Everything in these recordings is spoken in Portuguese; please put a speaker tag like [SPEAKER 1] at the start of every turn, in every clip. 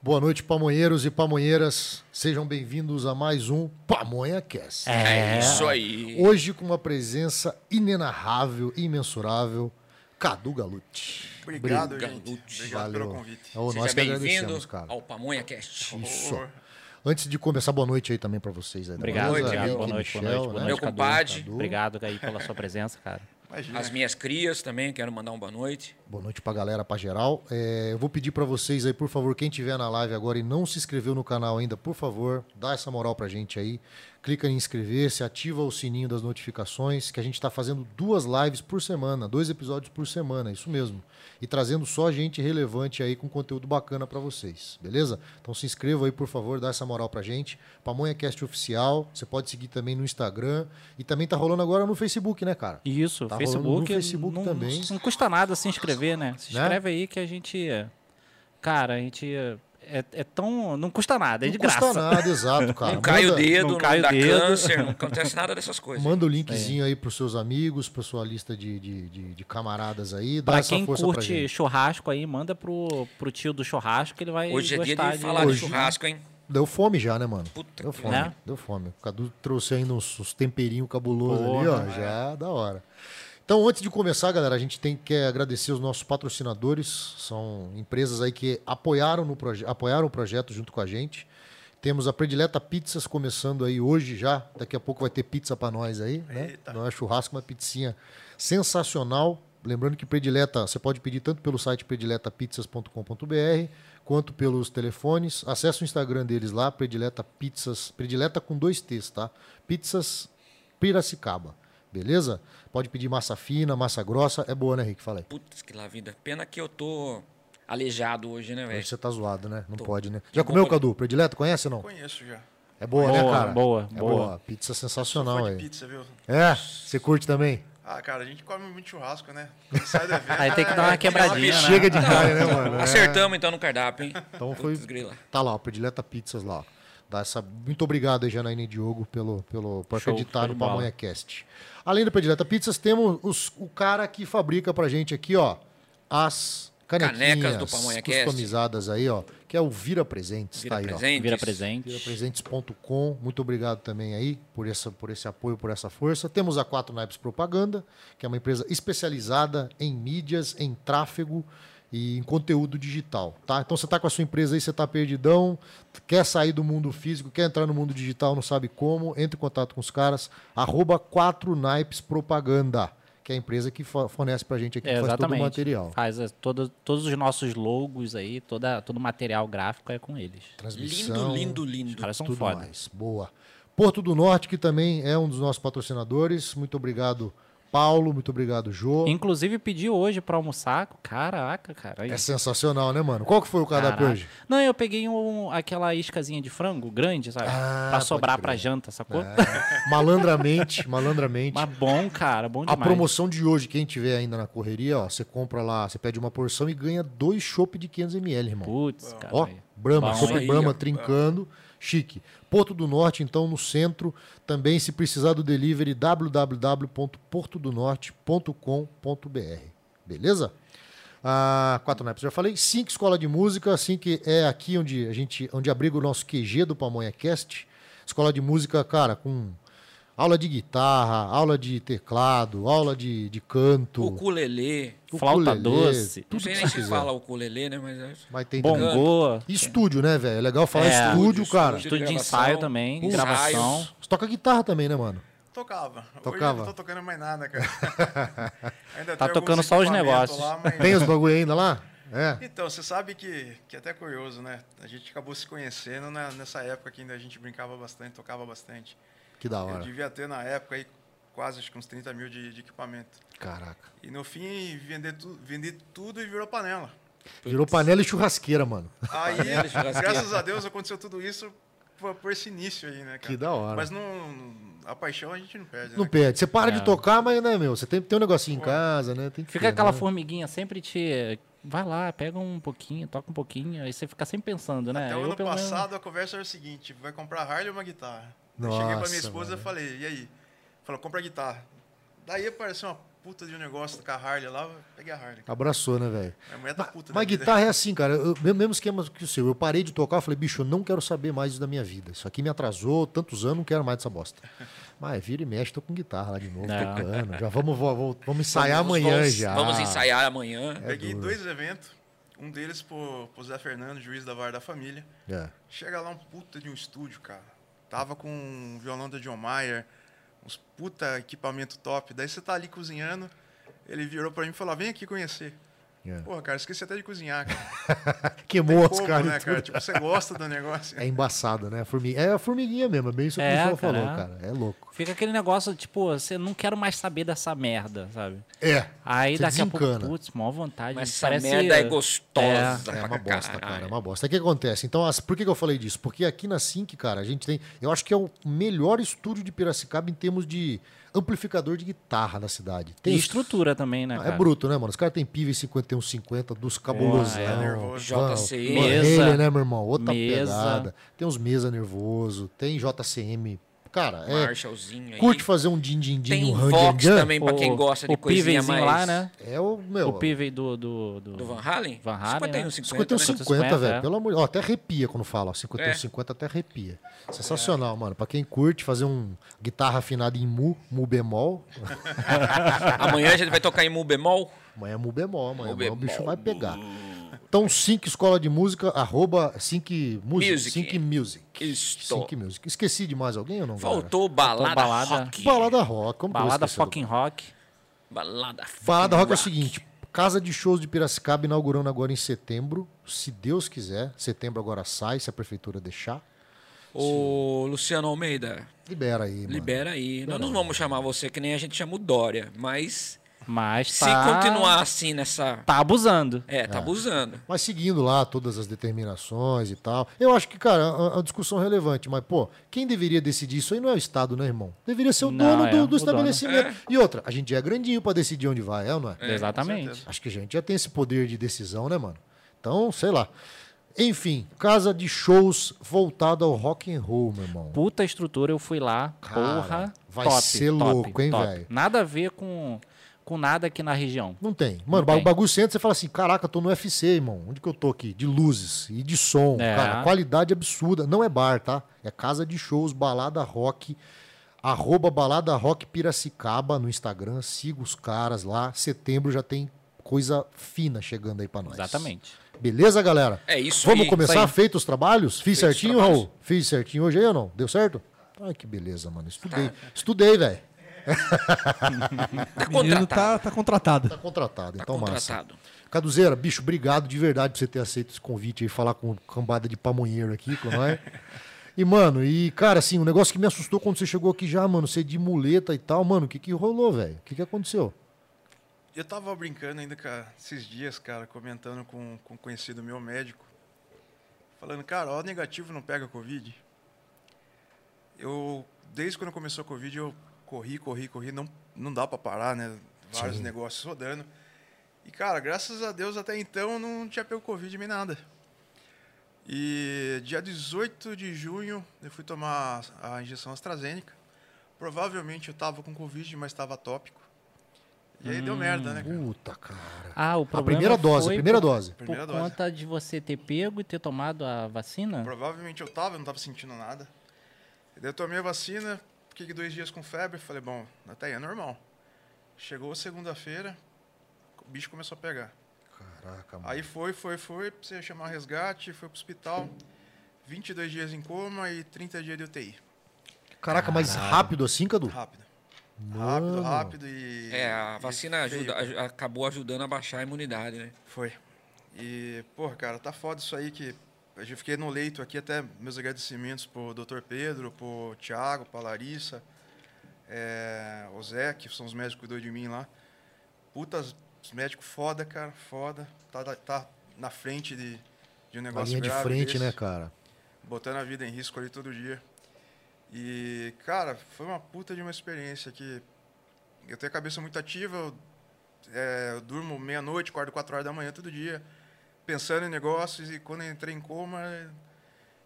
[SPEAKER 1] Boa noite, pamonheiros e pamonheiras. Sejam bem-vindos a mais um Pamonha Cast.
[SPEAKER 2] É, isso aí.
[SPEAKER 1] Hoje com uma presença inenarrável, imensurável, Cadu Galuti.
[SPEAKER 3] Obrigado,
[SPEAKER 2] Obrigado,
[SPEAKER 3] gente.
[SPEAKER 2] Lute.
[SPEAKER 3] Obrigado
[SPEAKER 1] Valeu.
[SPEAKER 3] pelo convite.
[SPEAKER 1] É o nós
[SPEAKER 2] Seja
[SPEAKER 1] que
[SPEAKER 2] bem-vindo
[SPEAKER 1] agradecemos, cara.
[SPEAKER 2] ao Pamonha Cast.
[SPEAKER 1] Isso.
[SPEAKER 3] Por favor.
[SPEAKER 1] Antes de começar, boa noite aí também pra vocês. Né?
[SPEAKER 4] Obrigado,
[SPEAKER 2] Boa noite,
[SPEAKER 4] obrigado,
[SPEAKER 2] Henrique,
[SPEAKER 4] boa noite, boa
[SPEAKER 1] Michel,
[SPEAKER 4] noite, boa
[SPEAKER 1] né?
[SPEAKER 2] Meu
[SPEAKER 4] noite, Cadu,
[SPEAKER 2] compadre.
[SPEAKER 4] Cadu. Obrigado aí pela sua presença, cara.
[SPEAKER 3] Imagina.
[SPEAKER 4] É.
[SPEAKER 2] As minhas crias também, quero mandar uma boa noite.
[SPEAKER 1] Boa noite pra galera, pra geral. É, eu vou pedir pra vocês aí, por favor, quem tiver na live agora e não se inscreveu no canal ainda, por favor, dá essa moral pra gente aí. Clica em inscrever-se, ativa o sininho das notificações, que a gente tá fazendo duas lives por semana, dois episódios por semana, isso mesmo. E trazendo só gente relevante aí com conteúdo bacana pra vocês, beleza? Então se inscreva aí, por favor, dá essa moral pra gente. PamonhaCast Oficial, você pode seguir também no Instagram. E também tá rolando agora no Facebook, né, cara?
[SPEAKER 4] Isso,
[SPEAKER 1] Tá rolando
[SPEAKER 4] Facebook. é
[SPEAKER 1] no Facebook
[SPEAKER 4] não,
[SPEAKER 1] também.
[SPEAKER 4] Não, custa nada se inscrever, né? Se
[SPEAKER 1] Né?
[SPEAKER 4] inscreve aí que a gente. Cara, a gente. É, é tão. Não custa nada, é de
[SPEAKER 1] não
[SPEAKER 4] graça.
[SPEAKER 1] custa nada, exato, cara.
[SPEAKER 2] não cai o
[SPEAKER 1] Ah, Manda-
[SPEAKER 2] dedo,
[SPEAKER 4] não
[SPEAKER 2] não,
[SPEAKER 4] cai o
[SPEAKER 2] dá
[SPEAKER 4] dedo.
[SPEAKER 2] câncer, não acontece nada dessas coisas.
[SPEAKER 1] Manda o
[SPEAKER 4] É.
[SPEAKER 1] linkzinho aí pros seus amigos, pra sua lista de, de, de- de camaradas aí. Dá
[SPEAKER 4] Pra
[SPEAKER 1] essa
[SPEAKER 4] quem
[SPEAKER 1] força pra
[SPEAKER 4] curte
[SPEAKER 1] gente.
[SPEAKER 4] churrasco aí, manda pro, pro tio do churrasco que ele vai
[SPEAKER 2] Hoje é dia
[SPEAKER 4] gostar
[SPEAKER 2] de falar de
[SPEAKER 1] Hoje-
[SPEAKER 2] churrasco, hein?
[SPEAKER 1] Deu fome já, né, mano?
[SPEAKER 2] Puta
[SPEAKER 1] deu
[SPEAKER 2] que
[SPEAKER 1] fome,
[SPEAKER 4] pariu.
[SPEAKER 1] deu fome. O Cadu trouxe ainda uns, uns temperinhos cabulosos ali, ó.
[SPEAKER 4] Porra,
[SPEAKER 1] Já é da hora. Então, antes de começar, galera, a gente tem que agradecer os nossos patrocinadores. São empresas aí que apoiaram, no proje- apoiaram o projeto junto com a gente. Temos a Predileta Pizzas começando aí hoje já. Daqui a pouco vai ter pizza pra nós aí, né?
[SPEAKER 3] Eita.
[SPEAKER 1] Não é churrasco, mas pizzinha sensacional. Lembrando que Predileta, você pode pedir tanto pelo site prediletapizzas.com.br quanto pelos telefones. Acesse o Instagram deles lá, Predileta Pizzas, Predileta com dois T's, tá? Pizzas Piracicaba, beleza? Pode pedir massa fina, massa grossa, é boa, né, Rick? Falei.
[SPEAKER 2] Putz, que lá vida. Pena que eu tô aleijado hoje, né, velho?
[SPEAKER 1] Você tá zoado, né? Não
[SPEAKER 2] Tô.
[SPEAKER 1] pode, né? Já
[SPEAKER 2] Bom,
[SPEAKER 1] comeu,
[SPEAKER 2] olha-
[SPEAKER 1] Cadu? Predileto, conhece ou não?
[SPEAKER 3] Conheço já.
[SPEAKER 1] É boa, né,
[SPEAKER 4] Boa,
[SPEAKER 1] cara?
[SPEAKER 4] boa,
[SPEAKER 1] é
[SPEAKER 4] boa.
[SPEAKER 1] Pizza
[SPEAKER 3] Fã
[SPEAKER 1] sensacional
[SPEAKER 3] de
[SPEAKER 1] aí.
[SPEAKER 3] pizza, viu?
[SPEAKER 1] É? Você curte também?
[SPEAKER 3] Ah, cara, a gente come muito churrasco, né? Quando sai do evento,
[SPEAKER 4] Aí tem que dar uma
[SPEAKER 3] é-
[SPEAKER 4] quebradinha, né?
[SPEAKER 1] Chega de carne, né, mano? É.
[SPEAKER 2] Acertamos então no cardápio, hein?
[SPEAKER 1] Então foi.
[SPEAKER 2] Putz, grila.
[SPEAKER 1] Tá lá, o Predileta Pizzas lá. ó. Dá essa... Muito obrigado aí, Janaína e Diogo, pelo, pelo, por
[SPEAKER 4] Show,
[SPEAKER 1] acreditar
[SPEAKER 4] show
[SPEAKER 1] no
[SPEAKER 4] de bola.
[SPEAKER 1] Pamonha Cast. Além do Predileta Pizzas, temos os- o cara que fabrica pra gente aqui, ó, as canequinhas
[SPEAKER 2] Canecas do Pamonha Cast.
[SPEAKER 1] customizadas aí, ó, que é o Vira Presentes,
[SPEAKER 2] Vira
[SPEAKER 1] tá aí, ó.
[SPEAKER 2] presente.
[SPEAKER 4] Vira presente.
[SPEAKER 1] Virapresentes.com, muito obrigado também aí por, essa, por esse apoio, por essa força. Temos a Quatro Naipes Propaganda, que é uma empresa especializada em mídias, em tráfego e em conteúdo digital, tá? Então você tá com a sua empresa aí, você tá perdidão, quer sair do mundo físico, quer entrar no mundo digital, não sabe como, entre em contato com os caras, arroba Quatro Naipes Propaganda, que é a empresa que fo- fornece pra gente aqui,
[SPEAKER 4] É,
[SPEAKER 1] que faz todo o
[SPEAKER 4] exatamente.
[SPEAKER 1] material.
[SPEAKER 4] Faz as- todo- todos os nossos logos aí, toda, todo o material gráfico é com eles.
[SPEAKER 2] Lindo,
[SPEAKER 1] Transmissão,
[SPEAKER 2] lindo,
[SPEAKER 4] Os
[SPEAKER 2] lindo.
[SPEAKER 4] caras são
[SPEAKER 1] tudo
[SPEAKER 4] foda.
[SPEAKER 1] mais. Boa. Porto do Norte, que também é um dos nossos patrocinadores. Muito obrigado, Paulo. Muito obrigado, Jô.
[SPEAKER 4] Inclusive pedi hoje pra almoçar. Caraca, cara.
[SPEAKER 1] É sensacional, né, mano? Qual que foi o cardápio
[SPEAKER 4] Caraca.
[SPEAKER 1] hoje?
[SPEAKER 4] Não, eu peguei um, aquela iscazinha de frango grande, sabe?
[SPEAKER 1] Ah,
[SPEAKER 4] pra
[SPEAKER 1] pode
[SPEAKER 4] sobrar
[SPEAKER 1] crer. Ah,
[SPEAKER 4] pra janta, sacou?
[SPEAKER 1] Malandramente, malandramente.
[SPEAKER 4] Mas bom, cara, bom
[SPEAKER 1] A
[SPEAKER 4] demais.
[SPEAKER 1] promoção de hoje, quem tiver ainda na correria, ó, você compra lá, você pede uma porção e ganha dois chopp de 500ml, irmão.
[SPEAKER 4] Putz, cara.
[SPEAKER 1] Ó, Brahma,
[SPEAKER 4] Bom,
[SPEAKER 1] sobre
[SPEAKER 2] aí,
[SPEAKER 1] Brahma
[SPEAKER 2] ó.
[SPEAKER 1] trincando, chique. Porto do Norte, então, no centro, também se precisar do delivery, www.portodonorte.com.br. Beleza? Ah, quatro naipes, já falei. Cinco escola de música, assim que é aqui onde a gente, onde abriga o nosso QG do Pamonha Cast. Escola de música, cara, com aula de guitarra, aula de teclado, aula de, de canto,
[SPEAKER 2] Ukulele.
[SPEAKER 4] Flauta
[SPEAKER 1] ukulele,
[SPEAKER 4] doce.
[SPEAKER 2] Não
[SPEAKER 1] tudo
[SPEAKER 2] sei
[SPEAKER 1] que
[SPEAKER 2] nem
[SPEAKER 1] você
[SPEAKER 2] se
[SPEAKER 1] quiser.
[SPEAKER 2] fala ukulele, né? Mas é-
[SPEAKER 1] Mas tem também.
[SPEAKER 4] Bongô.
[SPEAKER 1] Estúdio, né, velho? É legal falar
[SPEAKER 4] É,
[SPEAKER 1] estúdio,
[SPEAKER 2] estúdio,
[SPEAKER 1] cara.
[SPEAKER 2] estúdio.
[SPEAKER 4] Estúdio de
[SPEAKER 2] gravação,
[SPEAKER 4] ensaio também,
[SPEAKER 2] ensaios.
[SPEAKER 4] gravação.
[SPEAKER 1] Você toca guitarra também, né, mano?
[SPEAKER 3] Tocava. Hoje eu
[SPEAKER 1] Tocava?
[SPEAKER 3] não tô tocando mais nada, cara. Ainda tem
[SPEAKER 4] Tá
[SPEAKER 3] alguns
[SPEAKER 4] tocando só os
[SPEAKER 3] equipamentos
[SPEAKER 4] negócios.
[SPEAKER 3] lá, mas-
[SPEAKER 1] Tem os bagulho ainda lá? É.
[SPEAKER 3] Então, você sabe que, que é até curioso, né? A gente acabou se conhecendo na- nessa época que ainda a gente brincava bastante, tocava bastante.
[SPEAKER 1] Que da
[SPEAKER 3] Eu
[SPEAKER 1] hora.
[SPEAKER 3] devia ter na época aí quase acho que uns 30 mil de, de equipamento.
[SPEAKER 1] Caraca.
[SPEAKER 3] E no fim, vender tu, vendi tudo e virou panela.
[SPEAKER 1] Virou panela e churrasqueira, mano.
[SPEAKER 3] Aí,
[SPEAKER 2] Panela e churrasqueira.
[SPEAKER 3] graças a Deus, aconteceu tudo isso por, por esse início aí, né, cara?
[SPEAKER 1] Que da hora.
[SPEAKER 3] Mas não, não- a paixão a gente não perde,
[SPEAKER 1] Não
[SPEAKER 3] né?
[SPEAKER 1] perde. Você para de
[SPEAKER 4] É.
[SPEAKER 1] tocar, mas, né, meu? Você tem que ter um negocinho em casa, né? Tem que
[SPEAKER 4] Fica
[SPEAKER 1] ter,
[SPEAKER 4] aquela
[SPEAKER 1] né?
[SPEAKER 4] formiguinha sempre te. Vai lá, pega um pouquinho, toca um pouquinho. Aí você fica sempre pensando, né?
[SPEAKER 3] Até
[SPEAKER 4] Eu,
[SPEAKER 3] o ano
[SPEAKER 4] pelo menos-
[SPEAKER 3] passado, a conversa era o seguinte, vai comprar Harley ou uma guitarra? Eu
[SPEAKER 1] Nossa,
[SPEAKER 3] cheguei pra minha esposa
[SPEAKER 1] mano.
[SPEAKER 3] e falei, e aí? Falou, compra a guitarra. Daí apareceu uma puta de um negócio com a Harley lá, eu peguei a Harley. cara.
[SPEAKER 1] Abraçou, né, velho?
[SPEAKER 3] Minha mulher tá
[SPEAKER 1] Mas,
[SPEAKER 3] puta.
[SPEAKER 1] mas
[SPEAKER 3] da vida.
[SPEAKER 1] guitarra é assim, cara. Eu, mesmo mesmo esquema que o seu. Eu parei de tocar, eu falei, bicho, eu não quero saber mais isso da minha vida. Isso aqui me atrasou tantos anos, não quero mais dessa bosta. Mas vira e mexe, tô com guitarra lá de novo,
[SPEAKER 4] Não.
[SPEAKER 1] tocando. Já vamos, vo- vo- vamos ensaiar
[SPEAKER 2] Vamos-
[SPEAKER 1] amanhã
[SPEAKER 2] vamos-
[SPEAKER 1] já. É.
[SPEAKER 2] Vamos ensaiar amanhã.
[SPEAKER 3] Peguei
[SPEAKER 1] duro.
[SPEAKER 3] dois eventos, um deles pro, pro Zé Fernando, juiz da vara da família.
[SPEAKER 1] É.
[SPEAKER 3] Chega lá um puta de um estúdio, cara. Tava com um violão da John Mayer, uns puta equipamento top. Daí você tá ali cozinhando, ele virou pra mim e falou, "Ah, vem aqui conhecer.
[SPEAKER 1] É.
[SPEAKER 3] Porra, cara, esqueci até de cozinhar, cara.
[SPEAKER 1] Queimou os
[SPEAKER 3] Como,
[SPEAKER 1] caras.
[SPEAKER 3] né,
[SPEAKER 1] e
[SPEAKER 3] cara?
[SPEAKER 1] tudo.
[SPEAKER 3] Tipo, você gosta do negócio.
[SPEAKER 1] É embaçado, né? A formiga... É a formiguinha mesmo, é bem isso que
[SPEAKER 4] É,
[SPEAKER 1] o pessoal
[SPEAKER 4] cara.
[SPEAKER 1] falou, cara. É louco.
[SPEAKER 4] Fica aquele negócio, tipo, você não quero mais saber dessa merda, sabe?
[SPEAKER 1] É.
[SPEAKER 4] Aí
[SPEAKER 1] Você
[SPEAKER 4] daqui a
[SPEAKER 1] desencana.
[SPEAKER 4] pouco, putz, mó vontade.
[SPEAKER 2] Mas essa
[SPEAKER 4] parece...
[SPEAKER 2] merda é gostosa.
[SPEAKER 1] É
[SPEAKER 2] pra
[SPEAKER 1] uma bosta,
[SPEAKER 2] caralho.
[SPEAKER 1] cara. É uma bosta. O que acontece? Então, as- por que que eu falei disso? Porque aqui na Sync, cara, a gente tem. Eu acho que é o melhor estúdio de Piracicaba em termos de amplificador de guitarra da cidade.
[SPEAKER 4] É, E
[SPEAKER 1] Tem
[SPEAKER 4] estrutura também, né,
[SPEAKER 1] Ah,
[SPEAKER 4] cara?
[SPEAKER 1] é bruto, né, mano? Os caras têm PIV 5150 dos cabulosão.
[SPEAKER 4] é
[SPEAKER 3] nervoso.
[SPEAKER 1] Mano,
[SPEAKER 2] JCM.
[SPEAKER 1] Morrele, né, meu irmão? Outra
[SPEAKER 4] Mesa.
[SPEAKER 1] pegada. Tem uns mesa nervoso, tem JCM. Cara, é,
[SPEAKER 2] Marshallzinho aí.
[SPEAKER 1] curte fazer um din-din-din,
[SPEAKER 2] Tem
[SPEAKER 1] um hang
[SPEAKER 2] Vox também, pra quem gosta de
[SPEAKER 4] o
[SPEAKER 2] coisinha
[SPEAKER 4] piveizinho
[SPEAKER 2] mais...
[SPEAKER 4] lá, né?
[SPEAKER 1] É o, meu,
[SPEAKER 4] o pivei do... Do,
[SPEAKER 2] Do Van Halen?
[SPEAKER 4] Van Halen,
[SPEAKER 2] 51, 50,
[SPEAKER 4] né?
[SPEAKER 1] 51,
[SPEAKER 2] 50,
[SPEAKER 1] 50,
[SPEAKER 4] é.
[SPEAKER 1] um, velho. Pelo amor de Deus. Até arrepia quando fala. ó, 51,
[SPEAKER 2] É.
[SPEAKER 1] 50 até arrepia. Sensacional, mano. Pra quem curte fazer um guitarra afinada em mu, mu bemol. um.
[SPEAKER 2] Amanhã a gente vai tocar em mu bemol.
[SPEAKER 1] Amanhã é mu bemol, amanhã,
[SPEAKER 2] Mu
[SPEAKER 1] amanhã o
[SPEAKER 2] bemol.
[SPEAKER 1] bicho vai pegar. Então, Sync Escola de Música, arroba Sync Music.
[SPEAKER 2] Music.
[SPEAKER 1] Sync Music.
[SPEAKER 2] Isto.
[SPEAKER 1] Sync Music. Esqueci de mais alguém ou não, galera?
[SPEAKER 2] Faltou balada,
[SPEAKER 4] balada.
[SPEAKER 2] rock.
[SPEAKER 1] Balada Rock. Como que eu vou
[SPEAKER 4] Balada
[SPEAKER 1] esquecer do-
[SPEAKER 4] fucking rock.
[SPEAKER 2] Balada,
[SPEAKER 1] Balada Rock é o seguinte: Casa de Shows de Piracicaba inaugurando agora em setembro, se Deus quiser. Setembro agora sai, se a prefeitura deixar.
[SPEAKER 2] Ô, Luciano Almeida,
[SPEAKER 1] Libera aí, mano.
[SPEAKER 2] libera aí. Nós não vamos chamar você que nem a gente chama o Dória, mas
[SPEAKER 4] Mas
[SPEAKER 2] se
[SPEAKER 4] tá...
[SPEAKER 2] continuar assim nessa...
[SPEAKER 4] Tá abusando.
[SPEAKER 2] É, tá abusando.
[SPEAKER 1] Mas seguindo lá todas as determinações e tal. Eu acho que, cara, a, a discussão é relevante, mas, pô, quem deveria decidir isso aí não é o Estado, né, irmão? Deveria ser o
[SPEAKER 4] Não,
[SPEAKER 1] dono
[SPEAKER 4] é,
[SPEAKER 1] do, do
[SPEAKER 4] o dono.
[SPEAKER 1] estabelecimento. E outra, a gente já é grandinho pra decidir onde vai, é ou não é?
[SPEAKER 4] Exatamente.
[SPEAKER 3] certeza.
[SPEAKER 1] Acho que a gente já tem esse poder de decisão, né, mano? Então, sei lá. Enfim, casa de shows voltada ao rock and roll, meu irmão.
[SPEAKER 4] Puta estrutura, eu fui lá.
[SPEAKER 1] Cara,
[SPEAKER 4] porra,
[SPEAKER 1] vai
[SPEAKER 4] top,
[SPEAKER 1] ser
[SPEAKER 4] top,
[SPEAKER 1] louco, hein,
[SPEAKER 4] top.
[SPEAKER 1] velho?
[SPEAKER 4] Nada a ver com, com nada aqui na região.
[SPEAKER 1] Não tem. Mano,
[SPEAKER 4] Não
[SPEAKER 1] o
[SPEAKER 4] tem.
[SPEAKER 1] bagulho você entra, você fala assim, caraca, eu tô no UFC, irmão. Onde que eu tô aqui? De luzes e de som.
[SPEAKER 4] É.
[SPEAKER 1] Cara, qualidade absurda. Não é bar, tá? É casa de shows, balada rock. Arroba balada rock Piracicaba no Instagram. Siga os caras lá. Setembro já tem coisa fina chegando aí pra nós.
[SPEAKER 4] Exatamente.
[SPEAKER 3] tá,
[SPEAKER 1] Beleza, galera?
[SPEAKER 2] É isso
[SPEAKER 1] Vamos
[SPEAKER 2] aí,
[SPEAKER 1] começar?
[SPEAKER 2] isso aí.
[SPEAKER 1] Feito os trabalhos? Fiz
[SPEAKER 2] Feito os
[SPEAKER 1] certinho,
[SPEAKER 2] trabalhos.
[SPEAKER 1] Raul? Fiz certinho hoje aí ou não? Deu certo? Ai, que beleza, mano. Estudei. Estudei, velho.
[SPEAKER 2] Tá
[SPEAKER 5] Menino
[SPEAKER 2] contratado.
[SPEAKER 5] tá, tá contratado.
[SPEAKER 1] Tá contratado,
[SPEAKER 2] Tá
[SPEAKER 1] então massa.
[SPEAKER 2] contratado.
[SPEAKER 1] Caduzeira, bicho, obrigado de verdade por você ter aceito esse convite e falar com cambada de pamonheiro aqui com nós. E, mano, e, cara, assim, um negócio que me assustou quando você chegou aqui já, mano, você de muleta e tal, mano, o que que rolou, velho? O que que aconteceu?
[SPEAKER 3] Eu tava brincando ainda ca- esses dias, cara, comentando com, com um conhecido meu médico, falando, cara, ó, negativo não pega Covid. Eu, desde quando começou a Covid, eu corri, corri, corri, não, não dá pra parar, né? Vários negócios rodando. E, cara, graças a Deus até então eu não tinha pego Covid nem nada. E dia 18 de junho eu fui tomar a injeção AstraZeneca. Provavelmente eu tava com Covid, mas tava tópico. E aí deu merda, né, cara?
[SPEAKER 1] Puta, cara.
[SPEAKER 4] Ah, o
[SPEAKER 1] A
[SPEAKER 4] problema
[SPEAKER 1] primeira dose, a
[SPEAKER 4] foi
[SPEAKER 1] primeira
[SPEAKER 4] por,
[SPEAKER 1] dose.
[SPEAKER 4] Por
[SPEAKER 3] Primeira dose.
[SPEAKER 4] conta de você ter pego e ter tomado a vacina?
[SPEAKER 3] Provavelmente eu tava, eu não tava sentindo nada. E daí eu tomei a vacina, fiquei dois dias com febre, falei, bom, até aí é normal. Chegou segunda-feira, o bicho começou a pegar.
[SPEAKER 1] Caraca, mano.
[SPEAKER 3] Aí foi, foi, foi, precisa chamar resgate, foi pro hospital. 22 dias em coma e 30 dias de UTI.
[SPEAKER 1] Caraca, mas rápido assim, Cadu?
[SPEAKER 3] Rápido.
[SPEAKER 1] Mano.
[SPEAKER 3] Rápido, rápido e.
[SPEAKER 2] É, a
[SPEAKER 3] e
[SPEAKER 2] vacina
[SPEAKER 3] feio,
[SPEAKER 2] ajuda,
[SPEAKER 3] cara.
[SPEAKER 2] aj- acabou ajudando a baixar a imunidade, né?
[SPEAKER 3] Foi. E, porra, cara, tá foda isso aí que. Eu já fiquei no leito aqui, até meus agradecimentos pro Dr. Pedro, pro Thiago, pra Larissa, é, o Zé, que são os médicos que cuidou de mim lá. Putas, os médicos foda, cara, foda. Tá, da- tá na frente de, de um
[SPEAKER 1] Na
[SPEAKER 3] negócio
[SPEAKER 1] linha de
[SPEAKER 3] grave
[SPEAKER 1] frente,
[SPEAKER 3] desse
[SPEAKER 1] né, cara?
[SPEAKER 3] botando a vida em risco ali todo dia. E, cara, foi uma puta de uma experiência que eu tenho a cabeça muito ativa, eu, é, eu durmo meia-noite, acordo 4 horas da manhã todo dia, pensando em negócios e quando eu entrei em coma,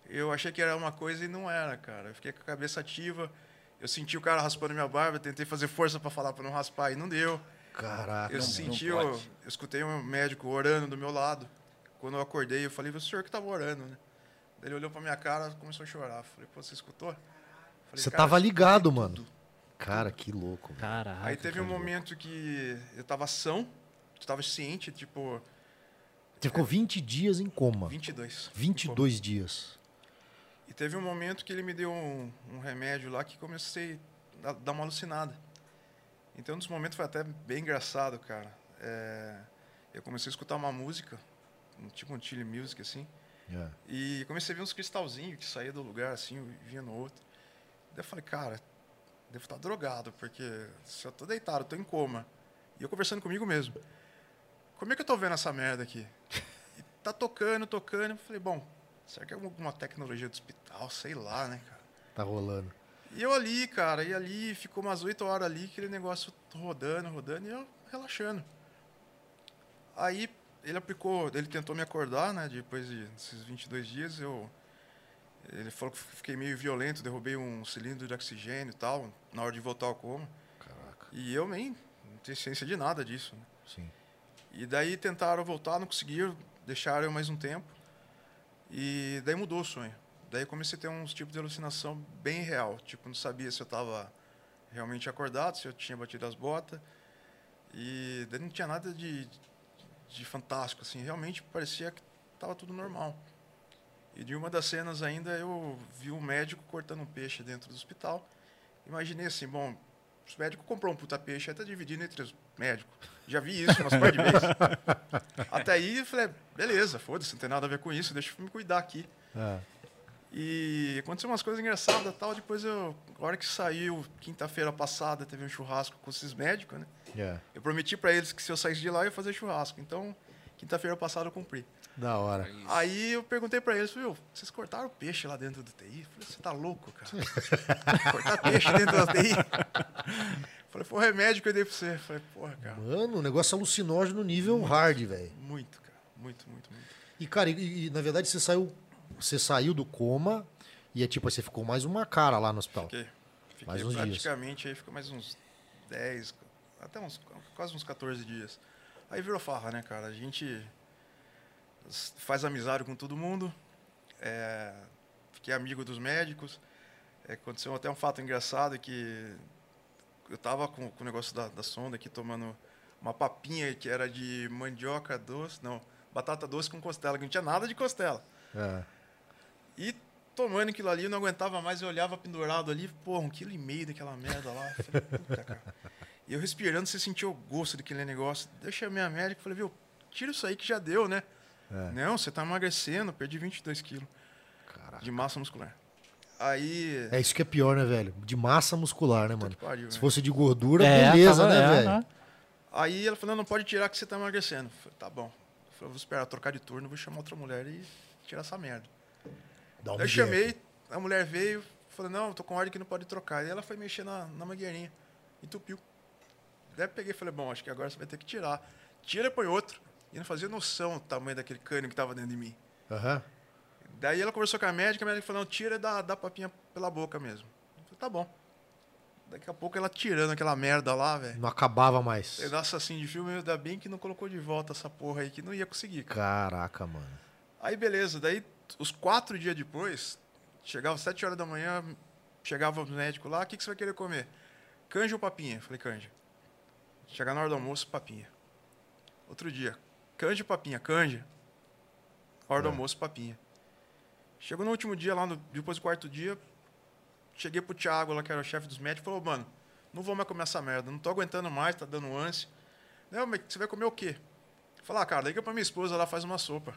[SPEAKER 3] eu achei que era uma coisa e não era, cara. Eu fiquei com a cabeça ativa, eu senti o cara raspando minha barba, tentei fazer força para falar para não raspar e não deu.
[SPEAKER 1] Caraca.
[SPEAKER 3] Eu
[SPEAKER 1] mano.
[SPEAKER 3] senti,
[SPEAKER 2] não
[SPEAKER 3] eu,
[SPEAKER 2] pode.
[SPEAKER 3] eu escutei um médico orando do meu lado. Quando eu acordei, eu falei, o senhor que tava orando, né? Daí Ele olhou pra minha cara e começou a chorar. Eu Falei, pô, você escutou? Eu Falei,
[SPEAKER 1] Você
[SPEAKER 3] "Cara,
[SPEAKER 1] tava
[SPEAKER 3] eu escutei
[SPEAKER 1] ligado,
[SPEAKER 3] tudo."
[SPEAKER 1] mano. Cara, que louco. velho.
[SPEAKER 4] Caraca.
[SPEAKER 3] Aí teve
[SPEAKER 4] cara.
[SPEAKER 3] um momento que eu tava são, eu tava ciente, tipo,
[SPEAKER 1] Você ficou 20 dias em coma.
[SPEAKER 3] 22.
[SPEAKER 1] 22 dias.
[SPEAKER 3] E teve um momento que ele me deu um, um remédio lá que comecei a dar uma alucinada. Então, um dos momentos foi até bem engraçado, cara. É, eu comecei a escutar uma música, um- tipo um chile music, assim,
[SPEAKER 1] É.
[SPEAKER 3] e comecei a ver uns cristalzinhos que saía do lugar, assim, e vinha no outro. Daí eu falei, cara, devo estar drogado, porque se eu tô deitado, eu tô em coma. E eu conversando comigo mesmo. Como é que eu tô vendo essa merda aqui? E tá tocando, tocando. Eu falei, bom, será que é alguma tecnologia do hospital? Sei lá, né, cara?
[SPEAKER 1] Tá rolando.
[SPEAKER 3] E eu ali, cara, e ali ficou umas 8 horas ali, aquele negócio rodando, rodando, e eu relaxando. Aí ele aplicou, ele tentou me acordar, né, depois de- desses 22 dias, eu... Ele falou que fiquei meio violento, derrubei um cilindro de oxigênio e tal, na hora de voltar ao coma.
[SPEAKER 1] Caraca.
[SPEAKER 3] E eu nem não tenho ciência de nada disso, né?
[SPEAKER 1] Sim.
[SPEAKER 3] E daí tentaram voltar, não conseguiram, deixaram eu mais um tempo. E daí mudou o sonho. Daí eu comecei a ter uns tipos de alucinação bem real. Tipo, não sabia se eu estava realmente acordado, se eu tinha batido as botas. E daí não tinha nada de, de fantástico, assim. Realmente parecia que estava tudo normal. E de uma das cenas ainda eu vi um médico cortando um peixe dentro do hospital. Imaginei assim, bom, os médicos comprou um puta peixe, aí tá dividindo entre os médicos. Já vi isso umas par de vezes. Até aí eu falei, beleza, foda-se, não tem nada a ver com isso, deixa eu me cuidar aqui.
[SPEAKER 1] É.
[SPEAKER 3] E aconteceu umas coisas engraçadas e tal, depois eu, a hora que saiu, quinta-feira passada, teve um churrasco com esses médicos, né?
[SPEAKER 1] É.
[SPEAKER 3] Eu prometi pra eles que se eu saísse de lá, eu ia fazer churrasco. Então, quinta-feira passada eu cumpri.
[SPEAKER 1] Da hora.
[SPEAKER 3] Aí eu perguntei pra eles, viu, vocês cortaram peixe lá dentro do TI? Eu falei, você tá louco, cara? Cortar peixe dentro da TI? Eu falei, foi o remédio que eu dei pra você. Eu falei, porra, cara,
[SPEAKER 1] Mano, um negócio alucinógeno nível hard, velho.
[SPEAKER 3] muito, cara, muito, muito, muito.
[SPEAKER 1] E, cara, e, e, na verdade você saiu. Você saiu do coma e é tipo, você ficou mais uma cara lá no hospital.
[SPEAKER 3] Fiquei, fiquei
[SPEAKER 1] Mais uns dias.
[SPEAKER 3] praticamente aí, ficou mais uns 10, até uns, quase uns 14 dias. Aí virou farra, né, cara? A gente s- faz amizade com todo mundo, é, fiquei amigo dos médicos. É, aconteceu até um fato engraçado que eu tava com, com o negócio da, da sonda aqui tomando uma papinha que era de mandioca doce, não, batata doce com costela, que não tinha nada de costela.
[SPEAKER 1] É.
[SPEAKER 3] E tomando aquilo ali, eu não aguentava mais, eu olhava pendurado ali, porra, um quilo e meio daquela merda lá. Eu Falei, puta, cara. E eu respirando, você sentia o gosto daquele negócio. Daí Eu chamei a médica e falei, viu, tira isso aí que já deu, né? Não, você tá emagrecendo, perdi 22 quilos
[SPEAKER 1] Caraca.
[SPEAKER 3] de massa muscular. Aí.
[SPEAKER 1] É isso que é pior, né, velho? De massa muscular, né, mano?
[SPEAKER 3] que pariu,
[SPEAKER 1] Se
[SPEAKER 3] né?
[SPEAKER 1] fosse de gordura,
[SPEAKER 4] É,
[SPEAKER 1] beleza,
[SPEAKER 4] tava-
[SPEAKER 1] né,
[SPEAKER 4] é,
[SPEAKER 1] velho?
[SPEAKER 4] né?
[SPEAKER 3] Aí ela falou, não, não pode tirar que você tá emagrecendo. Eu Falei, tá bom. Eu Falei, vou esperar trocar de turno, vou chamar outra mulher e tirar essa merda.
[SPEAKER 1] Dá um
[SPEAKER 3] Daí eu
[SPEAKER 1] jeito.
[SPEAKER 3] chamei, a mulher veio, falou, não, tô com ordem que não pode trocar. E ela foi mexer na, na mangueirinha, entupiu. Daí eu peguei e falei, bom, acho que agora você vai ter que tirar. Tira, põe outro. E não fazia noção do tamanho daquele cano que tava dentro de mim.
[SPEAKER 1] Aham.
[SPEAKER 3] Daí ela conversou com a médica, a médica falou, não, tira da, da papinha pela boca mesmo. Eu falei, tá bom. Daqui a pouco ela tirando aquela merda lá, velho.
[SPEAKER 1] Não acabava mais.
[SPEAKER 3] Pedaço assim de filme, ainda bem que não colocou de volta essa porra aí, que não ia conseguir, cara.
[SPEAKER 1] Caraca, mano.
[SPEAKER 3] Aí beleza, daí os quatro dias depois, chegava sete horas da manhã, chegava o médico lá, o que, que você vai querer comer? Canja ou papinha? Falei, canja. Chegar na hora do almoço, papinha. Outro dia, canja ou papinha? Canja. Hora
[SPEAKER 1] É.
[SPEAKER 3] do almoço, papinha. Chegou no último dia, lá no- depois do quarto dia, cheguei pro Thiago lá, que era o chefe dos médicos, e falou, mano, não vou mais comer essa merda, não tô aguentando mais, tá dando ânsia. Não, mas você vai comer o quê? Falar, ah, cara, liga pra minha esposa, ela faz uma sopa.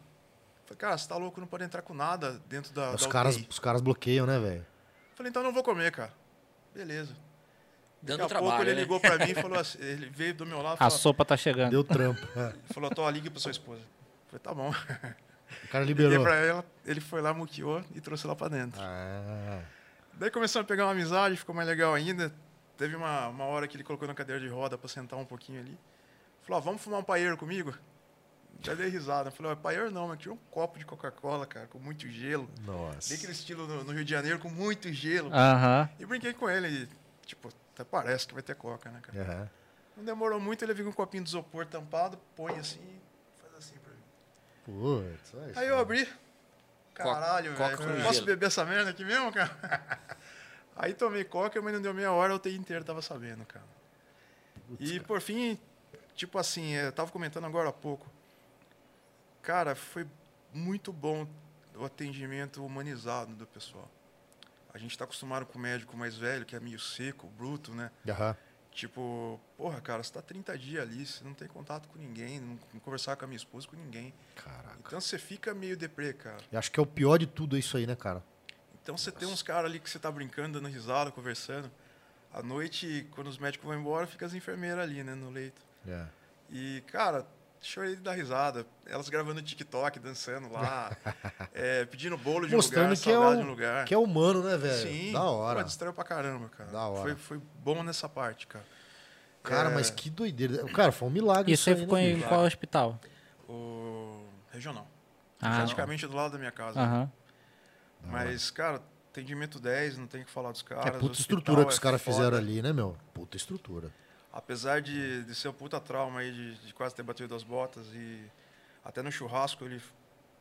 [SPEAKER 3] Falei, cara, você tá louco, não pode entrar com nada dentro da.
[SPEAKER 1] Os
[SPEAKER 3] da
[SPEAKER 1] caras,
[SPEAKER 3] UTI."
[SPEAKER 1] os caras bloqueiam, né, velho?
[SPEAKER 3] Falei, então não vou comer, cara. Beleza.
[SPEAKER 2] Dando
[SPEAKER 3] Daqui a
[SPEAKER 2] trabalho,
[SPEAKER 3] pouco ele
[SPEAKER 2] né?
[SPEAKER 3] ligou pra mim e falou assim, ele veio do meu lado e
[SPEAKER 4] A
[SPEAKER 3] falou,
[SPEAKER 4] sopa tá chegando.
[SPEAKER 1] Deu trampo. É.
[SPEAKER 3] falou, tô, ligue pra sua esposa. Falei, tá bom.
[SPEAKER 1] O cara
[SPEAKER 3] Liguei
[SPEAKER 1] liberou.
[SPEAKER 3] pra ela, ele foi lá, muqueou e trouxe lá pra dentro.
[SPEAKER 1] Ah,
[SPEAKER 3] Daí começamos a pegar uma amizade, ficou mais legal ainda. Teve uma, uma hora que ele colocou na cadeira de roda pra sentar um pouquinho ali. Falou, ó, vamos fumar um paeiro comigo? Já dei risada. Falei, ó, paeiro não, mas tinha um copo de Coca-Cola, cara, com muito gelo.
[SPEAKER 1] nossa.
[SPEAKER 3] Bem aquele estilo no, no Rio de Janeiro, com muito gelo.
[SPEAKER 4] Aham.
[SPEAKER 3] E brinquei com ele, e, tipo, até parece que vai ter Coca, né, cara?
[SPEAKER 1] Aham.
[SPEAKER 3] Não demorou muito, ele fica um copinho de isopor tampado, põe assim e faz assim pra mim.
[SPEAKER 1] Putz, olha isso.
[SPEAKER 3] Aí eu abri. Caralho,
[SPEAKER 2] coca
[SPEAKER 3] velho.
[SPEAKER 2] com
[SPEAKER 3] Posso
[SPEAKER 2] gelo.
[SPEAKER 3] beber essa merda aqui mesmo, cara? Aí tomei coca, mas não deu meia hora, o UTI inteiro tava sabendo, cara. e por fim, tipo assim, eu tava comentando agora há pouco. Cara, foi muito bom o atendimento humanizado do pessoal. A gente tá acostumado com o médico mais velho, que é meio seco, bruto, né?
[SPEAKER 1] Aham.
[SPEAKER 3] Tipo, porra, cara, você tá 30 dias ali, você não tem contato com ninguém, não não conversar com a minha esposa, com ninguém.
[SPEAKER 1] Caraca.
[SPEAKER 3] Então você fica meio deprê, cara.
[SPEAKER 1] Eu acho que é o pior de tudo isso aí, né, cara?
[SPEAKER 3] Então você tem uns caras ali que você tá brincando, dando risada, conversando. À noite, quando os médicos vão embora, fica as enfermeiras ali, né, no leito.
[SPEAKER 1] É.
[SPEAKER 3] E, cara, chorei de dar risada. Elas gravando TikTok, dançando lá, é, pedindo bolo de
[SPEAKER 1] Mostrando
[SPEAKER 3] lugar,
[SPEAKER 1] que é,
[SPEAKER 3] saudade de
[SPEAKER 1] o,
[SPEAKER 3] lugar.
[SPEAKER 1] que é humano, né, velho?
[SPEAKER 3] Sim,
[SPEAKER 1] Da hora.
[SPEAKER 3] Pô, distraiu pra caramba, cara.
[SPEAKER 1] Da hora.
[SPEAKER 3] Foi, foi bom nessa parte, cara.
[SPEAKER 1] Cara,
[SPEAKER 3] É.
[SPEAKER 1] mas que doideira. Cara, foi um milagre
[SPEAKER 4] E
[SPEAKER 1] isso
[SPEAKER 4] você
[SPEAKER 1] aí,
[SPEAKER 4] ficou
[SPEAKER 1] né,
[SPEAKER 4] em
[SPEAKER 1] bicho?
[SPEAKER 4] qual hospital?
[SPEAKER 3] O regional.
[SPEAKER 4] Ah,
[SPEAKER 3] praticamente do lado da minha casa.
[SPEAKER 4] Aham.
[SPEAKER 3] Mas, cara, atendimento 10, não tem o que falar dos caras.
[SPEAKER 1] É
[SPEAKER 3] o
[SPEAKER 1] puta
[SPEAKER 3] hospital
[SPEAKER 1] estrutura que
[SPEAKER 3] é
[SPEAKER 1] os caras
[SPEAKER 3] foda.
[SPEAKER 1] fizeram ali, né, meu? Puta estrutura.
[SPEAKER 3] Apesar de, de ser um puta trauma aí, de, de quase ter batido as botas e até no churrasco ele,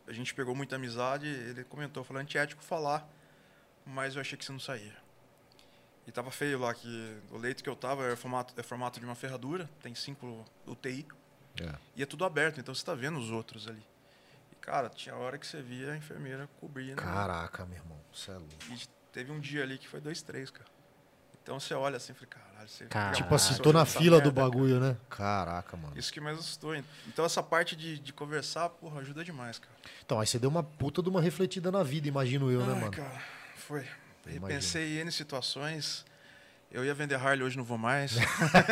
[SPEAKER 3] a gente pegou muita amizade, ele comentou, falou, antiético falar, mas eu achei que você não saía. E tava feio lá, que o leito que eu tava é formato, é formato de uma ferradura, tem cinco UTI,
[SPEAKER 1] É.
[SPEAKER 3] e é tudo aberto, então você tá vendo os outros ali. E, cara, tinha hora que você via a enfermeira cobrindo.
[SPEAKER 1] Caraca, meu irmão. Você é louco.
[SPEAKER 3] E teve um dia ali que foi dois, três, cara. Então você olha assim e fala, caralho, você...
[SPEAKER 4] Cara,
[SPEAKER 1] Tipo assim,
[SPEAKER 3] Nossa,
[SPEAKER 1] tô na
[SPEAKER 3] essa
[SPEAKER 1] fila do
[SPEAKER 3] merda, cara.
[SPEAKER 1] bagulho, né? Caraca, mano.
[SPEAKER 3] Isso que mais assustou. hein? Então essa parte de, de conversar, porra, ajuda demais, cara.
[SPEAKER 1] Então, aí você deu uma puta de uma refletida na vida, imagino eu, né,
[SPEAKER 3] Ai,
[SPEAKER 1] mano?
[SPEAKER 3] cara, foi.
[SPEAKER 1] Eu
[SPEAKER 3] E
[SPEAKER 1] imagino.
[SPEAKER 3] pensei em N situações. Eu ia vender Harley, hoje não vou mais.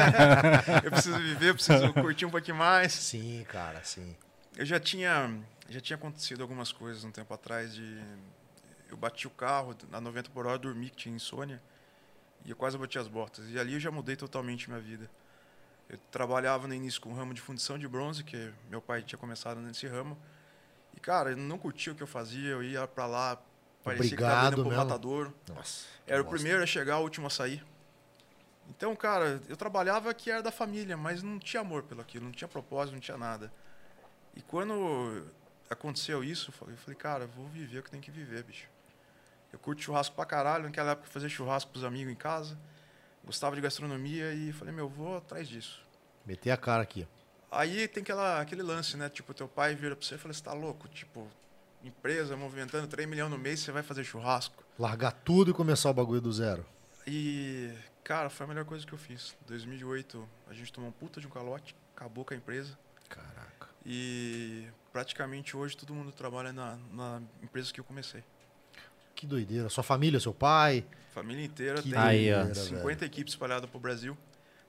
[SPEAKER 3] eu preciso viver, eu preciso curtir um pouquinho mais.
[SPEAKER 1] Sim, cara, sim.
[SPEAKER 3] Eu já tinha, já tinha acontecido algumas coisas um tempo atrás de... Eu bati o carro a 90 por hora, dormi, que tinha insônia. E eu quase bati as botas. E ali eu já mudei totalmente minha vida. Eu trabalhava no início com o ramo de fundição de bronze, que meu pai tinha começado nesse ramo. E, cara, eu não curtia o que eu fazia, eu ia pra lá, parecia que
[SPEAKER 1] Obrigado
[SPEAKER 3] tava indo pro
[SPEAKER 1] mesmo.
[SPEAKER 3] matadouro.
[SPEAKER 1] Nossa.
[SPEAKER 3] Era o
[SPEAKER 1] bosta.
[SPEAKER 3] primeiro a chegar, o último a sair. Então, cara, eu trabalhava que era da família, mas não tinha amor pelo aquilo, não tinha propósito, não tinha nada. E quando aconteceu isso, eu falei- eu falei, cara, eu vou viver o que tem que viver, bicho. Eu curto churrasco pra caralho, naquela época eu fazia churrasco pros amigos em casa, gostava de gastronomia e falei, meu, eu vou atrás disso.
[SPEAKER 1] Meter a cara aqui.
[SPEAKER 3] Aí tem aquela, aquele lance, né? Tipo, teu pai vira pra você e fala, você tá louco? Tipo, empresa movimentando 3 milhões no mês, você vai fazer churrasco?
[SPEAKER 1] Largar tudo e começar o bagulho do zero.
[SPEAKER 3] E, cara, foi a melhor coisa que eu fiz. 2008, a gente tomou um puta de um calote, acabou com a empresa.
[SPEAKER 1] Caraca.
[SPEAKER 3] E praticamente hoje todo mundo trabalha na, na empresa que eu comecei.
[SPEAKER 1] Que doideira. Sua família, seu pai.
[SPEAKER 3] Família inteira
[SPEAKER 1] Que
[SPEAKER 3] tem
[SPEAKER 4] Aí, ó.
[SPEAKER 1] doideira,
[SPEAKER 3] 50
[SPEAKER 1] velho.
[SPEAKER 3] equipes espalhadas pro Brasil.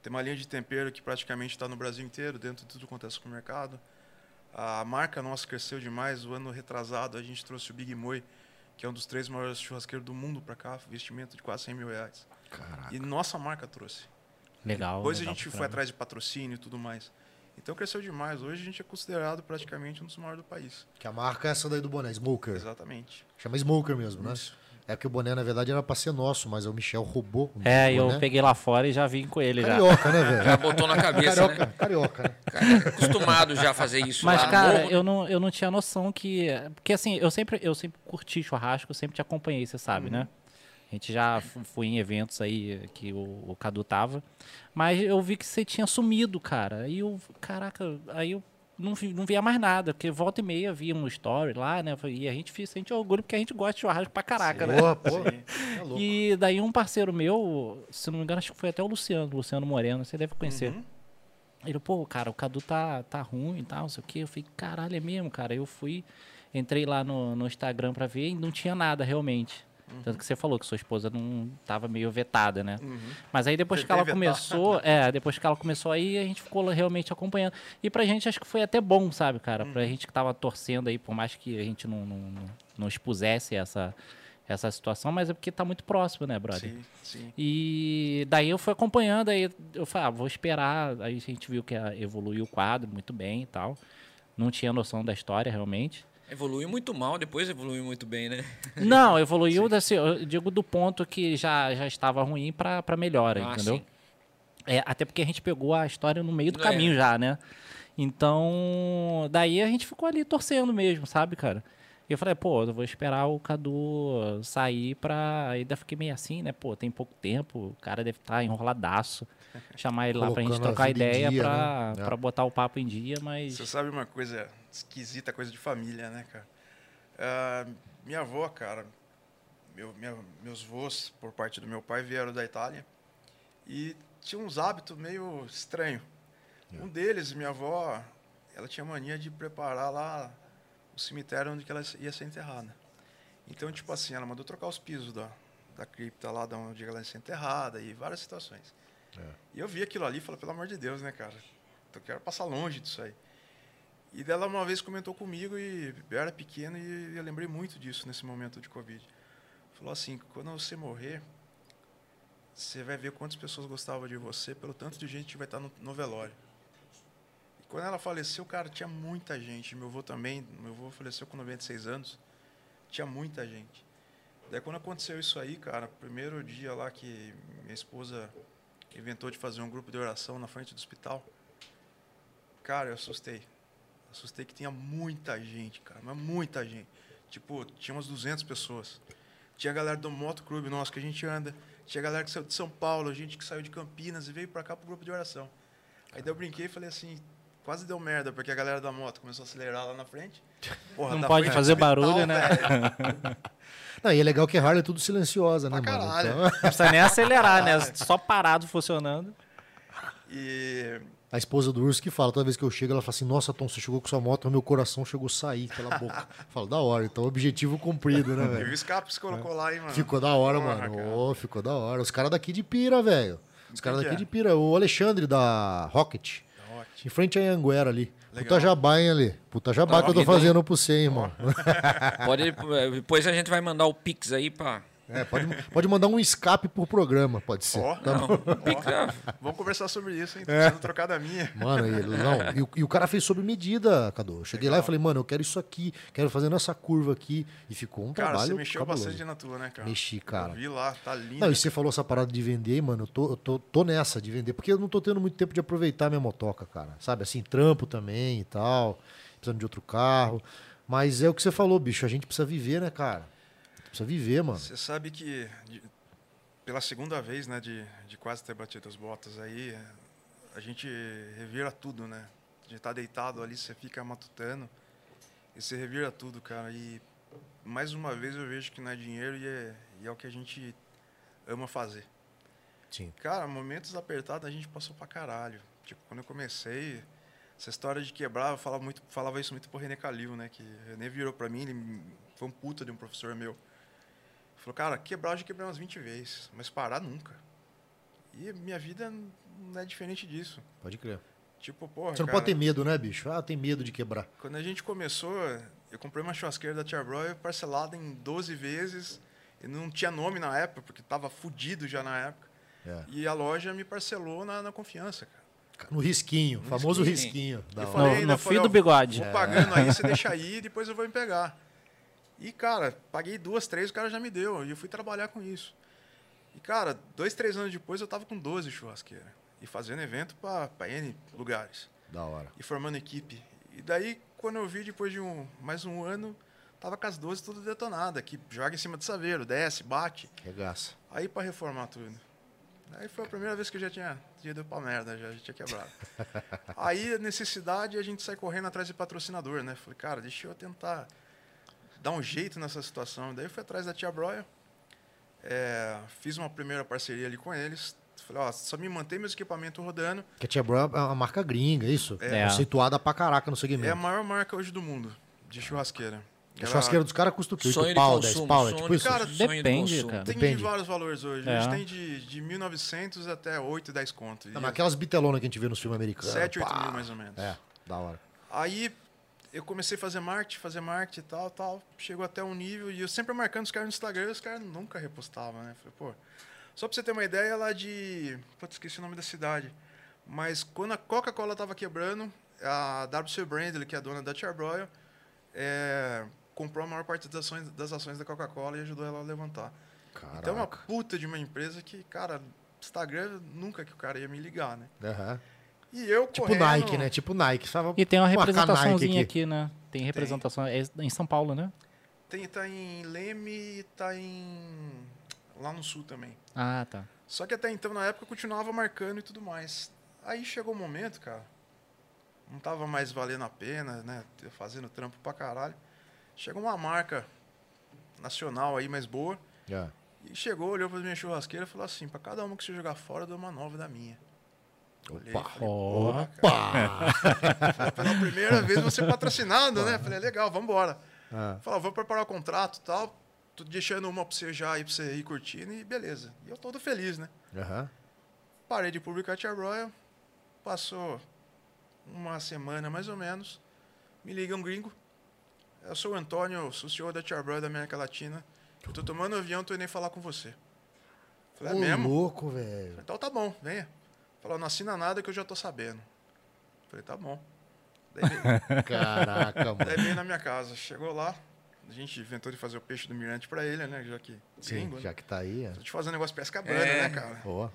[SPEAKER 3] Tem uma linha de tempero que praticamente está no Brasil inteiro, dentro de tudo que acontece com o mercado. A marca nossa cresceu demais. O ano retrasado a gente trouxe o Big Moi, que é um dos três maiores churrasqueiros do mundo pra cá, investimento de quase 100 mil reais.
[SPEAKER 1] Caraca.
[SPEAKER 3] E nossa marca trouxe.
[SPEAKER 4] Legal.
[SPEAKER 3] Depois a
[SPEAKER 4] legal
[SPEAKER 3] gente
[SPEAKER 4] pra
[SPEAKER 3] foi
[SPEAKER 4] caramba.
[SPEAKER 3] atrás de patrocínio e tudo mais. Então cresceu demais. Hoje a gente é considerado praticamente um dos maiores do país.
[SPEAKER 1] Que a marca é essa daí do boné, Smoker.
[SPEAKER 3] Exatamente.
[SPEAKER 1] Chama Smoker mesmo, né?
[SPEAKER 3] Isso.
[SPEAKER 1] É porque o boné, na verdade, era pra ser nosso, mas o Michel roubou. o
[SPEAKER 4] É,
[SPEAKER 2] né?
[SPEAKER 4] eu
[SPEAKER 1] boné.
[SPEAKER 4] peguei lá fora e já vim com ele já.
[SPEAKER 1] Carioca, né, velho?
[SPEAKER 2] Já botou na cabeça,
[SPEAKER 1] Carioca,
[SPEAKER 2] né?
[SPEAKER 1] carioca, né?
[SPEAKER 2] Cara, acostumado já a fazer isso
[SPEAKER 4] Mas,
[SPEAKER 2] lá no
[SPEAKER 4] cara,
[SPEAKER 2] morro.
[SPEAKER 4] eu não, eu não tinha noção que. Porque assim, eu sempre, eu sempre curti churrasco, sempre te acompanhei, você sabe,
[SPEAKER 2] Uhum.
[SPEAKER 4] né? A gente já fu- foi em eventos aí que o, o Cadu tava. Mas eu vi que você tinha sumido, cara. Aí eu, caraca, aí eu não, vi- não via mais nada. Porque volta e meia via um story lá, né? E a gente fica- sente orgulho porque a gente gosta de churrasco pra caraca, né?
[SPEAKER 1] Porra, pô.
[SPEAKER 3] Sim.
[SPEAKER 1] É louco.
[SPEAKER 4] E daí um parceiro meu, se não me engano, acho que foi até o Luciano, Luciano Moreno, você deve conhecer.
[SPEAKER 1] Uhum.
[SPEAKER 4] Ele, pô, cara, o Cadu tá, tá ruim e tal, não sei o quê. Eu falei, caralho, é mesmo, cara. Eu fui, entrei lá no, no Instagram pra ver e não tinha nada realmente.
[SPEAKER 1] Uhum.
[SPEAKER 4] Tanto que você falou que sua esposa não tava meio vetada, né? Mas aí depois que
[SPEAKER 3] Tentei
[SPEAKER 4] ela
[SPEAKER 3] vetar.
[SPEAKER 4] começou, é, depois que ela começou aí, a gente ficou lá realmente acompanhando. E pra gente acho que foi até bom, sabe, cara? Pra
[SPEAKER 2] Uhum.
[SPEAKER 4] gente que tava torcendo aí, por mais que a gente não, não, não- não expusesse essa, essa situação, mas é porque tá muito próximo, né, brother?
[SPEAKER 3] Sim, sim.
[SPEAKER 4] E daí eu fui acompanhando, aí eu falei, ah, vou esperar. Aí a gente viu que ah, evoluiu o quadro muito bem e tal. Não tinha noção da história, realmente.
[SPEAKER 2] Evoluiu muito mal, depois evoluiu muito bem, né?
[SPEAKER 4] Não, evoluiu, assim, eu digo, do ponto que já, já estava ruim pra pra melhora,
[SPEAKER 2] Ah,
[SPEAKER 4] entendeu?
[SPEAKER 2] sim.
[SPEAKER 4] É, até porque a gente pegou a história no meio do
[SPEAKER 2] É.
[SPEAKER 4] caminho já, né? Então, daí a gente ficou ali torcendo mesmo, sabe, cara? E eu falei, pô, eu vou esperar o Cadu sair pra. Ainda fiquei meio assim, né? Pô, tem pouco tempo, o cara deve estar enroladaço. Chamar ele lá pra gente
[SPEAKER 1] Colocando a
[SPEAKER 4] trocar
[SPEAKER 1] vida em
[SPEAKER 4] ideia,
[SPEAKER 1] dia,
[SPEAKER 4] pra,
[SPEAKER 1] né? É.
[SPEAKER 4] pra botar o papo em dia,
[SPEAKER 3] Você
[SPEAKER 4] mas.
[SPEAKER 3] sabe uma coisa esquisita, coisa de família, né, cara? Ah, minha avó, cara, meu- minha- meus avós, por parte do meu pai, vieram da Itália e tinha uns hábitos meio estranhos. Um deles, minha avó, ela tinha mania de preparar lá o cemitério onde que ela ia ser enterrada. Então, tipo assim, ela mandou trocar os pisos da, da cripta lá, da onde ela ia ser enterrada e várias situações. E eu vi aquilo ali e falei, pelo amor de Deus, né, cara? Eu quero passar longe disso aí. E dela uma vez comentou comigo e eu era pequeno e eu lembrei muito disso nesse momento de Covid. Falou assim, quando você morrer, você vai ver quantas pessoas gostavam de você pelo tanto de gente que vai estar no, no velório. E quando ela faleceu, cara, tinha muita gente. Meu avô também, meu avô faleceu com 96 anos, tinha muita gente. Daí quando aconteceu isso aí, cara, primeiro dia lá que minha esposa inventou de fazer um grupo de oração na frente do hospital, cara, eu assustei. Assustei que tinha muita gente, cara, mas muita gente. Tipo, tinha umas 200 pessoas. Tinha a galera do Moto Clube nosso que a gente anda. Tinha a galera que saiu de São Paulo, gente que saiu de Campinas e veio pra cá pro grupo de oração. Aí daí eu brinquei e falei assim, quase deu merda, porque a galera da moto começou a acelerar lá na frente. Porra,
[SPEAKER 4] Não
[SPEAKER 3] da
[SPEAKER 4] pode
[SPEAKER 3] frente do
[SPEAKER 4] fazer
[SPEAKER 3] hospital,
[SPEAKER 4] barulho, né?
[SPEAKER 3] velho.
[SPEAKER 1] Não, e é legal que Harley é tudo silenciosa, né,
[SPEAKER 3] Pra
[SPEAKER 1] mano?
[SPEAKER 3] caralho.
[SPEAKER 1] Então,
[SPEAKER 4] Não precisa nem acelerar, né? Só parado funcionando.
[SPEAKER 3] E
[SPEAKER 1] a esposa do urso que fala, toda vez que eu chego, ela fala assim: Nossa, Tom, você chegou com sua moto, mas meu coração chegou a sair pela boca. Fala, da hora, então objetivo cumprido, né,
[SPEAKER 3] eu vi
[SPEAKER 1] velho?
[SPEAKER 3] o Scapes colocou lá, hein, mano.
[SPEAKER 1] Ficou da hora,
[SPEAKER 3] Ah. Porra,
[SPEAKER 1] mano.
[SPEAKER 3] cara.
[SPEAKER 1] Ô, ficou da hora. Os caras daqui de pira, velho. Os caras
[SPEAKER 3] Entendi,
[SPEAKER 1] daqui
[SPEAKER 3] é.
[SPEAKER 1] de pira. O Alexandre da Rocket.
[SPEAKER 3] Rocket.
[SPEAKER 1] Em frente a Anguera ali. Puta
[SPEAKER 3] Legal.
[SPEAKER 1] jabá, hein, ali. Puta jabá
[SPEAKER 2] Tá
[SPEAKER 1] que eu tô
[SPEAKER 2] ouvindo, hein?
[SPEAKER 1] fazendo pro você, hein, irmão.
[SPEAKER 2] Pode, eh, depois a gente vai mandar o Pix aí pra.
[SPEAKER 1] É, pode, pode mandar um escape por programa, pode ser.
[SPEAKER 3] Ó,
[SPEAKER 2] Não, o Pix é-
[SPEAKER 3] Vamos conversar sobre isso, hein?
[SPEAKER 1] É.
[SPEAKER 3] Tô precisando trocar da minha.
[SPEAKER 1] Mano, e, não, e o- e, o cara fez sob medida, Cadu. Eu cheguei lá e falei, mano, eu quero isso aqui, quero fazer nessa curva aqui. E ficou um
[SPEAKER 3] Cara,
[SPEAKER 1] trabalho.
[SPEAKER 3] você mexeu
[SPEAKER 1] cabuloso.
[SPEAKER 3] bastante na tua, né, cara?
[SPEAKER 1] Mexi, cara.
[SPEAKER 3] Eu vi lá, tá lindo.
[SPEAKER 1] Não, e você falou essa parada de vender, mano, eu, tô, eu tô, tô nessa de vender, porque eu não tô tendo muito tempo de aproveitar minha motoca, cara. Sabe, assim, trampo também e tal, precisando de outro carro. Mas é o que você falou, bicho, a gente precisa viver, né, cara? Precisa viver, mano.
[SPEAKER 3] Você sabe que de- pela segunda vez, né, de, de quase ter batido as botas aí, é, a gente revira tudo, né? A gente tá deitado ali, você fica matutando e você revira tudo, cara. E mais uma vez eu vejo que não é dinheiro e é, e é o que a gente ama fazer.
[SPEAKER 1] Sim.
[SPEAKER 3] Cara, momentos apertados a gente passou pra caralho. Tipo, quando eu comecei, essa história de quebrar, eu falava, muito, falava isso muito pro René Calil, né? Que o René virou pra mim, ele m- foi um puta de um professor meu. Falou, cara, quebrar eu já quebrei umas 20 vezes, mas parar nunca. E minha vida n- não é diferente disso.
[SPEAKER 1] Pode crer.
[SPEAKER 3] Tipo, porra,
[SPEAKER 1] Você não
[SPEAKER 3] cara,
[SPEAKER 1] pode ter medo, né, bicho? Ah, tem medo de quebrar.
[SPEAKER 3] quando a gente começou, eu comprei uma churrasqueira da Tia Broia parcelada em 12 vezes. E não tinha nome na época, porque tava fudido já na época.
[SPEAKER 1] É.
[SPEAKER 3] E a loja me parcelou na, na confiança, cara.
[SPEAKER 1] No risquinho, famoso
[SPEAKER 2] risquinho.
[SPEAKER 1] risquinho. Da
[SPEAKER 3] Eu
[SPEAKER 1] hora.
[SPEAKER 3] falei,
[SPEAKER 4] No-
[SPEAKER 3] né,
[SPEAKER 4] no
[SPEAKER 3] falei,
[SPEAKER 4] fio
[SPEAKER 3] ó,
[SPEAKER 4] do bigode.
[SPEAKER 3] Vou pagando aí, você deixa aí, depois eu vou me pegar. E, cara, paguei duas, três, o cara já me deu. E eu fui trabalhar com isso. E, cara, dois, três anos depois eu tava com 12 churrasqueiras. E fazendo evento pra, pra N lugares.
[SPEAKER 1] Da hora.
[SPEAKER 3] E formando equipe. E daí, quando eu vi, depois de um, mais um ano, tava com as 12 tudo detonada. Que joga em cima do saveiro, desce, bate.
[SPEAKER 1] Regaça.
[SPEAKER 3] Aí pra reformar tudo. Aí foi a primeira vez que eu já tinha já deu pra merda, já, já tinha quebrado. Aí a necessidade a gente sai correndo atrás de patrocinador, né? Falei, cara, deixa eu tentar dar um jeito nessa situação. Daí eu fui atrás da tia Broia, é, fiz uma primeira parceria ali com eles. Falei, ó, só me mantém meus equipamentos rodando.
[SPEAKER 1] Que a Tia Bro é uma marca gringa, é isso?
[SPEAKER 4] É.
[SPEAKER 1] Conceituada pra caraca no
[SPEAKER 3] É a
[SPEAKER 1] segmento.
[SPEAKER 3] maior marca hoje do mundo de churrasqueira.
[SPEAKER 1] a
[SPEAKER 3] Ela-
[SPEAKER 1] churrasqueira dos caras custa o quê? 8
[SPEAKER 2] Sonho de
[SPEAKER 1] pau, 10
[SPEAKER 2] consumo.
[SPEAKER 1] pau, é
[SPEAKER 2] Sonho,
[SPEAKER 1] tipo isso?
[SPEAKER 3] Cara,
[SPEAKER 2] sonho de
[SPEAKER 4] depende,
[SPEAKER 2] consumo.
[SPEAKER 4] cara.
[SPEAKER 3] Tem
[SPEAKER 1] depende.
[SPEAKER 3] de vários valores hoje.
[SPEAKER 4] É.
[SPEAKER 3] Hoje tem de, de 1.900 até 8, 10 conto.
[SPEAKER 1] Não, mas aquelas bitelonas que a gente vê nos filmes americanos.
[SPEAKER 3] 7, 8
[SPEAKER 1] pá.
[SPEAKER 3] mil mais ou menos.
[SPEAKER 1] É, da hora.
[SPEAKER 3] Aí eu comecei a fazer marketing, fazer marketing e tal, tal. Chegou até um nível e eu sempre marcando os caras no Instagram e os caras nunca repostavam, né? Falei, pô. Só pra você ter uma ideia, é lá de. Putz, esqueci o nome da cidade. Mas quando a Coca-Cola tava quebrando, a WC Brandley, que é a dona da Charbroil, é, comprou a maior parte das ações, das ações da Coca-Cola e ajudou ela a levantar.
[SPEAKER 1] Caraca.
[SPEAKER 3] Então é uma puta de uma empresa que, cara, Instagram, nunca que o cara ia me ligar, né?
[SPEAKER 5] Aham.
[SPEAKER 3] E eu
[SPEAKER 5] Tipo
[SPEAKER 3] correndo,
[SPEAKER 5] Nike, né? Tipo Nike. Só
[SPEAKER 4] E tem uma
[SPEAKER 5] Marcar
[SPEAKER 4] representaçãozinha
[SPEAKER 5] Nike
[SPEAKER 4] aqui. né? Tem representação. É em São Paulo, né?
[SPEAKER 3] Tem, tá em Leme, tá em... Lá no Sul também.
[SPEAKER 4] Ah, tá.
[SPEAKER 3] Só que até então, na época, eu continuava marcando e tudo mais. Aí chegou um momento, cara, não tava mais valendo a pena, né? eu Fazendo trampo pra caralho. Chegou uma marca nacional aí, mais boa,
[SPEAKER 1] É.
[SPEAKER 5] Já.
[SPEAKER 3] e chegou, olhou pra minha churrasqueira e falou assim, pra cada uma que você jogar fora, eu dou uma nova da minha. Olhei,
[SPEAKER 5] Opa.
[SPEAKER 3] falei,
[SPEAKER 4] Ó.
[SPEAKER 3] "Porra, cara."
[SPEAKER 5] Pá!
[SPEAKER 3] Pela primeira vez você patrocinado, né? Falei, legal, vambora.
[SPEAKER 5] Ah.
[SPEAKER 3] Falei, vou preparar o contrato e tal. Tô deixando uma pra você já aí, pra você ir curtindo e beleza. E eu todo feliz, né?
[SPEAKER 5] Aham.
[SPEAKER 3] Parei de publicar Tia Royal. Passou uma semana mais ou menos. Me liga um gringo. Eu sou o Antônio, sou o senhor da Tia Royal da América Latina. Eu tô tomando um avião, tô indo aí falar com você. Falei, é
[SPEAKER 1] Ô,
[SPEAKER 3] mesmo?
[SPEAKER 1] louco, velho.
[SPEAKER 3] Então tá bom, venha. Falou, não assina nada que eu já tô sabendo. Falei, tá bom. Daí veio-
[SPEAKER 5] Caraca, mano.
[SPEAKER 3] Daí veio na minha casa. Chegou lá, a gente inventou de fazer o peixe do mirante pra ele, né? Já que
[SPEAKER 5] Sim,
[SPEAKER 3] gringo, né?
[SPEAKER 5] já que tá aí, é.
[SPEAKER 3] Tô te fazendo negócio pesca branca,
[SPEAKER 2] É.
[SPEAKER 3] né, cara?
[SPEAKER 5] Boa.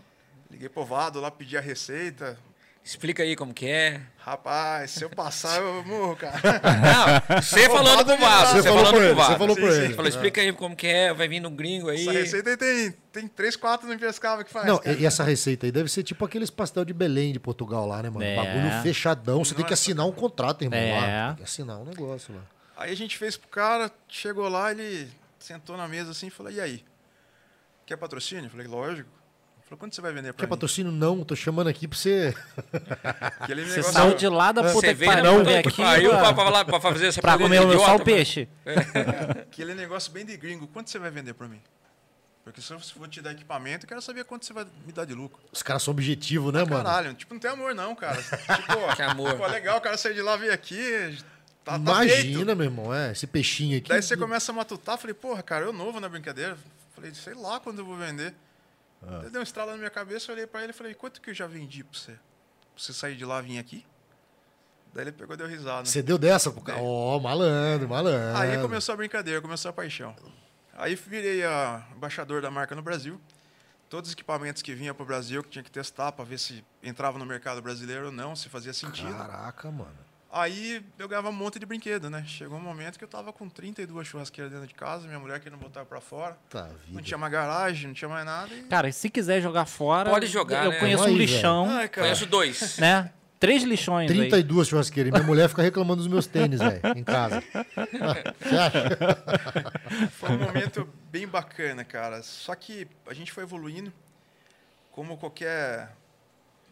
[SPEAKER 3] Liguei pro Vado lá, pedi a receita.
[SPEAKER 2] Explica aí como que é.
[SPEAKER 3] Rapaz, se eu passar, eu morro, cara.
[SPEAKER 2] Não, você falando com o Vasco.
[SPEAKER 5] Você
[SPEAKER 2] Você
[SPEAKER 5] falou
[SPEAKER 2] falando
[SPEAKER 5] pra
[SPEAKER 2] com
[SPEAKER 5] ele,
[SPEAKER 2] o Vasco.
[SPEAKER 5] você falou pra
[SPEAKER 3] Sim, sim.
[SPEAKER 5] ele.
[SPEAKER 2] Falou, explica aí como que é, vai vindo um gringo aí.
[SPEAKER 3] Essa receita aí tem, tem três, quatro no Pescava que faz.
[SPEAKER 1] Não,
[SPEAKER 3] Ah, cara.
[SPEAKER 1] e e essa receita aí deve ser tipo aqueles pastel de Belém de Portugal lá, né, mano?
[SPEAKER 4] É.
[SPEAKER 1] Bagulho fechadão. Você tem que
[SPEAKER 3] Nossa.
[SPEAKER 1] assinar um contrato, irmão.
[SPEAKER 4] É.
[SPEAKER 1] Lá. Tem que assinar um negócio lá.
[SPEAKER 3] Aí a gente fez pro cara, chegou lá, ele sentou na mesa assim e falou, e aí? Quer patrocínio? Eu Falei, lógico. Ele Falou, quanto você vai vender pra
[SPEAKER 1] Quer
[SPEAKER 3] mim?
[SPEAKER 1] patrocínio? Não, tô chamando aqui pra você.
[SPEAKER 3] Aquele
[SPEAKER 4] Você
[SPEAKER 3] negócio-
[SPEAKER 4] saiu de lá da puta
[SPEAKER 2] Você
[SPEAKER 4] que
[SPEAKER 2] veio
[SPEAKER 4] pariu,
[SPEAKER 2] não,
[SPEAKER 4] veio aqui
[SPEAKER 2] Aí
[SPEAKER 4] pra-
[SPEAKER 2] pra, pra, lá- pra fazer essa
[SPEAKER 4] pra
[SPEAKER 3] é
[SPEAKER 2] pergunta
[SPEAKER 4] comer o- só
[SPEAKER 2] idiota,
[SPEAKER 4] o peixe.
[SPEAKER 3] Aquele negócio bem de gringo, quanto você vai vender pra mim? Porque se eu for te dar equipamento, eu quero saber quanto você vai me dar de lucro.
[SPEAKER 1] Os caras são objetivos, né, mano?
[SPEAKER 3] Caralho, tipo, não tem amor não, cara. Tipo, ó,
[SPEAKER 2] Que amor.
[SPEAKER 3] pô, legal, o cara saiu de lá, veio aqui, tá, tá feito.
[SPEAKER 1] Imagina, meu irmão, é, esse peixinho aqui.
[SPEAKER 3] Daí você começa a matutar, falei, porra, cara, eu novo na brincadeira. Falei, sei lá quando eu vou vender.
[SPEAKER 1] Ah.
[SPEAKER 3] Daí Deu uma estrada na minha cabeça, eu olhei pra ele e falei, quanto que eu já vendi pra você? Pra você sair de lá e vir aqui? Daí ele pegou e deu risada.
[SPEAKER 1] Você tá deu dessa pro cara? Ó, malandro, malandro.
[SPEAKER 3] né? Aí começou a brincadeira, começou a paixão. Aí virei a embaixador da marca no Brasil. Todos os equipamentos que vinha pro Brasil, que tinha que testar pra ver se entrava no mercado brasileiro ou não, se fazia sentido.
[SPEAKER 1] Caraca, mano.
[SPEAKER 3] Aí eu ganhava um monte de brinquedo, né? Chegou um momento que eu tava com 32 churrasqueiras dentro de casa, minha mulher querendo botar pra fora.
[SPEAKER 1] Tá
[SPEAKER 3] Não
[SPEAKER 1] vida.
[SPEAKER 3] tinha mais garagem, não tinha mais nada. E...
[SPEAKER 4] Cara, se quiser jogar fora.
[SPEAKER 2] Pode jogar,
[SPEAKER 4] Eu
[SPEAKER 2] né?
[SPEAKER 4] conheço
[SPEAKER 1] Aí,
[SPEAKER 4] um lixão,
[SPEAKER 1] Então,
[SPEAKER 3] Ai, cara.
[SPEAKER 2] Conheço dois.
[SPEAKER 4] né? Três lixões. aí.
[SPEAKER 1] 32 churrasqueiras. E Minha mulher fica reclamando dos meus tênis, velho, em casa. Você acha?
[SPEAKER 3] Foi um momento bem bacana, cara. Só que a gente foi evoluindo, como qualquer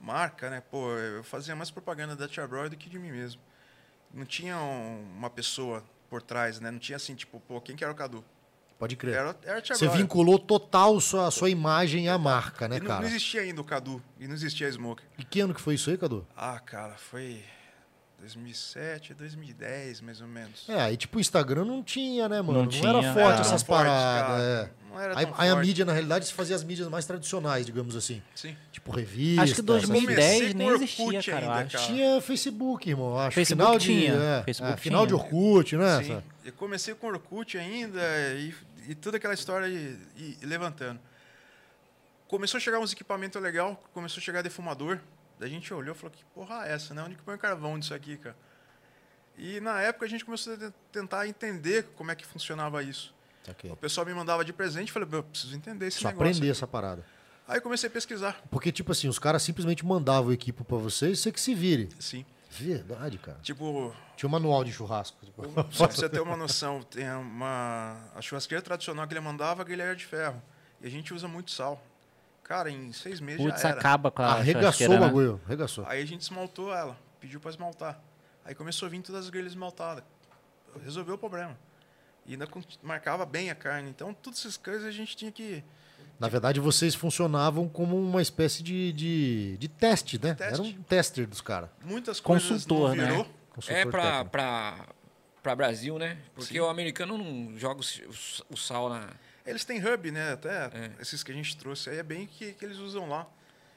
[SPEAKER 3] marca, né? Pô, eu fazia mais propaganda da Tia Broy do que de mim mesmo. Não tinha um- uma pessoa por trás, né? Não tinha assim, tipo, pô, quem que era o Cadu?
[SPEAKER 1] Pode crer.
[SPEAKER 3] Era, era a Tia
[SPEAKER 1] É. Você
[SPEAKER 3] Broy.
[SPEAKER 1] vinculou total sua, a sua imagem à marca, né,
[SPEAKER 3] E não, não
[SPEAKER 1] cara?
[SPEAKER 3] existia ainda o Cadu, e não existia a Smoker.
[SPEAKER 1] E que ano que foi isso aí, Cadu?
[SPEAKER 3] Ah, cara, foi 2007, 2010, mais ou menos.
[SPEAKER 1] É, aí tipo o Instagram não tinha, né, mano? Não,
[SPEAKER 4] Não
[SPEAKER 1] era
[SPEAKER 4] tinha,
[SPEAKER 1] forte
[SPEAKER 4] é.
[SPEAKER 1] essas
[SPEAKER 3] Não forte,
[SPEAKER 1] paradas.
[SPEAKER 3] cara.
[SPEAKER 1] é.
[SPEAKER 3] Não era
[SPEAKER 1] Aí,
[SPEAKER 3] tão
[SPEAKER 1] aí a
[SPEAKER 3] forte.
[SPEAKER 1] mídia, na realidade, se fazia as mídias mais tradicionais, digamos assim.
[SPEAKER 3] Sim.
[SPEAKER 1] Tipo revista.
[SPEAKER 4] Acho que
[SPEAKER 1] essas-
[SPEAKER 4] 2010
[SPEAKER 3] Comecei
[SPEAKER 4] nem
[SPEAKER 3] com
[SPEAKER 4] existia,
[SPEAKER 3] Orkut
[SPEAKER 4] cara. eu
[SPEAKER 3] ainda,
[SPEAKER 4] acho.
[SPEAKER 3] cara.
[SPEAKER 1] Tinha Facebook, irmão. Acho.
[SPEAKER 4] Facebook
[SPEAKER 1] final
[SPEAKER 4] tinha,
[SPEAKER 1] De, é,
[SPEAKER 4] Facebook
[SPEAKER 1] é, final de
[SPEAKER 4] tinha.
[SPEAKER 1] Orkut, né?
[SPEAKER 3] Sim.
[SPEAKER 1] essa-
[SPEAKER 3] Eu comecei com Orkut ainda e, e toda aquela história e, e- e levantando. Começou a chegar uns equipamentos legal, começou a chegar defumador. Daí a gente olhou e falou, que porra é essa, né? Onde que põe carvão disso aqui, cara? E na época a gente começou a te- tentar entender como é que funcionava isso.
[SPEAKER 1] Saquei.
[SPEAKER 3] O pessoal me mandava de presente e falei, meu, eu preciso entender esse
[SPEAKER 1] Só
[SPEAKER 3] negócio.
[SPEAKER 1] aprender essa parada.
[SPEAKER 3] Aí comecei a pesquisar.
[SPEAKER 1] Porque, tipo assim, os caras simplesmente mandavam o equipo pra vocês, você que se vire.
[SPEAKER 3] Sim.
[SPEAKER 1] Verdade, cara.
[SPEAKER 3] Tipo,
[SPEAKER 1] Tinha um manual de churrasco. tipo.
[SPEAKER 3] Só pra você ter uma noção, tem uma a churrasqueira tradicional que ele mandava, a grelha era de ferro. E a gente usa muito sal. Cara, em seis meses
[SPEAKER 4] Putz,
[SPEAKER 3] já era.
[SPEAKER 4] acaba com a
[SPEAKER 1] Arregaçou
[SPEAKER 4] churrasqueira,
[SPEAKER 1] o
[SPEAKER 4] né?
[SPEAKER 1] bagulho, arregaçou.
[SPEAKER 3] Aí a gente esmaltou ela, pediu pra esmaltar. Aí começou a vir todas as grelhas esmaltadas. Resolveu o problema. E ainda con- marcava bem a carne. Então, todas essas coisas a gente tinha que.
[SPEAKER 1] Na verdade, vocês funcionavam como uma espécie de, de, de teste, né?
[SPEAKER 3] Teste.
[SPEAKER 1] Era um tester dos caras.
[SPEAKER 3] Muitas coisas
[SPEAKER 4] Consultor,
[SPEAKER 3] não
[SPEAKER 4] né?
[SPEAKER 3] virou.
[SPEAKER 2] É pra, pra, pra Brasil, né? Porque o americano não joga o, o sal na.
[SPEAKER 3] Eles têm hub, né? Até
[SPEAKER 2] É.
[SPEAKER 3] esses que a gente trouxe aí é bem que, que eles usam lá.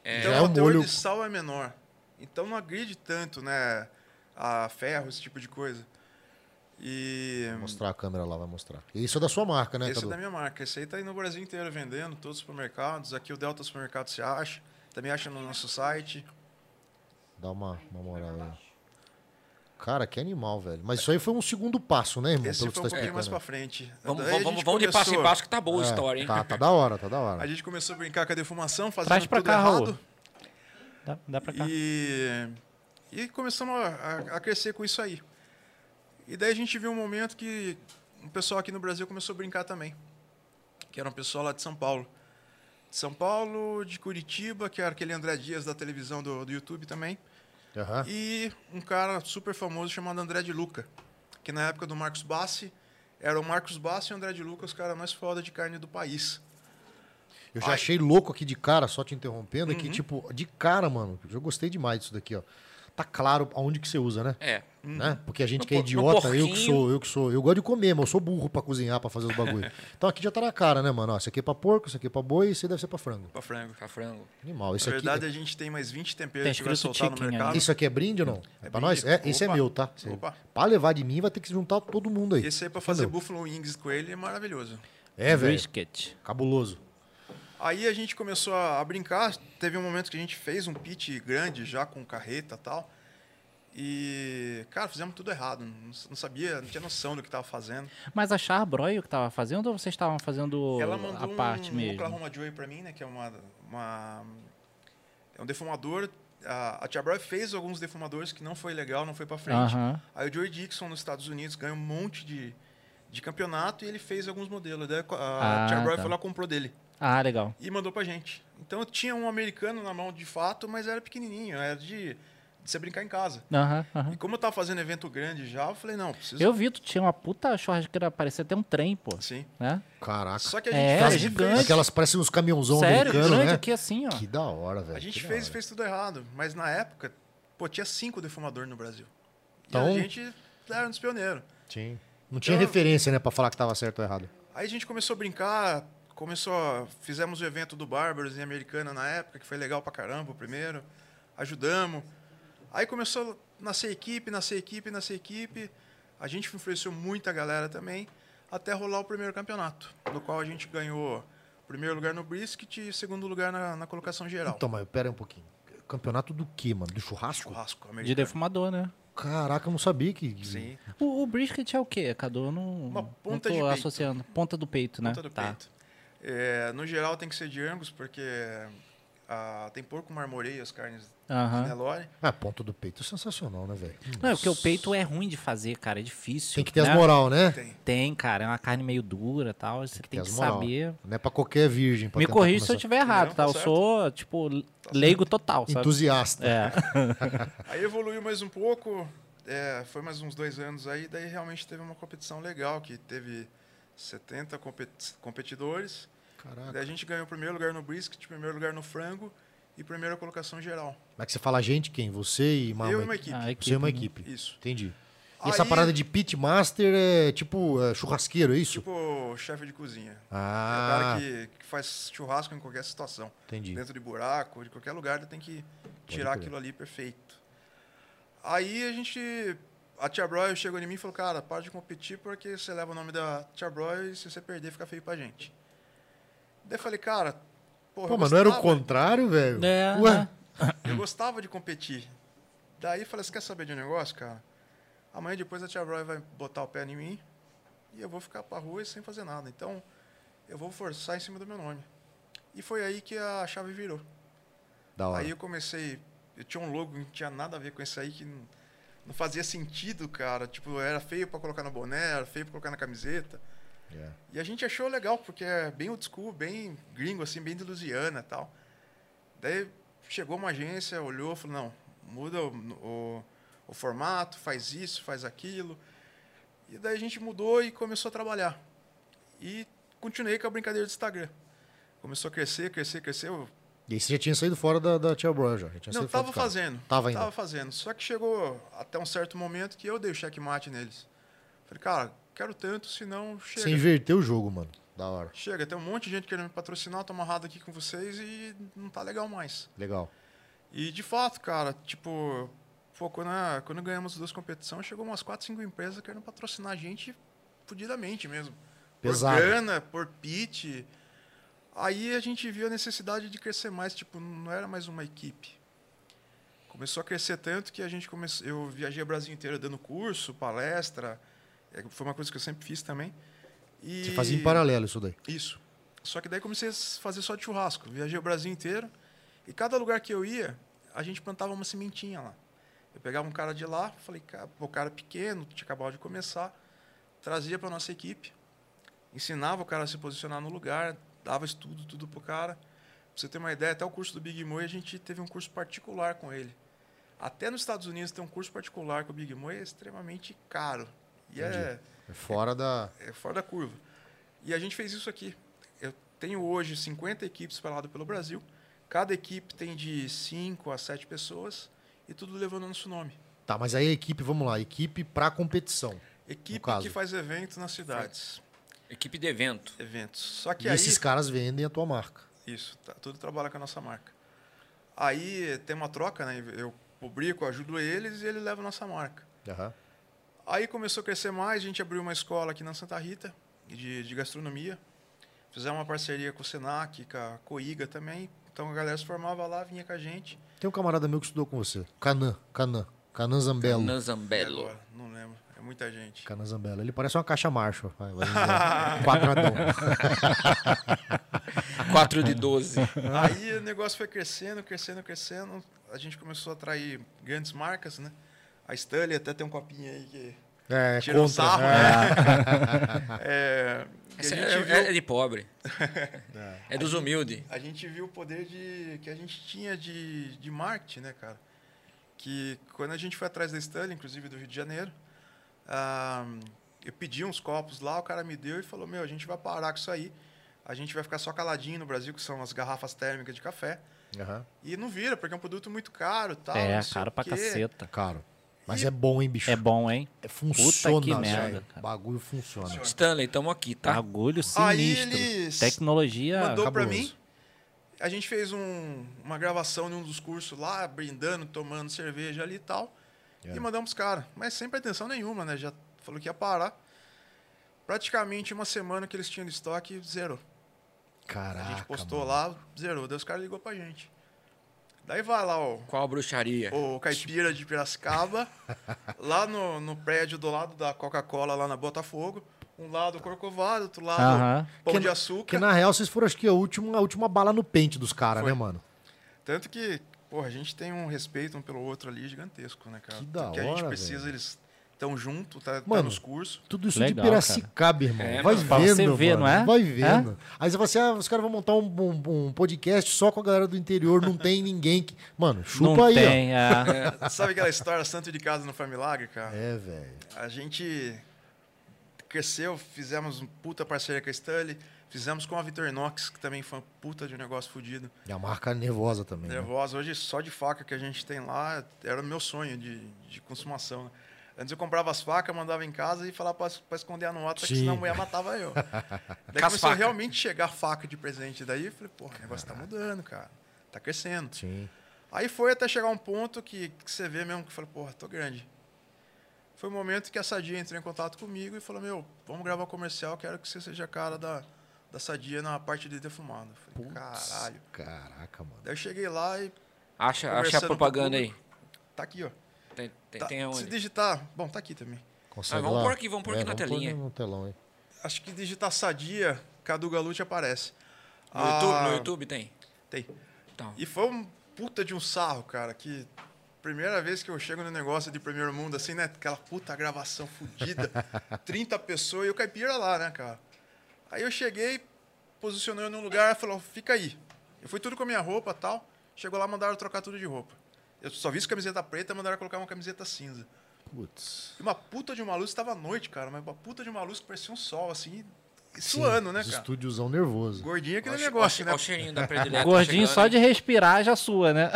[SPEAKER 1] Já é
[SPEAKER 3] Então
[SPEAKER 1] um
[SPEAKER 3] o teor
[SPEAKER 1] molho-
[SPEAKER 3] de sal é menor. Então não agride tanto, né? A ferro, esse tipo de coisa. E
[SPEAKER 1] Vai mostrar a câmera lá, vai mostrar. E isso é da sua marca, né,
[SPEAKER 3] esse é
[SPEAKER 1] Cadu?
[SPEAKER 3] da minha marca. Esse aí tá aí no Brasil inteiro vendendo, todos os supermercados. Aqui o Delta Supermercado se acha. Também acha no nosso site.
[SPEAKER 1] Dá uma, uma moral aí. Cara, que animal, velho. Mas isso aí foi um segundo passo, né, irmão?
[SPEAKER 3] Esse
[SPEAKER 1] pelo
[SPEAKER 3] foi
[SPEAKER 1] que
[SPEAKER 3] um
[SPEAKER 1] você tá
[SPEAKER 3] pouquinho mais
[SPEAKER 1] explicando.
[SPEAKER 3] pra frente.
[SPEAKER 2] Vamos,
[SPEAKER 3] Daí
[SPEAKER 2] vamos,
[SPEAKER 3] a gente
[SPEAKER 2] vamos, vamos de passo em
[SPEAKER 3] começou-
[SPEAKER 2] passo que tá boa
[SPEAKER 4] É.
[SPEAKER 2] a história, hein?
[SPEAKER 1] Tá, tá da hora, tá da
[SPEAKER 3] A
[SPEAKER 1] hora.
[SPEAKER 3] gente começou a brincar com a defumação, fazendo
[SPEAKER 4] Traz pra
[SPEAKER 3] tudo
[SPEAKER 4] cá, Raul.
[SPEAKER 3] errado.
[SPEAKER 4] Dá, dá pra cá.
[SPEAKER 3] E, e começamos a, a- a crescer com isso aí. E daí a gente viu um momento que o pessoal aqui no Brasil começou a brincar também. Que era um pessoal lá de São Paulo. De São Paulo, de Curitiba, que era aquele André Dias da televisão do, do YouTube também.
[SPEAKER 1] Aham.
[SPEAKER 3] E um cara super famoso chamado André de Luca. Que na época do Marcos Bassi, era o Marcos Bassi e o André de Luca, os caras mais foda de carne do país.
[SPEAKER 1] Eu já achei louco aqui de cara, só te interrompendo, que
[SPEAKER 3] Uhum.
[SPEAKER 1] tipo, de cara, mano, eu gostei demais disso daqui, ó. Tá claro aonde que você usa, né?
[SPEAKER 2] É.
[SPEAKER 3] Uhum.
[SPEAKER 1] Né? Porque a
[SPEAKER 3] Um
[SPEAKER 1] gente
[SPEAKER 2] No
[SPEAKER 1] que é
[SPEAKER 2] por- no
[SPEAKER 1] idiota, eu que
[SPEAKER 2] porquinho.
[SPEAKER 1] sou, eu que sou. Eu gosto de comer, mas eu sou burro pra cozinhar, pra fazer os bagulho. então aqui já tá na cara, né, mano? Ó, esse aqui é pra porco, esse aqui é pra boi, esse deve ser pra frango.
[SPEAKER 3] Pra frango.
[SPEAKER 2] Pra tá frango.
[SPEAKER 1] Animal. Esse
[SPEAKER 3] na
[SPEAKER 1] aqui,
[SPEAKER 3] verdade, a gente tem mais 20 temperos
[SPEAKER 4] é- Tem
[SPEAKER 3] que vai
[SPEAKER 4] escrito
[SPEAKER 3] soltar no
[SPEAKER 4] chicken aí.
[SPEAKER 3] mercado.
[SPEAKER 1] isso aqui é brinde ou não? É, pra
[SPEAKER 3] É brinde.
[SPEAKER 1] nós? É, esse é
[SPEAKER 3] Opa.
[SPEAKER 1] meu, tá? Cê-
[SPEAKER 3] Opa.
[SPEAKER 1] Pra levar de mim, vai ter que se juntar todo mundo aí.
[SPEAKER 3] Esse aí pra
[SPEAKER 1] Esse é
[SPEAKER 3] fazer
[SPEAKER 1] meu.
[SPEAKER 3] Buffalo Wings com ele é maravilhoso.
[SPEAKER 1] É, velho.
[SPEAKER 4] Brisket.
[SPEAKER 1] Cabuloso.
[SPEAKER 3] Aí a gente começou a a brincar. Teve um momento que a gente fez um pitch grande já com carreta e tal. E, cara, fizemos tudo errado. Não s- não sabia, não tinha noção do que tava fazendo.
[SPEAKER 4] Mas a Charbroil que tava fazendo ou vocês estavam fazendo
[SPEAKER 3] Ela mandou
[SPEAKER 4] a parte
[SPEAKER 3] um
[SPEAKER 4] mesmo?
[SPEAKER 3] Oklahoma Joy pra mim, né? Que é uma. uma- é um defumador. A, a Tia Brown fez alguns defumadores que não foi legal, não foi pra frente.
[SPEAKER 4] Aham.
[SPEAKER 3] Aí o Joey Dixon nos Estados Unidos ganhou um monte de, de campeonato e ele fez alguns modelos. Daí a, a
[SPEAKER 4] Ah,
[SPEAKER 3] Tia Brown
[SPEAKER 4] tá.
[SPEAKER 3] foi lá e comprou dele
[SPEAKER 4] Ah, legal.
[SPEAKER 3] e mandou pra gente. Então tinha um americano na mão de fato, mas era pequenininho, era de, de você brincar em casa.
[SPEAKER 4] Aham, aham.
[SPEAKER 3] E como eu tava fazendo evento grande já, eu falei, não, preciso.
[SPEAKER 4] Eu vi, tu tinha uma puta churrasqueira, parecia até um trem, pô.
[SPEAKER 3] Sim.
[SPEAKER 4] Né?
[SPEAKER 1] Caraca.
[SPEAKER 3] Só que a gente
[SPEAKER 4] É,
[SPEAKER 3] fez,
[SPEAKER 4] é gigante.
[SPEAKER 3] fez-
[SPEAKER 1] Aquelas parecem uns caminhãozão
[SPEAKER 4] Sério,
[SPEAKER 1] americano,
[SPEAKER 4] grande
[SPEAKER 1] né?
[SPEAKER 4] aqui assim, ó.
[SPEAKER 1] Que da hora, velho.
[SPEAKER 3] a gente
[SPEAKER 1] que da
[SPEAKER 3] fez
[SPEAKER 1] hora.
[SPEAKER 3] fez tudo errado, mas na época, pô, tinha cinco defumadores no Brasil.
[SPEAKER 1] Então-
[SPEAKER 3] E a gente era um dos pioneiros.
[SPEAKER 1] Sim. Não tinha
[SPEAKER 3] Então-
[SPEAKER 1] referência, né, pra falar que tava certo ou errado.
[SPEAKER 3] Aí a gente começou a brincar, começou a... fizemos o evento do Bárbaros em Americana na época, que foi legal pra caramba o primeiro. Ajudamos. Aí começou a nascer equipe, nascer equipe, nascer equipe. A gente influenciou muita galera também, até rolar o primeiro campeonato, no qual a gente ganhou primeiro lugar no brisket e segundo lugar na, na colocação geral.
[SPEAKER 1] Então, mas pera aí um pouquinho. Campeonato do quê, mano? Do churrasco?
[SPEAKER 3] Churrasco
[SPEAKER 4] De
[SPEAKER 3] americano.
[SPEAKER 4] defumador, né?
[SPEAKER 1] Caraca, eu não sabia que.
[SPEAKER 3] Sim,
[SPEAKER 4] O, o brisket é o quê, Cadu? Eu não,
[SPEAKER 3] Uma ponta
[SPEAKER 4] não
[SPEAKER 3] de
[SPEAKER 4] tô
[SPEAKER 3] peito.
[SPEAKER 4] associando. Ponta do peito, né?
[SPEAKER 3] ponta do
[SPEAKER 4] tá.
[SPEAKER 3] peito. É, no geral tem que ser de Angus, porque ah, tem porco marmoreio as carnes
[SPEAKER 4] Aham.
[SPEAKER 3] da Lore.
[SPEAKER 1] Ah, ponto do peito é sensacional, né, velho?
[SPEAKER 4] Não, é porque o peito é ruim de fazer, cara. É difícil.
[SPEAKER 1] Tem que ter
[SPEAKER 4] né?
[SPEAKER 1] as moral, né?
[SPEAKER 3] Tem.
[SPEAKER 4] Tem, cara. É uma carne meio dura e tal. Você tem,
[SPEAKER 1] as
[SPEAKER 4] que
[SPEAKER 1] moral.
[SPEAKER 4] saber.
[SPEAKER 1] Não é pra qualquer virgem. pra
[SPEAKER 4] Me
[SPEAKER 1] tentar
[SPEAKER 4] corrija se eu
[SPEAKER 1] começar.
[SPEAKER 4] estiver errado,
[SPEAKER 3] Não,
[SPEAKER 4] tá?
[SPEAKER 3] tá
[SPEAKER 4] Eu
[SPEAKER 3] certo. Tá
[SPEAKER 4] sou, tipo, leigo total, sabe?
[SPEAKER 1] Entusiasta.
[SPEAKER 4] É.
[SPEAKER 3] Aí evoluiu mais um pouco, é, foi mais uns dois anos aí, daí realmente teve uma competição legal, que teve 70 competi- competidores.
[SPEAKER 1] Caraca.
[SPEAKER 3] Daí a gente ganhou primeiro lugar no brisket, primeiro lugar no frango e primeira colocação geral.
[SPEAKER 1] Mas é que você fala gente quem? Você e uma,
[SPEAKER 3] Eu e
[SPEAKER 1] uma
[SPEAKER 3] uma
[SPEAKER 1] equipe.
[SPEAKER 3] equipe.
[SPEAKER 4] Ah, equipe,
[SPEAKER 1] Você e uma
[SPEAKER 4] né?
[SPEAKER 1] equipe.
[SPEAKER 3] Isso.
[SPEAKER 1] Entendi. E essa
[SPEAKER 3] Aí-
[SPEAKER 1] parada de pitmaster é tipo é, churrasqueiro, é isso?
[SPEAKER 3] Tipo chefe de cozinha.
[SPEAKER 1] ah,
[SPEAKER 3] É o cara que, que faz churrasco em qualquer situação.
[SPEAKER 1] entendi.
[SPEAKER 3] Dentro de buraco, de qualquer lugar, ele tem que tirar
[SPEAKER 1] crer.
[SPEAKER 3] aquilo ali perfeito. Aí a gente. A Tia Broil chegou em mim e falou: Cara, para de competir porque você leva o nome da Tia Broil e se você perder fica feio pra gente. Daí eu falei: Cara, porra,
[SPEAKER 1] Pô,
[SPEAKER 3] eu
[SPEAKER 1] mas não era o
[SPEAKER 3] gostava- né?
[SPEAKER 1] contrário, velho?
[SPEAKER 4] É,
[SPEAKER 1] Ué,
[SPEAKER 4] né?
[SPEAKER 3] Eu gostava de competir. Daí eu falei: Você quer saber de um negócio, cara? Amanhã depois a Tia Broil vai botar o pé em mim e eu vou ficar pra rua sem fazer nada. Então eu vou forçar em cima do meu nome. E foi aí que a chave virou.
[SPEAKER 1] da hora.
[SPEAKER 3] Aí eu comecei. Eu tinha um logo que não tinha nada a ver com isso aí, que não, não fazia sentido, cara. Tipo, era feio pra colocar no boné, era feio pra colocar na camiseta.
[SPEAKER 1] É.
[SPEAKER 3] E a gente achou legal, porque é bem old school, bem gringo, assim, bem de Louisiana e tal. Daí chegou uma agência, olhou, falou: não, muda o, o- o formato, faz isso, faz aquilo. E daí a gente mudou e começou a trabalhar. E continuei com a brincadeira do Instagram. Começou a crescer, crescer, crescer. Eu
[SPEAKER 1] E aí você já tinha saído fora da, da Tia Brown já. já tinha
[SPEAKER 3] não,
[SPEAKER 1] saído fora
[SPEAKER 3] tava
[SPEAKER 1] do carro.
[SPEAKER 3] fazendo.
[SPEAKER 1] Tava ainda.
[SPEAKER 3] fazendo. Só que chegou até um certo momento que eu dei o checkmate neles. Falei, cara, quero tanto, senão chega.
[SPEAKER 1] Você inverteu o jogo, mano. Da hora.
[SPEAKER 3] Chega, tem um monte de gente querendo me patrocinar, eu tô amarrado aqui com vocês e não tá legal mais.
[SPEAKER 1] Legal.
[SPEAKER 3] E de fato, cara, tipo, Pô, quando, a- quando ganhamos as duas competições, chegou umas 4, 5 empresas querendo patrocinar a gente fudidamente mesmo.
[SPEAKER 1] Pesado.
[SPEAKER 3] Por grana, por pitch. Aí a gente viu a necessidade de crescer mais, tipo, não era mais uma equipe. Começou a crescer tanto que a gente começou, eu viajei o Brasil inteiro dando curso, palestra, É, foi uma coisa que eu sempre fiz também. E
[SPEAKER 1] Você fazia em paralelo isso daí.
[SPEAKER 3] isso. Só que daí comecei a s- fazer só de churrasco. Viajei o Brasil inteiro. E cada lugar que eu ia, a gente plantava uma sementinha lá. Eu pegava um cara de lá, falei, cara, pô, o cara pequeno, tinha acabado de começar, trazia para nossa equipe, ensinava o cara a se posicionar no lugar, dava estudo, tudo pro cara. Pra você ter uma ideia, até o curso do Big Moi, a gente teve um curso particular com ele. Até nos Estados Unidos, ter um curso particular com o Big Moi é extremamente caro. E é,
[SPEAKER 1] É Fora da.
[SPEAKER 3] é fora da curva. E a gente fez isso aqui. Eu tenho hoje 50 equipes espalhadas pelo Brasil. Cada equipe tem de 5 a 7 pessoas e tudo levando nosso nome.
[SPEAKER 1] Tá, mas aí a equipe, vamos lá, equipe pra competição. No
[SPEAKER 3] Equipe
[SPEAKER 1] caso.
[SPEAKER 3] que faz evento nas cidades.
[SPEAKER 2] Equipe de evento.
[SPEAKER 3] Eventos. Só que
[SPEAKER 1] e
[SPEAKER 3] aí.
[SPEAKER 1] esses caras vendem a tua marca.
[SPEAKER 3] Isso, tá, tudo trabalha com a nossa marca. Aí tem uma troca, né? Eu publico, ajudo eles e ele leva a nossa marca.
[SPEAKER 1] Aham.
[SPEAKER 3] Aí começou a crescer mais, a gente abriu uma escola aqui na Santa Rita, de, de gastronomia. Fizemos uma parceria com o Senac, com a Coiga também. Então a galera se formava lá, vinha com a gente.
[SPEAKER 1] Tem um camarada meu que estudou com você. Canan, Canan. Canan Zambello.
[SPEAKER 3] E
[SPEAKER 2] Nanzambello.
[SPEAKER 3] agora, não lembro, é muita gente.
[SPEAKER 1] Canan Zambello. Ele parece uma caixa marcha. vai, vai dizer. Quadradão.
[SPEAKER 2] 4 de 12.
[SPEAKER 3] Aí o negócio foi crescendo, crescendo, crescendo. A gente começou a atrair grandes marcas, né? A Stanley até tem um copinho aí que
[SPEAKER 1] É,
[SPEAKER 3] tira um sarro,
[SPEAKER 1] contra. É.
[SPEAKER 3] né? É, e a
[SPEAKER 2] Essa
[SPEAKER 3] gente
[SPEAKER 2] é,
[SPEAKER 3] viu-
[SPEAKER 2] é de pobre. É dos humildes.
[SPEAKER 3] a gente viu o poder de, que a gente tinha de, de marketing, né, cara? Que quando a gente foi atrás da Stanley, inclusive do Rio de Janeiro, ah, eu pedi uns copos lá, o cara me deu e falou: Meu, a gente vai parar com isso aí, a gente vai ficar só caladinho no Brasil, que são as garrafas térmicas de café.
[SPEAKER 1] Aham.
[SPEAKER 3] E não vira, porque é um produto muito caro tal.
[SPEAKER 4] é,
[SPEAKER 3] Tá, não sei
[SPEAKER 4] caro
[SPEAKER 3] o
[SPEAKER 4] pra
[SPEAKER 3] quê.
[SPEAKER 4] caceta.
[SPEAKER 1] Caro. Mas
[SPEAKER 3] E-
[SPEAKER 1] é bom, hein, bicho?
[SPEAKER 4] É bom, hein?
[SPEAKER 1] Funciona,
[SPEAKER 4] Puta que merda,
[SPEAKER 1] velho.
[SPEAKER 4] cara.
[SPEAKER 1] O bagulho funciona.
[SPEAKER 2] Stanley, tamo aqui, tá?
[SPEAKER 4] Orgulho
[SPEAKER 3] Aí
[SPEAKER 4] sinistro.
[SPEAKER 3] eles
[SPEAKER 4] Tecnologia.
[SPEAKER 3] mandou pra
[SPEAKER 1] É, cabuloso.
[SPEAKER 3] mim. A gente fez um- uma gravação de um dos cursos lá, brindando, tomando cerveja ali e tal.
[SPEAKER 1] É.
[SPEAKER 3] E mandamos pros caras. Mas sem pretensão nenhuma, né? Já falou que ia parar. Praticamente uma semana que eles tinham de estoque, zerou.
[SPEAKER 1] Caraca.
[SPEAKER 3] a gente postou
[SPEAKER 1] mano.
[SPEAKER 3] lá, zerou. Daí os caras ligou pra gente. Daí vai lá o,
[SPEAKER 2] Qual bruxaria?
[SPEAKER 3] o caipira de Piracicaba, lá no, no prédio do lado da Coca-Cola, lá na Botafogo. Um lado Corcovado, outro lado
[SPEAKER 4] Aham.
[SPEAKER 3] Pão
[SPEAKER 1] Que
[SPEAKER 3] de
[SPEAKER 1] na-
[SPEAKER 3] Açúcar.
[SPEAKER 1] Que na real vocês foram, acho que, a última, a última bala no pente dos caras,
[SPEAKER 3] Foi.
[SPEAKER 1] né, mano?
[SPEAKER 3] Tanto que, porra, a gente tem um respeito um pelo outro ali gigantesco, né, cara?
[SPEAKER 1] Que
[SPEAKER 3] Tudo
[SPEAKER 1] da
[SPEAKER 3] a gente
[SPEAKER 1] hora,
[SPEAKER 3] precisa,
[SPEAKER 1] velho.
[SPEAKER 3] eles estão junto, tá, tá
[SPEAKER 1] Mano,
[SPEAKER 3] nos cursos.
[SPEAKER 1] Tudo isso
[SPEAKER 4] Legal,
[SPEAKER 1] de Piracicaba, irmão.
[SPEAKER 2] É,
[SPEAKER 1] Vai
[SPEAKER 2] mano.
[SPEAKER 4] Pra
[SPEAKER 1] vendo,
[SPEAKER 4] você ver,
[SPEAKER 1] mano.
[SPEAKER 4] não é?
[SPEAKER 1] Vai vendo. Aí você fala assim, ah, os caras vão montar um, um- um podcast só com a galera do interior, não tem ninguém que... Mano, chupa
[SPEAKER 4] não
[SPEAKER 1] aí,
[SPEAKER 4] tem, é.
[SPEAKER 3] Sabe aquela história, santo de casa não faz milagre,
[SPEAKER 1] ó.
[SPEAKER 3] cara?
[SPEAKER 1] É, velho.
[SPEAKER 3] A gente cresceu, fizemos uma puta parceria com a Stanley, fizemos com a Vitorinox, que também foi uma puta de um negócio fodido.
[SPEAKER 1] E a marca nervosa também. né?
[SPEAKER 3] Nervosa, hoje só de faca que a gente tem lá, era o meu sonho de, de consumação, né? Antes eu comprava as facas, mandava em casa e falava pra, pra esconder a nota, que
[SPEAKER 1] Sim.
[SPEAKER 3] senão a mulher matava eu. Daí
[SPEAKER 2] Com as
[SPEAKER 3] começou a
[SPEAKER 2] facas.
[SPEAKER 3] realmente chegar faca de presente. Daí eu falei, porra, o negócio tá mudando, cara. Tá crescendo.
[SPEAKER 1] Sim.
[SPEAKER 3] Aí foi até chegar um ponto que, que você vê mesmo que eu falei, porra, tô grande. Foi o momento que a Sadia entrou em contato comigo e falou, meu, vamos gravar um comercial, quero que você seja a cara da, da Sadia na parte de defumado. Eu falei,
[SPEAKER 1] Putz,
[SPEAKER 3] caralho.
[SPEAKER 1] Caraca, mano.
[SPEAKER 3] Daí eu cheguei lá e
[SPEAKER 2] Acha, acha
[SPEAKER 3] Conversando
[SPEAKER 2] a propaganda
[SPEAKER 3] com o
[SPEAKER 2] aí.
[SPEAKER 3] público. tá aqui, ó.
[SPEAKER 2] Tem, É, tem,
[SPEAKER 3] Tá,
[SPEAKER 2] tem
[SPEAKER 3] se
[SPEAKER 2] onde?
[SPEAKER 3] digitar, bom, tá aqui também.
[SPEAKER 1] Consegue
[SPEAKER 2] Ah, vamos
[SPEAKER 1] lá? É,
[SPEAKER 2] pôr aqui, vamos pôr aqui na
[SPEAKER 1] vamos
[SPEAKER 2] telinha.
[SPEAKER 1] no telão, hein?
[SPEAKER 3] Acho que digitar Sadia, Cadu Galute aparece.
[SPEAKER 2] No, YouTube,
[SPEAKER 3] Ah,
[SPEAKER 2] no YouTube tem?
[SPEAKER 3] Tem.
[SPEAKER 2] Então.
[SPEAKER 3] E foi um puta de um sarro, cara, que primeira vez que eu chego no negócio de primeiro mundo, assim, né? Aquela puta gravação fodida, 30 pessoas e o caipira lá, né, cara? Aí eu cheguei, posicionei num lugar, falou, fica aí. Eu fui tudo com a minha roupa e tal. Chegou lá, mandaram eu trocar tudo de roupa. Eu só vi camiseta preta, mandaram eu colocar uma camiseta cinza.
[SPEAKER 1] Putz.
[SPEAKER 3] E uma puta de uma luz, tava à noite, cara, mas uma puta de uma luz que parecia um sol, assim, e suando, né,
[SPEAKER 1] Os
[SPEAKER 3] cara?
[SPEAKER 1] estúdiosão nervoso.
[SPEAKER 3] Gordinha aquele
[SPEAKER 2] Olha o che-
[SPEAKER 3] negócio,
[SPEAKER 2] olha o
[SPEAKER 3] né?
[SPEAKER 2] cheirinho da predileta.
[SPEAKER 4] Gordinho
[SPEAKER 2] chegando,
[SPEAKER 4] só
[SPEAKER 2] hein?
[SPEAKER 4] de respirar já sua, né?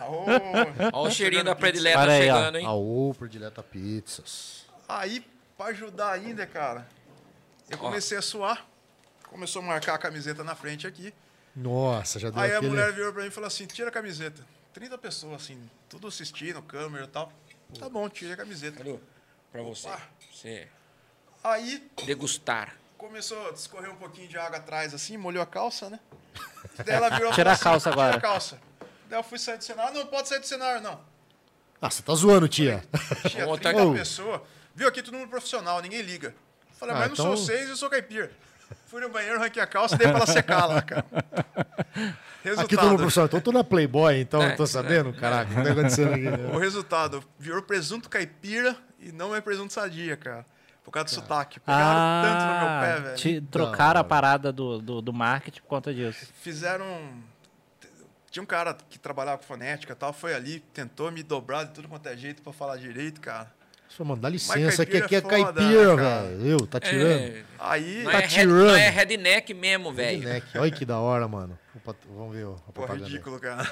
[SPEAKER 3] Ô.
[SPEAKER 2] Olha o cheirinho da predileta
[SPEAKER 4] Para aí, ó.
[SPEAKER 2] chegando, hein?
[SPEAKER 1] Aô, predileta pizzas.
[SPEAKER 3] Aí, pra ajudar ainda, cara, eu
[SPEAKER 2] Ó.
[SPEAKER 3] comecei a suar. Começou a marcar a camiseta na frente aqui.
[SPEAKER 1] Nossa, já deu
[SPEAKER 3] Aí a
[SPEAKER 1] aquele...
[SPEAKER 3] mulher virou pra mim e falou assim: tira a camiseta. 30 pessoas, assim, tudo assistindo, câmera e tal. Tá bom, tira a camiseta.
[SPEAKER 2] Cadu, pra você.
[SPEAKER 3] Opa.
[SPEAKER 2] Você
[SPEAKER 3] Aí
[SPEAKER 2] degustar.
[SPEAKER 3] começou a escorrer um pouquinho de água atrás, assim, molhou a calça, né? Daí ela virou e
[SPEAKER 4] Tira a
[SPEAKER 3] falou
[SPEAKER 4] calça agora.
[SPEAKER 3] Tira a calça. Daí eu fui sair do cenário. Não, pode sair do cenário, não.
[SPEAKER 1] Ah, você tá zoando, tia.
[SPEAKER 3] Tinha
[SPEAKER 2] Vamos botar
[SPEAKER 3] 30
[SPEAKER 1] aqui.
[SPEAKER 3] pessoas. Viu aqui todo mundo profissional, ninguém liga. Falei,
[SPEAKER 1] Ah,
[SPEAKER 3] mas não
[SPEAKER 1] então-
[SPEAKER 3] sou seis, eu sou caipira. Fui no banheiro, ranquei a calça e dei pra ela secar lá, cara. Resultado.
[SPEAKER 1] Aqui todo mundo profissional. Então eu tô na Playboy, então
[SPEAKER 2] É,
[SPEAKER 1] não tô sabendo? Caraca, o que tá acontecendo aqui? né?
[SPEAKER 3] O resultado virou presunto caipira e não é presunto sadia, cara. Por causa do sotaque. Pegaram tanto no meu pé,
[SPEAKER 4] Ah,
[SPEAKER 3] velho.
[SPEAKER 4] te trocaram a parada do, do, do marketing por conta disso.
[SPEAKER 3] Fizeram. Tinha um cara que trabalhava com fonética e tal, foi ali, tentou me dobrar de tudo quanto é jeito pra falar direito, cara.
[SPEAKER 1] Só, mano, dá licença, que
[SPEAKER 3] caipira
[SPEAKER 1] aqui é
[SPEAKER 3] é foda,
[SPEAKER 1] caipira,
[SPEAKER 3] né, cara?
[SPEAKER 1] velho. Eu, tá tirando.
[SPEAKER 2] É,
[SPEAKER 3] Aí.
[SPEAKER 2] não,
[SPEAKER 1] Tá
[SPEAKER 2] é head,
[SPEAKER 1] tirando.
[SPEAKER 2] não é redneck mesmo,
[SPEAKER 3] É.
[SPEAKER 2] velho.
[SPEAKER 1] Redneck. Olha que da hora, mano. O pat- Vamos ver ó, a
[SPEAKER 3] Pô,
[SPEAKER 1] tá propaganda.
[SPEAKER 3] ridículo, né? cara.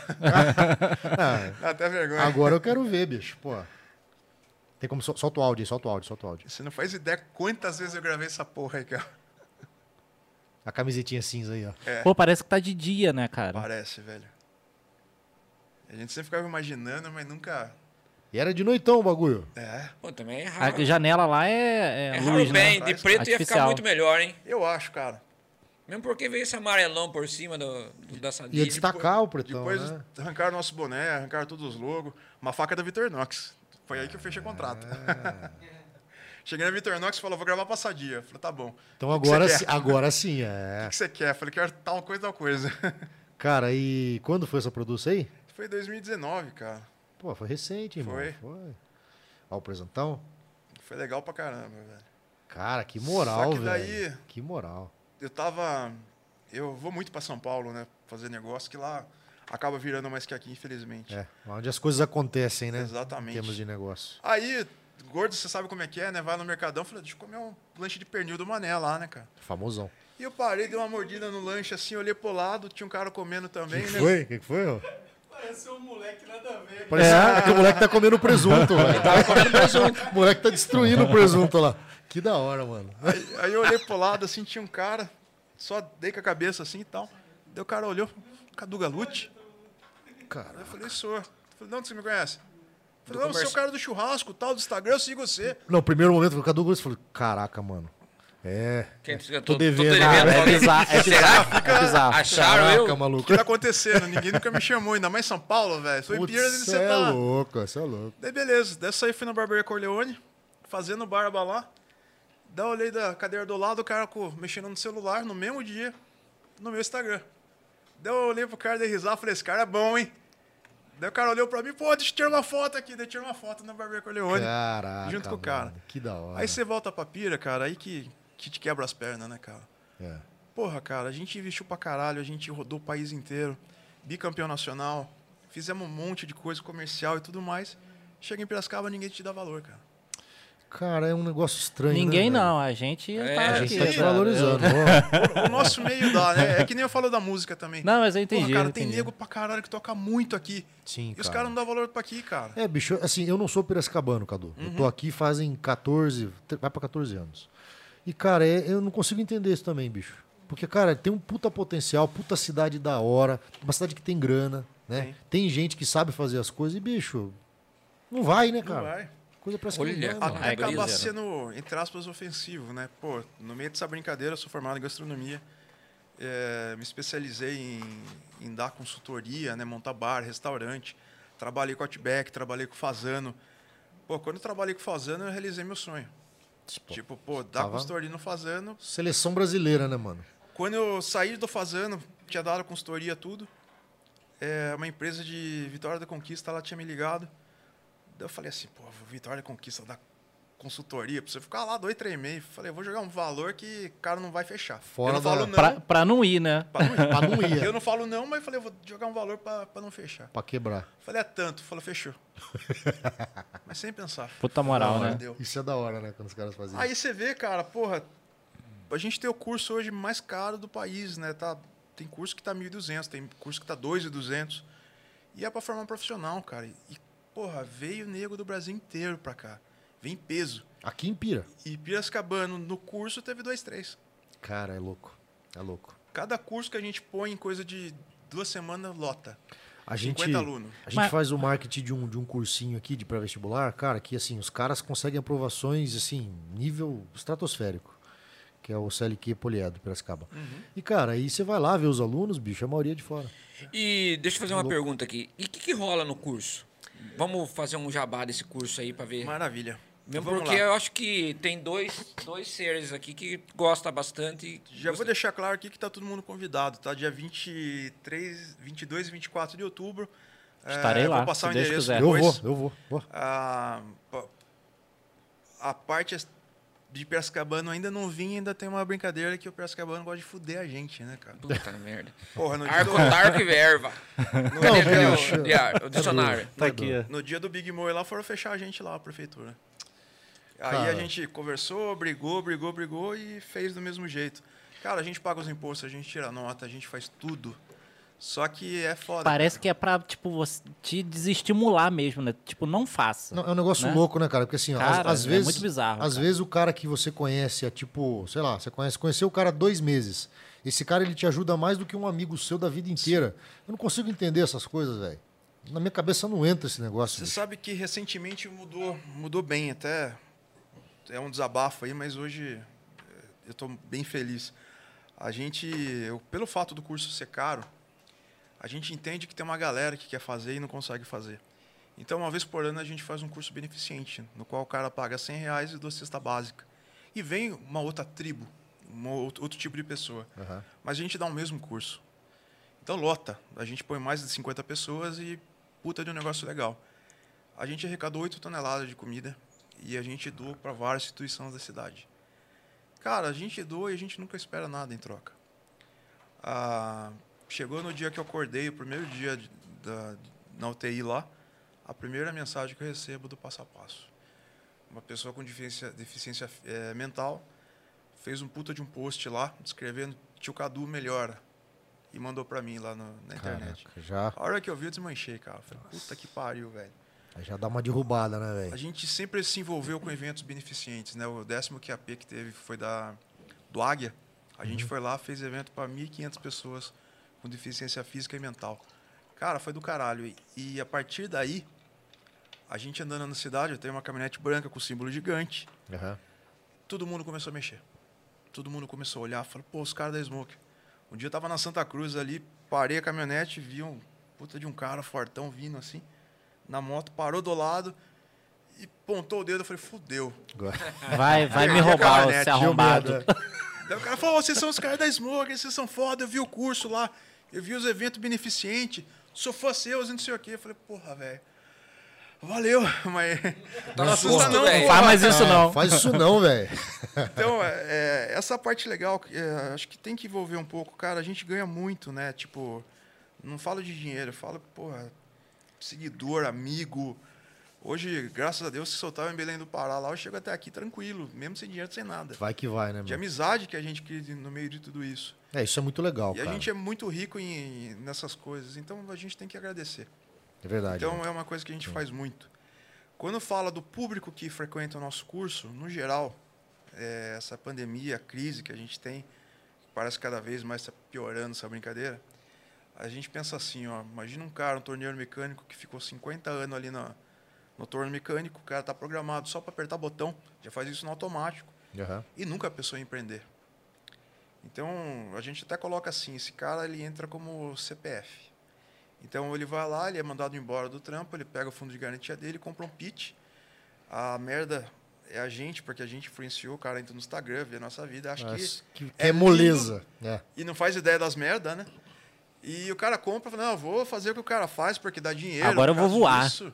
[SPEAKER 1] Ah,
[SPEAKER 3] Dá até vergonha.
[SPEAKER 1] agora eu quero ver, bicho. Pô. Tem como. sol- Solta o áudio aí, solta o áudio, solta o áudio.
[SPEAKER 3] Você não faz ideia quantas vezes eu gravei essa porra aí, cara.
[SPEAKER 1] A camisetinha cinza aí, ó.
[SPEAKER 3] É.
[SPEAKER 4] Pô, parece que tá de dia, né, cara?
[SPEAKER 3] Parece, velho. A gente sempre ficava imaginando, mas nunca.
[SPEAKER 1] E era de noitão o bagulho.
[SPEAKER 3] É.
[SPEAKER 2] Pô, também é raro.
[SPEAKER 4] A janela lá é, é
[SPEAKER 2] É
[SPEAKER 4] luz,
[SPEAKER 2] raro
[SPEAKER 4] né?
[SPEAKER 2] bem, de preto ia ficar
[SPEAKER 4] Artificial.
[SPEAKER 2] muito melhor, hein?
[SPEAKER 3] Eu acho, cara.
[SPEAKER 2] Mesmo porque veio esse amarelão por cima do, do- da
[SPEAKER 1] Ia
[SPEAKER 2] sadia.
[SPEAKER 1] destacar o pretão,
[SPEAKER 3] Depois
[SPEAKER 1] né?
[SPEAKER 3] arrancaram nosso boné, arrancaram todos os logos. Uma faca é da Victorinox. Foi aí que eu fechei o contrato.
[SPEAKER 1] É.
[SPEAKER 3] Cheguei na Victorinox e falou, vou gravar passadinha. Falei, tá bom.
[SPEAKER 1] Então
[SPEAKER 3] O que que
[SPEAKER 1] agora,
[SPEAKER 3] você
[SPEAKER 1] si-
[SPEAKER 3] quer?
[SPEAKER 1] agora sim,
[SPEAKER 3] O
[SPEAKER 1] é.
[SPEAKER 3] que você quer? Falei, quero tal coisa, tal coisa.
[SPEAKER 1] Cara, e quando foi essa produção aí?
[SPEAKER 3] Foi 2019, cara.
[SPEAKER 1] Pô, foi recente, irmão.
[SPEAKER 3] Foi.
[SPEAKER 1] Foi. Ó, o presentão.
[SPEAKER 3] Foi legal pra caramba, velho.
[SPEAKER 1] Cara, que moral,
[SPEAKER 3] Só que daí-
[SPEAKER 1] velho. Que moral.
[SPEAKER 3] eu tava. Eu vou muito pra São Paulo, né? Fazer negócio que lá acaba virando mais que aqui, infelizmente.
[SPEAKER 1] É, lá onde as coisas acontecem, né? Em
[SPEAKER 3] Exatamente.
[SPEAKER 1] termos de negócio.
[SPEAKER 3] Aí, gordo, você sabe como é que é, né? Vai no Mercadão, fala, deixa eu comer um lanche de pernil do Mané lá, né, cara?
[SPEAKER 1] Famosão.
[SPEAKER 3] E eu parei, dei uma mordida no lanche assim, olhei pro lado, tinha um cara comendo também, né?
[SPEAKER 1] Foi? O que que foi? ó?
[SPEAKER 3] Pareceu um moleque nada a ver.
[SPEAKER 1] Parece é. que o moleque tá comendo presunto, velho. Tá comendo presunto. o moleque tá destruindo o presunto lá. Que da hora, mano.
[SPEAKER 3] Aí, aí eu olhei pro lado assim, tinha um cara, só dei com a cabeça assim e tal. Daí o cara olhou, Cadu Galute?
[SPEAKER 1] Cara,
[SPEAKER 3] Eu falei, sou. Eu Falei, não, você me conhece? Eu Falei,
[SPEAKER 2] Do
[SPEAKER 3] não, você é o
[SPEAKER 2] comércio.
[SPEAKER 3] cara do churrasco, tal, do Instagram, eu sigo você.
[SPEAKER 1] não, primeiro momento, o Cadu Gomes falou, caraca, mano. É,
[SPEAKER 2] Quem- eu
[SPEAKER 1] tô devendo.
[SPEAKER 4] Cara, é
[SPEAKER 2] alguém.
[SPEAKER 4] bizarro, é bizarro, é bizarro.
[SPEAKER 2] Acharam
[SPEAKER 1] caraca,
[SPEAKER 2] eu?
[SPEAKER 3] O
[SPEAKER 1] maluco.
[SPEAKER 3] que tá acontecendo? Ninguém nunca me chamou, ainda mais São Paulo, velho. Sou em Pinheiros e
[SPEAKER 1] Putz, cê
[SPEAKER 3] você
[SPEAKER 1] é
[SPEAKER 3] tá.
[SPEAKER 1] louco, você é louco.
[SPEAKER 3] Daí beleza, dessa aí fui na barbearia Corleone, fazendo barba lá. Daí eu olhei da cadeira do lado, o cara co- mexendo no celular no mesmo dia, no meu Instagram. Daí eu olhei pro cara de risada, falei, esse cara é bom, hein? Daí o cara olhou pra mim, pô, deixa eu tirar uma foto aqui. Daí eu tirei uma foto na barbearia Corleone.
[SPEAKER 1] Caraca,
[SPEAKER 3] junto com o
[SPEAKER 1] mano,
[SPEAKER 3] cara.
[SPEAKER 1] Que da hora.
[SPEAKER 3] Aí você volta pra pira, cara, aí que, que te quebra as pernas, né, cara?
[SPEAKER 1] É.
[SPEAKER 3] Porra, cara, a gente investiu pra caralho, a gente rodou o país inteiro, bicampeão nacional, fizemos um monte de coisa comercial e tudo mais. Chega em Piracicaba, ninguém te dá valor, cara.
[SPEAKER 1] Cara, é um negócio estranho, né,
[SPEAKER 4] Ninguém
[SPEAKER 1] velho?
[SPEAKER 4] não, a gente
[SPEAKER 2] É, né?
[SPEAKER 4] tá
[SPEAKER 1] A
[SPEAKER 4] aqui,
[SPEAKER 1] gente tá
[SPEAKER 4] cara.
[SPEAKER 1] desvalorizando. ó.
[SPEAKER 3] O nosso meio dá, né? É que nem eu falo da música também.
[SPEAKER 4] Não, mas eu entendi,
[SPEAKER 3] Porra, cara,
[SPEAKER 4] eu
[SPEAKER 3] tem
[SPEAKER 4] entendi.
[SPEAKER 3] nego pra caralho que toca muito aqui.
[SPEAKER 1] Sim,
[SPEAKER 3] E os
[SPEAKER 1] cara.
[SPEAKER 3] caras não dão valor pra aqui, cara.
[SPEAKER 1] É, bicho, assim, eu não sou piracicabano, Cadu. Eu tô aqui fazem 14, tre- vai pra 14 anos. E, cara, é- eu não consigo entender isso também, bicho. Porque, cara, tem um puta potencial, puta cidade da hora, uma cidade que tem grana, né? Tem gente que sabe fazer as coisas e, bicho, não vai, né, cara?
[SPEAKER 3] vai.
[SPEAKER 1] Coisa pra
[SPEAKER 2] Olha,
[SPEAKER 1] cima.
[SPEAKER 2] cara.
[SPEAKER 3] Até
[SPEAKER 4] é
[SPEAKER 3] acabar
[SPEAKER 4] brisa,
[SPEAKER 3] sendo, entre aspas, ofensivo, né? Pô, no meio dessa brincadeira, eu sou formado em gastronomia. É, me especializei em, em dar consultoria, né? Montar bar, restaurante. Trabalhei com Outback, trabalhei com Fazano. Pô, quando eu trabalhei com Fazano, eu realizei meu sonho. tipo, pô, dar
[SPEAKER 1] tava-
[SPEAKER 3] consultoria no Fazano.
[SPEAKER 1] Seleção brasileira, né, mano?
[SPEAKER 3] Quando eu saí do Fazano, tinha dado consultoria tudo. É, uma empresa de Vitória da Conquista, ela tinha me ligado. Daí eu falei assim, pô, Vitória da Conquista dá consultoria, pra você ficar lá dois, três meses. Falei, eu vou jogar um valor que o cara não vai fechar.
[SPEAKER 1] Fora
[SPEAKER 3] eu não
[SPEAKER 1] da-
[SPEAKER 3] falo não.
[SPEAKER 4] Pra, pra não ir, né?
[SPEAKER 3] pra não ir.
[SPEAKER 1] Pra não ir, é.
[SPEAKER 3] Eu não falo não, mas falei, eu vou jogar um valor pra, pra não fechar.
[SPEAKER 1] pra quebrar.
[SPEAKER 3] Falei, é tanto. Falei, fechou. mas sem pensar.
[SPEAKER 4] Puta moral, né?
[SPEAKER 3] Deu.
[SPEAKER 1] Isso é da hora, né, quando os caras fazem isso.
[SPEAKER 3] Aí você vê, cara, porra, a gente tem o curso hoje mais caro do país, né? Tá, tem curso que tá 1.200, tem curso que tá 2.200. E é pra formar um profissional, cara. E, porra, veio nego do Brasil inteiro pra cá. Vem em peso.
[SPEAKER 1] Aqui em Pira.
[SPEAKER 3] E Piracicabano, no curso, teve dois, três.
[SPEAKER 1] Cara, é louco. É louco.
[SPEAKER 3] Cada curso que a gente põe em coisa de duas semanas, lota.
[SPEAKER 1] A gente,
[SPEAKER 3] 50 alunos.
[SPEAKER 1] A gente
[SPEAKER 4] Mas-
[SPEAKER 1] faz o marketing de um, de um cursinho aqui de pré-vestibular, cara, que assim, os caras conseguem aprovações assim, nível estratosférico. Que é o CLQ Poliedro de Piracicaba.
[SPEAKER 4] Uhum.
[SPEAKER 1] E, cara, aí você vai lá ver os alunos, bicho, a maioria é de fora.
[SPEAKER 2] E deixa eu fazer uma pergunta aqui. E o que, que rola no curso? Vamos fazer um jabá desse curso aí pra ver.
[SPEAKER 3] Maravilha. Então,
[SPEAKER 2] Mesmo
[SPEAKER 3] Vamos
[SPEAKER 2] porque
[SPEAKER 3] lá.
[SPEAKER 4] é
[SPEAKER 2] eu acho que tem dois, dois seres aqui que gosta bastante.
[SPEAKER 3] Já vou
[SPEAKER 2] Gosta-
[SPEAKER 3] deixar claro aqui que tá todo mundo convidado, tá? Dia 23, 22 e 24 de outubro. É,
[SPEAKER 4] Estarei lá,
[SPEAKER 3] Vou passar
[SPEAKER 4] se
[SPEAKER 3] o
[SPEAKER 4] Deus
[SPEAKER 3] endereço
[SPEAKER 4] quiser.
[SPEAKER 1] eu
[SPEAKER 3] depois.
[SPEAKER 1] vou, eu vou, vou.
[SPEAKER 3] A, pa- a parte de Piracicabano ainda não vim, ainda tem uma brincadeira que o Piracicabano gosta de fuder a gente, né, cara?
[SPEAKER 2] Puta merda.
[SPEAKER 3] Porra, no dia,
[SPEAKER 2] Arco,
[SPEAKER 3] do,
[SPEAKER 2] arco e verba. Cadê, cadê o-
[SPEAKER 1] bicho.
[SPEAKER 2] de ar- o dicionário?
[SPEAKER 4] Tá aqui.
[SPEAKER 3] no dia do Big Mo lá foram fechar a gente lá, a prefeitura. Aí
[SPEAKER 1] Cara.
[SPEAKER 3] a gente conversou, brigou, brigou, brigou e fez do mesmo jeito. Cara, a gente paga os impostos, a gente tira nota, a gente faz tudo. Só que é foda.
[SPEAKER 4] Parece
[SPEAKER 3] cara.
[SPEAKER 4] que é pra, tipo, você te desestimular mesmo, né? Tipo, não faça.
[SPEAKER 1] Não, é um negócio
[SPEAKER 4] né?
[SPEAKER 1] louco, né, cara? Porque assim, ó,
[SPEAKER 4] Cara,
[SPEAKER 1] às, às
[SPEAKER 4] é
[SPEAKER 1] vezes.
[SPEAKER 4] muito bizarro,
[SPEAKER 1] Às
[SPEAKER 4] cara.
[SPEAKER 1] vezes o cara que você conhece é tipo, sei lá, você conhece, conheceu o cara há dois meses. Esse cara ele te ajuda mais do que um amigo seu da vida inteira. Eu não consigo entender essas coisas, velho. Na minha cabeça não entra esse negócio.
[SPEAKER 3] Você
[SPEAKER 1] bicho.
[SPEAKER 3] sabe que recentemente mudou, mudou bem, até é um desabafo aí, mas hoje eh, eu estou bem feliz. A gente, eu- pelo fato do curso ser caro, a gente entende que tem uma galera que quer fazer e não consegue fazer. Então, uma vez por ano, a gente faz um curso beneficente, no qual o cara paga 100 reais e duas cesta básica. E vem uma outra tribo, um outro outro tipo de pessoa.
[SPEAKER 1] Aham.
[SPEAKER 3] Mas a gente dá o mesmo curso. Então lota. A gente põe mais de 50 pessoas e puta de um negócio legal. A gente arrecadou 8 toneladas de comida e a gente doa para várias instituições da cidade. Cara, a gente doa e a gente nunca espera nada em troca. Ah, chegou no dia que eu acordei, o primeiro dia de- da, na UTI lá, a primeira mensagem que eu recebo do passo a passo. Uma pessoa com deficiência, deficiência eh, mental fez um puta de um post lá, descrevendo Tio Cadu melhora. E mandou pra mim lá no- na internet.
[SPEAKER 1] Caraca, já,
[SPEAKER 3] A hora que eu vi, eu desmanchei, cara. Eu Falei, puta que pariu, velho.
[SPEAKER 1] já dá uma derrubada, né,
[SPEAKER 3] A
[SPEAKER 1] velho?
[SPEAKER 3] gente sempre se envolveu com eventos beneficentes, né? O décimo QAP que teve foi da do Águia. A gente foi lá, fez evento para 1.500 pessoas com deficiência física e mental. Cara, foi do caralho. E, e a partir daí, a gente andando na cidade, eu tenho uma caminhonete branca com símbolo gigante.
[SPEAKER 1] Aham.
[SPEAKER 3] Todo mundo começou a mexer. Todo mundo começou a olhar, falou, pô, os caras da Smoke. Um dia eu tava na Santa Cruz ali, parei a caminhonete, vi um puta de um cara fortão vindo assim, na moto, parou do lado e pontou o dedo. Eu falei, fudeu.
[SPEAKER 1] Agora- né?
[SPEAKER 4] Vai, vai me
[SPEAKER 3] Perdi a
[SPEAKER 4] roubar,
[SPEAKER 3] cavanete,
[SPEAKER 4] esse
[SPEAKER 3] viu,
[SPEAKER 4] Tá arrombado.
[SPEAKER 3] Daí o cara falou, "Ó, vocês são os caras da Smoke, vocês são foda, eu vi o curso lá, eu vi os eventos beneficentes, sou fã seus e não sei o quê. Eu falei, porra, velho. Valeu, mas. Não assusta,
[SPEAKER 2] um susto,
[SPEAKER 3] não,
[SPEAKER 2] velho.
[SPEAKER 3] porra.
[SPEAKER 4] Faz mais isso não.
[SPEAKER 1] É, Faz isso não, velho.
[SPEAKER 3] Então, é, é, essa parte legal, é, acho que tem que envolver um pouco. Cara, a gente ganha muito, né? Tipo, não falo de dinheiro, eu falo, porra, seguidor, amigo. Hoje, graças a Deus, se soltar em Belém do Pará lá, eu chego até aqui tranquilo, mesmo sem dinheiro, sem nada.
[SPEAKER 1] Vai que vai, né,
[SPEAKER 3] De
[SPEAKER 1] meu?
[SPEAKER 3] amizade que a gente cria no meio de tudo isso.
[SPEAKER 1] É, isso é muito legal,
[SPEAKER 3] E a
[SPEAKER 1] cara.
[SPEAKER 3] gente é muito rico em, nessas coisas, então a gente tem que agradecer.
[SPEAKER 1] É verdade.
[SPEAKER 3] Então
[SPEAKER 1] né?
[SPEAKER 3] é uma coisa que a gente faz muito. Quando fala do público que frequenta o nosso curso, no geral, é, essa pandemia, a crise que a gente tem, parece que cada vez mais está piorando essa brincadeira. A gente pensa assim, ó, imagina um cara, um torneiro mecânico que ficou 50 anos ali na, no torneio mecânico, o cara está programado só para apertar botão, já faz isso no automático
[SPEAKER 1] né? Aham.
[SPEAKER 3] e nunca pensou em empreender. Então, a gente até coloca assim, esse cara ele entra como CPF. Então, ele vai lá, ele é mandado embora do trampo, ele pega o fundo de garantia dele, compra um pit. A merda é a gente, porque a gente influenciou, o cara entra no Instagram, vê a nossa vida, acha
[SPEAKER 1] Mas
[SPEAKER 3] que...
[SPEAKER 1] que, que
[SPEAKER 3] é
[SPEAKER 1] é moleza. É.
[SPEAKER 3] E não faz ideia das merdas, né? E o cara compra, fala, não, eu vou fazer o que o cara faz, porque dá dinheiro.
[SPEAKER 4] Agora eu
[SPEAKER 3] por causa
[SPEAKER 4] vou voar.
[SPEAKER 3] disso."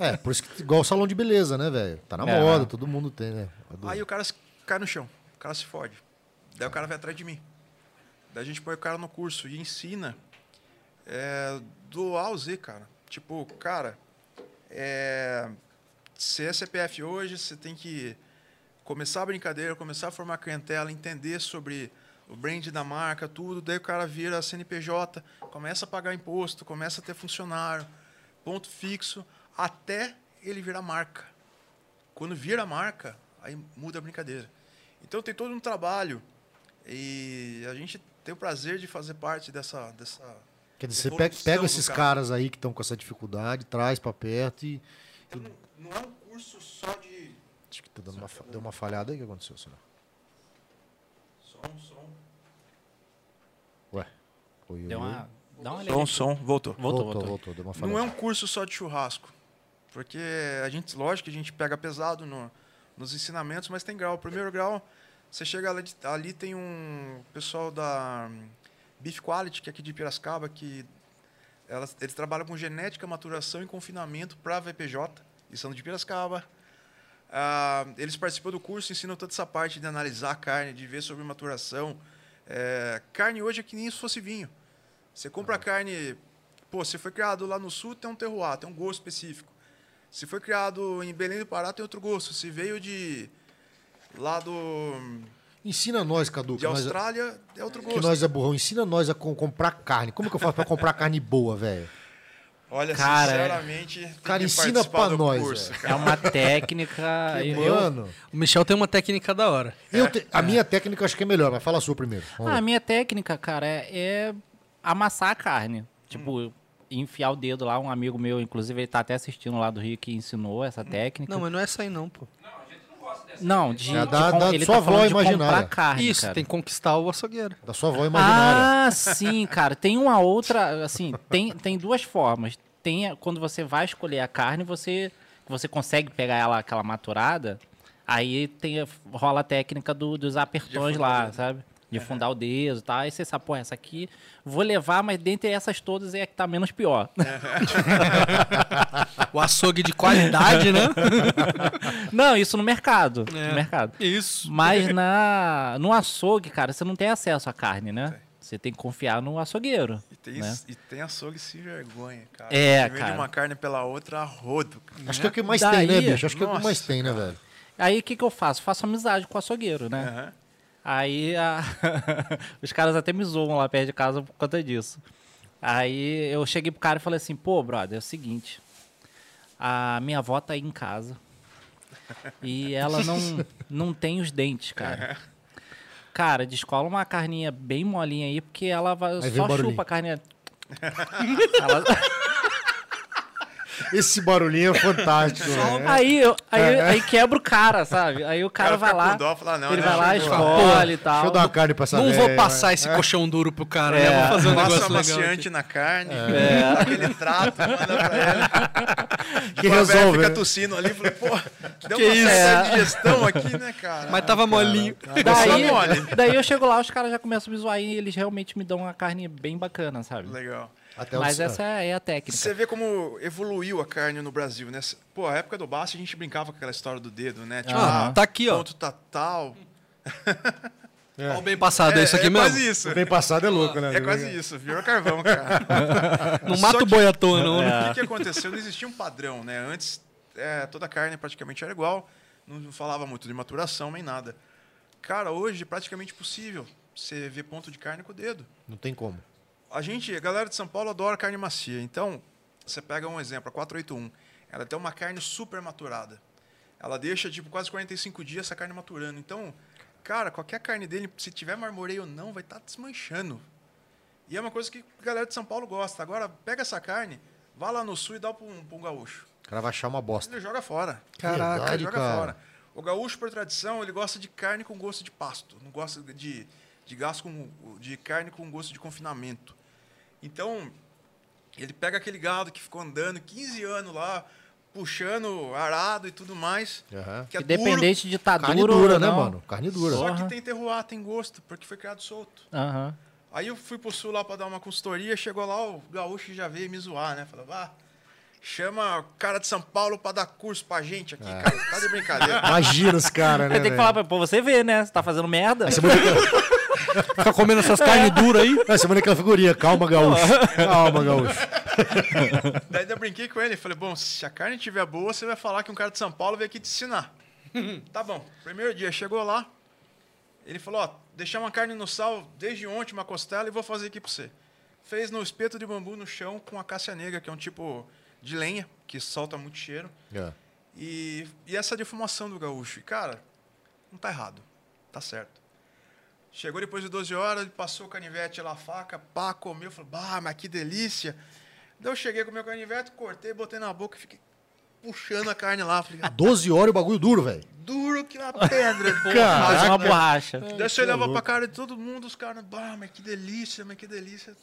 [SPEAKER 1] É, por isso que igual o salão de beleza, né, velho? Tá na
[SPEAKER 4] É.
[SPEAKER 1] moda, todo mundo tem, né? Adoro.
[SPEAKER 3] Aí o cara se- cai no chão, o cara se fode. Daí o cara vai atrás de mim. Daí a gente põe o cara no curso e ensina é, do A ao Z, cara. Tipo, cara, é, você é CPF hoje, você tem que começar a brincadeira, começar a formar clientela, entender sobre o brand da marca, tudo. Daí o cara vira CNPJ, começa a pagar imposto, começa a ter funcionário, ponto fixo, até ele virar marca. Quando vira a marca, aí muda a brincadeira. Então tem todo um trabalho E a gente tem o prazer de fazer parte dessa. dessa
[SPEAKER 1] Quer dizer, você
[SPEAKER 3] Evolução
[SPEAKER 1] pega, pega
[SPEAKER 3] do
[SPEAKER 1] esses
[SPEAKER 3] cara.
[SPEAKER 1] caras aí que estão com essa dificuldade, traz pra perto e.
[SPEAKER 3] Então, não, não é um curso só de.
[SPEAKER 1] Acho que tá dando uma, fa- deu uma falhada aí que aconteceu, senhor.
[SPEAKER 3] Som, som.
[SPEAKER 1] Ué. Oi, oi,
[SPEAKER 4] Deu
[SPEAKER 1] oi.
[SPEAKER 4] uma. Dá uma
[SPEAKER 3] Som,
[SPEAKER 4] olhada.
[SPEAKER 3] som, voltou.
[SPEAKER 4] Voltou, voltou.
[SPEAKER 1] deu uma
[SPEAKER 3] Não
[SPEAKER 1] falhada.
[SPEAKER 3] é um curso só de churrasco. Porque a gente, lógico que a gente pega pesado no- nos ensinamentos, mas tem grau. O primeiro grau, você chega ali, ali tem um pessoal da hum, Beef Quality, que é aqui de Piracicaba, que elas- eles trabalham com genética, maturação e confinamento para VPJ, e são de Piracicaba. Ah, eles participam do curso, ensinam toda essa parte de analisar a carne, de ver sobre maturação. É, carne hoje é que nem se fosse vinho. Você compra carne, pô, se foi criado lá no sul, tem um terroir, tem um gosto específico. Se foi criado em Belém do Pará, tem outro gosto. Se veio de lá do
[SPEAKER 1] Ensina nós, Cadu,
[SPEAKER 3] de
[SPEAKER 1] que nós,
[SPEAKER 3] Austrália, é outro
[SPEAKER 1] que
[SPEAKER 3] gosto.
[SPEAKER 1] nós é burrão. Ensina nós a com- comprar carne. Como que eu faço pra comprar carne boa, velho?
[SPEAKER 3] Olha,
[SPEAKER 4] Cara,
[SPEAKER 3] sinceramente, tem
[SPEAKER 1] é- Cara,
[SPEAKER 3] que
[SPEAKER 1] ensina
[SPEAKER 3] participar
[SPEAKER 1] pra
[SPEAKER 3] do
[SPEAKER 1] nós,
[SPEAKER 3] curso,
[SPEAKER 1] velho.
[SPEAKER 4] É uma técnica.
[SPEAKER 1] Que
[SPEAKER 4] eu-
[SPEAKER 1] Mano,
[SPEAKER 6] O Michel tem uma técnica da hora.
[SPEAKER 1] eu te- a minha técnica eu acho que é melhor, mas fala a sua primeiro. Vamos
[SPEAKER 4] Ah, a
[SPEAKER 1] ver.
[SPEAKER 4] minha técnica, cara, é, é amassar a carne. Tipo, enfiar o dedo lá. Um amigo meu, inclusive, ele tá até assistindo lá do Rio que ensinou essa técnica.
[SPEAKER 6] Não, mas não é essa aí não, pô.
[SPEAKER 4] Não,
[SPEAKER 1] Já
[SPEAKER 4] de, de
[SPEAKER 1] É, dá-
[SPEAKER 4] com-
[SPEAKER 1] dá
[SPEAKER 4] ele
[SPEAKER 1] sua
[SPEAKER 4] tá falando
[SPEAKER 1] avó
[SPEAKER 4] de comprar
[SPEAKER 1] imaginária.
[SPEAKER 4] carne,
[SPEAKER 6] Isso,
[SPEAKER 4] cara.
[SPEAKER 6] tem que conquistar o açougueiro.
[SPEAKER 1] Da sua avó imaginária.
[SPEAKER 4] Ah, sim, cara. Tem uma outra, assim, tem, tem duas formas. Tem a- quando você vai escolher a carne, você você consegue pegar ela aquela maturada, aí tem a- rola a técnica do- dos apertões
[SPEAKER 3] fundar o
[SPEAKER 4] lá,
[SPEAKER 3] dedo. É.
[SPEAKER 4] sabe? De fundar o dedo, tá? Aí você sabe, pô, essa aqui vou levar, mas dentre essas todas é a que tá menos pior.
[SPEAKER 3] É.
[SPEAKER 6] O açougue de qualidade, né?
[SPEAKER 4] Não, isso no mercado,
[SPEAKER 6] É.
[SPEAKER 4] no mercado.
[SPEAKER 6] Isso.
[SPEAKER 4] Mas na no açougue, cara, você não tem acesso à carne, né? Você tem que confiar no açougueiro.
[SPEAKER 3] E tem,
[SPEAKER 4] né?
[SPEAKER 3] e tem açougue sem vergonha, cara.
[SPEAKER 4] É,
[SPEAKER 3] que vende
[SPEAKER 4] cara.
[SPEAKER 3] uma carne pela outra a rodo.
[SPEAKER 1] Acho que é o que mais
[SPEAKER 4] Ah, Daí-
[SPEAKER 1] tem, né, bicho? Acho que é o que
[SPEAKER 3] Nossa,
[SPEAKER 1] mais tem, né, velho?
[SPEAKER 4] Aí o que, que eu faço? Faço amizade com o açougueiro, né?
[SPEAKER 3] Aham.
[SPEAKER 4] Aí a- os caras até me zoam lá perto de casa por conta disso. Aí eu cheguei pro cara e falei assim, pô, brother, é o seguinte. A minha avó tá aí em casa. E ela não, não tem os dentes, cara. Cara, descola uma carninha bem molinha aí, porque ela vai-
[SPEAKER 1] vem o
[SPEAKER 4] só
[SPEAKER 1] barulhinho.
[SPEAKER 4] chupa a carninha.
[SPEAKER 1] Esse barulhinho é fantástico, velho.
[SPEAKER 4] Aí, eu-
[SPEAKER 1] É.
[SPEAKER 4] aí, aí quebra o cara, sabe? Aí o cara,
[SPEAKER 3] cara
[SPEAKER 4] vai
[SPEAKER 3] fica
[SPEAKER 4] lá.
[SPEAKER 3] com dó, fala, "Não,
[SPEAKER 4] ele
[SPEAKER 3] né,
[SPEAKER 4] vai lá,
[SPEAKER 3] chegou lá."
[SPEAKER 4] escolhe um e tal.
[SPEAKER 1] Deixa eu dar uma carne pra essa
[SPEAKER 6] Não
[SPEAKER 1] véia,
[SPEAKER 6] vou
[SPEAKER 1] né?
[SPEAKER 6] passar esse colchão duro pro cara, né? Vou fazer um
[SPEAKER 3] Passa
[SPEAKER 6] negócio legal.
[SPEAKER 3] amaciante
[SPEAKER 6] aqui. É.
[SPEAKER 3] na carne, dá aquele trato, manda pra ela.
[SPEAKER 1] Que
[SPEAKER 3] Pô, a velha
[SPEAKER 1] resolve.
[SPEAKER 3] fica
[SPEAKER 1] né?
[SPEAKER 3] tossindo ali, falei, pô, deu
[SPEAKER 6] Que
[SPEAKER 3] uma
[SPEAKER 6] isso?
[SPEAKER 3] certa digestão aqui, né, cara?
[SPEAKER 6] Mas tava molinho.
[SPEAKER 4] Daí,
[SPEAKER 3] Só mole.
[SPEAKER 4] daí eu chego lá, os caras já começam a me zoar e eles realmente me dão uma carne bem bacana, sabe?
[SPEAKER 3] Legal.
[SPEAKER 1] Até o-
[SPEAKER 4] Mas essa é a técnica.
[SPEAKER 3] Você vê como evoluiu a carne no Brasil, né? Pô, a época do Bassi a gente brincava com aquela história do dedo, né? Tipo,
[SPEAKER 6] Ah, tá aqui, ó.
[SPEAKER 3] ponto tá tal.
[SPEAKER 6] Ó, o bem passado, é, isso aqui
[SPEAKER 3] é
[SPEAKER 6] mesmo? Tá
[SPEAKER 3] quase isso.
[SPEAKER 1] O bem passado é louco, né?
[SPEAKER 3] É quase isso, virou carvão, cara.
[SPEAKER 6] Não
[SPEAKER 3] Só
[SPEAKER 6] mata o
[SPEAKER 3] que-
[SPEAKER 6] boi à toa, não. né?
[SPEAKER 3] O que, que aconteceu? Não existia um padrão, né? Antes, é, toda a carne praticamente era igual. Não falava muito de maturação nem nada. Cara, hoje é praticamente possível você ver ponto de carne com o dedo.
[SPEAKER 1] Não tem como.
[SPEAKER 3] A gente, a galera de São Paulo adora carne macia. Então, você pega um exemplo, a 481. Ela tem uma carne super maturada. Ela deixa, tipo, quase 45 dias essa carne maturando. Então, cara, qualquer carne dele, se tiver marmoreio ou não, vai estar desmanchando. E é uma coisa que a galera de São Paulo gosta. Agora, pega essa carne, vá lá no sul e dá para um, pra um gaúcho.
[SPEAKER 1] O cara vai achar uma bosta.
[SPEAKER 3] Ele joga fora.
[SPEAKER 1] Caraca,
[SPEAKER 3] ele joga
[SPEAKER 1] cara.
[SPEAKER 3] fora. O gaúcho, por tradição, ele gosta de carne com gosto de pasto. Não gosta de, de, gás com, de carne com gosto de confinamento. Então, ele pega aquele gado que ficou andando 15 anos lá, puxando arado e tudo mais.
[SPEAKER 1] Aham.
[SPEAKER 3] Que é duro.
[SPEAKER 4] Independente de estar
[SPEAKER 1] Carne
[SPEAKER 4] Tá duro
[SPEAKER 1] dura,
[SPEAKER 4] ou
[SPEAKER 1] né,
[SPEAKER 4] não.
[SPEAKER 1] mano? Carne dura.
[SPEAKER 3] Só que
[SPEAKER 4] Porra.
[SPEAKER 3] tem terroir, tem gosto, porque foi criado solto.
[SPEAKER 4] Aham.
[SPEAKER 3] Aí eu fui pro sul lá pra dar uma consultoria, chegou lá, o gaúcho já veio me zoar, né? Falou, vá, chama o cara de São Paulo pra dar curso pra gente aqui, cara. Tá de brincadeira.
[SPEAKER 1] Imagina os
[SPEAKER 3] É,
[SPEAKER 1] caras, né?
[SPEAKER 4] Aí tem que falar pra, pô, você vê, né? Você tá fazendo merda.
[SPEAKER 6] Fica comendo essas carnes duras aí.
[SPEAKER 1] Essa É, semana que figurinha. Calma, gaúcho. Calma, gaúcho.
[SPEAKER 3] Daí eu brinquei com ele, falei, bom, se a carne tiver boa, você vai falar que um cara de São Paulo veio aqui te ensinar. tá bom, primeiro dia, chegou lá, ele falou, ó, deixei uma carne no sal desde ontem, uma costela, e vou fazer aqui pra você. Fez no espeto de bambu no chão com a cássia negra, que é um tipo de lenha, que solta muito cheiro.
[SPEAKER 1] É.
[SPEAKER 3] E, e essa defumação do gaúcho. E, cara, não tá errado. Tá certo. Chegou depois de 12 horas, ele passou o canivete lá, a faca, pá, comeu, falou, bah, mas que delícia. Daí eu cheguei com o meu canivete, cortei, botei na boca e fiquei puxando a carne lá. Falei, "Ah,
[SPEAKER 1] 12 horas e o bagulho duro, velho.
[SPEAKER 3] duro que na pedra.
[SPEAKER 4] Faz uma
[SPEAKER 3] Caraca.
[SPEAKER 4] borracha.
[SPEAKER 3] Daí você olhava pra cara de todo mundo, os caras, bah, mas que delícia, mas que delícia.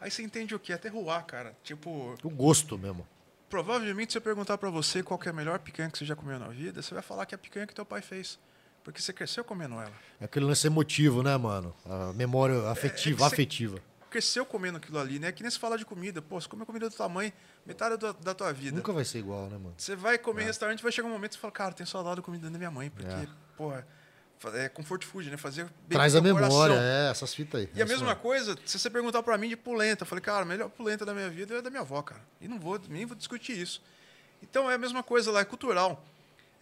[SPEAKER 3] Aí você entende o quê? Até ruar, cara. Tipo,
[SPEAKER 1] O gosto mesmo.
[SPEAKER 3] provavelmente se eu perguntar pra você qual que é a melhor picanha que você já comeu na vida, você vai falar que é a picanha que teu pai fez. Porque você cresceu comendo ela.
[SPEAKER 1] É aquele lance emotivo, né, mano? A memória afetiva,
[SPEAKER 3] É que cê-
[SPEAKER 1] afetiva.
[SPEAKER 3] Cresceu comendo aquilo ali, né? É Que nem se fala de comida. Pô, você comeu comida do tamanho, metade da, da tua vida.
[SPEAKER 1] Nunca vai ser igual, né, mano?
[SPEAKER 3] Você vai comer em restaurante, vai chegar um momento que você fala, cara, tem saudade da comida da minha mãe. Porque, porra, fa- é comfort food, né? Fazer bem
[SPEAKER 1] É. Traz a
[SPEAKER 3] pro teu
[SPEAKER 1] memória,
[SPEAKER 3] coração.
[SPEAKER 1] é, essas fitas aí.
[SPEAKER 3] E a
[SPEAKER 1] Essa-
[SPEAKER 3] mesma coisa, se você perguntar pra mim de polenta, eu falei, cara, a melhor polenta da minha vida é da minha avó, cara. E não vou, nem vou discutir isso. Então é a mesma coisa lá, é cultural.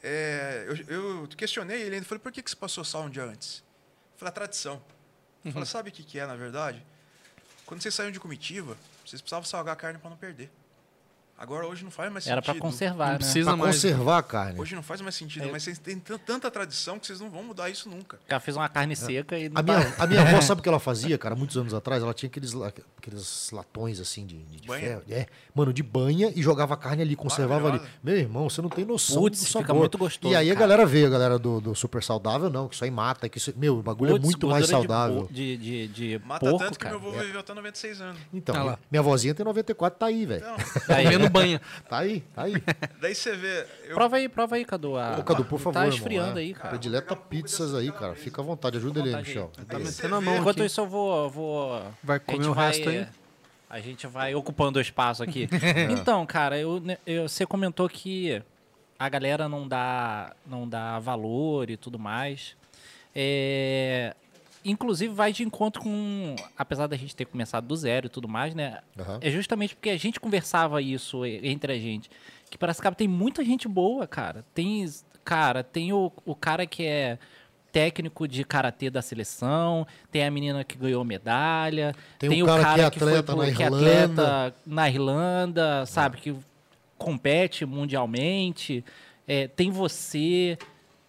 [SPEAKER 3] É, eu, eu questionei ele ainda, falei, por que, que você passou sal um dia antes? Eu Falei, a tradição.
[SPEAKER 4] Uhum.
[SPEAKER 3] Ele Falei, sabe o que, que é, na verdade? Quando vocês saíam de comitiva, vocês precisavam salgar a carne pra não perder. Agora hoje não faz mais
[SPEAKER 4] Era pra
[SPEAKER 3] sentido.
[SPEAKER 4] conservar, É.
[SPEAKER 6] Não
[SPEAKER 4] né?
[SPEAKER 6] precisa
[SPEAKER 1] Pra
[SPEAKER 6] mais.
[SPEAKER 1] conservar a carne.
[SPEAKER 3] Hoje não faz mais sentido, mas vocês têm tan- tanta tradição que vocês não vão mudar isso nunca.
[SPEAKER 4] O cara fez uma carne seca e não tá-
[SPEAKER 1] A minha,
[SPEAKER 3] tá.
[SPEAKER 1] a minha avó, sabe o que ela fazia, cara? Muitos anos atrás, ela tinha aqueles, la- aqueles latões assim de, de- de
[SPEAKER 3] Banha? Ah,
[SPEAKER 1] ferro. É, mano, de banha e jogava a carne ali, conservava ali.
[SPEAKER 3] Maravilhosa.
[SPEAKER 1] Meu irmão, você não tem noção
[SPEAKER 4] Putz,
[SPEAKER 1] do
[SPEAKER 4] fica
[SPEAKER 1] sabor.
[SPEAKER 4] muito gostoso,
[SPEAKER 1] E aí a
[SPEAKER 4] cara.
[SPEAKER 1] galera vê, a galera do, do super saudável, não, que isso aí mata. Que isso- meu, o bagulho é
[SPEAKER 4] Putz,
[SPEAKER 1] muito mais
[SPEAKER 4] gordura de
[SPEAKER 1] saudável.
[SPEAKER 4] po- De, de, de
[SPEAKER 3] Mata
[SPEAKER 4] porco,
[SPEAKER 3] tanto que
[SPEAKER 4] cara. É.
[SPEAKER 3] meu avô viveu até 96 anos.
[SPEAKER 1] Então,
[SPEAKER 6] Ah lá.
[SPEAKER 1] minha- minha vozinha tem 94, tá aí, velho.
[SPEAKER 3] Então,
[SPEAKER 6] Comendo banha.
[SPEAKER 1] Tá aí, tá aí.
[SPEAKER 3] daí você vê. eu-
[SPEAKER 4] Prova aí, prova aí, Cadu. A...
[SPEAKER 1] Ô, Cadu, por favor,
[SPEAKER 4] Tá
[SPEAKER 1] irmão,
[SPEAKER 4] esfriando
[SPEAKER 1] é.
[SPEAKER 4] aí, cara.
[SPEAKER 1] Predileta pizzas aí, cara. Fica à vontade, ajuda ele aí,
[SPEAKER 4] vontade aí.
[SPEAKER 1] Michel.
[SPEAKER 3] Aí
[SPEAKER 1] Ajuda ele.
[SPEAKER 3] você
[SPEAKER 6] metendo a mão
[SPEAKER 3] vê-
[SPEAKER 4] Enquanto
[SPEAKER 6] aqui.
[SPEAKER 4] isso, eu vou. eu vou-
[SPEAKER 6] Vai
[SPEAKER 4] a
[SPEAKER 6] comer
[SPEAKER 4] gente
[SPEAKER 6] o resto
[SPEAKER 4] vai-
[SPEAKER 6] aí?
[SPEAKER 4] A gente vai ocupando o espaço aqui. então, cara, eu, eu- você comentou que a galera não dá, não dá valor e tudo mais. É, inclusive, vai de encontro com. Apesar da gente ter começado do zero e tudo mais, né?
[SPEAKER 1] Aham.
[SPEAKER 4] É justamente porque a gente conversava isso e- entre a gente. Que Piracicaba tem muita gente boa, cara. Tem, cara, tem o, o cara que é técnico de karatê da seleção, tem a menina que ganhou medalha,
[SPEAKER 1] Tem
[SPEAKER 4] tem,
[SPEAKER 1] um
[SPEAKER 4] o
[SPEAKER 1] cara
[SPEAKER 4] cara,
[SPEAKER 1] que é
[SPEAKER 4] que, foi
[SPEAKER 1] atleta
[SPEAKER 4] pro-
[SPEAKER 1] na
[SPEAKER 4] que é
[SPEAKER 1] Irlanda.
[SPEAKER 4] atleta na Irlanda, sabe, que compete mundialmente. É, tem você.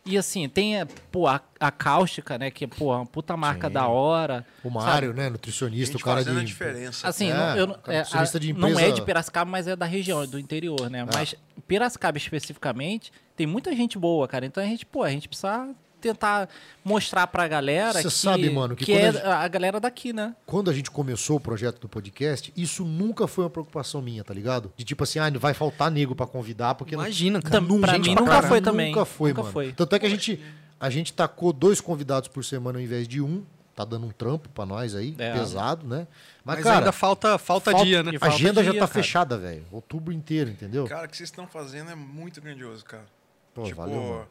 [SPEAKER 4] E assim, tem pô, a, a Cáustica, né? Que é pô, uma puta marca da hora.
[SPEAKER 1] O
[SPEAKER 4] sabe?
[SPEAKER 1] Mário, né? Nutricionista,
[SPEAKER 3] gente
[SPEAKER 1] o cara
[SPEAKER 3] fazendo a
[SPEAKER 1] de.
[SPEAKER 3] diferença.
[SPEAKER 4] Assim,
[SPEAKER 1] É,
[SPEAKER 4] não, eu, não-
[SPEAKER 1] cara,
[SPEAKER 4] é,
[SPEAKER 1] nutricionista
[SPEAKER 4] a-
[SPEAKER 1] de
[SPEAKER 4] não é
[SPEAKER 1] empresa- Ah.
[SPEAKER 4] de Piracicaba, mas é da região, é do interior, né? Mas Piracicaba especificamente, tem muita gente boa, cara. Então a gente, pô, a gente precisa tentar mostrar pra galera
[SPEAKER 1] Cê
[SPEAKER 4] que,
[SPEAKER 1] sabe, mano, que
[SPEAKER 4] que é
[SPEAKER 1] quando a
[SPEAKER 4] a galera daqui, né?
[SPEAKER 1] Quando a gente começou o projeto do podcast, isso nunca foi uma preocupação minha, tá ligado? De tipo assim, ah, não vai faltar nego pra convidar, porque não
[SPEAKER 6] Imagina, cara.
[SPEAKER 4] Tam- pra
[SPEAKER 1] gente
[SPEAKER 4] mim
[SPEAKER 1] pra
[SPEAKER 4] nunca
[SPEAKER 1] caralho.
[SPEAKER 4] foi também.
[SPEAKER 1] Nunca foi,
[SPEAKER 4] Nunca
[SPEAKER 1] mano.
[SPEAKER 4] foi.
[SPEAKER 1] Tanto é que a gente, a gente tacou dois convidados por semana ao invés de um. Tá dando um trampo pra nós aí,
[SPEAKER 4] É.
[SPEAKER 1] pesado, né? Mas,
[SPEAKER 6] Mas
[SPEAKER 1] cara,
[SPEAKER 6] ainda falta, falta,
[SPEAKER 4] falta-
[SPEAKER 6] dia, né?
[SPEAKER 4] e
[SPEAKER 1] a
[SPEAKER 4] falta
[SPEAKER 1] agenda já
[SPEAKER 4] dia,
[SPEAKER 1] tá
[SPEAKER 4] cara.
[SPEAKER 1] fechada, velho. Outubro inteiro, entendeu?
[SPEAKER 3] Cara, o que vocês estão fazendo é muito grandioso, cara.
[SPEAKER 1] Pô,
[SPEAKER 3] tipo,
[SPEAKER 1] valeu, mano.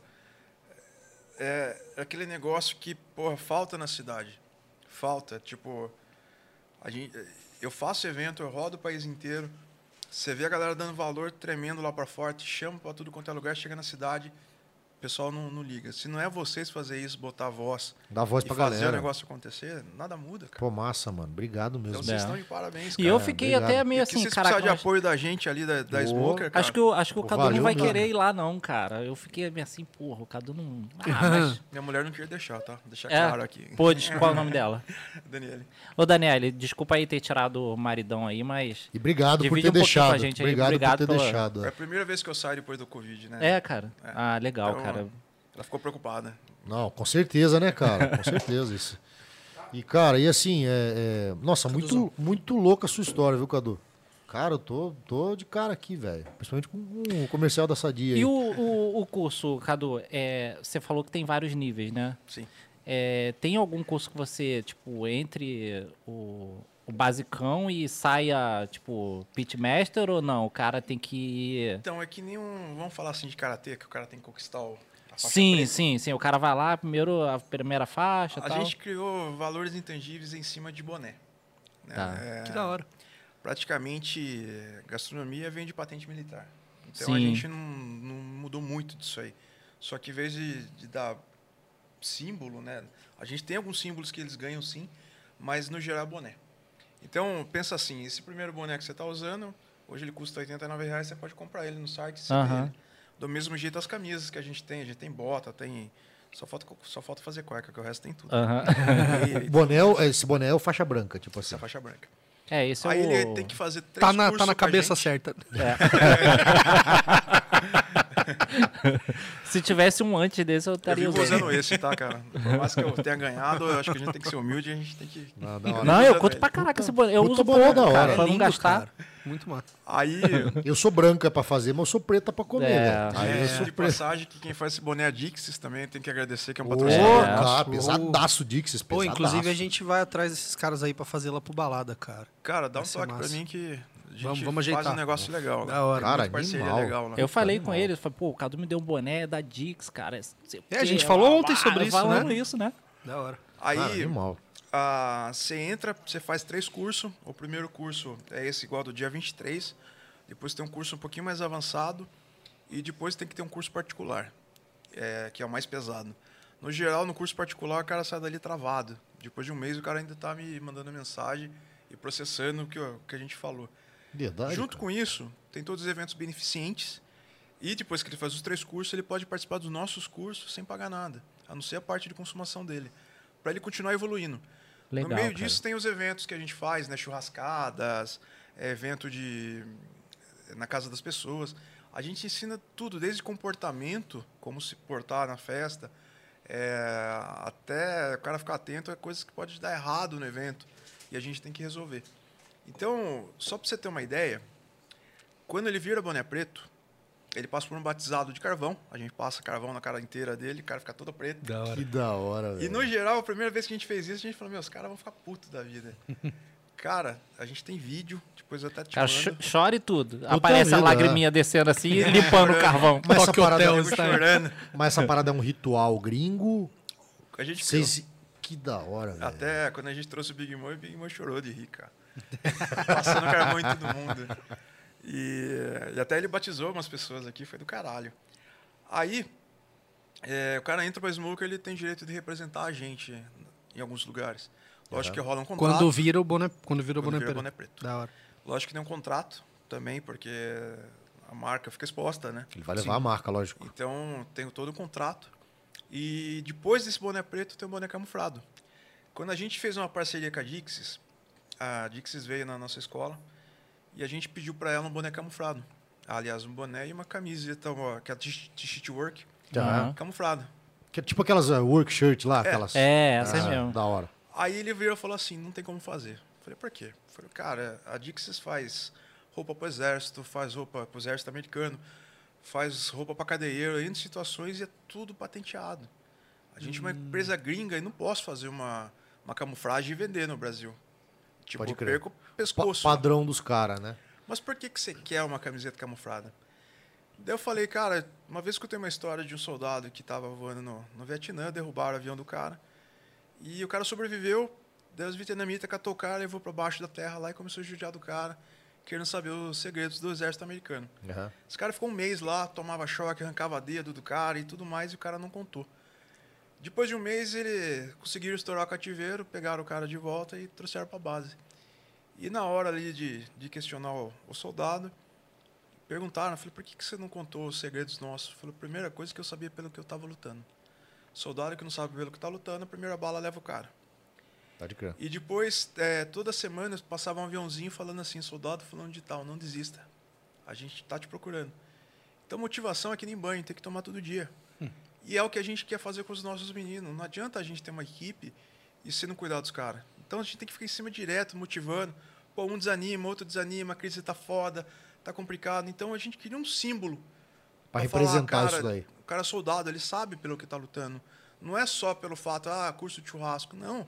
[SPEAKER 3] é, é aquele negócio que, porra, falta na cidade. Falta, tipo, a gente, eu faço evento, eu rodo o país inteiro. Você vê a galera dando valor tremendo lá pra fora, te chama pra tudo quanto é lugar, chega na cidade, o pessoal não, não liga. Se não é vocês fazer isso, botar a voz
[SPEAKER 1] Dá voz
[SPEAKER 3] e
[SPEAKER 1] pra
[SPEAKER 3] fazer
[SPEAKER 1] galera.
[SPEAKER 3] o negócio acontecer, nada muda, cara.
[SPEAKER 1] Pô, massa, mano. Obrigado mesmo.
[SPEAKER 3] então vocês
[SPEAKER 4] é.
[SPEAKER 3] estão de parabéns,
[SPEAKER 4] E
[SPEAKER 3] cara.
[SPEAKER 4] eu fiquei
[SPEAKER 1] obrigado.
[SPEAKER 4] até
[SPEAKER 3] E
[SPEAKER 4] meio
[SPEAKER 3] que
[SPEAKER 4] assim,
[SPEAKER 3] vocês
[SPEAKER 4] caraca,
[SPEAKER 3] precisam de
[SPEAKER 4] mas-
[SPEAKER 3] apoio da gente ali, da, da
[SPEAKER 1] Boa.
[SPEAKER 3] Smoker, cara.
[SPEAKER 4] Acho que, eu, acho que o
[SPEAKER 1] Pô,
[SPEAKER 4] Cadu
[SPEAKER 1] valeu
[SPEAKER 4] não vai
[SPEAKER 1] mesmo.
[SPEAKER 4] querer ir lá, não, cara. Eu fiquei meio assim, porra, o Cadu não. Ah, mas.
[SPEAKER 3] Minha mulher não queria deixar, tá? Vou Deixar
[SPEAKER 4] É,
[SPEAKER 3] claro aqui.
[SPEAKER 4] Pô, des- qual é o nome dela?
[SPEAKER 3] Daniele.
[SPEAKER 4] Ô, Daniele, desculpa aí ter tirado o maridão aí, mas.
[SPEAKER 1] E obrigado por
[SPEAKER 4] Divide
[SPEAKER 1] ter
[SPEAKER 4] um pouquinho
[SPEAKER 1] deixado.
[SPEAKER 4] com a gente aí,
[SPEAKER 1] obrigado, por
[SPEAKER 4] obrigado
[SPEAKER 1] ter
[SPEAKER 4] pela-
[SPEAKER 1] deixado.
[SPEAKER 3] É a primeira vez que eu saio depois do Covid, né?
[SPEAKER 4] É, cara. Ah, legal,
[SPEAKER 3] Então,
[SPEAKER 4] cara.
[SPEAKER 3] Ela ficou preocupada.
[SPEAKER 1] Não, com certeza, né, cara? Com certeza isso. E, cara, e assim, é, é- nossa, muito, muito louca a sua história, viu, Cadu? Cara, eu tô, tô de cara aqui, velho. Principalmente com o comercial da Sadia. aí.
[SPEAKER 4] E o, o, o curso, Cadu, é, você falou que tem vários níveis, né?
[SPEAKER 3] Sim.
[SPEAKER 4] É, tem algum curso que você, tipo, entre o, o basicão e saia, tipo, pitmaster ou não? O cara tem que ir...
[SPEAKER 3] Então, é que nem um. Vamos falar assim de karatê, que o cara tem que conquistar o. a faixa
[SPEAKER 4] Sim,
[SPEAKER 3] preta.
[SPEAKER 4] sim, sim. O cara vai lá, primeiro a primeira faixa e
[SPEAKER 3] A
[SPEAKER 4] tal.
[SPEAKER 3] gente criou valores intangíveis em cima de boné. né?
[SPEAKER 4] Tá.
[SPEAKER 3] É,
[SPEAKER 6] Que da hora.
[SPEAKER 3] praticamente, eh, gastronomia vem de patente militar. Então a
[SPEAKER 4] Sim.
[SPEAKER 3] gente não, não mudou muito disso aí. Só que em vez de, de dar símbolo, né? A gente tem alguns símbolos que eles ganham sim, mas no geral é boné. Então, pensa assim, esse primeiro boné que você está usando, hoje ele custa R$ 89 reais, você pode comprar ele no site e você tem
[SPEAKER 4] Aham.
[SPEAKER 3] ele. Do mesmo jeito as camisas que a gente tem, a gente tem bota, tem Só falta, co- só falta fazer cueca, que o resto tem tudo.
[SPEAKER 4] Aham.
[SPEAKER 3] E-
[SPEAKER 1] Bonel, esse boné é o faixa branca, tipo assim.
[SPEAKER 3] Essa faixa branca.
[SPEAKER 4] É, esse
[SPEAKER 3] Aí
[SPEAKER 4] é o... É.
[SPEAKER 3] ele tem que fazer três
[SPEAKER 6] Tá na, tá
[SPEAKER 3] cursos
[SPEAKER 6] na
[SPEAKER 3] com a
[SPEAKER 6] cabeça
[SPEAKER 3] gente.
[SPEAKER 6] certa.
[SPEAKER 4] Se tivesse um antes desse, eu
[SPEAKER 3] Eu
[SPEAKER 4] estaria
[SPEAKER 3] vivo
[SPEAKER 4] usando.
[SPEAKER 3] usando esse, tá, cara? Por mais que eu tenha ganhado, eu acho que a gente tem que ser humilde, a gente tem que...
[SPEAKER 1] Ah, da hora.
[SPEAKER 4] Não, eu
[SPEAKER 3] usando
[SPEAKER 4] curto
[SPEAKER 3] ele.
[SPEAKER 4] pra caraca esse boné. Eu
[SPEAKER 1] Puta
[SPEAKER 4] uso
[SPEAKER 1] boné
[SPEAKER 4] pouco,
[SPEAKER 1] da hora.
[SPEAKER 4] cara,
[SPEAKER 1] É
[SPEAKER 4] pra não
[SPEAKER 6] lindo,
[SPEAKER 4] gastar.
[SPEAKER 6] cara. Muito massa.
[SPEAKER 3] Aí,
[SPEAKER 1] Eu sou branca pra fazer, mas eu sou preta pra comer,
[SPEAKER 4] É.
[SPEAKER 1] velho. Aí eu
[SPEAKER 3] é,
[SPEAKER 1] sou
[SPEAKER 3] de
[SPEAKER 1] preta.
[SPEAKER 3] passagem, que quem faz esse boné é a Dixis também, tem que agradecer, que é um
[SPEAKER 1] Ô,
[SPEAKER 3] patrocinador.
[SPEAKER 4] né?
[SPEAKER 1] cara,
[SPEAKER 6] Nossa,
[SPEAKER 1] pesadaço Dixis,
[SPEAKER 6] Pô,
[SPEAKER 1] pesadaço.
[SPEAKER 6] inclusive a gente vai atrás desses caras aí pra fazer lá pro balada, cara.
[SPEAKER 3] Cara, dá um
[SPEAKER 6] Vai ser
[SPEAKER 3] toque pra
[SPEAKER 6] é massa.
[SPEAKER 3] mim que a gente
[SPEAKER 6] Vamos- vamos
[SPEAKER 3] faz
[SPEAKER 6] ajeitar.
[SPEAKER 3] um negócio legal. Né?
[SPEAKER 6] Da hora.
[SPEAKER 1] Cara,
[SPEAKER 3] Uma parceria
[SPEAKER 1] animal.
[SPEAKER 3] legal. Né?
[SPEAKER 4] Eu falei com ele, eu falei, pô, o Cadu me deu um boné da Dix, cara. não sei o
[SPEAKER 6] É, a
[SPEAKER 4] quê,
[SPEAKER 6] gente falou
[SPEAKER 4] blá,
[SPEAKER 6] ontem
[SPEAKER 4] blá,
[SPEAKER 6] sobre isso,
[SPEAKER 4] falando
[SPEAKER 6] né?
[SPEAKER 4] isso, né?
[SPEAKER 3] Tipo,
[SPEAKER 6] Da hora.
[SPEAKER 3] Aí,
[SPEAKER 1] Cara, animal.
[SPEAKER 3] Ah, você entra, você faz três cursos. O primeiro curso é esse igual do dia 23. Depois tem um curso um pouquinho mais avançado. E depois tem que ter um curso particular, é, que é o mais pesado. No geral, no curso particular, o cara sai dali travado. Depois de um mês, o cara ainda tá me mandando mensagem e processando o que, o que a gente falou.
[SPEAKER 1] Verdade,
[SPEAKER 3] Junto
[SPEAKER 1] cara.
[SPEAKER 3] com isso, tem todos os eventos beneficentes. E depois que ele faz os três cursos, ele pode participar dos nossos cursos sem pagar nada, a não ser a parte de consumação dele, para ele continuar evoluindo.
[SPEAKER 4] Legal,
[SPEAKER 3] no meio
[SPEAKER 4] cara.
[SPEAKER 3] disso, tem os eventos que a gente faz, né? Churrascadas, é, evento de na casa das pessoas. A gente ensina tudo, desde comportamento, como se portar na festa, é, até o cara ficar atento a coisas que pode dar errado no evento e a gente tem que resolver. Então, só para você ter uma ideia, quando ele vira boné preto, ele passa por um batizado de carvão. A gente passa carvão na cara inteira dele, o cara fica todo preto.
[SPEAKER 6] Da hora.
[SPEAKER 1] Que da hora,
[SPEAKER 3] E
[SPEAKER 1] velho.
[SPEAKER 3] no geral, a primeira vez que a gente fez isso, a gente falou: Meu, os caras vão ficar putos da vida. cara, a gente tem vídeo, depois eu até te
[SPEAKER 4] Cara,
[SPEAKER 3] mando.
[SPEAKER 4] cho- chora e tudo. Aparece a
[SPEAKER 1] vida,
[SPEAKER 6] né?
[SPEAKER 4] lagriminha descendo assim e limpando o carvão.
[SPEAKER 1] Mas essa
[SPEAKER 6] Toque
[SPEAKER 1] parada
[SPEAKER 6] hotel,
[SPEAKER 1] é
[SPEAKER 3] Eu chorando.
[SPEAKER 1] Mas essa parada é um ritual gringo.
[SPEAKER 3] A gente
[SPEAKER 1] Vocês... Que da hora, velho.
[SPEAKER 3] Até quando a gente trouxe o Big Mo, o Big Mo chorou de rir, cara. Passando carvão em todo mundo. E, e até ele batizou umas pessoas aqui, foi do caralho. Aí, é, o cara entra pra Smoke, ele tem direito de representar a gente em alguns lugares. Lógico que rola um contrato.
[SPEAKER 6] Quando vira o boné, quando vira o
[SPEAKER 3] Quando
[SPEAKER 6] boné,
[SPEAKER 3] vira o
[SPEAKER 6] preto.
[SPEAKER 3] boné preto.
[SPEAKER 6] Da hora.
[SPEAKER 3] Lógico que tem um contrato também, porque a marca fica exposta, né?
[SPEAKER 1] Ele vai levar a marca, lógico.
[SPEAKER 3] Então, tenho todo o contrato. E depois desse boné preto, tem um boné camuflado. Quando a gente fez uma parceria com a Dixis, a Dixis veio na nossa escola e a gente pediu para ela um boné camuflado. Aliás, um boné e uma então, camiseta, uma- aquela t- é t-shirt work,
[SPEAKER 1] Tá.
[SPEAKER 3] camuflado.
[SPEAKER 1] Que é tipo aquelas uh, work shirt lá, aquelas.
[SPEAKER 4] É, essa
[SPEAKER 1] Ah,
[SPEAKER 4] mesmo.
[SPEAKER 1] Da hora.
[SPEAKER 3] Aí ele virou e falou assim, não tem como fazer. Eu Falei, por quê? Eu Falei, cara, a Dixis faz roupa pro exército, faz roupa pro exército americano, faz roupa pra cadeieiro, entre situações e é tudo patenteado. A gente é uma
[SPEAKER 1] Hum.
[SPEAKER 3] empresa gringa e não posso fazer uma, uma camuflagem e vender no Brasil. Tipo,
[SPEAKER 1] Pode
[SPEAKER 3] eu
[SPEAKER 1] crer.
[SPEAKER 3] perco o
[SPEAKER 1] Pa-
[SPEAKER 3] pescoço.
[SPEAKER 1] padrão dos caras, né?
[SPEAKER 3] Mas por que, que você quer uma camiseta camuflada? Daí eu falei, cara, uma vez que eu tenho uma história de um soldado que estava voando no, no Vietnã, derrubaram o avião do cara. E o cara sobreviveu. Daí os vietnamitas catou o cara, levou para baixo da terra lá e começou a judiar do cara, querendo saber os segredos do exército americano. Esse cara ficou um mês lá, tomava choque, arrancava dedo do cara e tudo mais, e o cara não contou. Depois de um mês, ele conseguiram estourar o cativeiro, pegaram o cara de volta e trouxeram para base. E na hora ali de, de questionar o, o soldado, perguntaram, eu falei, por que, que você não contou os segredos nossos? Ele Falou, primeira coisa é que eu sabia pelo que eu estava lutando. Soldado que não sabe pelo que está lutando, a primeira bala leva o cara.
[SPEAKER 1] Pode crer.
[SPEAKER 3] E depois, é, toda semana, passava um aviãozinho falando assim, soldado fulano de tal, não desista. A gente tá te procurando. Então, motivação é que nem banho, tem que tomar todo dia. E é o que a gente quer fazer com os nossos meninos. Não adianta a gente ter uma equipe e você não cuidar dos caras. Então, a gente tem que ficar em cima direto, motivando. Pô, um desanima, outro desanima, a crise tá foda, tá complicado. Então, a gente queria um símbolo.
[SPEAKER 1] Pra
[SPEAKER 3] falar,
[SPEAKER 1] representar
[SPEAKER 3] cara,
[SPEAKER 1] isso daí.
[SPEAKER 3] O cara é soldado, ele sabe pelo que tá lutando. Não é só pelo fato, ah, curso de churrasco. Não.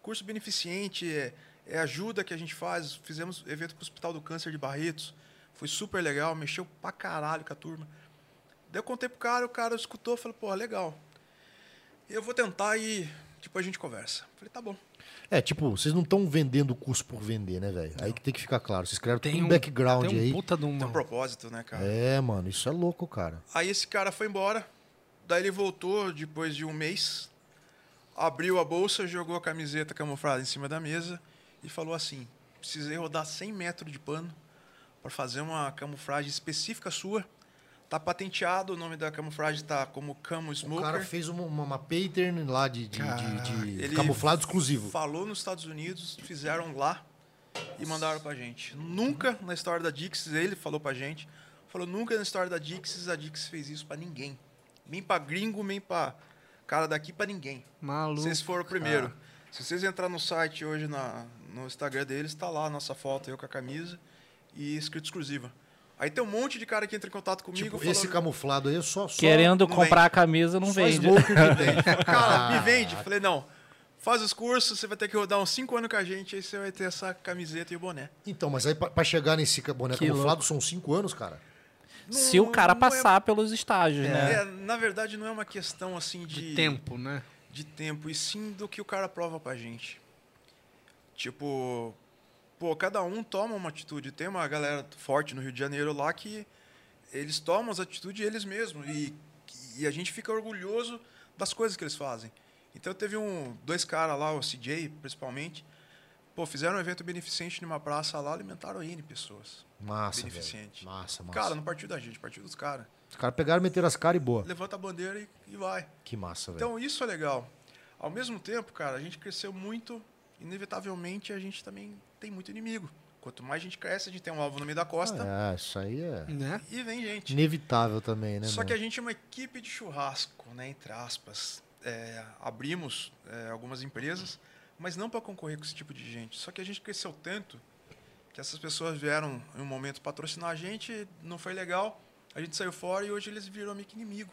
[SPEAKER 3] Curso beneficente, é, é ajuda que a gente faz. Fizemos evento com o Hospital do Câncer de Barretos. Foi super legal, mexeu pra caralho com a turma. Daí eu contei pro cara, o cara escutou e falou, pô, legal. Eu vou tentar e depois a gente conversa. Falei, tá bom.
[SPEAKER 1] É, tipo, vocês não estão vendendo o curso por vender, né, velho? Aí que tem que ficar claro. Vocês criaram tem um background
[SPEAKER 6] tem um
[SPEAKER 1] aí.
[SPEAKER 6] puta de
[SPEAKER 3] Tem um
[SPEAKER 6] uma...
[SPEAKER 3] propósito, né, cara?
[SPEAKER 1] É, mano, isso é louco, cara.
[SPEAKER 3] Aí esse cara foi embora. Daí ele voltou depois de um mês, abriu a bolsa, jogou a camiseta camuflada em cima da mesa e falou assim: precisei rodar 100 metros de pano para fazer uma camuflagem específica sua, Tá patenteado, o nome da camuflagem tá como Camo
[SPEAKER 1] O
[SPEAKER 3] Smoker.
[SPEAKER 1] cara fez uma, uma, uma pattern lá de, de, de- de
[SPEAKER 3] é. Ele
[SPEAKER 1] camuflado exclusivo.
[SPEAKER 3] Falou nos Estados Unidos, fizeram lá e mandaram pra gente. Nunca na história da Dixis, ele falou pra gente. Falou, nunca na história da Dixis, a Dixis fez isso pra ninguém. Nem pra gringo, nem pra cara daqui, pra ninguém.
[SPEAKER 6] Maluco.
[SPEAKER 3] Vocês foram o primeiro. Se vocês entrarem no site hoje, na, no Instagram deles, tá lá a nossa foto, eu com a camisa e escrito exclusiva. Aí tem um monte de cara que entra em contato comigo
[SPEAKER 1] Tipo,
[SPEAKER 3] falando,
[SPEAKER 1] esse camuflado aí é só. só
[SPEAKER 4] Querendo
[SPEAKER 3] não
[SPEAKER 4] comprar a camisa, não
[SPEAKER 1] só
[SPEAKER 4] vende.
[SPEAKER 1] smoker que tem.
[SPEAKER 3] cara, me vende. Falei, não, faz os cursos, você vai ter que rodar uns 5 anos com a gente, aí você vai ter essa camiseta e o boné.
[SPEAKER 1] Então, mas aí pra, pra chegar nesse ca- boné
[SPEAKER 4] Que
[SPEAKER 1] camuflado são cinco anos, cara.
[SPEAKER 4] Se o cara
[SPEAKER 3] Não é-
[SPEAKER 4] passar pelos estágios, né?
[SPEAKER 3] É, na verdade, não é uma questão assim de,
[SPEAKER 6] De tempo, né?
[SPEAKER 3] de tempo, e sim do que o cara prova pra gente. Tipo, pô, cada um toma uma atitude. Tem uma galera forte no Rio de Janeiro lá que eles tomam as atitudes eles mesmos. E, e a gente fica orgulhoso das coisas que eles fazem. Então teve um, dois caras lá, o CJ principalmente, pô, fizeram um evento beneficente numa praça lá, alimentaram N pessoas.
[SPEAKER 1] Massa, velho.
[SPEAKER 3] Beneficente.
[SPEAKER 1] Massa, massa.
[SPEAKER 3] Cara, não partiu da gente, partiu dos caras.
[SPEAKER 1] Os caras pegaram, meteram as caras e boa.
[SPEAKER 3] Levanta a bandeira e- e vai.
[SPEAKER 1] Que massa, velho.
[SPEAKER 3] Então isso é legal. Ao mesmo tempo, cara, a gente cresceu muito, inevitavelmente a gente também tem muito inimigo. Quanto mais a gente cresce, a gente tem um alvo no meio da costa
[SPEAKER 1] Ah, é, isso aí é
[SPEAKER 6] Né?
[SPEAKER 3] e vem gente.
[SPEAKER 1] inevitável também, né?
[SPEAKER 3] Só que
[SPEAKER 1] mano?
[SPEAKER 3] a gente é uma equipe de churrasco, né? Entre aspas. É, abrimos é, algumas empresas, mas não para concorrer com esse tipo de gente. Só que a gente cresceu tanto que essas pessoas vieram em um momento patrocinar a gente, não foi legal, a gente saiu fora e hoje eles viram meio que inimigo.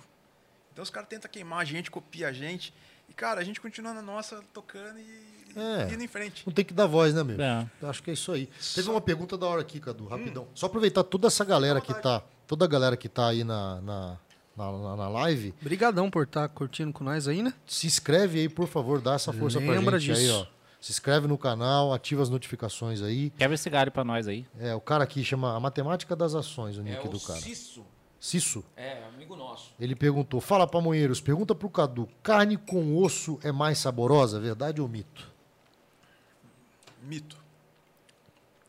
[SPEAKER 3] Então os caras tentam queimar a gente, copia a gente. E, cara, a gente continua na nossa, tocando e,
[SPEAKER 1] É.
[SPEAKER 3] e indo em frente.
[SPEAKER 1] Não tem que dar voz, né, meu?
[SPEAKER 4] É.
[SPEAKER 1] Eu Acho que é isso aí. Teve
[SPEAKER 3] Só- Hum.
[SPEAKER 1] uma pergunta da hora aqui, Cadu, rapidão. Só aproveitar toda essa galera que tá. Toda a galera que tá aí na, na, na, na- na live.
[SPEAKER 6] Obrigadão por estar curtindo com nós aí, né?
[SPEAKER 1] Se inscreve aí, por favor, dá essa força pra
[SPEAKER 6] Lembra
[SPEAKER 1] gente aí,
[SPEAKER 6] disso.
[SPEAKER 1] ó. Se inscreve no canal, ativa as notificações aí.
[SPEAKER 4] Quebra esse galho pra nós aí.
[SPEAKER 1] É, o cara aqui chama a matemática das ações, o
[SPEAKER 2] É
[SPEAKER 1] nick
[SPEAKER 2] o
[SPEAKER 1] do cara.
[SPEAKER 2] Cisso.
[SPEAKER 1] Cisso.
[SPEAKER 2] É, amigo nosso.
[SPEAKER 1] Ele perguntou: Fala Pamonheiros, pergunta pro Cadu: carne com osso é mais saborosa? Verdade ou mito?
[SPEAKER 3] Mito.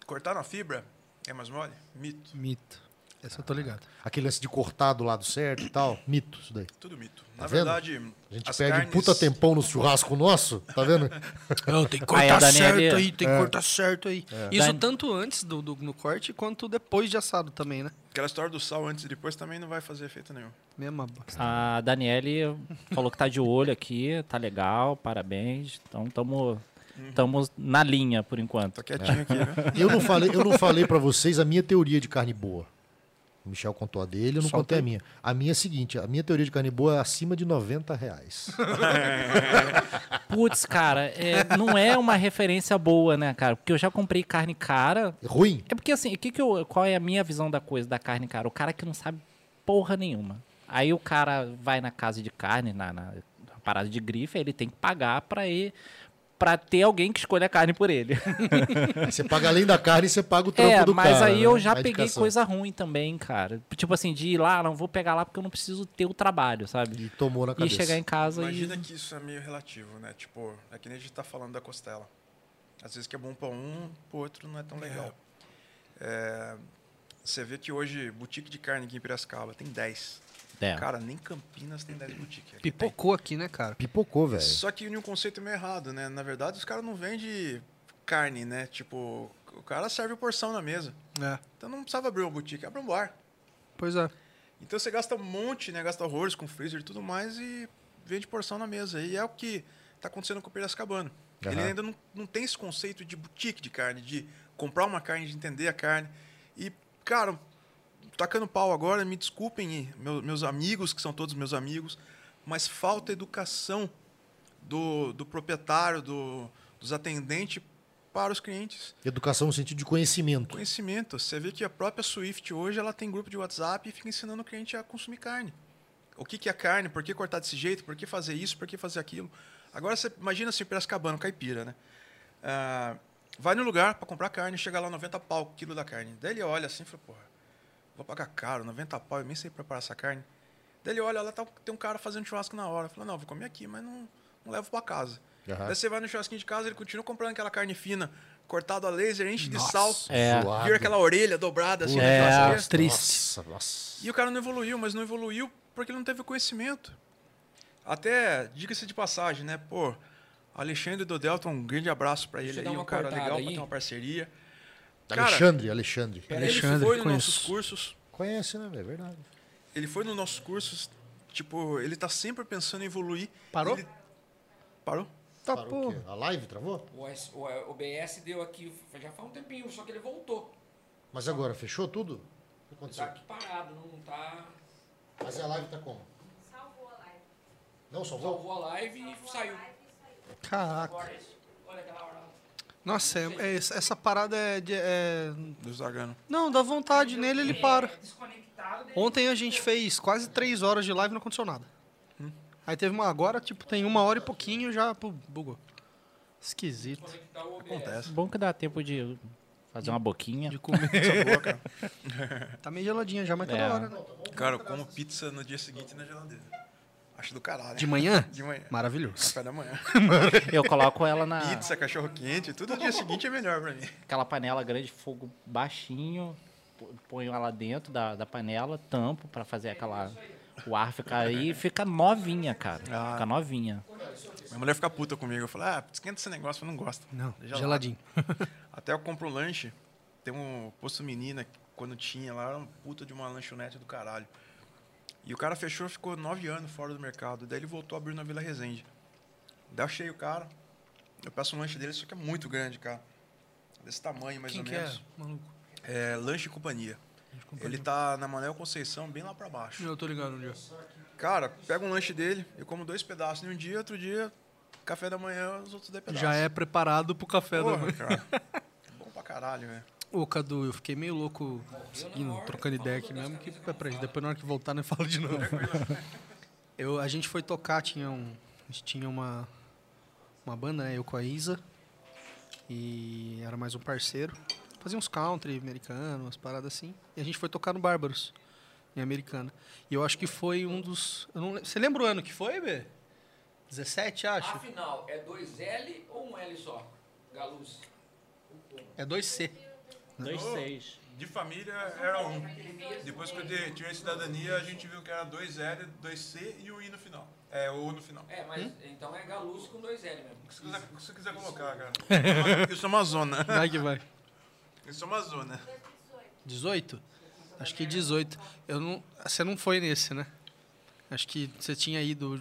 [SPEAKER 3] Cortar na fibra é mais mole? Mito.
[SPEAKER 6] Mito. Essa eu tô ligado.
[SPEAKER 1] Aquele lance de cortar do lado certo e tal. Mito, isso daí.
[SPEAKER 3] Tudo mito.
[SPEAKER 1] Tá
[SPEAKER 3] na
[SPEAKER 1] vendo?
[SPEAKER 3] verdade,
[SPEAKER 1] A gente
[SPEAKER 3] as
[SPEAKER 1] perde um
[SPEAKER 3] carnes...
[SPEAKER 1] puta tempão no churrasco nosso, tá vendo?
[SPEAKER 6] Não, tem que
[SPEAKER 4] Aí a
[SPEAKER 6] cortar
[SPEAKER 4] Daniele-
[SPEAKER 6] certo aí, é. tem que cortar certo aí. Isso
[SPEAKER 4] Dan-
[SPEAKER 6] tanto antes do, do no corte quanto depois de assado também, né?
[SPEAKER 3] Aquela história do sal antes e depois também não vai fazer efeito nenhum.
[SPEAKER 6] Mesma bosta.
[SPEAKER 4] A Daniele falou que tá de olho aqui, tá legal, parabéns. Então tamo, tamo na linha por enquanto.
[SPEAKER 3] Tô Tá quietinho aqui, viu?
[SPEAKER 1] Eu não falei, eu não falei para vocês a minha teoria de carne boa. O Michel contou a dele, eu não
[SPEAKER 6] Solta
[SPEAKER 1] contei a
[SPEAKER 6] aí.
[SPEAKER 1] minha. A minha é a seguinte: a minha teoria de carne boa é acima de 90 reais.
[SPEAKER 4] Putz, cara, é, não é uma referência boa, né, cara? Porque eu já comprei carne cara.
[SPEAKER 1] É Ruim?
[SPEAKER 4] É porque assim, o que que eu, qual é a minha visão da coisa da carne cara? O cara que não sabe porra nenhuma. Aí o cara vai na casa de carne, na, na- na parada de grife, aí ele tem que pagar pra ir para ter alguém que escolha a carne por ele.
[SPEAKER 1] Você paga além da carne e você paga o trampo
[SPEAKER 4] É,
[SPEAKER 1] do cara.
[SPEAKER 4] mas aí
[SPEAKER 1] né?
[SPEAKER 4] eu já
[SPEAKER 1] A
[SPEAKER 4] peguei
[SPEAKER 1] dedicação.
[SPEAKER 4] coisa ruim também, cara. Tipo assim, de ir lá, não vou pegar lá porque eu não preciso ter o trabalho, sabe?
[SPEAKER 1] E tomou na
[SPEAKER 4] E
[SPEAKER 1] cabeça.
[SPEAKER 4] chegar em casa
[SPEAKER 3] Imagina
[SPEAKER 4] e.
[SPEAKER 3] que isso é meio relativo, né? Tipo, é que nem a gente tá falando da costela. Às vezes que é bom pra um, pro outro não é tão legal. É, você vê que hoje, boutique de carne aqui em Piracicaba tem 10.
[SPEAKER 4] É.
[SPEAKER 3] Cara, nem Campinas tem 10 boutiques. Aqui tem.
[SPEAKER 6] Pipocou aqui, né, cara?
[SPEAKER 1] Pipocou, velho.
[SPEAKER 3] Só que um conceito meio errado, né? Na verdade, os caras não vendem carne, né? Tipo, o cara serve porção na mesa.
[SPEAKER 6] É.
[SPEAKER 3] Então não precisava abrir uma boutique, abre um bar.
[SPEAKER 6] Pois é.
[SPEAKER 3] Então você gasta um monte, né? Gasta horrores com freezer e tudo mais e vende porção na mesa. E é o que tá acontecendo com o Piracicabano. Ele
[SPEAKER 1] Aham.
[SPEAKER 3] ainda não, não tem esse conceito de boutique de carne, de comprar uma carne, de entender a carne. E, cara, tacando pau agora, me desculpem, meu- meus amigos, que são todos meus amigos, mas falta educação do, do proprietário, do, dos atendentes para os clientes
[SPEAKER 1] Educação no sentido de conhecimento.
[SPEAKER 3] conhecimento. Você vê que a própria Swift hoje ela tem grupo de WhatsApp e fica ensinando o cliente a consumir carne. O que, que é carne, por que cortar desse jeito, por que fazer isso, por que fazer aquilo. Agora você imagina assim, Piracicabano, caipira, né? Ah, vai no lugar para comprar carne, chega lá 90 pau o quilo da carne. Daí ele olha assim e fala, porra, vou pagar caro, 90 pau, eu nem sei preparar essa carne. Daí ele olha, lá tá, tem um cara fazendo churrasco na hora. Fala, não, vou comer aqui, mas não, não levo para casa.
[SPEAKER 1] Aham.
[SPEAKER 3] Daí você vai no churrasquinho de casa, ele continua comprando aquela carne fina, cortado a laser, enche de sal,
[SPEAKER 4] É.
[SPEAKER 1] Zoado.
[SPEAKER 3] vira aquela orelha dobrada assim,
[SPEAKER 1] né,
[SPEAKER 4] É.
[SPEAKER 3] naquela
[SPEAKER 6] Nossa, triste.
[SPEAKER 1] Nossa, nossa.
[SPEAKER 3] e o cara não evoluiu, mas não evoluiu porque ele não teve conhecimento. Até, diga-se de passagem, né? Pô, Alexandre do Delta, um grande abraço pra ele
[SPEAKER 2] Deixa eu
[SPEAKER 3] aí,
[SPEAKER 2] dar
[SPEAKER 3] um
[SPEAKER 2] uma
[SPEAKER 3] cara
[SPEAKER 2] cortada
[SPEAKER 3] legal
[SPEAKER 2] aí.
[SPEAKER 3] pra ter uma parceria. Cara,
[SPEAKER 1] Alexandre, Alexandre.
[SPEAKER 3] ele
[SPEAKER 6] Alexandre,
[SPEAKER 3] foi nos
[SPEAKER 6] conheço.
[SPEAKER 3] nossos cursos,
[SPEAKER 1] Conhece, né? É verdade.
[SPEAKER 3] ele foi nos nossos cursos, tipo, ele tá sempre pensando em evoluir.
[SPEAKER 5] Parou?
[SPEAKER 3] Ele- Parou?
[SPEAKER 5] Tá,
[SPEAKER 1] Parou o quê? A live travou?
[SPEAKER 2] O, S- o é, o OBS deu aqui já faz um tempinho, só que ele voltou.
[SPEAKER 1] Mas agora, fechou tudo? O que aconteceu?
[SPEAKER 2] Tá aqui parado, não tá.
[SPEAKER 1] Mas a live tá como? Salvou a live. Não, salvou?
[SPEAKER 2] Salvou a live e saiu.
[SPEAKER 6] Caraca.
[SPEAKER 2] Olha isso. Olha aquela hora.
[SPEAKER 6] Nossa, é- é essa essa parada é, de- é-
[SPEAKER 3] Do Zagano.
[SPEAKER 6] Não, dá vontade nele,
[SPEAKER 2] é
[SPEAKER 6] ele para. Ontem a
[SPEAKER 2] tá
[SPEAKER 6] gente fez quase três horas de live e não aconteceu nada.
[SPEAKER 3] Hum.
[SPEAKER 6] Aí teve uma agora, tipo, tem uma hora e pouquinho já pô, bugou. Esquisito.
[SPEAKER 2] Conectar Então, o OBS.
[SPEAKER 3] Acontece.
[SPEAKER 4] Bom que dá tempo de fazer uma boquinha.
[SPEAKER 6] De comer.
[SPEAKER 3] Essa boa, cara.
[SPEAKER 6] tá meio geladinha já, mas
[SPEAKER 3] É.
[SPEAKER 6] tá da hora, né?
[SPEAKER 3] Cara, eu como pizza no dia seguinte na geladeira. Acho do caralho. né?
[SPEAKER 6] De manhã?
[SPEAKER 3] De manhã.
[SPEAKER 6] Maravilhoso.
[SPEAKER 3] Café da manhã.
[SPEAKER 4] Eu coloco ela na
[SPEAKER 3] Pizza, cachorro quente, tudo dia seguinte é melhor pra mim.
[SPEAKER 4] aquela panela grande, fogo baixinho, po- ponho ela dentro da, da panela, tampo pra fazer aquela. O ar ficar aí e fica novinha, cara.
[SPEAKER 1] Ah.
[SPEAKER 4] Fica novinha.
[SPEAKER 3] Minha mulher fica puta comigo. Eu falo, ah, esquenta esse negócio, eu não gosto.
[SPEAKER 6] Não,
[SPEAKER 3] Gelado.
[SPEAKER 6] geladinho.
[SPEAKER 3] Até eu compro um lanche. Tem um posto menina, que quando tinha lá, era um puta de uma lanchonete do caralho. E o cara fechou, ficou nove anos fora do mercado. Daí ele voltou a abrir na Vila Resende. Daí eu achei o cara, eu peço um lanche dele, só que é muito grande, cara. Desse tamanho, mais
[SPEAKER 6] Quem
[SPEAKER 3] ou
[SPEAKER 6] que é,
[SPEAKER 3] menos.
[SPEAKER 6] maluco?
[SPEAKER 3] É? lanche e companhia. Ele tá na Manuel Conceição, bem lá pra baixo.
[SPEAKER 6] Eu tô ligado um dia.
[SPEAKER 3] Cara, pega um lanche dele, eu como dois pedaços em um dia, outro dia, café da manhã, os outros dez pedaços.
[SPEAKER 6] Já é preparado pro café da
[SPEAKER 3] Porra,
[SPEAKER 6] manhã.
[SPEAKER 3] cara. Bom pra caralho, né? velho.
[SPEAKER 6] Ô, Cadu, eu fiquei meio louco seguindo, trocando ideia aqui mesmo, que é pra isso. Depois, na hora que voltar, não falo de novo. Eu, a gente foi tocar, tinha um, a gente tinha uma, uma banda, né, eu com a Isa, e era mais um parceiro. Fazia uns country americanos, umas paradas assim. E a gente foi tocar no Bárbaros, em Americana. E eu acho que foi um dos... eu não lem- você lembra o ano que foi, Bê? 17, acho?
[SPEAKER 2] Afinal, é 2L ou um L só? Galuz.
[SPEAKER 6] É 2C.
[SPEAKER 4] Dois seis.
[SPEAKER 3] De família era um. Depois que eu te- tirei a cidadania, a gente viu que era 2L, 2C e o I no final. É, o U no final.
[SPEAKER 2] É, mas então é Galuz com 2L mesmo.
[SPEAKER 3] O que você quiser, o que você quiser colocar, cara. Isso é uma zona.
[SPEAKER 6] Vai que vai.
[SPEAKER 3] Isso é uma zona.
[SPEAKER 6] 18? Acho que 18. Eu não, você não foi nesse, né? Acho que você tinha ido.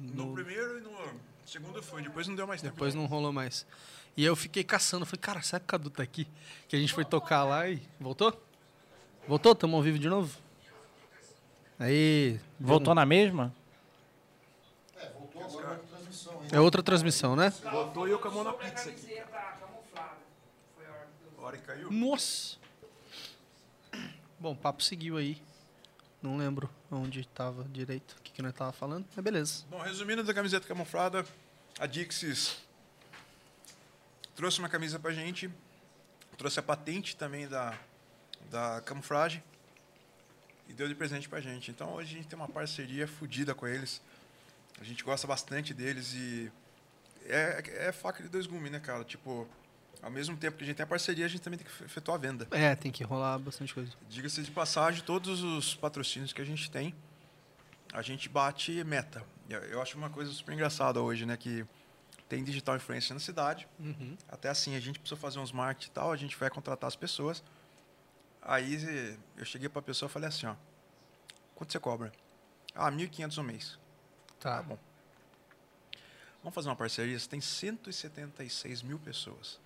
[SPEAKER 3] No
[SPEAKER 6] no-
[SPEAKER 3] primeiro e no segundo foi, depois não deu mais tempo.
[SPEAKER 6] depois não rolou mais. E eu fiquei caçando. Falei, cara, será que o Cadu tá aqui? Que a gente foi tocar lá e. Voltou? Voltou? Tamo ao vivo de novo? Aí.
[SPEAKER 4] Voltou na mesma?
[SPEAKER 6] É outra transmissão, né?
[SPEAKER 3] Botou eu com a mão na pizza aqui. né? A hora que caiu.
[SPEAKER 6] Nossa! Bom, o papo seguiu aí. Não lembro onde tava direito, o que, que nós tava falando. Mas beleza.
[SPEAKER 3] Bom, resumindo da camiseta camuflada, a Dixis trouxe uma camisa pra gente, trouxe a patente também da, da camuflagem e deu de presente pra gente. Então hoje a gente tem uma parceria fodida com eles. A gente gosta bastante deles e é, é faca de dois gumes, né, cara? Tipo, ao mesmo tempo que a gente tem a parceria, a gente também tem que efetuar a venda.
[SPEAKER 6] É, tem que rolar bastante coisa.
[SPEAKER 3] Diga-se de passagem, todos os patrocínios que a gente tem, a gente bate meta. E Eu acho uma coisa super engraçada hoje, né? Que tem digital influencer na cidade. Até assim, a gente precisa fazer uns marketing e tal, a gente vai contratar as pessoas. Aí eh, eu cheguei para a pessoa e falei assim, ó, quanto você cobra? Ah, 1.500 o mês.
[SPEAKER 6] Tá.
[SPEAKER 3] bom. Vamos fazer uma parceria? Você tem 176 mil pessoas.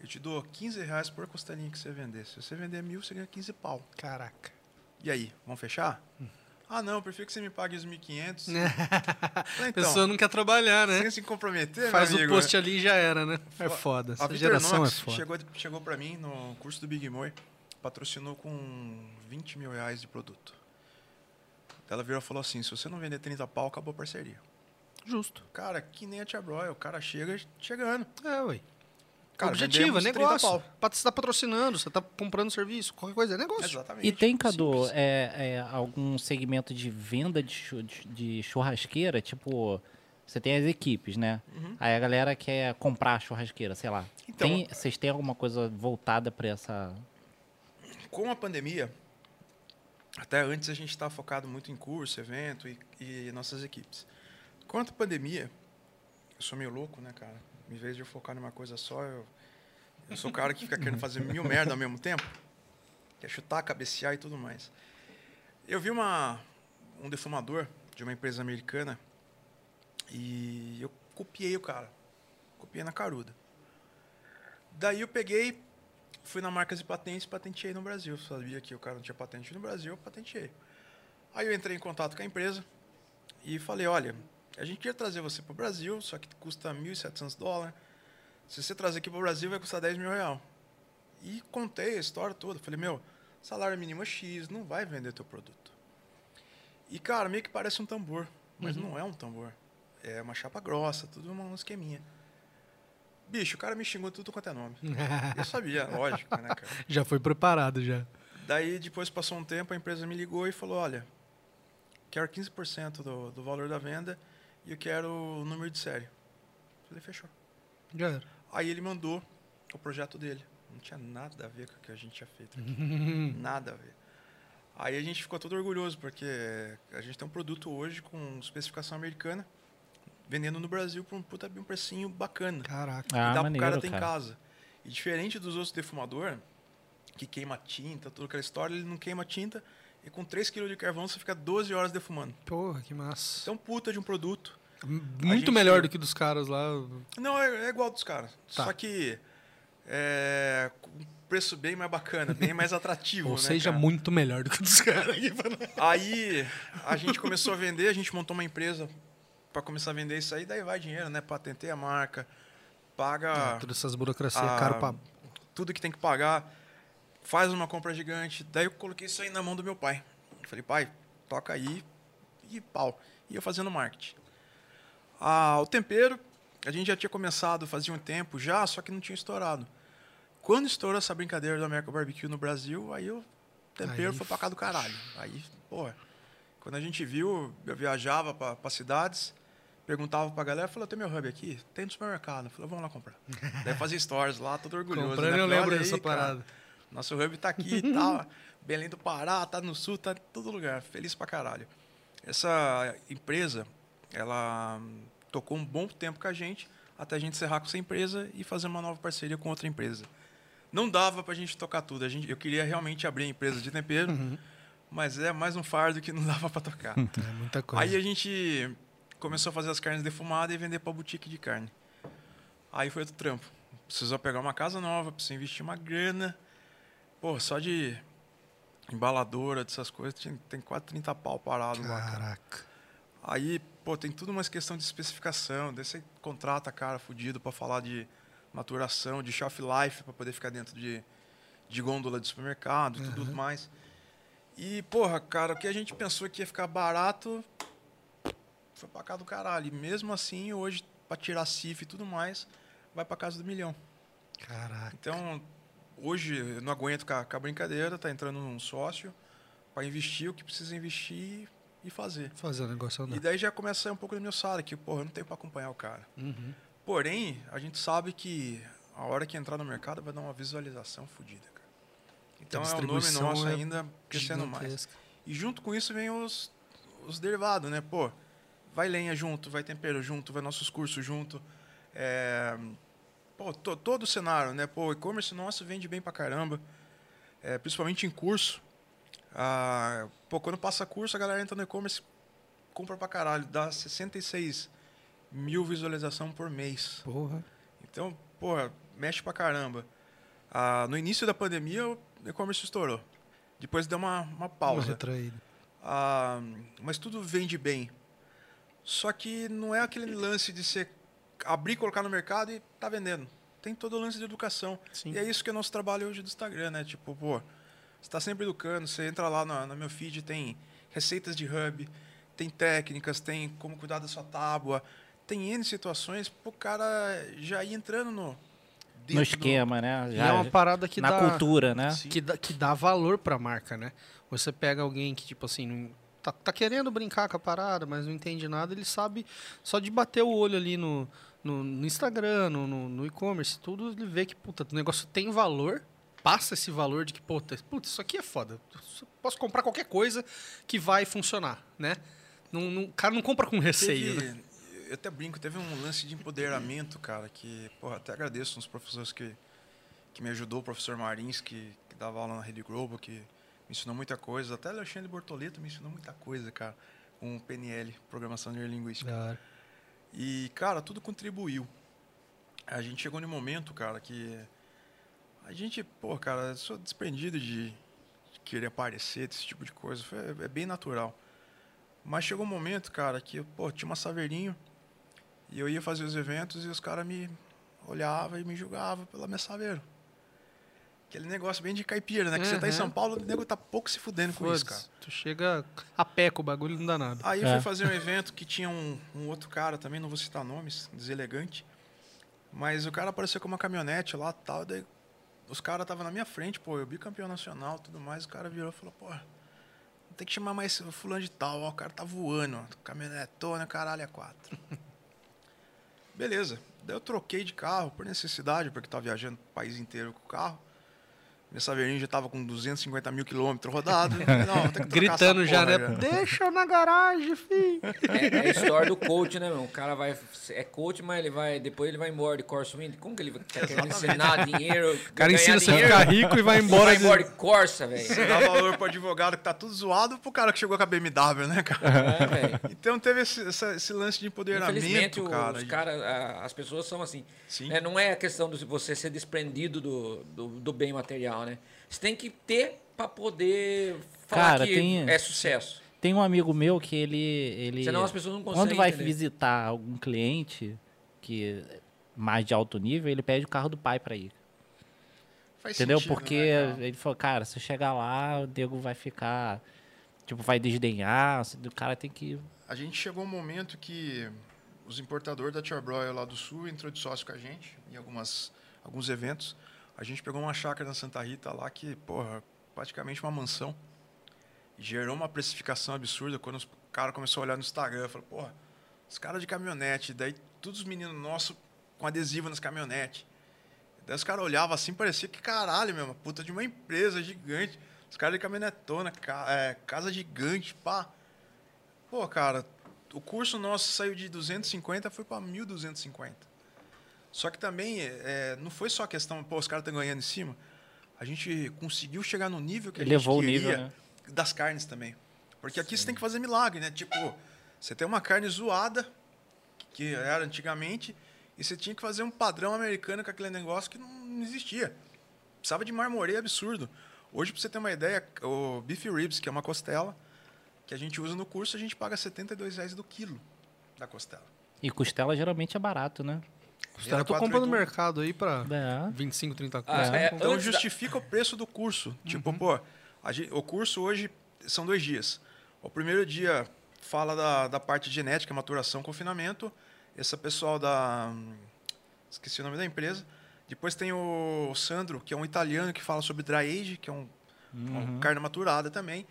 [SPEAKER 3] Eu te dou 15 reais por costelinha que você vender. Se você vender mil, você ganha 15 pau.
[SPEAKER 6] Caraca.
[SPEAKER 3] E aí, vamos fechar?
[SPEAKER 6] Hum.
[SPEAKER 3] Ah, não, eu prefiro que você me pague os 1.500. Falei, então,
[SPEAKER 6] A pessoa não quer trabalhar, né?
[SPEAKER 3] sem se comprometer,
[SPEAKER 6] Faz
[SPEAKER 3] meu
[SPEAKER 6] o
[SPEAKER 3] amigo.
[SPEAKER 6] post ali e já era, né? É foda.
[SPEAKER 3] A
[SPEAKER 6] Essa
[SPEAKER 3] Victor
[SPEAKER 6] geração
[SPEAKER 3] Knox
[SPEAKER 6] é foda.
[SPEAKER 3] Chegou, chegou para mim no curso do Big Moi, patrocinou com 20 mil reais de produto. Ela virou e falou assim, se você não vender 30 pau, acabou a parceria.
[SPEAKER 6] Justo.
[SPEAKER 3] Cara, que nem a Tia Broia, o cara chega chegando.
[SPEAKER 6] É, ué.
[SPEAKER 3] Cara,
[SPEAKER 6] Objetivo, é
[SPEAKER 3] vendemos 30
[SPEAKER 6] negócio.
[SPEAKER 3] pau.
[SPEAKER 6] Pat- Você tá patrocinando, você tá comprando serviço, qualquer coisa, é negócio.
[SPEAKER 3] Exatamente.
[SPEAKER 4] E tem, Cadu,
[SPEAKER 3] Simples.
[SPEAKER 4] é, é, algum segmento de venda de, chu- de- de churrasqueira? Tipo, Você tem as equipes, né? Aí a galera quer comprar a churrasqueira, sei lá.
[SPEAKER 3] Uhum. Então-
[SPEAKER 4] Tem- vocês têm alguma coisa voltada pra essa.
[SPEAKER 3] com a pandemia, até antes a gente estava focado muito em curso, evento e, e nossas equipes. Quanto à pandemia, eu sou meio louco, né, cara? Em vez de eu focar numa coisa só, eu, eu sou o cara que fica querendo fazer mil merda ao mesmo tempo. Quer chutar, cabecear e tudo mais. Eu vi uma, um defumador de uma empresa americana e eu copiei o cara. Copiei na caruda. Daí eu peguei, fui na marcas e patentes e patenteei no Brasil. Eu Sabia que o cara não tinha patente no Brasil, eu patenteei. Aí eu entrei em contato com a empresa e falei, olha, a gente quer trazer você para o Brasil, só que custa 1.700 dólares. Se você trazer aqui para o Brasil, vai custar 10 mil real. E contei a história toda. Falei, meu, salário mínimo é X, não vai vender teu produto. E, cara, meio que parece um tambor, mas não é um tambor. É uma chapa grossa, tudo um esqueminha. Bicho, o cara me xingou tudo quanto é nome. Eu sabia, lógico, né, cara?
[SPEAKER 6] Já foi preparado, já.
[SPEAKER 3] Daí, depois passou um tempo, a empresa me ligou e falou: olha, quero 15% do, do valor da venda e eu quero o número de série. Falei, fechou.
[SPEAKER 6] Já era.
[SPEAKER 3] Aí ele mandou o projeto dele. Não tinha nada a ver com o que a gente tinha feito aqui. nada a ver. Aí a gente ficou todo orgulhoso, porque a gente tem um produto hoje com especificação americana, vendendo no Brasil por um puta um precinho bacana
[SPEAKER 6] Caraca.
[SPEAKER 4] Ah,
[SPEAKER 3] e dá
[SPEAKER 4] maneiro,
[SPEAKER 3] pro cara ter em
[SPEAKER 4] cara.
[SPEAKER 3] casa. E diferente dos outros defumador, que queima tinta, toda aquela história, ele não queima tinta. E com 3 kg de carvão você fica 12 horas defumando.
[SPEAKER 6] Porra, que massa.
[SPEAKER 3] Isso é um puta de um produto.
[SPEAKER 6] Então, Muito
[SPEAKER 3] gente-
[SPEAKER 6] melhor do que dos caras lá.
[SPEAKER 3] Não, é, é igual dos caras.
[SPEAKER 6] Tá.
[SPEAKER 3] Só que é com um preço bem mais bacana, bem mais atrativo.
[SPEAKER 6] Ou
[SPEAKER 3] né,
[SPEAKER 6] seja,
[SPEAKER 3] cara?
[SPEAKER 6] muito melhor do que dos caras.
[SPEAKER 3] Aí a gente começou a vender, a gente montou uma empresa para começar a vender isso aí, daí vai dinheiro, né? Patentei a marca, paga.
[SPEAKER 6] Todas essas burocracias,
[SPEAKER 3] Ah,
[SPEAKER 6] caro pra...
[SPEAKER 3] tudo que tem que pagar, faz uma compra gigante. Daí eu coloquei isso aí na mão do meu pai. Eu falei, pai, toca aí e pau. E eu fazendo marketing. Ah, o tempero, a gente já tinha começado fazia um tempo já, só que não tinha estourado. Quando estourou essa brincadeira do American Barbecue no Brasil, aí o tempero
[SPEAKER 6] Aí
[SPEAKER 3] foi pra cá do caralho. Aí, porra, quando a gente viu, eu viajava pra, pra cidades, perguntava pra galera, falou, tem meu hub aqui? Tem no supermercado. Falou, vamos lá comprar. Daí fazia stories lá, todo orgulhoso.
[SPEAKER 6] Comprando,
[SPEAKER 3] né?
[SPEAKER 6] eu
[SPEAKER 3] Falei,
[SPEAKER 6] lembro
[SPEAKER 3] "Olha
[SPEAKER 6] dessa
[SPEAKER 3] aí, cara,
[SPEAKER 6] parada.
[SPEAKER 3] Nosso hub tá aqui e tal. Belém do Pará, tá no sul, tá em todo lugar. Feliz pra caralho. Essa empresa, ela hum, tocou um bom tempo com a gente, até a gente encerrar com essa empresa e fazer uma nova parceria com outra empresa. Não dava pra gente tocar tudo. A gente, eu queria realmente abrir a empresa de tempero, mas é mais um fardo que não dava pra tocar.
[SPEAKER 6] É muita coisa.
[SPEAKER 3] Aí a gente começou a fazer as carnes defumadas e vender pra boutique de carne. Aí foi outro trampo. Precisou pegar uma casa nova, precisou investir uma grana. Pô, só de embaladora, dessas coisas, tinha- tem quase 30 pau parado lá. cara.
[SPEAKER 6] Caraca.
[SPEAKER 3] Aí, pô, tem tudo uma questão de especificação. Daí você contrata cara fudido pra falar de maturação, de shelf life, pra poder ficar dentro de, de gôndola de supermercado e tudo mais. E, porra, cara, o que a gente pensou que ia ficar barato foi pra cá do caralho. E mesmo assim, hoje, pra tirar CIF e tudo mais, vai pra casa do milhão.
[SPEAKER 6] Caraca.
[SPEAKER 3] Então, hoje eu não aguento com a, com a brincadeira, tá entrando um sócio pra investir o que precisa investir e fazer.
[SPEAKER 6] Fazer o
[SPEAKER 3] E
[SPEAKER 6] negócio andar.
[SPEAKER 3] daí já começa a sair um pouco da minha sala, que, porra, eu não tenho pra acompanhar o cara.
[SPEAKER 6] Uhum.
[SPEAKER 3] Porém, a gente sabe que a hora que entrar no mercado vai dar uma visualização fodida, cara. Então
[SPEAKER 6] A
[SPEAKER 3] é o nome
[SPEAKER 6] distribuição
[SPEAKER 3] nosso
[SPEAKER 6] é
[SPEAKER 3] ainda crescendo mais.
[SPEAKER 6] Gigantesca.
[SPEAKER 3] E junto com isso vem os, os derivados, né? Pô, vai lenha junto, vai tempero junto, vai nossos cursos junto. É, pô, to- todo o cenário, né? Pô, o e-commerce nosso vende bem pra caramba. É, principalmente em curso. Ah, pô, quando passa curso, a galera entra no e-commerce, compra pra caralho. Dá 66 mil visualizações por mês.
[SPEAKER 6] Porra.
[SPEAKER 3] Então, porra, mexe pra caramba. Ah, no início da pandemia, o e-commerce estourou. Depois deu uma, uma
[SPEAKER 6] Uma
[SPEAKER 3] pausa.
[SPEAKER 6] retraída.
[SPEAKER 3] Ah, mas tudo vende bem. Só que não é aquele lance de você abrir, colocar no mercado e tá vendendo. Tem todo o lance de educação. E é isso que é o nosso trabalho hoje do Instagram, né? Tipo, pô, você tá sempre educando, você entra lá no, no meu feed, tem receitas de hub, tem técnicas, tem como cuidar da sua tábua, tem N situações pro cara já ir entrando no... dentro
[SPEAKER 4] No
[SPEAKER 3] do-
[SPEAKER 4] esquema, né?
[SPEAKER 6] E
[SPEAKER 4] Já,
[SPEAKER 6] é uma parada que
[SPEAKER 4] na
[SPEAKER 6] dá...
[SPEAKER 4] cultura, né?
[SPEAKER 3] Sim.
[SPEAKER 6] que dá, que dá valor pra marca, né? Você pega alguém que, tipo assim, não- tá, tá querendo brincar com a parada, mas não entende nada, ele sabe só de bater o olho ali no, no, no Instagram, no, no, no e-commerce, tudo, ele vê que, puta, o negócio tem valor, passa esse valor de que, puta, puta, isso aqui é foda. eu Posso comprar qualquer coisa que vai funcionar, né? Não, não- o cara não compra com receio, né?
[SPEAKER 3] Teve- Eu até brinco, teve um lance de empoderamento, cara, que, porra, até agradeço uns professores que, que me ajudou, o professor Marins, que, que dava aula na Rede Globo, que me ensinou muita coisa, até Alexandre Bortoleto me ensinou muita coisa, cara, com o PNL, Programação Neurolinguística. E, cara, tudo contribuiu. A gente chegou num momento, cara, que a gente, pô, cara, eu sou desprendido de de querer aparecer, desse tipo de coisa. Foi, é bem natural. Mas chegou um momento, cara, que, pô, tinha uma saveirinho e eu ia fazer os eventos e os caras me olhavam e me julgavam pela minha saveira. Aquele negócio bem de caipira, né? Que você tá em
[SPEAKER 6] Aham.
[SPEAKER 3] São Paulo, o nego tá pouco se fudendo com isso, cara.
[SPEAKER 6] Foda-se, tu chega a pé com o bagulho não dá nada.
[SPEAKER 3] Aí eu
[SPEAKER 4] É.
[SPEAKER 3] fui fazer um evento que tinha um, um outro cara também, não vou citar nomes, deselegante. Mas o cara apareceu com uma caminhonete lá e tal, daí os caras estavam na minha frente, pô, eu bicampeão nacional tudo mais, o cara virou e falou, pô, tem que chamar mais fulano de tal, ó, o cara tá voando, ó, caminhonetona, caralho, é quatro. Beleza, daí eu troquei de carro por necessidade, porque tava viajando o país inteiro com o carro. Minha saveirinha já tava com 250 mil quilômetros rodado. Falei, Não, tem que trocar
[SPEAKER 6] Gritando
[SPEAKER 3] essa
[SPEAKER 6] já,
[SPEAKER 3] porra,
[SPEAKER 6] né?
[SPEAKER 3] cara."
[SPEAKER 6] Deixa eu na garagem, filho.
[SPEAKER 2] É, é a história do coach, né, meu? O cara vai. É coach, mas ele vai. Depois ele vai embora de Corsa Wind. Como que ele tá querendo ensinar dinheiro?
[SPEAKER 6] O cara
[SPEAKER 2] ganhar
[SPEAKER 6] ensina você a
[SPEAKER 2] dinheiro?
[SPEAKER 6] ficar rico e vai embora.
[SPEAKER 2] Vai
[SPEAKER 6] de-
[SPEAKER 2] embora de Corsa, velho.
[SPEAKER 3] Você dá valor pro advogado que tá tudo zoado pro cara que chegou com a BMW, né, cara?
[SPEAKER 2] É, velho.
[SPEAKER 3] Então teve esse, essa- esse lance de
[SPEAKER 2] Infelizmente,
[SPEAKER 3] empoderamento, cara.
[SPEAKER 2] os cara, a- as pessoas são assim.
[SPEAKER 3] Sim.
[SPEAKER 2] Né? Não é a questão de você ser desprendido do, do, do bem material, né? Você tem que ter pra poder falar
[SPEAKER 4] Cara,
[SPEAKER 2] que
[SPEAKER 4] tem-
[SPEAKER 2] é sucesso.
[SPEAKER 4] Tem um amigo meu que ele. ele
[SPEAKER 2] Senão as pessoas não
[SPEAKER 4] Quando
[SPEAKER 2] conseguem
[SPEAKER 4] vai
[SPEAKER 2] entender.
[SPEAKER 4] visitar algum cliente que é mais de alto nível, ele pede o carro do pai pra ir.
[SPEAKER 3] Faz
[SPEAKER 4] entendeu?
[SPEAKER 3] sentido,
[SPEAKER 4] Porque
[SPEAKER 3] né, cara?
[SPEAKER 4] ele falou, cara, se eu chegar lá, o Diego vai ficar. Tipo, vai desdenhar. assim, O cara tem que.
[SPEAKER 3] A gente chegou um momento que os importadores da Tia Broil lá do Sul entrou de sócio com a gente em algumas, alguns eventos. A gente pegou uma chácara na Santa Rita lá que, porra, praticamente uma mansão. E gerou uma precificação absurda quando os caras começaram a olhar no Instagram. Falou, porra, os caras de caminhonete. Daí todos os meninos nossos com adesivo nas caminhonetes. Daí os caras olhavam assim, parecia que caralho mesmo, puta de uma empresa gigante. Os caras de caminhonetona, ca- é, casa gigante, pá. Pô, cara, o curso nosso saiu de 250 foi para 1.250. Só que também é, não foi só a questão, pô, os caras estão ganhando em cima. A gente conseguiu chegar no nível que a
[SPEAKER 4] Elevou o
[SPEAKER 3] gente
[SPEAKER 4] nível,
[SPEAKER 3] queria
[SPEAKER 4] né?
[SPEAKER 3] das carnes também. Porque aqui você tem que fazer milagre, né? Tipo, você tem uma carne zoada, que era antigamente, e você tinha que fazer um padrão americano com aquele negócio que não existia. Precisava de marmoreio absurdo. Hoje, pra você ter uma ideia, o beef ribs, que é uma costela, que a gente usa no curso, a gente paga R$ 72 reais do quilo da costela.
[SPEAKER 4] E costela geralmente é barato, né?
[SPEAKER 6] Os caras tu
[SPEAKER 3] quatro,
[SPEAKER 6] compra no
[SPEAKER 3] oito, um.
[SPEAKER 6] mercado aí pra
[SPEAKER 4] É.
[SPEAKER 6] 25, 30
[SPEAKER 2] Ah,
[SPEAKER 6] conto.
[SPEAKER 2] é,
[SPEAKER 6] Compra.
[SPEAKER 3] Então
[SPEAKER 2] Antes da- Uhum.
[SPEAKER 3] justifica o preço do curso. Tipo, pô, a gen- o curso hoje são dois dias. O primeiro dia fala da, da parte genética, maturação, confinamento. Esse é o pessoal da. hum, Esqueci o nome da empresa. Depois tem o Sandro, que é um italiano que fala sobre dry age, que é um, uma carne maturada também.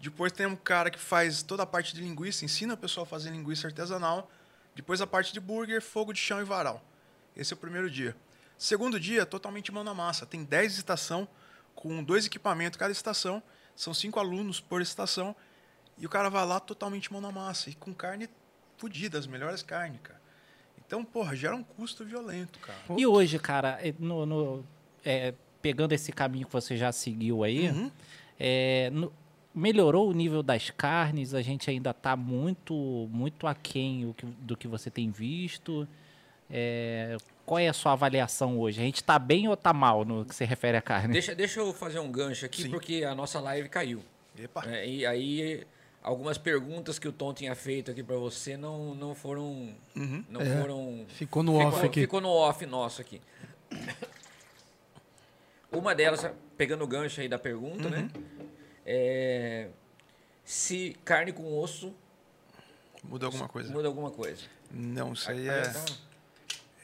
[SPEAKER 3] Depois tem um cara que faz toda a parte de linguiça, ensina o pessoal a fazer linguiça artesanal. Depois a parte de burger, fogo de chão e varal. Esse é o primeiro dia. Segundo dia, totalmente mão na massa. Tem 10 estação com dois equipamentos cada estação. São cinco alunos por estação. E o cara vai lá totalmente mão na massa. E com carne fodida, as melhores carnes, cara. Então, porra, gera um custo violento, cara.
[SPEAKER 4] E hoje, cara, é, no, no- é, pegando esse caminho que você já seguiu aí,
[SPEAKER 3] Uhum.
[SPEAKER 4] é, no- melhorou o nível das carnes? A gente ainda está muito, muito aquém o que- do que você tem visto. É, qual é a sua avaliação hoje? A gente está bem ou está mal no que se refere à carne?
[SPEAKER 2] Deixa, deixa eu fazer um gancho aqui,
[SPEAKER 3] Sim.
[SPEAKER 2] porque a nossa live caiu.
[SPEAKER 3] Epa.
[SPEAKER 2] É, e aí, algumas perguntas que o Tom tinha feito aqui pra você não, não foram. Não foram.
[SPEAKER 6] Uhum. É. Ficou no
[SPEAKER 2] ficou,
[SPEAKER 6] off aqui.
[SPEAKER 2] ficou no off nosso aqui. Uma delas, pegando o gancho aí da pergunta, né?
[SPEAKER 6] Uhum.
[SPEAKER 2] É, se carne com osso
[SPEAKER 3] Muda alguma coisa.
[SPEAKER 2] muda alguma coisa. Ah, então
[SPEAKER 3] Não, isso aí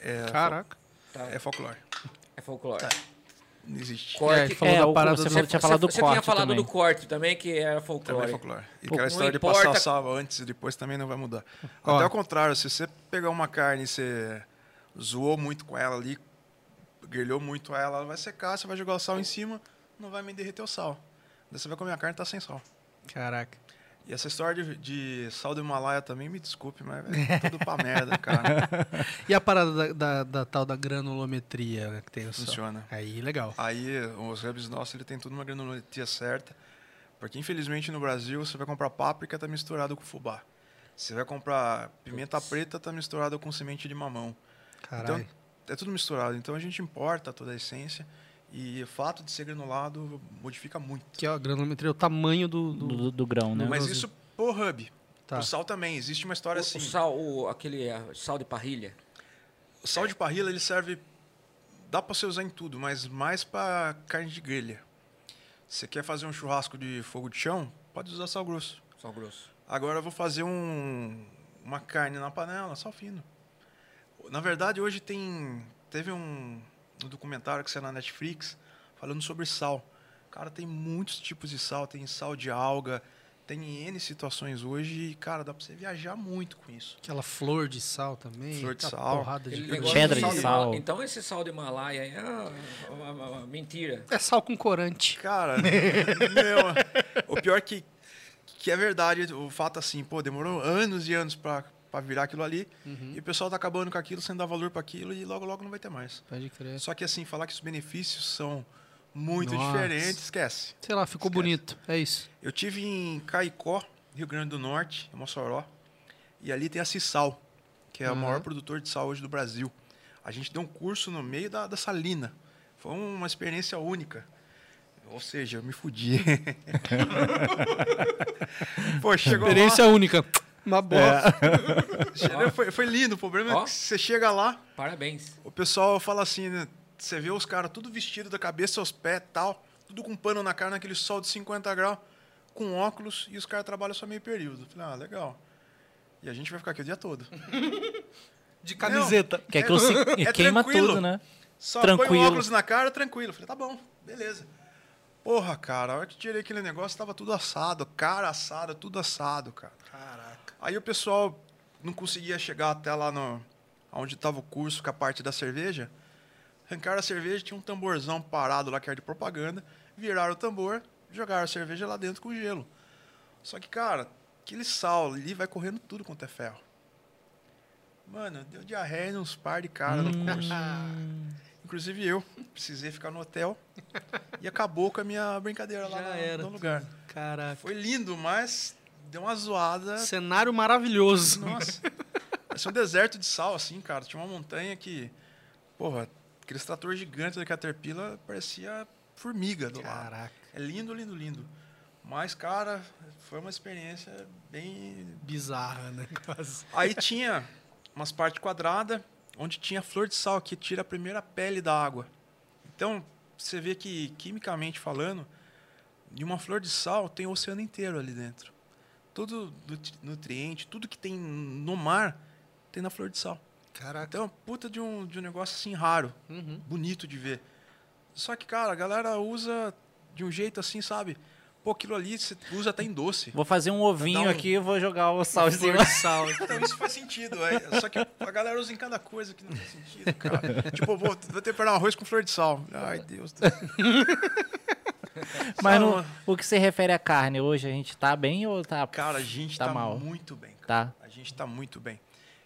[SPEAKER 3] é,
[SPEAKER 6] Caraca.
[SPEAKER 2] Tá,
[SPEAKER 3] é folclore.
[SPEAKER 2] é folclore.
[SPEAKER 3] não existe.
[SPEAKER 2] Corte.
[SPEAKER 6] Tá. É, ele falou
[SPEAKER 4] É,
[SPEAKER 6] da
[SPEAKER 4] o-
[SPEAKER 6] parada
[SPEAKER 4] você
[SPEAKER 6] do...
[SPEAKER 4] falou- tinha falado do
[SPEAKER 2] você
[SPEAKER 4] corte
[SPEAKER 2] tinha falado do
[SPEAKER 4] também.
[SPEAKER 2] corte também, que era
[SPEAKER 3] Também é
[SPEAKER 2] folclore.
[SPEAKER 3] folclore. E
[SPEAKER 2] Pô,
[SPEAKER 3] aquela
[SPEAKER 2] não
[SPEAKER 3] história de
[SPEAKER 2] importa-
[SPEAKER 3] passar a salva antes e depois também não vai mudar.
[SPEAKER 6] Ó.
[SPEAKER 3] Até ao contrário, se você pegar uma carne e você zoou muito com ela ali, grelhou muito ela, ela vai secar, você vai jogar o sal em cima, não vai me derreter o sal. Daí você vai comer a carne e tá sem sal.
[SPEAKER 6] Caraca.
[SPEAKER 3] E essa história de, de sal do Himalaia também, me desculpe, mas é tudo pra merda, cara.
[SPEAKER 6] E a parada da, da- da tal da granulometria né, que tem o sal?
[SPEAKER 3] Funciona. Ah,
[SPEAKER 6] Aí, legal.
[SPEAKER 3] Aí, os hubs nossos, ele tem tudo uma granulometria certa. Porque, infelizmente, no Brasil, você vai comprar páprica, tá misturado com fubá. Você vai comprar pimenta preta, tá misturado com semente de mamão.
[SPEAKER 6] Caralho.
[SPEAKER 3] Então, é tudo misturado. Então, a gente importa toda a essência. E o fato de ser granulado modifica muito.
[SPEAKER 6] que ó, a granulometria é o tamanho do... do-
[SPEAKER 4] Do, do- do grão, né?
[SPEAKER 3] Mas isso pro hub.
[SPEAKER 6] Tá.
[SPEAKER 3] O sal também. Existe uma
[SPEAKER 2] O,
[SPEAKER 3] história
[SPEAKER 2] o
[SPEAKER 3] assim.
[SPEAKER 2] sal, o- aquele eh, sal de parrilha.
[SPEAKER 3] O sal de parrilha ele serve dá para você usar em tudo, mas mais para carne de grelha. Você quer fazer um churrasco de fogo de chão? Pode usar sal grosso.
[SPEAKER 2] Sal grosso.
[SPEAKER 3] Agora eu vou fazer um, uma carne na panela, sal fino. Na verdade, hoje tem teve um, um documentário que saiu na Netflix falando sobre sal. Cara, tem muitos tipos de sal, tem sal de alga, tem N situações hoje e, cara, dá pra você viajar muito com isso.
[SPEAKER 6] Aquela flor de sal também.
[SPEAKER 3] Flor de
[SPEAKER 6] aquela
[SPEAKER 3] sal.
[SPEAKER 6] Porrada de
[SPEAKER 2] Aquele
[SPEAKER 6] coisa.
[SPEAKER 2] negócio
[SPEAKER 4] Pedra
[SPEAKER 2] do
[SPEAKER 4] de
[SPEAKER 2] de
[SPEAKER 4] sal.
[SPEAKER 2] Himalaia. Então esse sal de Himalaia aí é uma, uma- uma- uma mentira.
[SPEAKER 6] É sal com corante.
[SPEAKER 3] Cara, não. O pior que, que é verdade, o fato assim, pô, demorou anos e anos pra, pra virar aquilo ali. E o pessoal tá acabando com aquilo, sem dar valor pra aquilo, e logo, logo não vai ter mais.
[SPEAKER 6] Pode crer.
[SPEAKER 3] Só que assim, falar que os benefícios são muito
[SPEAKER 6] É. Nossa.
[SPEAKER 3] diferentes, esquece.
[SPEAKER 6] Sei lá, ficou bonito. É isso.
[SPEAKER 3] Eu tive em Caicó, Rio Grande do Norte, em Mossoró, e ali tem a Cissal, que é o
[SPEAKER 6] Aham.
[SPEAKER 3] maior produtor de sal hoje do Brasil. A gente deu um curso no meio da, da salina. Foi uma experiência única. Ou seja, eu me fudi. Pô, chegou
[SPEAKER 6] Experiência única. Uma bosta.
[SPEAKER 3] lá, foi, foi lindo. O problema é
[SPEAKER 2] Ó.
[SPEAKER 3] que você chega lá,
[SPEAKER 2] Parabéns.
[SPEAKER 3] o pessoal fala assim, né? Você vê os caras tudo vestido da cabeça aos pés tal, tudo com pano na cara, naquele sol de 50 graus, com óculos, e os caras trabalham só meio período. Eu Falei, ah, legal. E a gente vai ficar aqui o dia todo.
[SPEAKER 6] De
[SPEAKER 3] camiseta.
[SPEAKER 4] Que aquilo se
[SPEAKER 3] É
[SPEAKER 4] queima
[SPEAKER 3] tranquilo.
[SPEAKER 4] tudo, né?
[SPEAKER 3] Só põe o
[SPEAKER 4] Tranquilo.
[SPEAKER 3] óculos na cara, tranquilo. Eu Falei, tá bom, beleza. Porra, cara, a hora que tirei aquele negócio, tava tudo assado. Cara assada, tudo assado, cara. Caraca. Aí o pessoal não conseguia chegar até lá no... Onde tava o curso com a parte da cerveja. Arrancaram a cerveja, tinha um tamborzão parado lá que era de propaganda. Viraram o tambor, jogaram a cerveja lá dentro com gelo. Só que, cara, aquele sal ali vai correndo tudo quanto é ferro. Mano, deu diarreia em uns par de cara
[SPEAKER 6] Hum.
[SPEAKER 3] no curso. Inclusive eu, precisei ficar no hotel e acabou com a minha brincadeira lá
[SPEAKER 6] Já
[SPEAKER 3] no,
[SPEAKER 6] era. Ah,
[SPEAKER 3] no lugar.
[SPEAKER 6] Caraca.
[SPEAKER 3] Foi lindo, mas deu uma zoada.
[SPEAKER 6] Cenário maravilhoso.
[SPEAKER 3] Nossa. Parecia um deserto de sal, assim, cara. Tinha uma montanha que. Porra, aquele trator gigante da Caterpillar parecia formiga do lado.
[SPEAKER 6] Caraca.
[SPEAKER 3] É lindo, lindo, lindo. Mas, cara, foi uma experiência bem.
[SPEAKER 6] Bizarra, né? Quase.
[SPEAKER 3] Aí tinha umas partes quadradas onde tinha flor de sal que tira a primeira pele da água. Então, você vê que, quimicamente falando, de uma flor de sal tem o oceano inteiro ali dentro. Todo nutri- nutriente, tudo que tem no mar, tem na flor de sal.
[SPEAKER 6] Caraca.
[SPEAKER 3] Então, puta de um, de um negócio assim raro, bonito de ver. Só que, cara, a galera usa de um jeito assim, sabe? Pô, aquilo ali você usa até em doce.
[SPEAKER 4] Vou fazer um ovinho
[SPEAKER 3] um-
[SPEAKER 4] aqui e vou jogar o sal em cima.
[SPEAKER 6] Flor de sal.
[SPEAKER 3] Então isso faz sentido, é. Só que a galera usa em cada coisa que não faz sentido, cara. Tipo, eu vou, vou temperar um arroz com flor de sal. Ai, Deus. do céu.
[SPEAKER 4] Mas
[SPEAKER 3] Sal,
[SPEAKER 4] no- o que se refere à carne, hoje a gente tá bem ou tá.
[SPEAKER 3] Cara, a gente
[SPEAKER 4] Tá
[SPEAKER 3] tá,
[SPEAKER 4] mal.
[SPEAKER 3] muito bem. cara.
[SPEAKER 4] Tá.
[SPEAKER 3] A gente tá muito bem.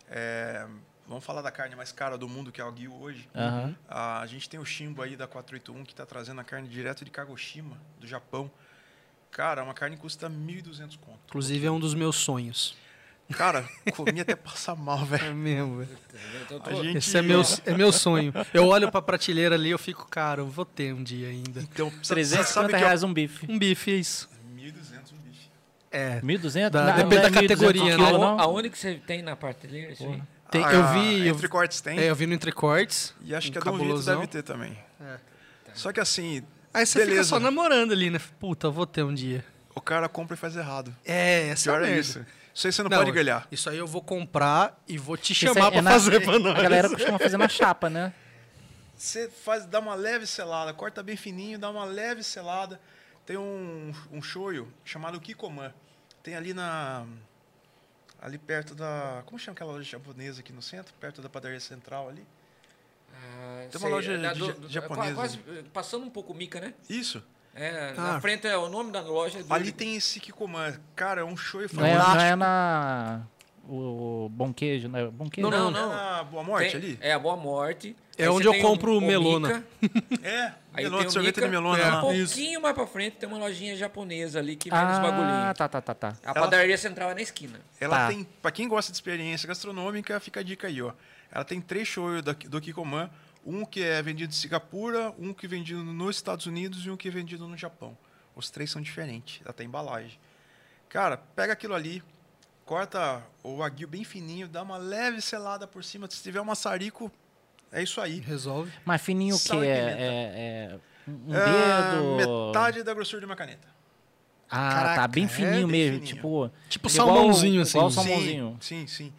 [SPEAKER 3] É, vamos falar da carne mais cara do mundo, que é a Guil hoje.
[SPEAKER 4] Aham.
[SPEAKER 3] A gente tem o Shimbo aí da 481 que tá trazendo a carne direto de Kagoshima, do Japão. Cara, uma carne custa 1.200 conto.
[SPEAKER 6] Inclusive é um dos meus sonhos.
[SPEAKER 3] Cara, comi até passar mal, velho.
[SPEAKER 6] É mesmo, velho.
[SPEAKER 2] Então, eu tô-
[SPEAKER 3] A gente...
[SPEAKER 6] Esse é meu, é meu sonho. Eu olho pra prateleira ali e eu fico, cara, eu vou ter um dia ainda.
[SPEAKER 3] Então, você- você
[SPEAKER 4] 350
[SPEAKER 3] sabe que é
[SPEAKER 4] reais um bife.
[SPEAKER 6] Um bife, é isso.
[SPEAKER 3] 1.200 um bicho.
[SPEAKER 6] É.
[SPEAKER 4] 1.200?
[SPEAKER 6] Da-
[SPEAKER 4] Não,
[SPEAKER 6] depende
[SPEAKER 4] não é
[SPEAKER 6] da categoria,
[SPEAKER 4] 1.200
[SPEAKER 6] né?
[SPEAKER 4] quilo,
[SPEAKER 2] Aon-
[SPEAKER 4] não?
[SPEAKER 2] Aonde que você tem na prateleira isso aí?
[SPEAKER 6] Tem-
[SPEAKER 3] Ah,
[SPEAKER 6] eu vi. eu-
[SPEAKER 3] Entre cortes tem.
[SPEAKER 6] é, eu vi no Entre Cortes.
[SPEAKER 3] E acho
[SPEAKER 6] um
[SPEAKER 3] que a Dom Vito
[SPEAKER 6] cabulosão.
[SPEAKER 3] deve ter também. Só que assim,
[SPEAKER 6] Aí você fica
[SPEAKER 3] Beleza.
[SPEAKER 6] só namorando ali, né? Puta, eu vou ter um dia.
[SPEAKER 3] o cara compra e faz errado.
[SPEAKER 6] É, essa
[SPEAKER 3] Pior
[SPEAKER 6] merda.
[SPEAKER 3] é isso. Isso aí você não, pode grelhar.
[SPEAKER 6] Isso aí eu vou comprar e vou te
[SPEAKER 4] Isso
[SPEAKER 6] chamar
[SPEAKER 4] é-
[SPEAKER 6] pra
[SPEAKER 4] é na-
[SPEAKER 6] fazer pra
[SPEAKER 4] A
[SPEAKER 6] nós.
[SPEAKER 4] galera costuma fazer na chapa, né?
[SPEAKER 3] você faz, dá uma leve selada, corta bem fininho, dá uma leve selada. Tem um, um shoyu chamado Kikoman. Tem ali na. Ali perto da. Como chama aquela loja japonesa aqui no centro? Perto da padaria central ali?
[SPEAKER 2] Ah,
[SPEAKER 3] Tem uma
[SPEAKER 2] sei,
[SPEAKER 3] loja
[SPEAKER 2] da
[SPEAKER 3] de ja-
[SPEAKER 2] é
[SPEAKER 3] japonesa.
[SPEAKER 2] Quase, eh, passando um pouco mica, né?
[SPEAKER 3] Isso.
[SPEAKER 2] É,
[SPEAKER 6] Ah.
[SPEAKER 2] Na frente é o nome da loja. do-
[SPEAKER 3] Ali tem esse Kikoman. Cara, é um shoyu
[SPEAKER 4] Não é, não
[SPEAKER 3] fantástico.
[SPEAKER 4] é na. O, o Bom Queijo, né? Bom Queijo?
[SPEAKER 6] Não, não,
[SPEAKER 2] não.
[SPEAKER 3] É Na Boa Ah, Morte
[SPEAKER 2] tem-
[SPEAKER 3] ali?
[SPEAKER 2] É a Boa Morte.
[SPEAKER 6] É
[SPEAKER 2] Aí
[SPEAKER 6] onde
[SPEAKER 2] você
[SPEAKER 6] eu
[SPEAKER 2] tem um
[SPEAKER 6] compro melona.
[SPEAKER 2] Mica,
[SPEAKER 3] É,
[SPEAKER 2] Aí
[SPEAKER 3] melona,
[SPEAKER 2] tem o
[SPEAKER 3] sorvete
[SPEAKER 2] Mica,
[SPEAKER 3] de né? melona.
[SPEAKER 6] é.
[SPEAKER 2] Um
[SPEAKER 3] lá.
[SPEAKER 2] pouquinho mais pra frente tem uma lojinha japonesa ali que vende os
[SPEAKER 4] Ah,
[SPEAKER 2] bagulhinhos.
[SPEAKER 4] tá, tá, tá, tá.
[SPEAKER 2] A padaria central é na esquina.
[SPEAKER 3] Ela
[SPEAKER 4] Tá.
[SPEAKER 3] tem, pra quem gosta de experiência gastronômica, fica a dica aí, ó. Ela tem três shows da, do Kikoman, um que é vendido em Singapura, um que é vendido nos Estados Unidos e um que é vendido no Japão. Os três são diferentes, ela tem embalagem. Cara, pega aquilo ali, corta o wagyu bem fininho, dá uma leve selada por cima, se tiver um maçarico, é isso aí.
[SPEAKER 6] Resolve.
[SPEAKER 4] Mas fininho o que
[SPEAKER 3] Sal e
[SPEAKER 4] é,
[SPEAKER 3] pimenta.
[SPEAKER 4] é, é um
[SPEAKER 3] É,
[SPEAKER 4] dedo.
[SPEAKER 3] Metade da grossura de uma caneta.
[SPEAKER 4] Ah, tá
[SPEAKER 6] Caraca,
[SPEAKER 4] bem
[SPEAKER 6] é
[SPEAKER 3] bem
[SPEAKER 4] fininho mesmo.
[SPEAKER 3] fininho.
[SPEAKER 4] Tipo.
[SPEAKER 6] Tipo
[SPEAKER 4] igual-
[SPEAKER 6] salmãozinho, assim.
[SPEAKER 4] Igual
[SPEAKER 6] Sim.
[SPEAKER 4] salmãozinho.
[SPEAKER 3] Sim, sim.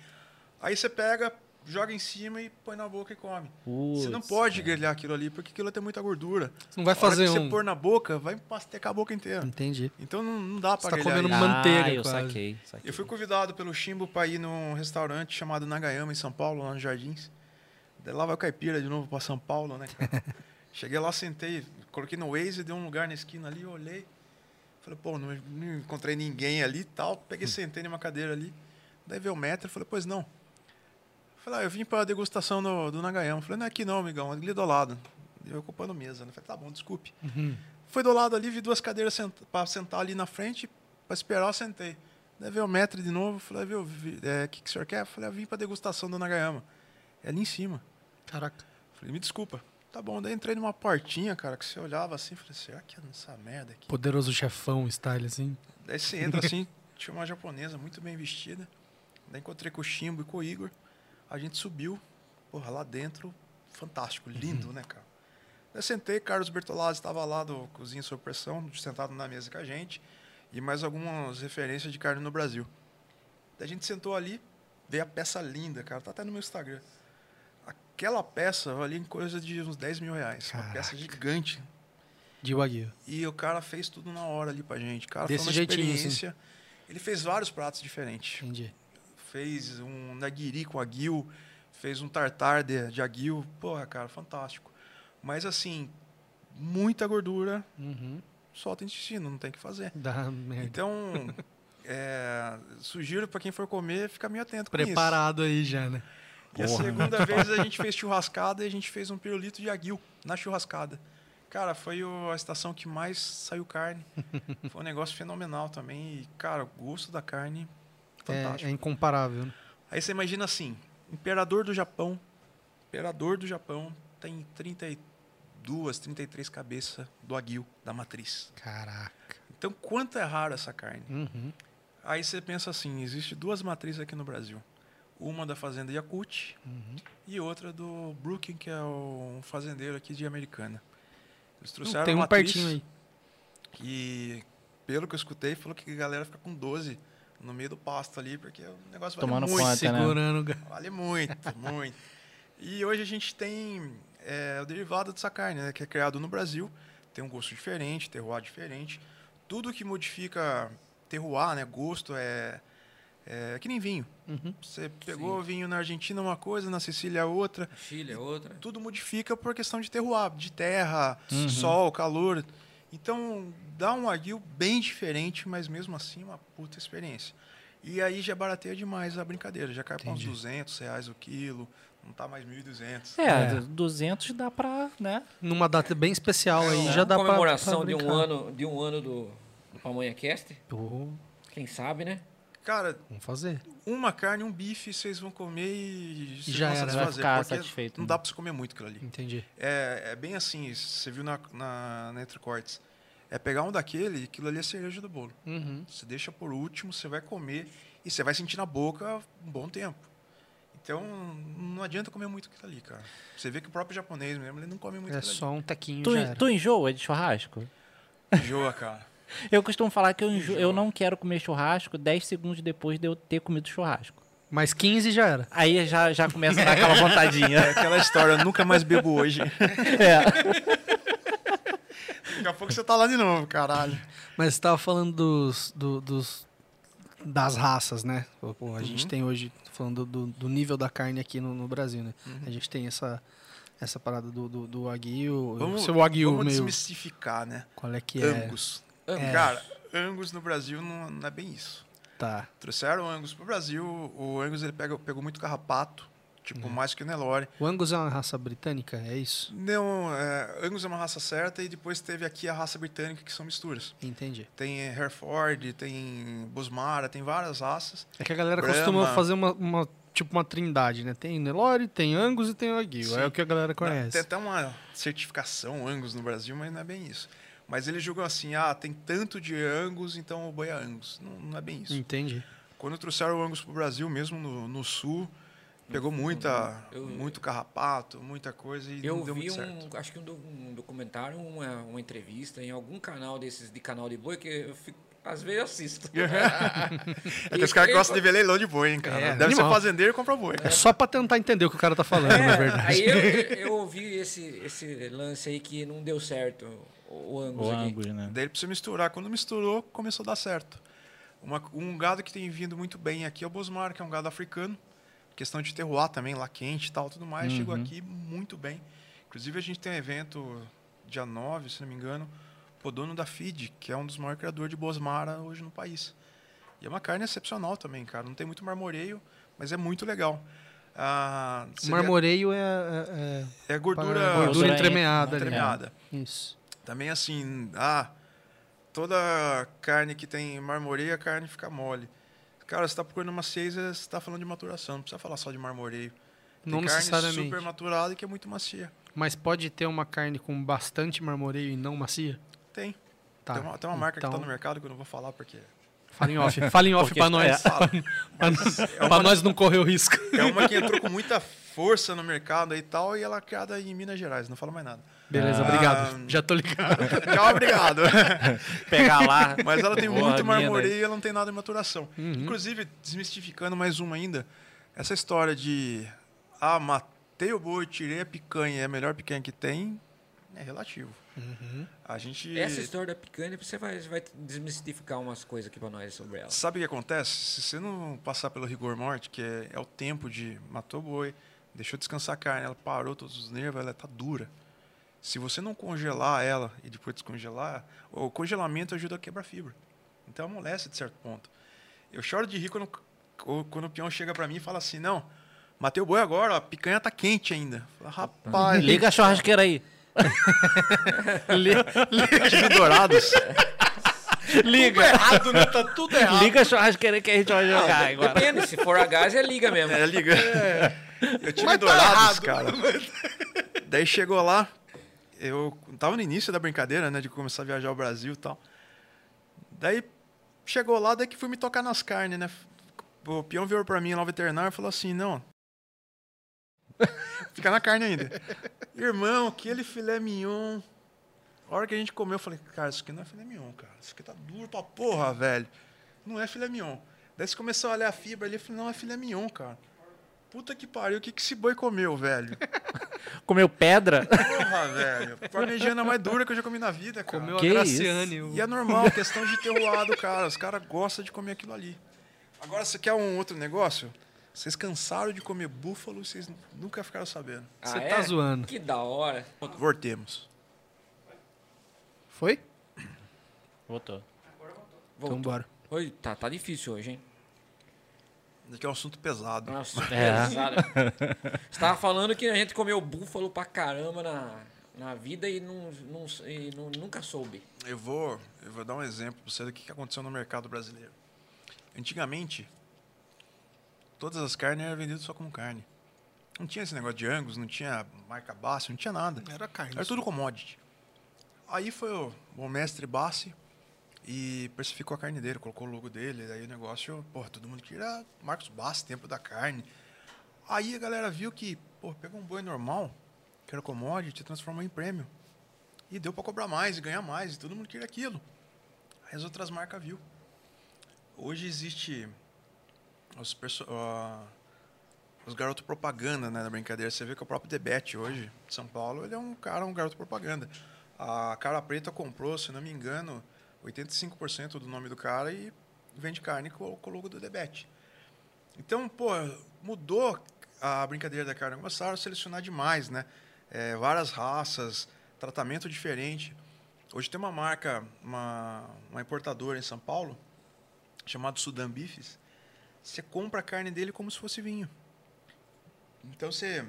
[SPEAKER 3] Aí você pega, joga em cima e põe na boca e come.
[SPEAKER 4] Putz,
[SPEAKER 3] você não pode grelhar aquilo ali, porque aquilo tem muita gordura.
[SPEAKER 6] Você não vai
[SPEAKER 3] A hora
[SPEAKER 6] fazer
[SPEAKER 3] que
[SPEAKER 6] um-
[SPEAKER 3] você pôr na boca, vai empastecar a boca inteira.
[SPEAKER 6] Entendi.
[SPEAKER 3] Então não, não dá pra
[SPEAKER 6] tá
[SPEAKER 3] grelhar
[SPEAKER 6] comendo
[SPEAKER 3] isso.
[SPEAKER 6] uma- manteiga
[SPEAKER 4] Ah, eu
[SPEAKER 6] quase.
[SPEAKER 4] saquei, saquei.
[SPEAKER 3] Eu fui convidado pelo Chimbo pra ir num restaurante chamado Nagayama, em São Paulo, lá nos Jardins. Daí lá vai o caipira de novo pra São Paulo, né, cara? Cheguei lá, sentei, coloquei no Waze, dei um lugar na esquina ali, olhei. Falei, pô, não, não encontrei ninguém ali e tal.
[SPEAKER 6] Hum.
[SPEAKER 3] Peguei, sentei numa cadeira ali. Daí veio o metro, falei, pois não. Falei, ah, eu vim pra degustação do, do Nagayama. Falei, não é aqui não, amigão, é ali do lado. Eu ocupando mesa, né? Falei, tá bom, desculpe. Foi do lado ali, vi duas cadeiras sent pra sentar ali na frente, pra esperar, eu sentei. Daí veio o metro de novo, falei, viu, vi- é, o que, que o senhor quer? Falei, eu vim pra degustação do Nagayama. É ali em cima.
[SPEAKER 6] Caraca.
[SPEAKER 3] Falei, me desculpa. Tá bom, daí entrei numa portinha, cara, que você olhava assim, falei, será que é nessa merda aqui?
[SPEAKER 6] Poderoso chefão, style, assim.
[SPEAKER 3] Daí você entra assim, tinha uma japonesa muito bem vestida. Daí encontrei com o Shimbo e com o Igor. A gente subiu, porra, lá dentro, fantástico, lindo, né, cara? Daí sentei, Carlos Bertolazzi estava lá do Cozinha Sob Pressão, sentado na mesa com a gente. E mais algumas referências de carne no Brasil. Daí a gente sentou ali, veio a peça linda, cara, tá até no meu Instagram. Aquela peça valia em coisa de uns 10 mil reais. Uma peça gigante,
[SPEAKER 6] De Wagyu.
[SPEAKER 3] e o cara fez tudo na hora ali pra gente. Cara,
[SPEAKER 6] Desse
[SPEAKER 3] foi uma
[SPEAKER 6] jeitinho, assim.
[SPEAKER 3] experiência. Ele fez vários pratos diferentes.
[SPEAKER 6] Entendi.
[SPEAKER 3] Fez um nagiri com aguil, fez um tartar de, de aguil. Porra, cara, fantástico. Mas assim, muita gordura,
[SPEAKER 6] Uhum.
[SPEAKER 3] solta intestino, não tem o que fazer.
[SPEAKER 6] Dá merda.
[SPEAKER 3] Então, é, sugiro pra quem for comer, fica meio atento com
[SPEAKER 6] Preparado aí já, né?
[SPEAKER 3] isso. E a
[SPEAKER 4] Porra.
[SPEAKER 3] segunda vez a gente fez churrascada e a gente fez um pirulito de aguil na churrascada. Cara, foi o- a estação que mais saiu carne. Foi um negócio fenomenal também. E, cara, o gosto da carne,
[SPEAKER 6] É,
[SPEAKER 3] fantástico.
[SPEAKER 6] é incomparável. né?
[SPEAKER 3] Aí você imagina assim, imperador do Japão, imperador do Japão tem 32, 33 cabeças do aguil, da matriz.
[SPEAKER 6] Caraca.
[SPEAKER 3] Então, quanto é raro essa carne?
[SPEAKER 6] Uhum.
[SPEAKER 3] Aí você pensa assim, existe duas matrizes aqui no Brasil. Uma da fazenda Yakut
[SPEAKER 6] Uhum.
[SPEAKER 3] e outra do Brooking, que é o- um fazendeiro aqui de Americana. Eles trouxeram
[SPEAKER 6] Não,
[SPEAKER 2] é
[SPEAKER 6] tem
[SPEAKER 3] uma
[SPEAKER 6] um
[SPEAKER 3] matriz
[SPEAKER 6] pertinho aí.
[SPEAKER 3] que, pelo que eu escutei, falou que a galera fica com 12 no meio do pasto ali, porque o negócio vale
[SPEAKER 4] Tomando
[SPEAKER 3] muito.
[SPEAKER 4] conta, né?
[SPEAKER 6] Segurando o ga-
[SPEAKER 3] Vale muito, muito. E hoje a gente tem é, o derivado dessa carne, né, que é criado no Brasil. Tem um gosto diferente, terroir diferente. Tudo que modifica terroir, né, gosto, é, é que nem vinho. Você pegou vinho na Argentina uma coisa, na Sicília outra.
[SPEAKER 2] Chile é outra.
[SPEAKER 3] Tudo modifica por questão de terroir, de terra, sol, calor. Então, dá um aguil bem diferente, mas mesmo assim uma puta experiência. E aí já barateia demais a brincadeira, já cai para uns 200 reais o quilo, não tá mais 1.200.
[SPEAKER 4] É, 200 dá pra, né?
[SPEAKER 6] Numa data bem especial aí, já dá pra.
[SPEAKER 2] É comemoração
[SPEAKER 6] pra
[SPEAKER 2] de um
[SPEAKER 6] brincar.
[SPEAKER 2] ano, de um ano do, do Pamonha Cast.
[SPEAKER 6] Pô,
[SPEAKER 2] Quem sabe, né?
[SPEAKER 3] Cara,
[SPEAKER 6] vamos fazer.
[SPEAKER 3] uma carne, um bife, vocês vão comer e vocês
[SPEAKER 6] já
[SPEAKER 3] vão
[SPEAKER 6] era. Vai
[SPEAKER 3] satisfazer,
[SPEAKER 4] ficar
[SPEAKER 3] porque
[SPEAKER 4] satisfeito,
[SPEAKER 3] não
[SPEAKER 4] né?
[SPEAKER 3] dá para você comer muito aquilo ali.
[SPEAKER 6] Entendi.
[SPEAKER 3] É, é bem assim, você viu na, na, na Entre Cortes. É pegar um daquele, aquilo ali é cereja do bolo.
[SPEAKER 6] Uhum.
[SPEAKER 3] Você deixa por último, você vai comer e você vai sentir na boca um bom tempo. Então, não adianta comer muito aquilo ali, cara. Você vê que o próprio japonês mesmo, ele não come muito
[SPEAKER 6] É
[SPEAKER 3] aquilo
[SPEAKER 6] só um tequinho
[SPEAKER 4] Tu,
[SPEAKER 6] já era.
[SPEAKER 4] tu enjoa de churrasco?
[SPEAKER 3] ali. Enjoa, cara.
[SPEAKER 4] Eu costumo falar que eu, enjo- eu não quero comer churrasco 10 segundos depois de eu ter comido churrasco.
[SPEAKER 6] Mas 15 já era.
[SPEAKER 4] Aí já, já começa a dar aquela vontadinha.
[SPEAKER 3] É aquela história, eu nunca mais bebo hoje.
[SPEAKER 4] É.
[SPEAKER 3] Daqui a pouco você tá lá de novo, caralho.
[SPEAKER 6] Mas você tava falando dos, do- dos- das raças, né? Pô, pô, a
[SPEAKER 3] Uhum.
[SPEAKER 6] gente tem hoje, tô falando do, do nível da carne aqui no, no Brasil, né?
[SPEAKER 3] Uhum.
[SPEAKER 6] A gente tem essa, essa parada do, do, do Wagyu, o seu Wagyu
[SPEAKER 3] vamos
[SPEAKER 6] meio...
[SPEAKER 3] desmistificar, né?
[SPEAKER 6] Qual é que é?
[SPEAKER 3] Angus.
[SPEAKER 2] Angus.
[SPEAKER 3] Cara, Angus no Brasil não, não é bem isso.
[SPEAKER 6] Tá.
[SPEAKER 3] Trouxeram o Angus pro Brasil, o Angus ele pega, pegou muito carrapato, tipo,
[SPEAKER 6] Uhum.
[SPEAKER 3] mais que o Nelore.
[SPEAKER 6] O Angus é uma raça britânica, é isso?
[SPEAKER 3] Não, é, Angus é uma raça certa e depois teve aqui a raça britânica, que são misturas.
[SPEAKER 6] Entendi.
[SPEAKER 3] Tem eh, Hereford, tem Bosmara, tem várias raças. Né?
[SPEAKER 6] É que a galera
[SPEAKER 3] Brahma.
[SPEAKER 6] costuma fazer uma, uma- tipo uma trindade, né? Tem Nelore, tem Angus e tem Wagyu.
[SPEAKER 3] Sim.
[SPEAKER 6] É o que a galera
[SPEAKER 3] Tem
[SPEAKER 6] conhece.
[SPEAKER 3] até uma certificação Angus no Brasil, mas não é bem isso. Mas eles julgam assim, ah, tem tanto de Angus, então o boi é Angus. Não, não é bem isso.
[SPEAKER 6] Entendi.
[SPEAKER 3] Quando trouxeram o Angus pro Brasil, mesmo no, no sul, pegou muita,
[SPEAKER 2] eu-
[SPEAKER 3] muito carrapato, muita coisa e
[SPEAKER 2] Eu
[SPEAKER 3] não deu
[SPEAKER 2] vi
[SPEAKER 3] muito
[SPEAKER 2] um,
[SPEAKER 3] certo.
[SPEAKER 2] acho que um, do- um documentário, uma, uma entrevista em algum canal desses de canal de boi que eu fico, às vezes eu assisto.
[SPEAKER 3] É que os caras
[SPEAKER 2] E-
[SPEAKER 3] gostam de ver leilão de boi, hein, cara.
[SPEAKER 6] É,
[SPEAKER 3] Deve
[SPEAKER 6] animal.
[SPEAKER 3] ser fazendeiro e compra boi.
[SPEAKER 6] É
[SPEAKER 3] cara.
[SPEAKER 6] só pra tentar entender o que o cara tá falando,
[SPEAKER 2] É,
[SPEAKER 6] na verdade.
[SPEAKER 2] Aí eu, eu ouvi esse, esse lance aí que não deu certo, o, o Angus
[SPEAKER 4] O
[SPEAKER 2] aqui.
[SPEAKER 4] Angus, né?
[SPEAKER 3] Daí ele precisa misturar. Quando misturou, começou a dar certo. Uma- um gado que tem vindo muito bem aqui é o Bosmar, que é um gado africano. Questão de terroir também, lá quente e tal, tudo
[SPEAKER 6] Uhum.
[SPEAKER 3] mais. Chegou aqui muito bem. Inclusive, a gente tem um evento dia 9, se não me engano, o dono da FID, que é um dos maiores criadores de Bosmara hoje no país. E é uma carne excepcional também, cara. Não tem muito marmoreio, mas é muito legal. Ah, seria-
[SPEAKER 6] Marmoreio é, é-
[SPEAKER 3] é
[SPEAKER 6] é
[SPEAKER 3] gordura,
[SPEAKER 6] gordura
[SPEAKER 4] Gordura
[SPEAKER 6] entremeada ali.
[SPEAKER 3] entremeada.
[SPEAKER 6] Isso.
[SPEAKER 3] Também assim, ah, toda carne que tem marmoreio, a carne fica mole. Cara, você está procurando uma ceiza, você está falando de maturação, não precisa falar só de marmoreio. Tem
[SPEAKER 6] Não
[SPEAKER 3] carne
[SPEAKER 6] necessariamente.
[SPEAKER 3] super maturada e que é muito macia.
[SPEAKER 6] Mas pode ter uma carne com bastante marmoreio e não macia?
[SPEAKER 3] Tem.
[SPEAKER 6] Tá.
[SPEAKER 3] Tem, uma, tem uma marca
[SPEAKER 6] então,
[SPEAKER 3] que está no mercado que eu não vou falar porque.
[SPEAKER 6] Fala em off. Fala em off
[SPEAKER 4] Porque- é,
[SPEAKER 6] pra nós.
[SPEAKER 3] Fala.
[SPEAKER 6] Pra, pra nós não correr o risco.
[SPEAKER 3] É uma que entrou com muita força no mercado aí e tal, e ela é criada em Minas Gerais, não fala mais nada.
[SPEAKER 6] Beleza,
[SPEAKER 3] Ah.
[SPEAKER 6] obrigado. Já tô ligado.
[SPEAKER 3] Tchau, obrigado.
[SPEAKER 4] Pegar lá.
[SPEAKER 3] Mas ela tem
[SPEAKER 4] Boa, Uhum.
[SPEAKER 3] muito
[SPEAKER 4] minha,
[SPEAKER 3] marmoreio e ela não tem nada de maturação. Inclusive, desmistificando mais uma ainda, essa história de ah, matei o boi, tirei a picanha, é a melhor picanha que tem, é relativo.
[SPEAKER 4] Uhum.
[SPEAKER 3] A gente.
[SPEAKER 2] Essa história da picanha, você vai, vai desmistificar umas coisas aqui pra nós sobre ela.
[SPEAKER 3] Sabe o que acontece? Se você não passar pelo rigor morte, que é, é o tempo de matou o boi, deixou descansar a carne, ela parou todos os nervos, ela tá dura. Se você não congelar ela e depois descongelar, o congelamento ajuda a quebrar a fibra. Então amolece de certo ponto. Eu choro de rir quando, o- quando o peão chega para mim e fala assim: não, matei o boi agora, ó, a picanha tá quente ainda. Fala, Rapaz,
[SPEAKER 4] Liga a churrasqueira aí.
[SPEAKER 3] de dourados.
[SPEAKER 4] Liga.
[SPEAKER 3] errado, né? Tá tudo errado.
[SPEAKER 4] Liga a churrasqueira aí que a gente vai jogar agora.
[SPEAKER 2] Depende, se for a gás, é liga mesmo.
[SPEAKER 3] É, liga. Eu tive dourados, cara. Daí chegou lá, eu tava no início da brincadeira, né? De começar a viajar ao Brasil e tal. Daí chegou lá, daí que fui me tocar nas carnes, né? O peão virou pra mim lá, o veterinário, e falou assim: não. Fica na carne ainda. Irmão, aquele filé mignon. A hora que a gente comeu, eu falei, cara, isso aqui não é filé mignon, cara. Isso aqui tá duro pra porra, velho. Não é filé mignon. Daí você começou a olhar a fibra ali, eu falei, não, é filé mignon, cara. Puta que pariu, o que, que esse boi comeu, velho?
[SPEAKER 4] Comeu pedra?
[SPEAKER 3] Porra, velho. Parmegiana é a mais dura que eu já comi na vida, cara.
[SPEAKER 6] Comeu a
[SPEAKER 4] Que isso?
[SPEAKER 6] Graciane. o-
[SPEAKER 3] E é normal, questão de ter roado, cara. Os caras gostam de comer aquilo ali. Agora, você quer um outro negócio? Vocês cansaram de comer búfalo e vocês nunca ficaram sabendo.
[SPEAKER 6] Você tá zoando.
[SPEAKER 2] Ah, é? Que da hora.
[SPEAKER 3] Voltemos.
[SPEAKER 6] Foi?
[SPEAKER 4] Voltou.
[SPEAKER 2] Voltou.
[SPEAKER 6] Então bora.
[SPEAKER 2] Oi, tá, tá difícil hoje, hein?
[SPEAKER 3] Isso aqui é um assunto pesado.
[SPEAKER 2] Nossa,
[SPEAKER 4] É.
[SPEAKER 2] pesada. Você tava falando que a gente comeu búfalo pra caramba na, na vida e, não, não, e não- nunca soube.
[SPEAKER 3] Eu vou, eu vou dar um exemplo para você do que que aconteceu no mercado brasileiro. Antigamente, todas as carnes eram vendidas só como carne. Não tinha esse negócio de Angus, não tinha marca Bassi, não tinha nada.
[SPEAKER 6] Era carne.
[SPEAKER 3] Era tudo commodity. Aí foi o, o mestre Bassi e persificou a carne dele, colocou o logo dele, daí o negócio, porra, todo mundo tira Marcos Bassi, tempo da carne. Aí a galera viu que, pô, pega um boi normal, que era commodity, transformou em prêmio. E deu pra cobrar mais e ganhar mais, e todo mundo queria aquilo. Aí as outras marcas viu. Hoje existe os, perso- ah, os garotos propaganda, né, na brincadeira. Você vê que o próprio Debete hoje, de São Paulo, ele é um cara, um garoto propaganda. A Cara Preta comprou, se não me engano, 85% do nome do cara e vende carne com, com o logo do Debete. Então, pô, mudou a brincadeira da carne. Começaram a selecionar demais, né? É, várias raças, tratamento diferente. Hoje tem uma marca, uma, uma importadora em São Paulo, chamada Sudan Bifes. Você compra a carne dele como se fosse vinho. Então você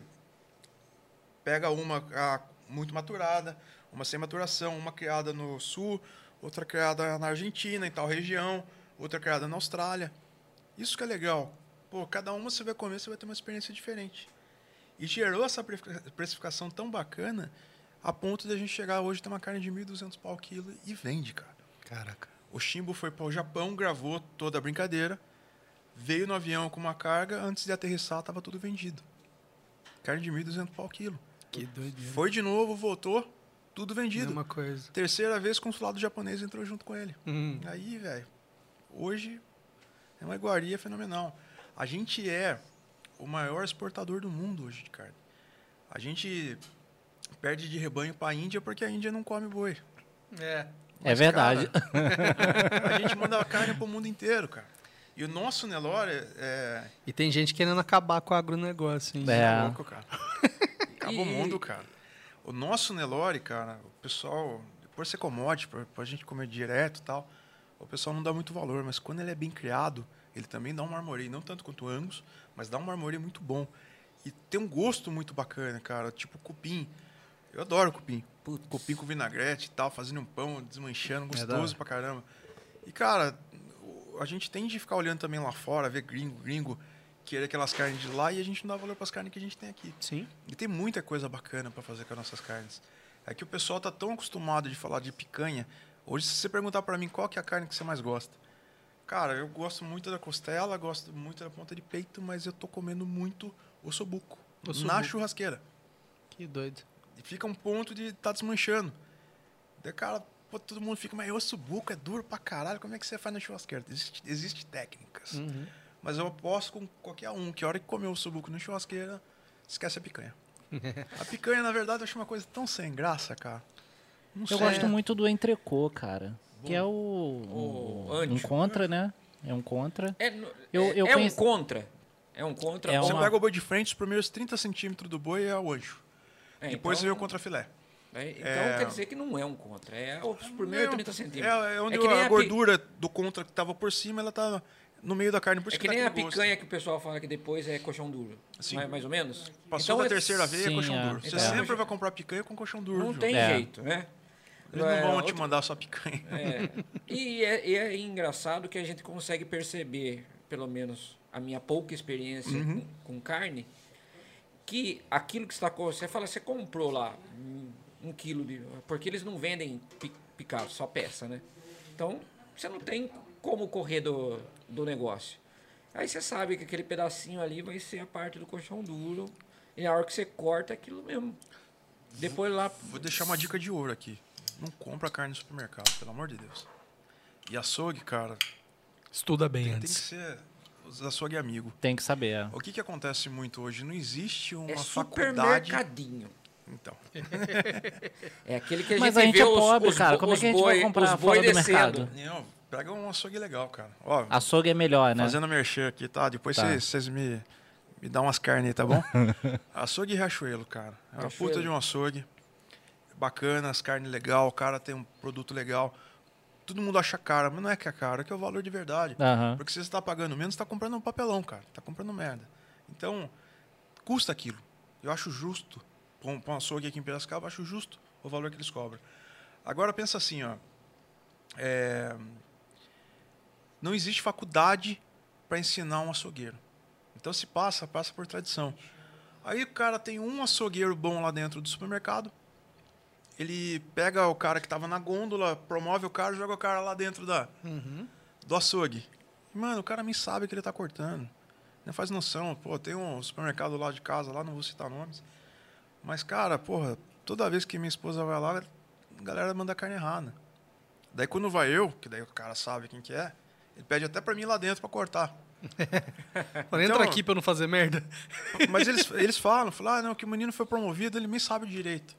[SPEAKER 3] pega uma ah, muito maturada, uma sem maturação, uma criada no sul, outra criada na Argentina, em tal região, outra criada na Austrália. Isso que é legal. Pô, cada uma você vai comer, você vai ter uma experiência diferente. E gerou essa pre- precificação tão bacana a ponto de a gente chegar hoje e ter uma carne de 1.200 pau o quilo e vende, cara.
[SPEAKER 6] Caraca.
[SPEAKER 3] O Shimbo foi para o Japão, gravou toda a brincadeira, veio no avião com uma carga, antes de aterrissar estava tudo vendido. Carne de 1.200 pau o quilo.
[SPEAKER 6] Que doideira.
[SPEAKER 3] Foi de novo, voltou, tudo vendido.
[SPEAKER 6] Mesma É coisa.
[SPEAKER 3] Terceira vez, consulado japonês entrou junto com ele.
[SPEAKER 6] Hum.
[SPEAKER 3] Aí, velho, hoje é uma iguaria fenomenal. A gente é o maior exportador do mundo hoje de carne. A gente perde de rebanho para a Índia porque a Índia não come boi.
[SPEAKER 6] É.
[SPEAKER 4] é verdade.
[SPEAKER 3] A gente manda carne pro mundo inteiro, cara. E o nosso Nelore é.
[SPEAKER 6] E tem gente querendo acabar com o agronegócio, hein? Então,
[SPEAKER 4] É.
[SPEAKER 3] é louco, cara. Acaba o mundo, cara. O nosso Nelore, cara, o pessoal. Por ser commodity, pra, pra gente comer direto e tal, o pessoal não dá muito valor, mas quando ele é bem criado, ele também dá um marmoreio, não tanto quanto o Angus, mas dá um marmoreio muito bom. E tem um gosto muito bacana, cara, tipo cupim. Eu adoro cupim.
[SPEAKER 2] Putz.
[SPEAKER 3] Cupim com vinagrete e tal, fazendo um pão, desmanchando,
[SPEAKER 6] da hora.
[SPEAKER 3] gostoso pra caramba. E, cara, o- a gente tem de ficar olhando também lá fora, ver gringo, gringo, querer aquelas carnes de lá e a gente não dá valor pras carnes que a gente tem aqui.
[SPEAKER 6] Sim.
[SPEAKER 3] E tem muita coisa bacana para fazer com as nossas carnes. É que o pessoal tá tão acostumado de falar de picanha. Hoje, se você perguntar para mim qual que é a carne que você mais gosta, cara, eu gosto muito da costela, gosto muito da ponta de peito, mas eu tô comendo muito ossobuco,
[SPEAKER 6] Ossobuco.
[SPEAKER 3] na churrasqueira.
[SPEAKER 6] Que doido.
[SPEAKER 3] E fica um ponto de tá desmanchando. Daí, cara, pô, todo mundo fica, mas ossobuco é duro pra caralho, como é que você faz na churrasqueira? Existe, existe técnicas. Mas eu aposto com qualquer um que a hora que comer o ossobuco na churrasqueira, esquece a picanha. a picanha, na verdade, eu acho uma coisa tão sem graça, cara. Não
[SPEAKER 4] Eu
[SPEAKER 3] sei.
[SPEAKER 2] é.
[SPEAKER 4] gosto muito do entrecô, cara. Que é o. o- um
[SPEAKER 2] ancho.
[SPEAKER 4] contra, né? É um contra.
[SPEAKER 2] É, no-
[SPEAKER 4] Eu-
[SPEAKER 2] é-
[SPEAKER 4] eu
[SPEAKER 2] é
[SPEAKER 4] conheci-
[SPEAKER 2] um contra. É um contra.
[SPEAKER 4] É
[SPEAKER 2] bom.
[SPEAKER 3] Você
[SPEAKER 4] uma-
[SPEAKER 3] pega o boi de frente, os primeiros 30 centímetros do boi é o anjo.
[SPEAKER 2] É,
[SPEAKER 3] Depois você vê
[SPEAKER 2] então-
[SPEAKER 3] o contrafilé.
[SPEAKER 2] é, então quer dizer que não é um contra. É os primeiros 30 centímetros.
[SPEAKER 3] É, é onde
[SPEAKER 2] que nem
[SPEAKER 3] a
[SPEAKER 2] pi-
[SPEAKER 3] gordura do contra que tava por cima, ela tá no meio da carne. Por isso
[SPEAKER 2] É que nem a
[SPEAKER 3] daquele gosto.
[SPEAKER 2] picanha que o pessoal fala que depois é colchão duro.
[SPEAKER 3] Sim.
[SPEAKER 2] Mais, mais ou menos?
[SPEAKER 3] Passou
[SPEAKER 2] então,
[SPEAKER 3] da
[SPEAKER 2] é-
[SPEAKER 3] terceira veia,
[SPEAKER 4] sim,
[SPEAKER 3] é colchão
[SPEAKER 4] é.
[SPEAKER 3] duro. Você
[SPEAKER 2] Então-
[SPEAKER 3] sempre vai comprar picanha com colchão duro.
[SPEAKER 2] Não
[SPEAKER 3] viu?
[SPEAKER 2] tem
[SPEAKER 4] É.
[SPEAKER 2] jeito, né?
[SPEAKER 3] Eles não
[SPEAKER 2] É,
[SPEAKER 3] vão te
[SPEAKER 2] outro-
[SPEAKER 3] mandar só picanha.
[SPEAKER 2] É. E é, e é engraçado que a gente consegue perceber, pelo menos a minha pouca experiência
[SPEAKER 3] Uhum.
[SPEAKER 2] com, com carne, que aquilo que está com você fala, você comprou lá um, um quilo de. Porque eles não vendem pi- picado, só peça, né? Então você não tem como correr do, do negócio. Aí você sabe que aquele pedacinho ali vai ser a parte do colchão duro. E a hora que você corta é aquilo mesmo. Depois lá. é
[SPEAKER 3] Vou deixar uma dica de ouro aqui. Não compra carne no supermercado, pelo amor de Deus. E açougue, cara,
[SPEAKER 6] Estuda bem
[SPEAKER 3] tem, tem que
[SPEAKER 6] antes.
[SPEAKER 3] ser os açougue amigo.
[SPEAKER 4] Tem que saber. é.
[SPEAKER 3] O que, que acontece muito hoje? Não existe uma
[SPEAKER 2] É
[SPEAKER 3] faculdade.
[SPEAKER 2] supermercadinho.
[SPEAKER 3] Então,
[SPEAKER 2] É aquele que a
[SPEAKER 4] Mas
[SPEAKER 2] gente
[SPEAKER 4] a gente
[SPEAKER 2] vê
[SPEAKER 4] é
[SPEAKER 2] os-
[SPEAKER 4] pobre,
[SPEAKER 2] os,
[SPEAKER 4] cara.
[SPEAKER 2] bo-
[SPEAKER 4] Como é
[SPEAKER 2] os
[SPEAKER 4] que a gente vai
[SPEAKER 2] boi-
[SPEAKER 4] comprar
[SPEAKER 2] os
[SPEAKER 4] fora
[SPEAKER 2] boi
[SPEAKER 4] do
[SPEAKER 2] descendo.
[SPEAKER 4] mercado?
[SPEAKER 3] não, pega um açougue legal, cara. Ó,
[SPEAKER 4] Açougue é melhor, né?
[SPEAKER 3] fazendo merchan aqui, tá? Depois
[SPEAKER 4] Tá.
[SPEAKER 3] vocês vocês me, me dão umas carnes aí, tá bom? açougue Riachuelo, cara. É uma
[SPEAKER 2] Riachuelo.
[SPEAKER 3] puta de um açougue. Bacana, as carnes legal, o cara tem um produto legal. Todo mundo acha caro, mas não é que é caro, é que é o valor de verdade.
[SPEAKER 4] Aham.
[SPEAKER 3] Porque se você está pagando menos, está comprando um papelão, cara. Está comprando merda. Então, custa aquilo. Eu acho justo. Para um pra um açougue aqui em Piracicaba, eu acho justo o valor que eles cobram. Agora, pensa assim, ó. É, Não existe faculdade para ensinar um açougueiro. Então, se passa, passa por tradição. Aí o cara tem um açougueiro bom lá dentro do supermercado, ele pega o cara que estava na gôndola, promove o cara, joga o cara lá dentro da, do açougue. Mano, o cara nem sabe que ele tá cortando. Não faz noção. Pô, tem um supermercado lá de casa, lá, não vou citar nomes. Mas, cara, porra, toda vez que minha esposa vai lá, a galera manda carne errada. Daí quando vai eu, que daí o cara sabe quem que é, ele pede até pra mim ir lá dentro pra cortar.
[SPEAKER 6] Fala, entra
[SPEAKER 3] Então-
[SPEAKER 6] aqui pra eu não fazer merda.
[SPEAKER 3] Mas eles, eles falam, falam, ah, não, que o menino foi promovido, ele nem sabe direito.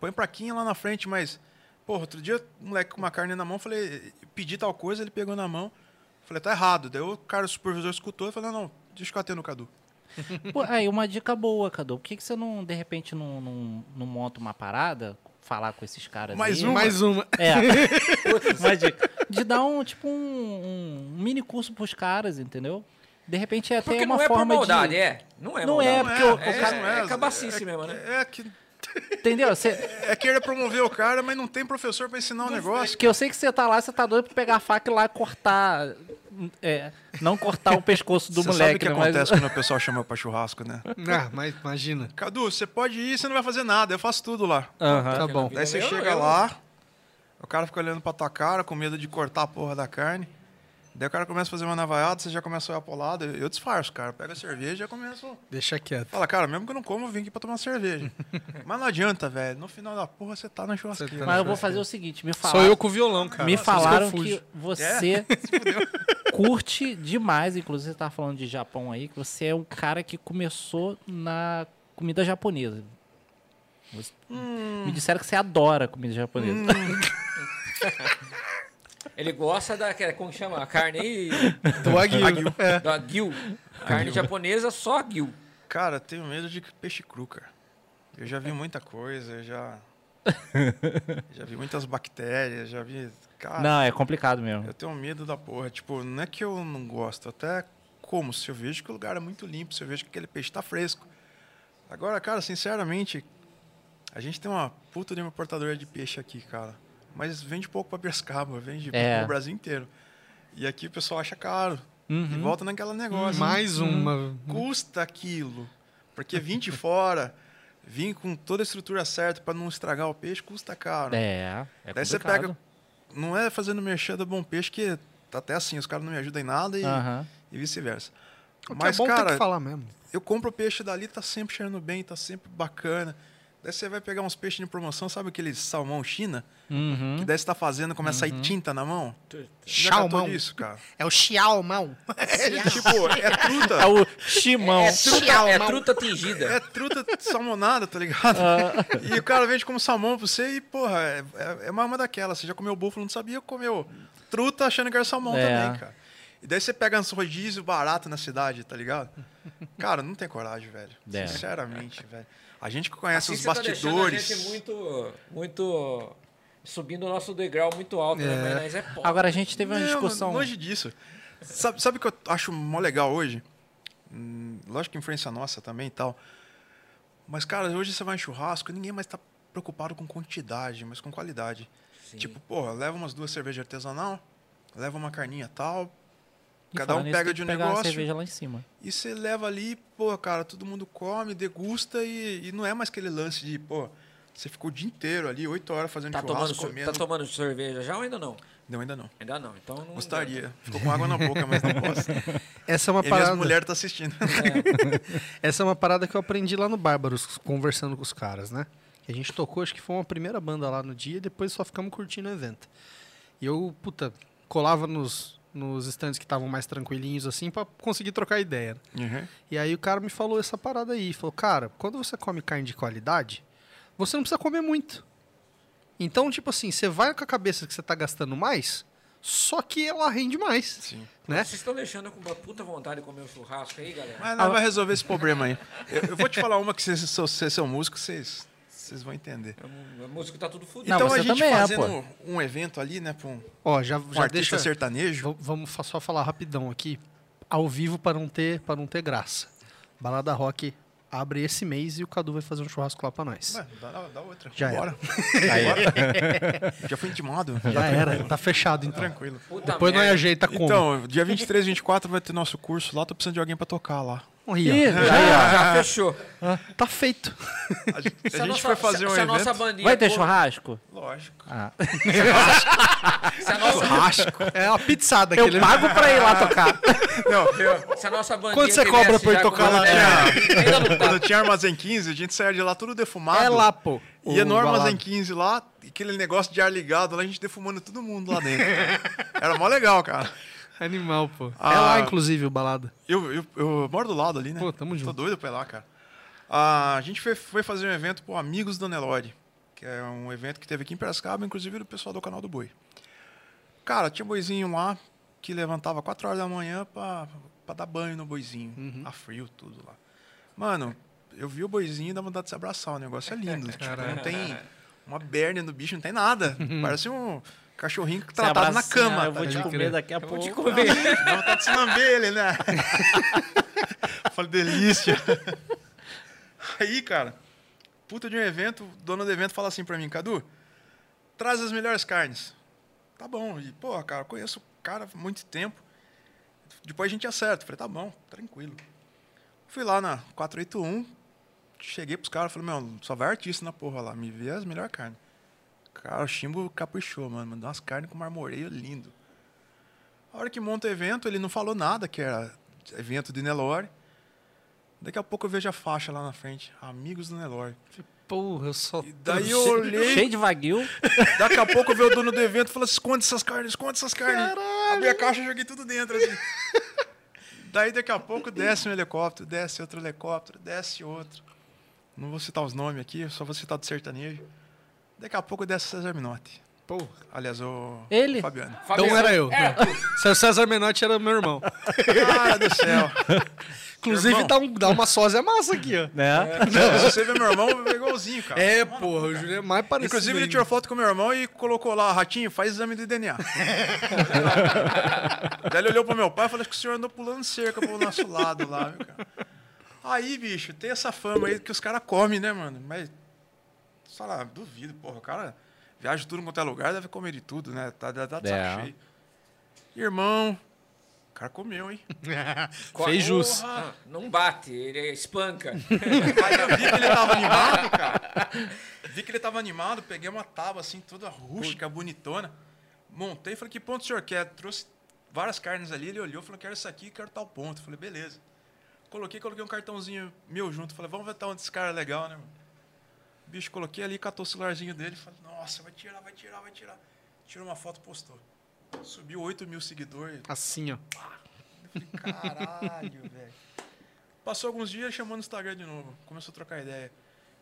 [SPEAKER 3] Põe praquinha lá na frente, mas. Porra, outro dia, um moleque com uma carne na mão, falei, pedi tal coisa, ele pegou na mão. Falei, tá errado. Daí o cara, o supervisor, escutou e falou, não, não, deixa eu atendo o Cadu.
[SPEAKER 4] Pô, aí uma dica boa, Cadu. Por que, que você não, de repente, não, não, não monta uma parada? Falar com esses caras
[SPEAKER 3] Mais
[SPEAKER 4] aí?
[SPEAKER 3] uma.
[SPEAKER 6] Mais uma.
[SPEAKER 2] um.
[SPEAKER 4] É. uma dica. De dar um, tipo, um, um mini curso pros caras, entendeu? De repente é até
[SPEAKER 2] Porque
[SPEAKER 4] uma
[SPEAKER 2] não é por
[SPEAKER 4] forma
[SPEAKER 2] maldade,
[SPEAKER 4] de.
[SPEAKER 2] é. Não é
[SPEAKER 4] Não
[SPEAKER 2] maldade.
[SPEAKER 4] é, porque o-
[SPEAKER 2] é,
[SPEAKER 4] o cara-
[SPEAKER 2] é, cabacice mesmo, né?
[SPEAKER 3] É, que,
[SPEAKER 4] Entendeu? Você,
[SPEAKER 3] é querer promover o cara, mas não tem professor pra ensinar o negócio.
[SPEAKER 4] Porque eu sei que você tá lá, você tá doido pra pegar a faca e lá cortar. é, não cortar o pescoço do
[SPEAKER 3] você
[SPEAKER 4] moleque.
[SPEAKER 3] sabe o que
[SPEAKER 4] né,
[SPEAKER 3] acontece
[SPEAKER 4] mas...
[SPEAKER 3] quando o pessoal chama pra churrasco, né?
[SPEAKER 6] Ah, mas imagina.
[SPEAKER 3] Cadu, você pode ir, você não vai fazer nada, eu faço tudo lá.
[SPEAKER 4] Aham.
[SPEAKER 6] Tá bom.
[SPEAKER 3] Daí você
[SPEAKER 2] Eu-
[SPEAKER 3] chega
[SPEAKER 2] eu-
[SPEAKER 3] lá, o cara fica olhando pra tua cara com medo de cortar a porra da carne. Daí o cara começa a fazer uma navaiada, você já começa a olhar pro lado. Eu disfarço, cara. Pega a cerveja e já começo.
[SPEAKER 6] Deixa quieto.
[SPEAKER 3] Fala, cara, mesmo que eu não como, eu vim aqui pra tomar uma cerveja. Mas não adianta, velho. No final da porra, você tá na
[SPEAKER 6] Você
[SPEAKER 3] churrasqueira.
[SPEAKER 6] tá
[SPEAKER 4] Mas eu vou fazer o seguinte: me
[SPEAKER 6] Sou
[SPEAKER 4] falaram,
[SPEAKER 6] eu com o violão, cara.
[SPEAKER 4] me
[SPEAKER 6] Por isso
[SPEAKER 3] assim,
[SPEAKER 6] eu
[SPEAKER 4] falaram
[SPEAKER 6] fujo.
[SPEAKER 4] que
[SPEAKER 3] É,
[SPEAKER 4] você curte demais. Inclusive, você tava falando de Japão aí, que você é um cara que começou na comida japonesa. Você-
[SPEAKER 3] Hum.
[SPEAKER 4] Me disseram que você adora comida japonesa.
[SPEAKER 2] Ele gosta daquela, como que chama? A carne aí.
[SPEAKER 6] Do Wagyu. É.
[SPEAKER 2] da Gil. Carne japonesa, só Gil.
[SPEAKER 3] Cara, eu tenho medo de peixe cru, cara. Eu já vi muita coisa, eu já. já vi muitas bactérias, já vi. Cara,
[SPEAKER 4] Não, é complicado mesmo.
[SPEAKER 3] Eu tenho medo da porra. Tipo, não é que eu não gosto, até como. Se eu vejo que o lugar é muito limpo, se eu vejo que aquele peixe tá fresco. Agora, cara, sinceramente, a gente tem uma puta de uma portadora de peixe aqui, cara. Mas vende pouco pra Piracicaba, vende
[SPEAKER 4] É.
[SPEAKER 3] pro Brasil inteiro. E aqui o pessoal acha caro. E volta naquela negócio.
[SPEAKER 6] Mais uma.
[SPEAKER 3] Custa aquilo. Porque vir de fora, vir com toda a estrutura certa pra não estragar o peixe, custa caro.
[SPEAKER 4] É, é
[SPEAKER 3] Daí você
[SPEAKER 4] complicado.
[SPEAKER 3] pega. Não é fazendo merchan do Bom Peixe, que tá até assim, os caras não me ajudam em nada e,
[SPEAKER 4] Aham.
[SPEAKER 3] e vice-versa.
[SPEAKER 6] O que
[SPEAKER 3] Mas,
[SPEAKER 6] é bom tem
[SPEAKER 3] cara,
[SPEAKER 6] que falar mesmo.
[SPEAKER 3] eu compro o peixe dali, tá sempre cheirando bem, tá sempre bacana. Daí você vai pegar uns peixes de promoção, sabe aquele salmão China?
[SPEAKER 4] Uhum.
[SPEAKER 3] Que daí você tá fazendo, começa a sair tinta na mão. Já
[SPEAKER 6] Salmão.
[SPEAKER 3] catou disso, cara.
[SPEAKER 5] É o Xiaomão.
[SPEAKER 3] tipo, é truta.
[SPEAKER 4] É o Shimão.
[SPEAKER 2] É truta, é
[SPEAKER 5] Salmão.
[SPEAKER 2] truta tingida.
[SPEAKER 3] É truta salmonada, tá ligado?
[SPEAKER 4] Ah.
[SPEAKER 3] E o cara vende como salmão pra você e, porra, é, é- é uma arma daquela. Você já comeu búfalo, não sabia, comeu truta achando que era salmão
[SPEAKER 4] É.
[SPEAKER 3] também, cara. E daí você pega uns rodízio barato na cidade, tá ligado? Cara, não tem coragem, velho.
[SPEAKER 4] É.
[SPEAKER 3] Sinceramente, velho. A gente que conhece os
[SPEAKER 2] você tá deixando a gente
[SPEAKER 3] bastidores.
[SPEAKER 2] muito, muito... Subindo o nosso degrau muito alto, né? Mas nós é pobre.
[SPEAKER 4] Agora a gente teve uma
[SPEAKER 3] Não,
[SPEAKER 4] discussão.
[SPEAKER 3] Longe disso. Sabe, sabe o que eu acho mó legal hoje? Hum, lógico que influência nossa também e tal. Mas, cara, hoje você vai em churrasco e ninguém mais tá preocupado com quantidade, mas com qualidade. Tipo, porra, leva umas duas cervejas artesanal, leva uma carninha tal,
[SPEAKER 4] E
[SPEAKER 3] cada um
[SPEAKER 4] falando isso,
[SPEAKER 3] pega
[SPEAKER 4] tem
[SPEAKER 3] de um
[SPEAKER 4] que pegar Uma
[SPEAKER 3] negócio.
[SPEAKER 4] cerveja lá em cima.
[SPEAKER 3] e você leva ali, pô, cara, todo mundo come, degusta e, e não é mais aquele lance de, pô, você ficou o dia inteiro ali, oito horas fazendo
[SPEAKER 2] Tá tomando,
[SPEAKER 3] churrasco,
[SPEAKER 2] sor-
[SPEAKER 3] comendo.
[SPEAKER 2] tá tomando cerveja já ou ainda não?
[SPEAKER 3] Não, ainda não.
[SPEAKER 2] Ainda não, então não...
[SPEAKER 3] Gostaria. Ficou com água na boca, mas não posso.
[SPEAKER 6] Essa é uma
[SPEAKER 3] E a minha
[SPEAKER 6] parada.
[SPEAKER 3] mulher tá assistindo.
[SPEAKER 6] Essa é uma parada que eu aprendi lá no Bárbaros, conversando com os caras, né? Que a gente tocou, acho que foi uma primeira banda lá no dia, e depois só ficamos curtindo o evento. E eu, puta, colava nos, nos stands que estavam mais tranquilinhos, assim, pra conseguir trocar ideia. né?
[SPEAKER 3] Uhum.
[SPEAKER 6] E aí o cara me falou essa parada aí. Falou, cara, quando você come carne de qualidade, você não precisa comer muito. Então, tipo assim, você vai com a cabeça que você tá gastando mais, só que ela rende mais.
[SPEAKER 3] Sim.
[SPEAKER 6] Né?
[SPEAKER 2] Vocês estão deixando eu com uma puta vontade de comer um churrasco aí, galera?
[SPEAKER 3] Mas não vai resolver esse problema aí. Eu, eu vou te falar uma que vocês se vocês são músicos, vocês, vocês vão entender.
[SPEAKER 2] A mu- a música tá tudo fudida.
[SPEAKER 4] Não,
[SPEAKER 3] então
[SPEAKER 4] você
[SPEAKER 3] a gente
[SPEAKER 4] também é,
[SPEAKER 3] fazendo um evento ali, né, pra um,
[SPEAKER 6] Ó, já,
[SPEAKER 3] um
[SPEAKER 6] já
[SPEAKER 3] artista
[SPEAKER 6] deixa.
[SPEAKER 3] sertanejo.
[SPEAKER 6] V- Vamos fa- só falar rapidão aqui, ao vivo para não ter para não ter graça. Balada Rock abre esse mês e o Cadu vai fazer um churrasco lá para nós.
[SPEAKER 3] Ué, dá, dá outra.
[SPEAKER 6] Já era.
[SPEAKER 3] Bora. Bora. Já foi intimado.
[SPEAKER 6] Já era, tá fechado então.
[SPEAKER 3] Tranquilo.
[SPEAKER 2] Puta
[SPEAKER 6] Depois nós
[SPEAKER 2] merda.
[SPEAKER 6] ajeita como.
[SPEAKER 3] Então, dia 23, 24 vai ter nosso curso lá. Tô precisando de alguém pra tocar lá.
[SPEAKER 6] Aí, ó.
[SPEAKER 4] Ih, já-
[SPEAKER 2] Já fechou.
[SPEAKER 6] tá feito.
[SPEAKER 3] A gente, a
[SPEAKER 2] Se
[SPEAKER 3] Ah, gente
[SPEAKER 2] nossa-
[SPEAKER 3] foi fazer
[SPEAKER 2] se,
[SPEAKER 3] um
[SPEAKER 2] se a
[SPEAKER 3] evento.
[SPEAKER 2] nossa bandinha
[SPEAKER 4] Vai ter
[SPEAKER 2] for-
[SPEAKER 4] churrasco?
[SPEAKER 3] Lógico.
[SPEAKER 2] Se a nossa,
[SPEAKER 6] É uma pizzada
[SPEAKER 4] Eu
[SPEAKER 6] aquele.
[SPEAKER 4] pago pra ir lá tocar.
[SPEAKER 2] se a nossa bandinha
[SPEAKER 6] Quanto você
[SPEAKER 2] tivesse
[SPEAKER 6] cobra pra eu
[SPEAKER 2] já com
[SPEAKER 6] tocar lá?
[SPEAKER 2] a galera- Ainda não tá.
[SPEAKER 3] Quando tinha Armazém 15, a gente saía de lá tudo defumado.
[SPEAKER 6] É lá, pô.
[SPEAKER 3] E é
[SPEAKER 6] o
[SPEAKER 3] no Armazém
[SPEAKER 6] balada.
[SPEAKER 3] 15 lá, aquele negócio de ar ligado lá, a gente defumando todo mundo lá dentro. Era mó legal, cara.
[SPEAKER 6] Animal, pô. É
[SPEAKER 3] Ah.
[SPEAKER 6] lá, inclusive, o balada.
[SPEAKER 3] Eu, eu, eu moro do lado ali, né?
[SPEAKER 6] Pô, tamo junto.
[SPEAKER 3] Tô doido pra ir lá, cara. Ah, a gente foi, foi fazer um evento pro Amigos da Nelore, que é um evento que teve aqui em Piracicaba, inclusive do pessoal do canal do Boi. Cara, tinha um boizinho lá que levantava 4 horas da manhã pra, pra dar banho no boizinho.
[SPEAKER 6] Uhum.
[SPEAKER 3] A frio, tudo lá. Mano, eu vi o boizinho e dá vontade de se abraçar. O negócio é lindo. tipo, não tem uma berna no bicho, não tem nada.
[SPEAKER 6] Uhum.
[SPEAKER 3] Parece um cachorrinho
[SPEAKER 4] Se
[SPEAKER 3] tratado na
[SPEAKER 4] abracinha,
[SPEAKER 3] cama.
[SPEAKER 4] assim, né? Eu vou
[SPEAKER 3] tá
[SPEAKER 4] te
[SPEAKER 3] ligado?
[SPEAKER 4] comer daqui a
[SPEAKER 2] Eu vou
[SPEAKER 4] pouco.
[SPEAKER 2] te comer.
[SPEAKER 3] Dá vontade tá de se lamber ele, né? Falei, delícia. Aí, cara, puta de um evento, dono do evento fala assim pra mim, Cadu, traz as melhores carnes. Tá bom. E, pô, cara, eu conheço o cara há muito tempo. Depois a gente acerta. Falei, tá bom, tranquilo. Fui lá na 481, cheguei pros caras, falei, meu, só vai artista na porra lá, me vê as melhores carnes. Cara, o Chimbo caprichou, mano. Mandou umas carnes com marmoreio lindo. A hora que monta o evento, ele não falou nada, que era evento de Nelore. Daqui a pouco eu vejo a faixa lá na frente. Amigos do Nelore.
[SPEAKER 6] Porra, eu só.
[SPEAKER 3] E daí eu olhei,
[SPEAKER 4] Cheio de vaguio.
[SPEAKER 3] Daqui a pouco veio o dono do evento e falou: esconde essas carnes, esconde essas carnes. Abri a caixa e joguei tudo dentro. assim. Daí daqui a pouco desce um helicóptero, desce outro helicóptero, desce outro. Não vou citar os nomes aqui, só vou citar do sertanejo. Daqui a pouco desce o César Minotti.
[SPEAKER 6] Porra.
[SPEAKER 3] Aliás, o.
[SPEAKER 4] Ele?
[SPEAKER 3] o Fabiano.
[SPEAKER 6] Então era eu.
[SPEAKER 2] Era
[SPEAKER 6] né? Seu César Menotti era meu irmão.
[SPEAKER 3] Cara do céu.
[SPEAKER 6] Inclusive,
[SPEAKER 3] Irmão.
[SPEAKER 6] dá, um- dá uma sósia massa aqui, ó.
[SPEAKER 4] Né?
[SPEAKER 3] Se você ver meu irmão, é igualzinho, cara.
[SPEAKER 6] É, porra, o Júlio é mais parecido.
[SPEAKER 3] Inclusive, ele
[SPEAKER 6] ainda.
[SPEAKER 3] tirou foto com meu irmão e colocou lá, ratinho, faz exame de DNA. Daí ele olhou pro meu pai e falou, acho que o senhor andou pulando cerca pro nosso lado lá, meu cara. Aí, bicho, tem essa fama aí que os caras comem, né, mano? Mas, sei lá, duvido, porra, o cara viaja tudo quanto é lugar, deve comer de tudo, né? Tá, tá, tá de saco
[SPEAKER 4] É.
[SPEAKER 3] cheio. Irmão, o cara comeu, hein?
[SPEAKER 6] Fez jus.
[SPEAKER 3] Porra,
[SPEAKER 2] Ah, Não bate, ele espanca.
[SPEAKER 3] Aí eu vi que ele tava animado, cara. Vi que ele tava animado, peguei uma tábua assim, toda rústica, bonitona. Montei e falei, que ponto o senhor quer? Trouxe várias carnes ali, ele olhou, falou, quero isso aqui, quero tal ponto. Falei, beleza. Coloquei, coloquei um cartãozinho meu junto. Falei, vamos ver até onde esse cara é legal, né, mano? Bicho, coloquei ali, catou o celularzinho dele. Falei, nossa, vai tirar, vai tirar, vai tirar. Tirou uma foto, postou. Subiu 8 mil seguidores.
[SPEAKER 6] Assim, ó.
[SPEAKER 3] Caralho, velho. Passou alguns dias, chamou no Instagram de novo. Começou a trocar ideia.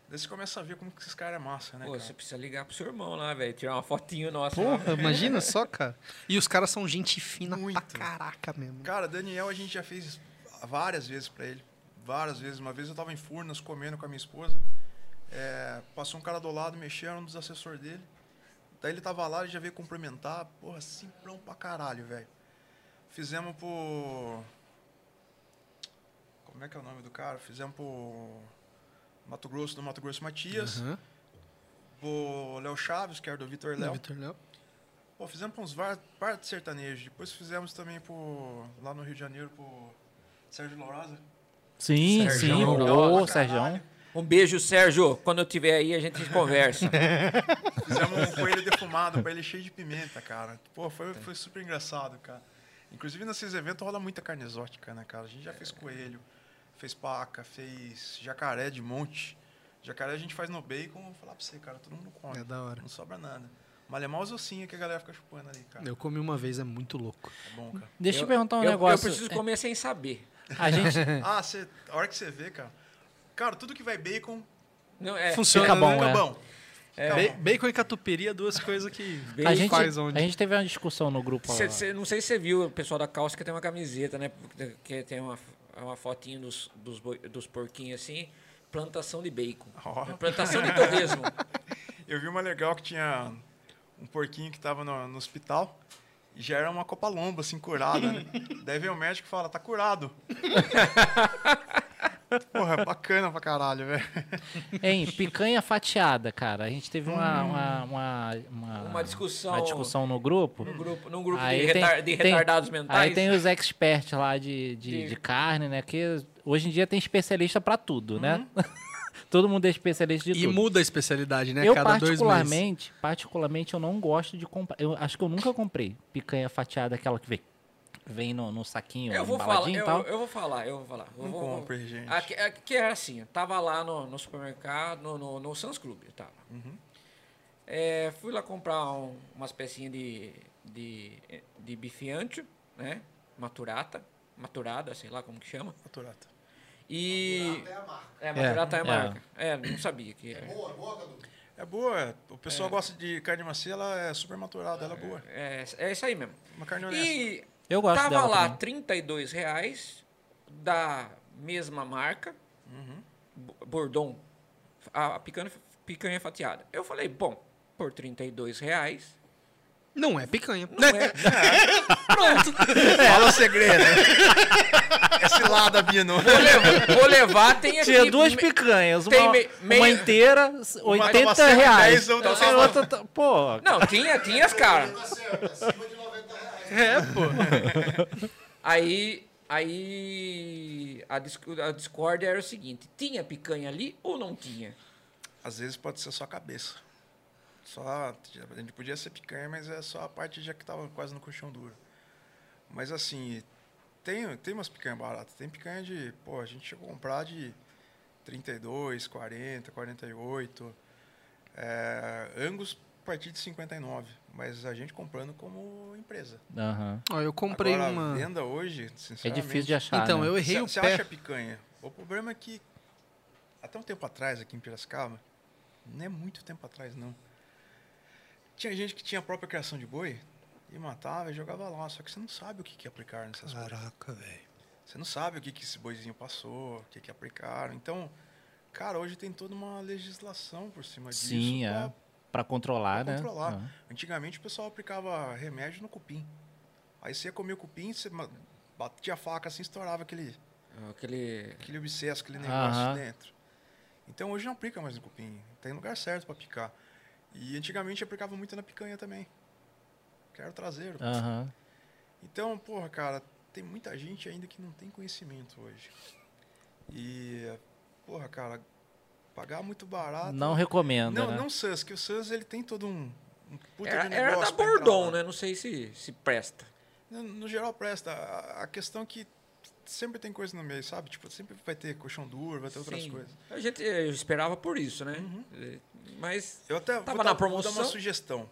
[SPEAKER 3] Daí você começa a ver como que esses caras é massa, né,
[SPEAKER 2] Pô,
[SPEAKER 3] cara?
[SPEAKER 2] você precisa ligar pro seu irmão lá, velho. Tirar uma fotinho nossa. lá.
[SPEAKER 6] Porra, imagina só, cara. E os caras são gente fina pra
[SPEAKER 3] Muito.
[SPEAKER 6] caraca mesmo.
[SPEAKER 3] Cara, Daniel a gente já fez várias vezes pra ele. Várias vezes. Uma vez eu tava em Furnas comendo com a minha esposa. É, passou um cara do lado, mexendo, um dos assessores dele. Daí ele tava lá, ele já veio cumprimentar. Porra, simplão pra caralho, velho. Fizemos pro. Como é que é o nome do cara? Fizemos pro. Mato Grosso, do Mato Grosso Matias.
[SPEAKER 6] Aham.
[SPEAKER 3] Pro Léo Chaves, que era do Vitor
[SPEAKER 6] Não,
[SPEAKER 3] Léo.
[SPEAKER 6] Vitor Léo.
[SPEAKER 3] Pô, fizemos para uns var- par de sertanejo. Depois fizemos também pro, lá no Rio de Janeiro pro Sérgio Lourosa.
[SPEAKER 4] Sim,
[SPEAKER 2] Serjão,
[SPEAKER 4] sim.
[SPEAKER 2] nossa,
[SPEAKER 4] Ô, Serjão.
[SPEAKER 2] Um beijo, Sérgio. Quando eu tiver aí, a gente conversa.
[SPEAKER 3] Fizemos um coelho defumado pra ele cheio de pimenta, cara. Pô, foi, foi super engraçado, cara. Inclusive nesses eventos rola muita carne exótica, né, cara? A
[SPEAKER 6] É.
[SPEAKER 3] gente já fez coelho, fez paca, fez jacaré de monte. Jacaré a gente faz no bacon, vou falar pra você, cara, todo mundo come.
[SPEAKER 6] É da hora.
[SPEAKER 3] Não sobra nada. Malemar os ossinhos que a galera fica chupando ali, cara.
[SPEAKER 6] Eu comi uma vez, é muito louco.
[SPEAKER 3] Tá bom, cara.
[SPEAKER 4] Deixa eu, perguntar um
[SPEAKER 2] eu,
[SPEAKER 4] negócio.
[SPEAKER 2] Eu preciso comer sem saber.
[SPEAKER 4] A gente.
[SPEAKER 3] Ah, cê, a hora que você vê, cara. Cara, tudo que vai bacon
[SPEAKER 2] Não, é,
[SPEAKER 6] Funciona,
[SPEAKER 4] Fica bom,
[SPEAKER 6] né?
[SPEAKER 4] é.
[SPEAKER 3] Fica bom. Fica
[SPEAKER 6] Ba-
[SPEAKER 3] bom.
[SPEAKER 6] Bacon e catupiry é duas coisas que um
[SPEAKER 4] A gente,
[SPEAKER 6] faz onde.
[SPEAKER 4] a gente teve uma discussão no grupo.
[SPEAKER 2] Cê-
[SPEAKER 4] lá.
[SPEAKER 2] cê- não sei se você viu, o pessoal da calça que tem uma camiseta, né? Que tem uma, é uma fotinha dos, dos, boi- dos porquinhos assim. Plantação de bacon. É
[SPEAKER 3] Ó.
[SPEAKER 2] Plantação de torresmo.
[SPEAKER 3] Eu vi uma legal que tinha um porquinho que tava no, no hospital e já era uma copa lomba, assim, curada. Né? Daí vem o médico e fala, tá curado. Porra, bacana pra caralho, velho.
[SPEAKER 4] Hein, picanha fatiada, cara. A gente teve uma. Uma, uma, uma-
[SPEAKER 2] Hum. Uma discussão-
[SPEAKER 4] uma discussão no grupo.
[SPEAKER 2] Num grupo, num grupo
[SPEAKER 4] Aí
[SPEAKER 2] de,
[SPEAKER 4] tem-
[SPEAKER 2] retar- de
[SPEAKER 4] tem-
[SPEAKER 2] retardados mentais.
[SPEAKER 4] Aí tem os experts lá de, de,
[SPEAKER 2] De-
[SPEAKER 4] de carne, né? Que hoje em dia tem especialista pra tudo, né?
[SPEAKER 2] Uhum.
[SPEAKER 4] Todo mundo é especialista de
[SPEAKER 6] E
[SPEAKER 4] tudo.
[SPEAKER 6] muda a especialidade, né?
[SPEAKER 4] eu
[SPEAKER 6] Cada dois meses.
[SPEAKER 4] particularmente, particularmente eu não gosto de comprar. Eu acho que eu nunca comprei picanha fatiada, aquela que vem, vem no, no saquinho,
[SPEAKER 2] Eu vou, falar,
[SPEAKER 4] embaladinho
[SPEAKER 2] eu,
[SPEAKER 4] Um e tal.
[SPEAKER 2] eu vou falar, eu vou falar. Eu
[SPEAKER 3] Não
[SPEAKER 2] vou,
[SPEAKER 3] compre, gente.
[SPEAKER 2] Aqui, aqui era assim, eu tava lá no, no supermercado, no, no, no tá? Sans Club, eu tava.
[SPEAKER 3] Uhum.
[SPEAKER 2] É, fui lá comprar um- umas pecinhas de, de, de bife ancho né? Maturata, maturada, sei lá como que chama.
[SPEAKER 3] Faturata.
[SPEAKER 2] E é, maturata é, a
[SPEAKER 4] é.
[SPEAKER 2] marca. É, não sabia que era.
[SPEAKER 3] É boa. O pessoal gosta de carne macia, ela é super maturada, ela é boa.
[SPEAKER 2] É, é isso aí mesmo.
[SPEAKER 3] Uma carne honesta.
[SPEAKER 2] E
[SPEAKER 4] é assim. Eu gosto
[SPEAKER 2] tava
[SPEAKER 4] dela
[SPEAKER 2] lá
[SPEAKER 4] também.
[SPEAKER 2] 32 reais da mesma marca,
[SPEAKER 4] Uhum.
[SPEAKER 2] Bo- Bordon, a a picanha, picanha fatiada. Eu falei, bom, por 32 reais,
[SPEAKER 6] Não é picanha.
[SPEAKER 2] não é.
[SPEAKER 3] Fala é o segredo. é cilada, Bino.
[SPEAKER 2] Vou levar, vou levar, tem aqui.
[SPEAKER 4] Tinha duas
[SPEAKER 2] me-
[SPEAKER 4] picanhas,
[SPEAKER 2] tem
[SPEAKER 4] uma,
[SPEAKER 2] me-
[SPEAKER 4] uma
[SPEAKER 2] meia-
[SPEAKER 4] inteira,
[SPEAKER 3] tava
[SPEAKER 4] 80
[SPEAKER 3] 110,
[SPEAKER 4] reais.
[SPEAKER 3] outra
[SPEAKER 4] Então,
[SPEAKER 3] tava-
[SPEAKER 4] outra tá- pô,
[SPEAKER 2] Não, tinha, tinha as caras. Aí, aí a, discu- a discórdia era o seguinte: tinha picanha ali ou não tinha?
[SPEAKER 3] Às vezes pode ser só a cabeça. Só, a a gente podia ser picanha, mas é só a parte já que tava quase no colchão duro. Mas assim, tem, tem umas picanhas baratas. Tem picanha de, pô, a gente chegou a comprar de 32, 40, 48. É, Angus a partir de 59, mas a gente comprando como empresa.
[SPEAKER 4] Aham.
[SPEAKER 6] Ó, eu comprei
[SPEAKER 3] Agora,
[SPEAKER 6] uma.
[SPEAKER 3] venda hoje,
[SPEAKER 4] é
[SPEAKER 3] sinceramente.
[SPEAKER 4] difícil de achar.
[SPEAKER 6] Então,
[SPEAKER 4] né?
[SPEAKER 6] eu errei
[SPEAKER 3] Você
[SPEAKER 6] o
[SPEAKER 3] você
[SPEAKER 6] pé.
[SPEAKER 3] acha picanha? O problema é que até um tempo atrás aqui em Piracicaba, não é muito tempo atrás não. Tinha gente que tinha a própria criação de boi e matava e jogava lá, só que você não sabe o que, que aplicar nessas coisas.
[SPEAKER 6] Caraca, velho.
[SPEAKER 3] Você não sabe o que, que esse boizinho passou, o que, que aplicaram. Então, cara, hoje tem toda uma legislação por cima disso.
[SPEAKER 4] Sim,
[SPEAKER 3] pra-
[SPEAKER 4] é. Pra controlar,
[SPEAKER 3] pra
[SPEAKER 4] né?
[SPEAKER 3] controlar.
[SPEAKER 4] Ah.
[SPEAKER 3] Antigamente o pessoal aplicava remédio no cupim. Aí você ia comer o cupim, você ma- batia a faca assim, estourava aquele
[SPEAKER 2] Aquele.
[SPEAKER 3] aquele obsesso, aquele negócio
[SPEAKER 4] Aham.
[SPEAKER 3] dentro. Então hoje não aplica mais no cupim. Tem lugar certo para picar. E antigamente aplicava muito na picanha também. Quero traseiro.
[SPEAKER 4] Aham.
[SPEAKER 3] Então, porra, cara, tem muita gente ainda que não tem conhecimento hoje. E, porra, cara, pagar muito barato.
[SPEAKER 4] Não recomendo,
[SPEAKER 3] não,
[SPEAKER 4] né?
[SPEAKER 3] não o Sans, que o Sans ele tem todo um, um puta
[SPEAKER 2] Era,
[SPEAKER 3] de
[SPEAKER 2] era
[SPEAKER 3] negócio.
[SPEAKER 2] da
[SPEAKER 3] pra
[SPEAKER 2] Bordon,
[SPEAKER 3] entrar lá.
[SPEAKER 2] né? Não sei se, se presta.
[SPEAKER 3] No, no geral presta. A, a questão é que sempre tem coisa no meio, sabe? Tipo, sempre vai ter colchão duro, vai ter outras
[SPEAKER 2] Sim.
[SPEAKER 3] coisas. Uhum.
[SPEAKER 2] A gente eh, esperava por isso, né? Eh, Mas
[SPEAKER 3] Eu até
[SPEAKER 2] Tava
[SPEAKER 3] vou,
[SPEAKER 2] na
[SPEAKER 3] dar, vou dar
[SPEAKER 2] promoção?
[SPEAKER 3] uma sugestão.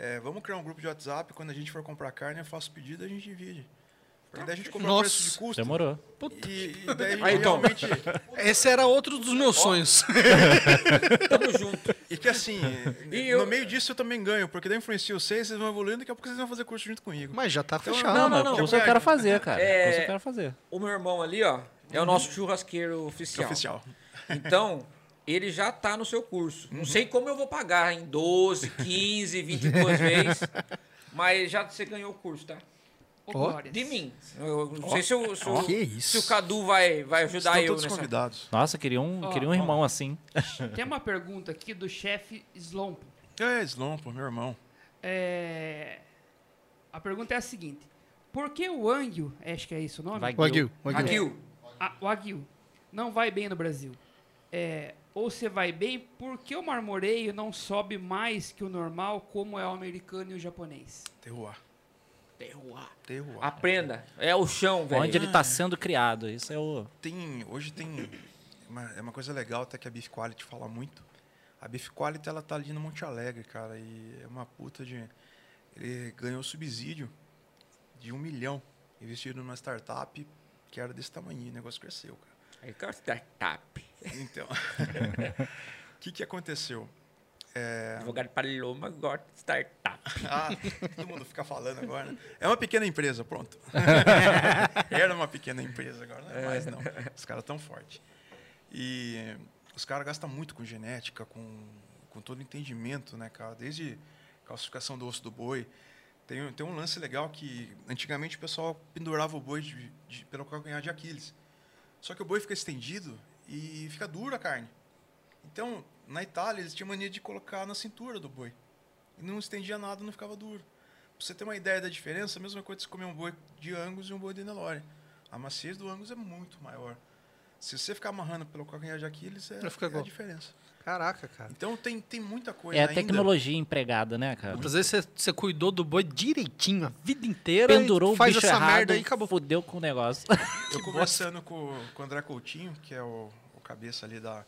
[SPEAKER 3] É, vamos criar um grupo de WhatsApp. Quando a gente for comprar carne, eu faço pedido e a gente divide. Porque daí a gente compra o
[SPEAKER 6] Nossa.
[SPEAKER 3] preço de custo.
[SPEAKER 4] Demorou.
[SPEAKER 3] E, e daí a gente
[SPEAKER 2] Tá. Aí, então. Tom.
[SPEAKER 3] realmente.
[SPEAKER 6] Esse era outro dos meus sonhos.
[SPEAKER 2] tamo junto.
[SPEAKER 3] E que assim,
[SPEAKER 2] E
[SPEAKER 3] no
[SPEAKER 2] eu-
[SPEAKER 3] meio disso eu também ganho, porque daí eu influencio vocês, vocês vão evoluindo, daqui a pouco vocês vão fazer curso junto comigo.
[SPEAKER 6] Mas já tá fechado.
[SPEAKER 2] não,
[SPEAKER 4] Não, mas
[SPEAKER 2] não,
[SPEAKER 4] curso eu
[SPEAKER 3] eu
[SPEAKER 4] quero
[SPEAKER 3] quero-
[SPEAKER 4] fazer, cara.
[SPEAKER 2] É.
[SPEAKER 4] Curso eu quero fazer.
[SPEAKER 2] O meu irmão ali, ó, é o nosso churrasqueiro
[SPEAKER 3] Que
[SPEAKER 2] oficial.
[SPEAKER 3] é Uhum. oficial.
[SPEAKER 2] Então, ele já tá no seu curso.
[SPEAKER 3] Uhum.
[SPEAKER 2] Não sei como eu vou pagar em 12, 15, 22 vezes, mas já você ganhou o curso, tá? De mim. Eu não sei se, o- se o-
[SPEAKER 6] Que isso.
[SPEAKER 2] se o Cadu vai, vai ajudar
[SPEAKER 3] Estão
[SPEAKER 2] eu
[SPEAKER 3] todos
[SPEAKER 2] nessa.
[SPEAKER 3] convidados.
[SPEAKER 4] Nossa, queria um,
[SPEAKER 7] Ó,
[SPEAKER 4] queria um
[SPEAKER 7] ó.
[SPEAKER 4] irmão assim.
[SPEAKER 7] Tem uma pergunta aqui do chefe Slompo.
[SPEAKER 3] É, Slompo, meu irmão.
[SPEAKER 7] É, A pergunta é a seguinte. Por que o Angio, acho que é isso o nome?
[SPEAKER 4] Vai-
[SPEAKER 6] Wagyu. Wagyu.
[SPEAKER 2] Aquil,
[SPEAKER 7] Ah, o Aguil não vai bem no Brasil. É, ou você vai bem, por que o marmoreio não sobe mais que o normal, como é o americano e o japonês?
[SPEAKER 3] Terroir.
[SPEAKER 7] Terroir.
[SPEAKER 3] Terroir.
[SPEAKER 2] aprenda. É o chão,
[SPEAKER 4] Onde
[SPEAKER 2] velho.
[SPEAKER 4] ele tá sendo criado. Isso é o.
[SPEAKER 3] tem hoje tem uma, é uma coisa legal até que a Beef Quality fala muito a Beef Quality ela tá ali no Monte Alegre cara e é uma puta de ele ganhou subsídio de um milhão investido numa startup que era desse tamanho e o negócio cresceu cara
[SPEAKER 2] Aí, cara, tá- startup.
[SPEAKER 3] então o que que aconteceu
[SPEAKER 1] É.
[SPEAKER 2] Advogado Paloma agora, startup.
[SPEAKER 3] Ah, todo mundo fica falando agora, né? É uma pequena empresa, pronto. Era uma pequena empresa, agora não é mais, não. Os caras tão fortes. E os caras gastam muito com genética, com, com todo entendimento, né, cara? Desde calcificação do osso do boi. Tem, um- tem um lance legal que antigamente o pessoal pendurava o boi de, de, pelo calcanhar de Aquiles. Só que o boi fica estendido e fica dura a carne. Então, na Itália, eles tinham mania de colocar na cintura do boi. E não estendia nada, não ficava duro. Pra você ter uma ideia da diferença, a mesma coisa de você comer um boi de Angus e um boi de Nelore. A maciez do Angus é muito maior. Se você ficar amarrando pelo calcanhar de Aquiles, é,
[SPEAKER 6] Vai ficar
[SPEAKER 3] é a
[SPEAKER 6] igual.
[SPEAKER 3] diferença.
[SPEAKER 6] Ah, Caraca, cara.
[SPEAKER 3] Então tem, tem muita coisa
[SPEAKER 4] É a
[SPEAKER 3] ainda.
[SPEAKER 4] tecnologia empregada, né, cara?
[SPEAKER 6] Muitas vezes você- você cuidou do boi direitinho a vida inteira.
[SPEAKER 4] Pendurou
[SPEAKER 6] e
[SPEAKER 4] o
[SPEAKER 6] faz
[SPEAKER 4] bicho
[SPEAKER 6] essa
[SPEAKER 4] errado,
[SPEAKER 6] merda aí e acabou.
[SPEAKER 4] fudeu com o negócio.
[SPEAKER 3] Eu conversando com, com o André Coutinho, que é o, o cabeça ali da,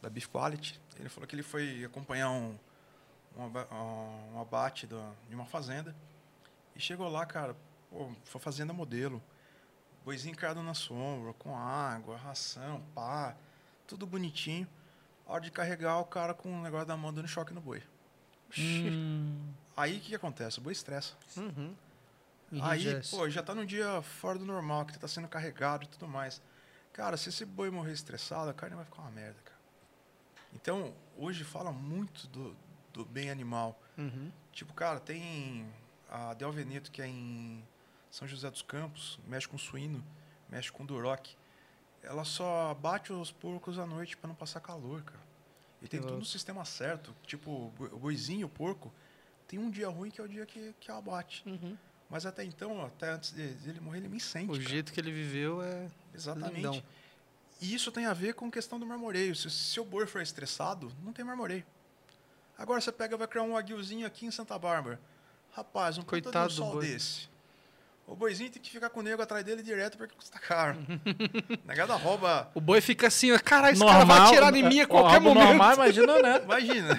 [SPEAKER 3] da Beef Quality, ele falou que ele foi acompanhar um, um, aba- um abate da- de uma fazenda e chegou lá, cara, Pô, fa- fazenda modelo. Boizinho criado na sombra, com água, ração, pá. Tudo bonitinho. A hora de carregar o cara com um negócio da mão dando choque no boi. Aí o que, que acontece? O boi estressa. Aí,
[SPEAKER 6] Enrijece.
[SPEAKER 3] pô, já tá num dia fora do normal, que tá sendo carregado e tudo mais. Cara, se esse boi morrer estressado, a carne vai ficar uma merda, cara. Então, hoje fala muito do, do bem animal.
[SPEAKER 6] Uhum.
[SPEAKER 3] Tipo, cara, tem a Del Veneto, que é em São José dos Campos, mexe com suíno, mexe com duroc. Ela só bate os porcos à noite para não passar calor, cara. E tem
[SPEAKER 6] Que
[SPEAKER 3] todo o
[SPEAKER 6] louco.
[SPEAKER 3] sistema certo. Tipo, o boi- o boizinho, o porco, tem um dia ruim que é o dia que, que ela bate. Mas até então, até antes de- dele morrer, ele me sente.
[SPEAKER 6] Uhum. O
[SPEAKER 3] cara.
[SPEAKER 6] jeito que ele viveu é.
[SPEAKER 3] Exatamente.
[SPEAKER 6] Lindão.
[SPEAKER 3] E Então, isso tem a ver com questão do marmoreio. Se o seu boi for estressado, não tem marmoreio. Agora você pega e vai criar um aguilzinho aqui em Santa Bárbara. Rapaz, um puta de um
[SPEAKER 6] Coitado do
[SPEAKER 3] sol
[SPEAKER 6] boi.
[SPEAKER 3] desse. O boizinho tem que ficar com o nego atrás dele direto porque custa caro. Negada rouba.
[SPEAKER 6] O boi fica assim, ó, caralho, esse cara vai atirar em mim a qualquer
[SPEAKER 4] né? Algo
[SPEAKER 6] momento.
[SPEAKER 4] Normal, imagina, né?
[SPEAKER 3] Imagina.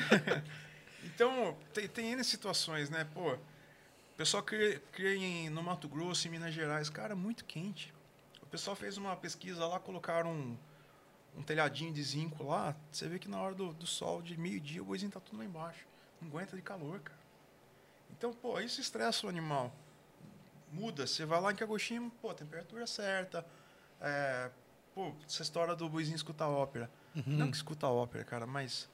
[SPEAKER 3] então, tem, tem N situações, né? Pô, o pessoal cria, cria em- no Mato Grosso, em Minas Gerais, cara, muito quente. O pessoal fez uma pesquisa lá, colocaram um, um telhadinho de zinco lá. Você vê que na hora do, do sol, de meio-dia, o boizinho tá tudo lá embaixo. Não aguenta de calor, cara. Então, pô, isso estressa o animal. Muda. Você vai lá em Kagoshima, pô, temperatura certa. É, pô, essa história do boizinho escutar ópera. Não que escuta ópera, cara, mas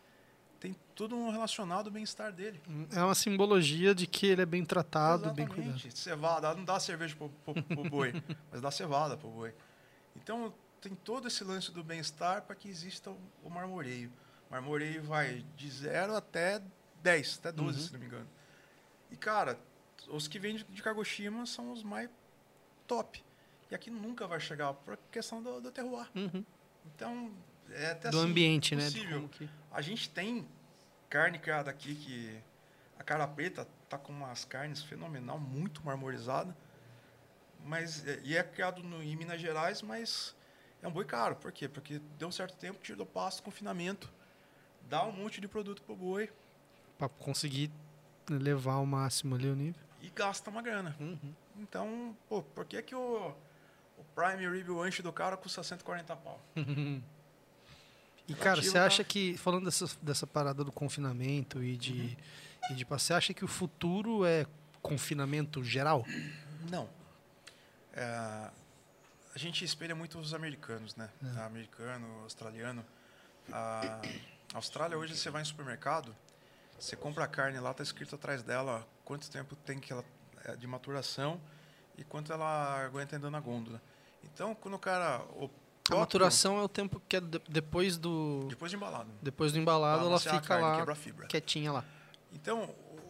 [SPEAKER 3] tem tudo um relacionado ao bem-estar dele.
[SPEAKER 6] É uma simbologia de que ele é bem tratado, bem
[SPEAKER 3] Exatamente.
[SPEAKER 6] cuidado.
[SPEAKER 3] Cevada, não dá cerveja pro, pro- pro boi, mas dá cevada pro boi. Então tem todo esse lance do bem-estar para que exista o, o marmoreio. Marmoreio vai de 0 até 10, até 12,
[SPEAKER 6] Uhum.
[SPEAKER 3] se não me engano. E cara, os que vêm de, de Kagoshima são os mais top. E aqui nunca vai chegar por questão do, do terroir. Então, é até
[SPEAKER 6] Uhum. Do
[SPEAKER 3] assim,
[SPEAKER 6] ambiente, né? De
[SPEAKER 3] possível.
[SPEAKER 6] como que-
[SPEAKER 3] A gente tem carne criada aqui que a cara preta tá com umas carnes fenomenal, muito marmorizada. Mas é- e é criado no, em Minas Gerais, mas é um boi caro. Por quê? Porque deu um certo tempo, tira do pasto, confinamento, dá um monte de produto pro boi
[SPEAKER 6] Pra conseguir levar ao máximo ali o nível.
[SPEAKER 3] e gasta uma grana. Então, pô, por que que o, o Prime Rib Ranch do cara custa 140 pau?
[SPEAKER 6] E, cara,
[SPEAKER 3] Ativo,
[SPEAKER 6] você
[SPEAKER 3] tá?
[SPEAKER 6] acha que, falando dessa, dessa parada do confinamento e de,
[SPEAKER 3] Uhum.
[SPEAKER 6] e de passar, você acha que o futuro é confinamento geral?
[SPEAKER 3] Não. É, a gente espelha muito os americanos, né? Americano, australiano. A Austrália hoje você vai em supermercado, você compra a carne lá, tá escrito atrás dela quanto tempo tem que ela é, de maturação e quanto ela aguenta andando na gôndola. Então, quando o cara o
[SPEAKER 6] A
[SPEAKER 3] próprio-
[SPEAKER 6] maturação é o tempo que é de- depois do.
[SPEAKER 3] depois de embalado.
[SPEAKER 6] Depois do embalado,
[SPEAKER 3] Pra
[SPEAKER 6] ela
[SPEAKER 3] amaciar a
[SPEAKER 6] fica
[SPEAKER 3] carne,
[SPEAKER 6] lá
[SPEAKER 3] quebra a fibra.
[SPEAKER 6] quietinha lá.
[SPEAKER 3] Então,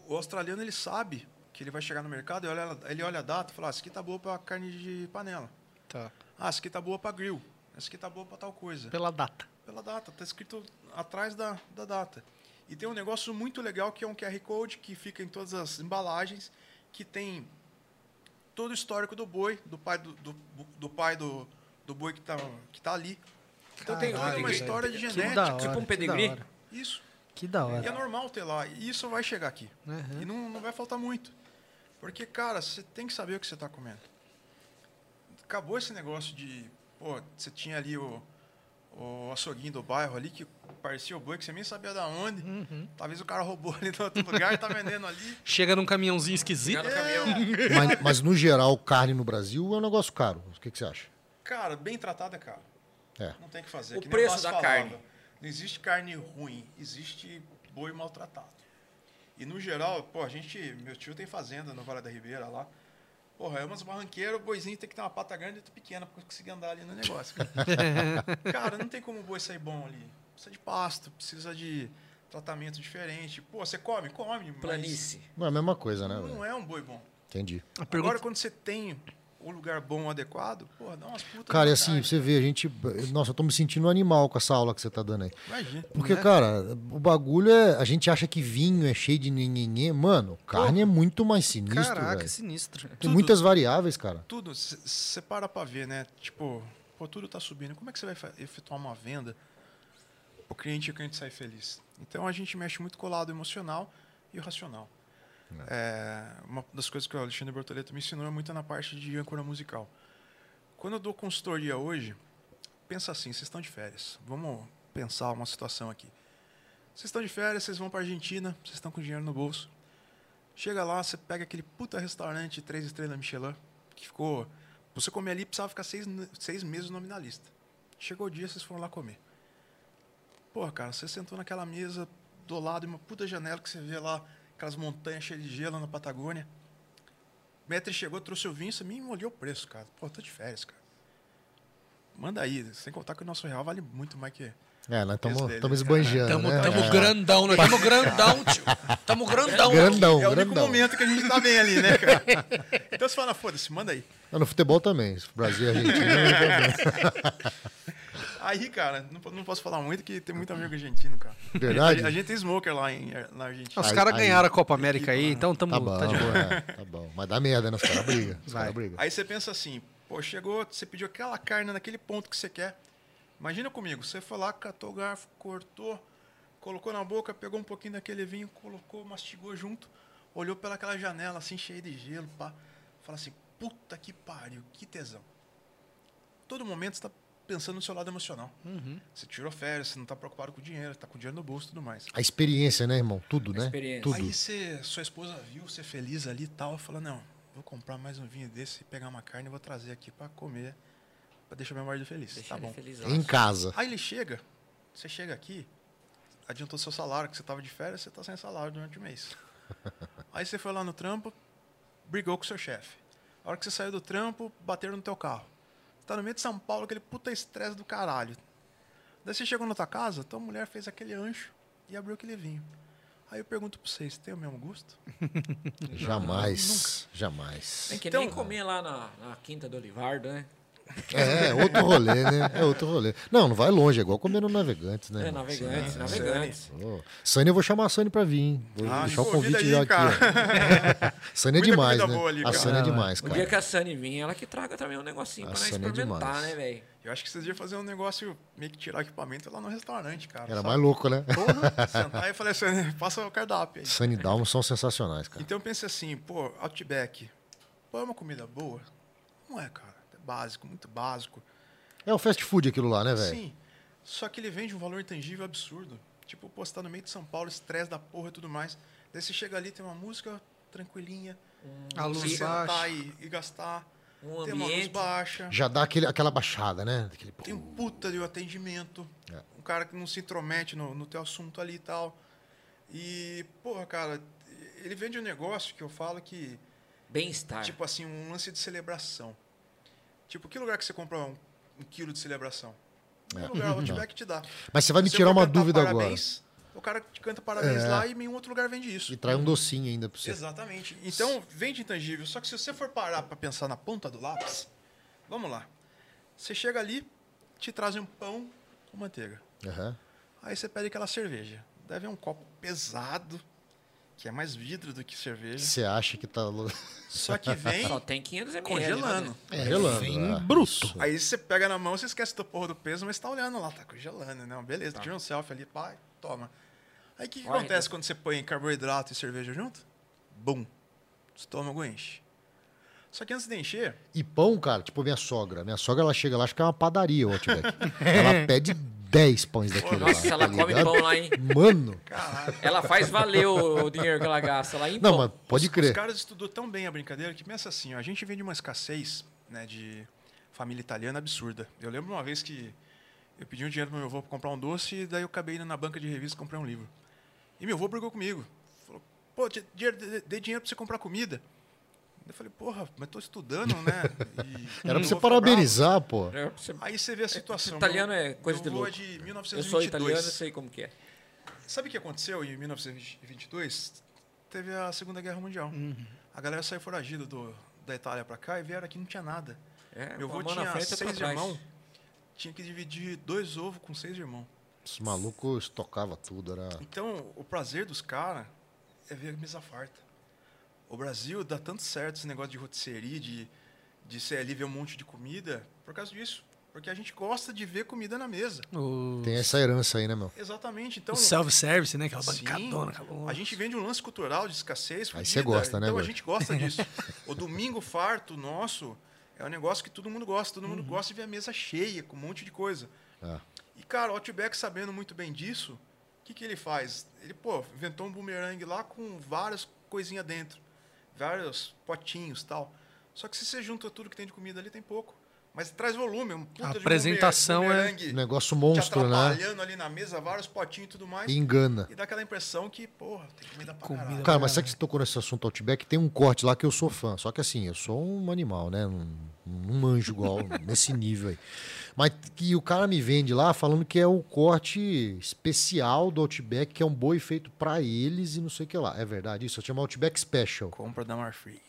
[SPEAKER 3] o o australiano ele sabe que ele vai chegar no mercado, ele olha, ele olha a data e fala: ah, "Isso aqui tá boa para carne de panela.
[SPEAKER 6] Tá.
[SPEAKER 3] Ah, essa aqui tá boa para grill. Essa aqui tá boa para tal coisa."
[SPEAKER 6] Pela data.
[SPEAKER 3] pela data, tá escrito atrás da, da data. E tem um negócio muito legal que é um QR Code que fica em todas as embalagens, que tem todo o histórico do boi, do pai do, do, do pai do, do boi que tá, que tá ali. Então tem toda
[SPEAKER 2] Caralho,
[SPEAKER 3] uma
[SPEAKER 2] velho.
[SPEAKER 3] história de
[SPEAKER 6] Que Ah, da
[SPEAKER 3] genética.
[SPEAKER 6] hora.
[SPEAKER 2] tipo um
[SPEAKER 6] que da
[SPEAKER 2] pedigree.
[SPEAKER 6] hora.
[SPEAKER 3] Isso.
[SPEAKER 6] Que da
[SPEAKER 3] E é
[SPEAKER 6] hora.
[SPEAKER 3] normal ter lá. E isso vai chegar aqui. né?
[SPEAKER 6] Uhum.
[SPEAKER 3] E não, não vai faltar muito. Porque, cara, você tem que saber o que você está comendo. Acabou esse negócio de. Pô, você tinha ali o, o açouguinho do bairro ali que parecia o boi que você nem sabia da onde. Talvez o cara roubou ali no outro lugar e tá vendendo ali.
[SPEAKER 6] Chega num caminhãozinho esquisito.
[SPEAKER 2] Pegar no caminhão.
[SPEAKER 1] Mas, mas, no geral, carne no Brasil é um negócio caro. O que, que você acha?
[SPEAKER 3] Cara, bem tratado é caro.
[SPEAKER 1] É.
[SPEAKER 3] Não tem o que fazer.
[SPEAKER 2] O
[SPEAKER 3] que nem
[SPEAKER 2] preço
[SPEAKER 3] Basso
[SPEAKER 2] da
[SPEAKER 3] falava.
[SPEAKER 2] carne.
[SPEAKER 3] Não existe carne ruim, existe boi maltratado. E no geral, pô, a gente. Meu tio tem fazenda no Vale da Ribeira lá. Porra, é umas barranqueiras, o boizinho tem que ter uma pata grande e outra pequena pra conseguir andar ali no negócio. Cara, Cara, não tem como o boi sair bom ali. Precisa de pasto, precisa de tratamento diferente. Pô, você come? Come, mas
[SPEAKER 2] Planície.
[SPEAKER 1] Não é a mesma coisa, né? velho?
[SPEAKER 3] não é um boi bom.
[SPEAKER 1] Entendi.
[SPEAKER 6] A pergunta-
[SPEAKER 3] Agora, quando você tem um lugar bom, adequado, porra, dá umas putas.
[SPEAKER 1] Cara, e
[SPEAKER 3] de
[SPEAKER 1] assim,
[SPEAKER 3] carne.
[SPEAKER 1] você vê, a gente. Nossa, eu tô me sentindo um animal com essa aula que você tá dando aí.
[SPEAKER 3] Imagina.
[SPEAKER 1] Porque, cara, o bagulho é. A gente acha que vinho é cheio de nhenhenhê. Mano, carne é muito mais sinistro,
[SPEAKER 6] Caraca,
[SPEAKER 1] velho.
[SPEAKER 6] é sinistro.
[SPEAKER 1] Tem
[SPEAKER 3] tudo.
[SPEAKER 1] muitas variáveis, cara.
[SPEAKER 3] tudo, você para pra ver, né? Tipo, pô, tudo tá subindo. Como é que você vai fa- efetuar uma venda? O cliente e o cliente sai feliz. Então a gente mexe muito com o lado emocional e o racional. É, uma das coisas que o Alexandre Bortoleto me ensinou é muito na parte de âncora musical. Quando eu dou consultoria hoje, pensa assim, vocês estão de férias. Vamos pensar uma situação aqui. Vocês estão de férias, vocês vão para Argentina, vocês estão com dinheiro no bolso. Chega lá, você pega aquele puta restaurante três estrelas Michelin, que ficou... pra Você comer ali, precisava ficar seis, seis meses nominalista. Chegou o dia, vocês foram lá comer. Pô, cara, você sentou naquela mesa do lado de uma puta janela que você vê lá, aquelas montanhas cheias de gelo na Patagônia. O Metri chegou, trouxe o vinho, você me olhou o preço, cara. Pô, tô de férias, cara. Manda aí, sem contar que o nosso real vale muito mais que.
[SPEAKER 1] É, nós
[SPEAKER 3] Esse dele,
[SPEAKER 1] estamos
[SPEAKER 3] cara.
[SPEAKER 1] esbanjando.
[SPEAKER 6] Tamo,
[SPEAKER 1] né?
[SPEAKER 6] tamo
[SPEAKER 1] É.
[SPEAKER 6] grandão, nós tamo grandão, tio. Tamo grandão.
[SPEAKER 1] Grandão,
[SPEAKER 3] é o único
[SPEAKER 1] um grandão.
[SPEAKER 3] momento que a gente tá bem ali, né, cara? Então você fala, foda-se, manda aí.
[SPEAKER 1] Não, É no futebol também. Brasil e Argentina. é
[SPEAKER 3] Aí, cara, não, po- não posso falar muito que tem muito amigo argentino, cara.
[SPEAKER 1] Verdade?
[SPEAKER 3] A, a gente tem smoker lá em, é, na Argentina.
[SPEAKER 6] Os
[SPEAKER 1] Aí-
[SPEAKER 6] caras
[SPEAKER 1] aí-
[SPEAKER 6] ganharam a Copa América aí, então tamo.
[SPEAKER 1] tá bom,
[SPEAKER 6] tá de boa.
[SPEAKER 1] é, tá bom. Mas dá merda, né? Os caras brigam. Os caras
[SPEAKER 6] Vai.
[SPEAKER 1] brigam.
[SPEAKER 3] Aí você pensa assim, pô, chegou, você pediu aquela carne naquele ponto que você quer. Imagina comigo, você foi lá, catou o garfo, cortou, colocou na boca, pegou um pouquinho daquele vinho, colocou, mastigou junto, olhou pelaquela janela assim, cheia de gelo, pá. Fala assim, puta que pariu, que tesão. Todo momento você tá pensando no seu lado emocional. Você tirou férias, você não tá preocupado com o dinheiro, tá com o dinheiro no bolso e tudo mais.
[SPEAKER 1] A experiência, né, irmão? Tudo, né?
[SPEAKER 2] experiência.
[SPEAKER 1] Tudo.
[SPEAKER 3] Aí você, sua esposa viu você feliz ali e tal, fala, não, vou comprar mais um vinho desse, pegar uma carne e vou trazer aqui pra comer, pra deixar meu marido feliz.
[SPEAKER 2] Deixa
[SPEAKER 3] tá
[SPEAKER 2] ele
[SPEAKER 3] bom.
[SPEAKER 2] feliz.
[SPEAKER 1] Em casa.
[SPEAKER 3] Aí ele chega, você chega aqui, adiantou seu salário, que você tava de férias, você tá sem salário durante o mês. Aí você foi lá no trampo, brigou com seu chefe. A hora que você saiu do trampo, bateram no teu carro. Você tá no meio de São Paulo, aquele puta estresse do caralho. Daí você chegou na tua casa, tua mulher fez aquele ancho e abriu aquele vinho. Aí eu pergunto pra vocês, tem o mesmo gosto?
[SPEAKER 1] Jamais. Jamais.
[SPEAKER 2] Tem que
[SPEAKER 3] Então-
[SPEAKER 2] nem comer lá na, na Quinta do Olivardo, né?
[SPEAKER 1] É, é outro rolê, né? É outro rolê. Não, não vai longe, é igual comer no Navegantes, né?
[SPEAKER 2] É,
[SPEAKER 1] irmão?
[SPEAKER 2] navegantes, navegantes.
[SPEAKER 1] Ô, Sani, eu vou chamar a Sani pra vir, hein? Vou
[SPEAKER 3] Ah, me
[SPEAKER 1] deixar o
[SPEAKER 3] convida
[SPEAKER 1] convite
[SPEAKER 3] aí,
[SPEAKER 1] já aqui. ó. Sani é
[SPEAKER 3] Muita
[SPEAKER 1] demais,
[SPEAKER 3] comida
[SPEAKER 1] né?
[SPEAKER 3] boa ali,
[SPEAKER 1] a
[SPEAKER 3] cara.
[SPEAKER 1] Sani é demais,
[SPEAKER 2] O Um dia que
[SPEAKER 1] cara.
[SPEAKER 2] a Sunny vir, ela que traga também um negocinho
[SPEAKER 1] A
[SPEAKER 2] pra nós
[SPEAKER 1] Sunny é
[SPEAKER 2] experimentar,
[SPEAKER 1] demais.
[SPEAKER 2] né, velho?
[SPEAKER 3] Eu acho que vocês iam fazer um negócio, meio que tirar o equipamento lá no restaurante, cara.
[SPEAKER 1] Era
[SPEAKER 3] sabe?
[SPEAKER 1] mais louco, né?
[SPEAKER 3] Porra, sentar e falei assim, passa o cardápio aí.
[SPEAKER 1] Sunny Down são sensacionais, cara.
[SPEAKER 3] Então eu pensei assim, pô, Outback, pô, é uma comida boa? Não é, cara. É básico, muito básico.
[SPEAKER 1] É o fast food aquilo lá, né, velho?
[SPEAKER 3] Sim, só que ele vende um valor intangível absurdo. Tipo, pô, você tá no meio de São Paulo, estresse da porra e tudo mais. Daí você chega ali, tem uma música tranquilinha.
[SPEAKER 6] A
[SPEAKER 3] pra você tá
[SPEAKER 6] luz baixa.
[SPEAKER 3] sentar e, e gastar.
[SPEAKER 2] Um
[SPEAKER 3] tem uma luz
[SPEAKER 2] ambiente.
[SPEAKER 3] baixa.
[SPEAKER 1] Já dá aquele, aquela baixada, né? Aquele-
[SPEAKER 3] Tem um puta de um atendimento.
[SPEAKER 1] É.
[SPEAKER 3] Um cara que não se intromete no, no teu assunto ali e tal. E, porra, cara, ele vende um negócio que eu falo que
[SPEAKER 2] Bem-estar.
[SPEAKER 3] Tipo assim, um lance de celebração. Tipo, que lugar que você compra um, um quilo de celebração? Que lugar o Outback te dá.
[SPEAKER 1] Mas você É. vai me
[SPEAKER 3] Se eu
[SPEAKER 1] tirar
[SPEAKER 3] for
[SPEAKER 1] uma
[SPEAKER 3] cantar
[SPEAKER 1] dúvida
[SPEAKER 3] parabéns, O cara te canta parabéns
[SPEAKER 1] É.
[SPEAKER 3] lá e nenhum outro lugar vende
[SPEAKER 1] agora. E
[SPEAKER 3] isso.
[SPEAKER 1] trai
[SPEAKER 2] Hum.
[SPEAKER 1] um docinho ainda pra você.
[SPEAKER 3] Exatamente. Então, vende intangível. Só que se você for parar pra pensar na ponta do lápis, vamos lá. Você chega ali, te trazem um pão com manteiga.
[SPEAKER 1] Aham.
[SPEAKER 3] Aí você pede aquela cerveja. Deve é um copo pesado, que é mais vidro do que cerveja.
[SPEAKER 1] Você acha que tá lo-
[SPEAKER 3] Só que vem
[SPEAKER 2] Só tem né? 500 ml. né,
[SPEAKER 3] congelando.
[SPEAKER 2] lá
[SPEAKER 1] congelando.
[SPEAKER 6] Sim,
[SPEAKER 1] é.
[SPEAKER 6] bruto.
[SPEAKER 1] Isso.
[SPEAKER 3] Aí você pega na mão, você esquece da porra do peso, mas tá olhando lá, tá congelando, né? Beleza, tira um selfie ali, pá, toma. Aí né? o que, que
[SPEAKER 2] Olha,
[SPEAKER 3] acontece
[SPEAKER 2] então.
[SPEAKER 3] quando você põe carboidrato e cerveja junto? Bum. O estômago enche. Só que antes de encher,
[SPEAKER 1] E pão, cara, tipo minha sogra. Minha sogra, ela chega lá, acho que é uma padaria o Outback. ela pede 10 pães daquele lá.
[SPEAKER 2] Nossa, ela
[SPEAKER 1] tá
[SPEAKER 2] come
[SPEAKER 1] ligado?
[SPEAKER 2] pão lá, hein?
[SPEAKER 1] Mano.
[SPEAKER 3] caralho.
[SPEAKER 2] Ela faz valer o o dinheiro que ela gasta lá em
[SPEAKER 1] Não,
[SPEAKER 2] pão.
[SPEAKER 1] mas pode
[SPEAKER 3] os, Os
[SPEAKER 1] crer.
[SPEAKER 3] caras estudou tão bem a brincadeira que pensa assim, ó, a gente vem de uma escassez, né, de família italiana absurda. Eu lembro uma vez que eu pedi um dinheiro pro meu avô pra comprar um doce e daí eu acabei indo na banca de revista comprar um livro. E meu avô brigou comigo. Falou, pô, dê dinheiro, dê- dê dinheiro pra você comprar comida. Eu falei, porra, mas tô estudando, né? E
[SPEAKER 1] Era pra
[SPEAKER 3] meu
[SPEAKER 1] você
[SPEAKER 3] avô ficou
[SPEAKER 1] parabenizar, pô.
[SPEAKER 2] É, você-
[SPEAKER 3] bravo. Aí você vê a situação.
[SPEAKER 2] Italiano
[SPEAKER 3] Meu-
[SPEAKER 2] é coisa
[SPEAKER 3] meu
[SPEAKER 2] de
[SPEAKER 3] avô
[SPEAKER 2] louco.
[SPEAKER 3] de
[SPEAKER 2] Eu
[SPEAKER 3] 1922.
[SPEAKER 2] sou italiano, eu sei como que é.
[SPEAKER 3] Sabe o que aconteceu em 1922? Teve a Segunda Guerra Mundial.
[SPEAKER 2] Uhum.
[SPEAKER 3] A galera saiu foragida do, da Itália pra cá e vieram aqui não tinha nada.
[SPEAKER 2] É,
[SPEAKER 3] Meu avô
[SPEAKER 2] uma mão na
[SPEAKER 3] tinha
[SPEAKER 2] frente, outra
[SPEAKER 3] seis
[SPEAKER 2] atrás.
[SPEAKER 3] irmãos, tinha que dividir dois ovos com seis irmãos.
[SPEAKER 1] Esse maluco estocava tudo, era.
[SPEAKER 3] Então, o prazer dos caras é ver a mesa farta. O Brasil dá tanto certo esse negócio de rotisserie, de, de ser ali ver um monte de comida, por causa disso. Porque a gente gosta de ver comida na mesa.
[SPEAKER 6] O,
[SPEAKER 1] Tem essa herança aí, né, meu?
[SPEAKER 3] Exatamente. Então,
[SPEAKER 6] o self-service, né? Aquela
[SPEAKER 3] Sim.
[SPEAKER 6] bancadona, aquela...
[SPEAKER 3] A gente vende um lance cultural de escassez.
[SPEAKER 1] Aí
[SPEAKER 3] fudida,
[SPEAKER 1] você gosta, né,
[SPEAKER 3] Então a
[SPEAKER 1] Gordo?
[SPEAKER 3] gente gosta disso. o domingo farto nosso é um negócio que todo mundo gosta. Todo mundo gosta de ver a mesa cheia, com um monte de coisa.
[SPEAKER 1] Uhum. É.
[SPEAKER 3] E, cara, o Outback, sabendo muito bem disso, o que, que ele faz? Ele, pô, inventou um bumerangue lá com várias coisinhas dentro. Vários potinhos tal. Só que se você junta tudo que tem de comida ali, tem pouco. Mas traz volume. Um puta
[SPEAKER 6] A
[SPEAKER 3] de bumer-
[SPEAKER 6] apresentação é-
[SPEAKER 1] Um
[SPEAKER 3] bumerangue
[SPEAKER 1] negócio
[SPEAKER 3] te
[SPEAKER 1] monstro, né?
[SPEAKER 3] atrapalhando ali na mesa, vários potinhos e tudo mais.
[SPEAKER 1] E engana.
[SPEAKER 3] E dá aquela impressão que, porra, tem comida pra
[SPEAKER 6] Comida
[SPEAKER 3] caralho.
[SPEAKER 1] Cara, mas sabe que você tocou nesse assunto Outback? Tem um corte lá que eu sou fã. Só que assim, eu sou um animal, né? Não, não manjo igual nesse nível aí. Mas que o cara me vende lá falando que é o corte especial do Outback, que é um boi feito pra eles e não sei o que lá. É verdade isso? Eu chamo Outback Special.
[SPEAKER 3] Compra da Marfrig.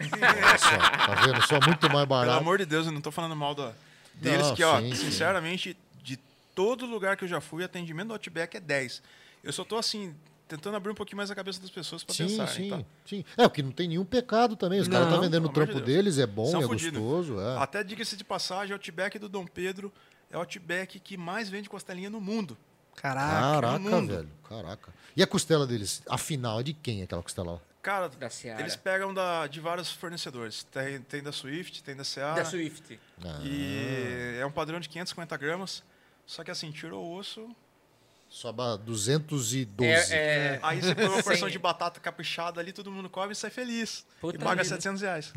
[SPEAKER 1] Olha só, tá vendo? Só muito mais
[SPEAKER 3] Pelo
[SPEAKER 1] barato.
[SPEAKER 3] amor de Deus, eu não tô falando mal da, deles, que, ó,
[SPEAKER 1] sim, sim.
[SPEAKER 3] sinceramente, de todo lugar que eu já fui, atendimento do Outback é 10. Eu só tô, assim, tentando abrir um pouquinho mais a cabeça das pessoas pra
[SPEAKER 1] Sim,
[SPEAKER 3] pensar.
[SPEAKER 1] sim,
[SPEAKER 3] Tá?
[SPEAKER 1] sim. É, o que não tem nenhum pecado também. Os caras
[SPEAKER 6] Não,
[SPEAKER 1] estão vendendo o
[SPEAKER 3] pelo amor de
[SPEAKER 1] trampo
[SPEAKER 3] Deus.
[SPEAKER 1] deles, é bom,
[SPEAKER 3] São
[SPEAKER 1] é
[SPEAKER 3] fudido.
[SPEAKER 1] gostoso. É.
[SPEAKER 3] Até diga-se de passagem, o Outback do Dom Pedro é o Outback que mais vende costelinha no mundo.
[SPEAKER 6] Caraca.
[SPEAKER 1] Caraca,
[SPEAKER 3] mundo.
[SPEAKER 1] velho. Caraca. E a costela deles? Afinal, é de quem é aquela costela lá?
[SPEAKER 3] Cara,
[SPEAKER 2] Da Seara.
[SPEAKER 3] eles pegam da, de vários fornecedores. Tem, tem da Swift, tem da Seara.
[SPEAKER 2] Da Swift.
[SPEAKER 3] E
[SPEAKER 1] Ah.
[SPEAKER 3] é um padrão de 550 gramas. Só que assim, tirou o osso.
[SPEAKER 1] Soba 212.
[SPEAKER 2] É, é,
[SPEAKER 3] Aí você põe uma porção
[SPEAKER 2] Sim.
[SPEAKER 3] de batata caprichada ali, todo mundo come e sai feliz.
[SPEAKER 2] Puta
[SPEAKER 3] e paga
[SPEAKER 2] vida.
[SPEAKER 3] 700 reais.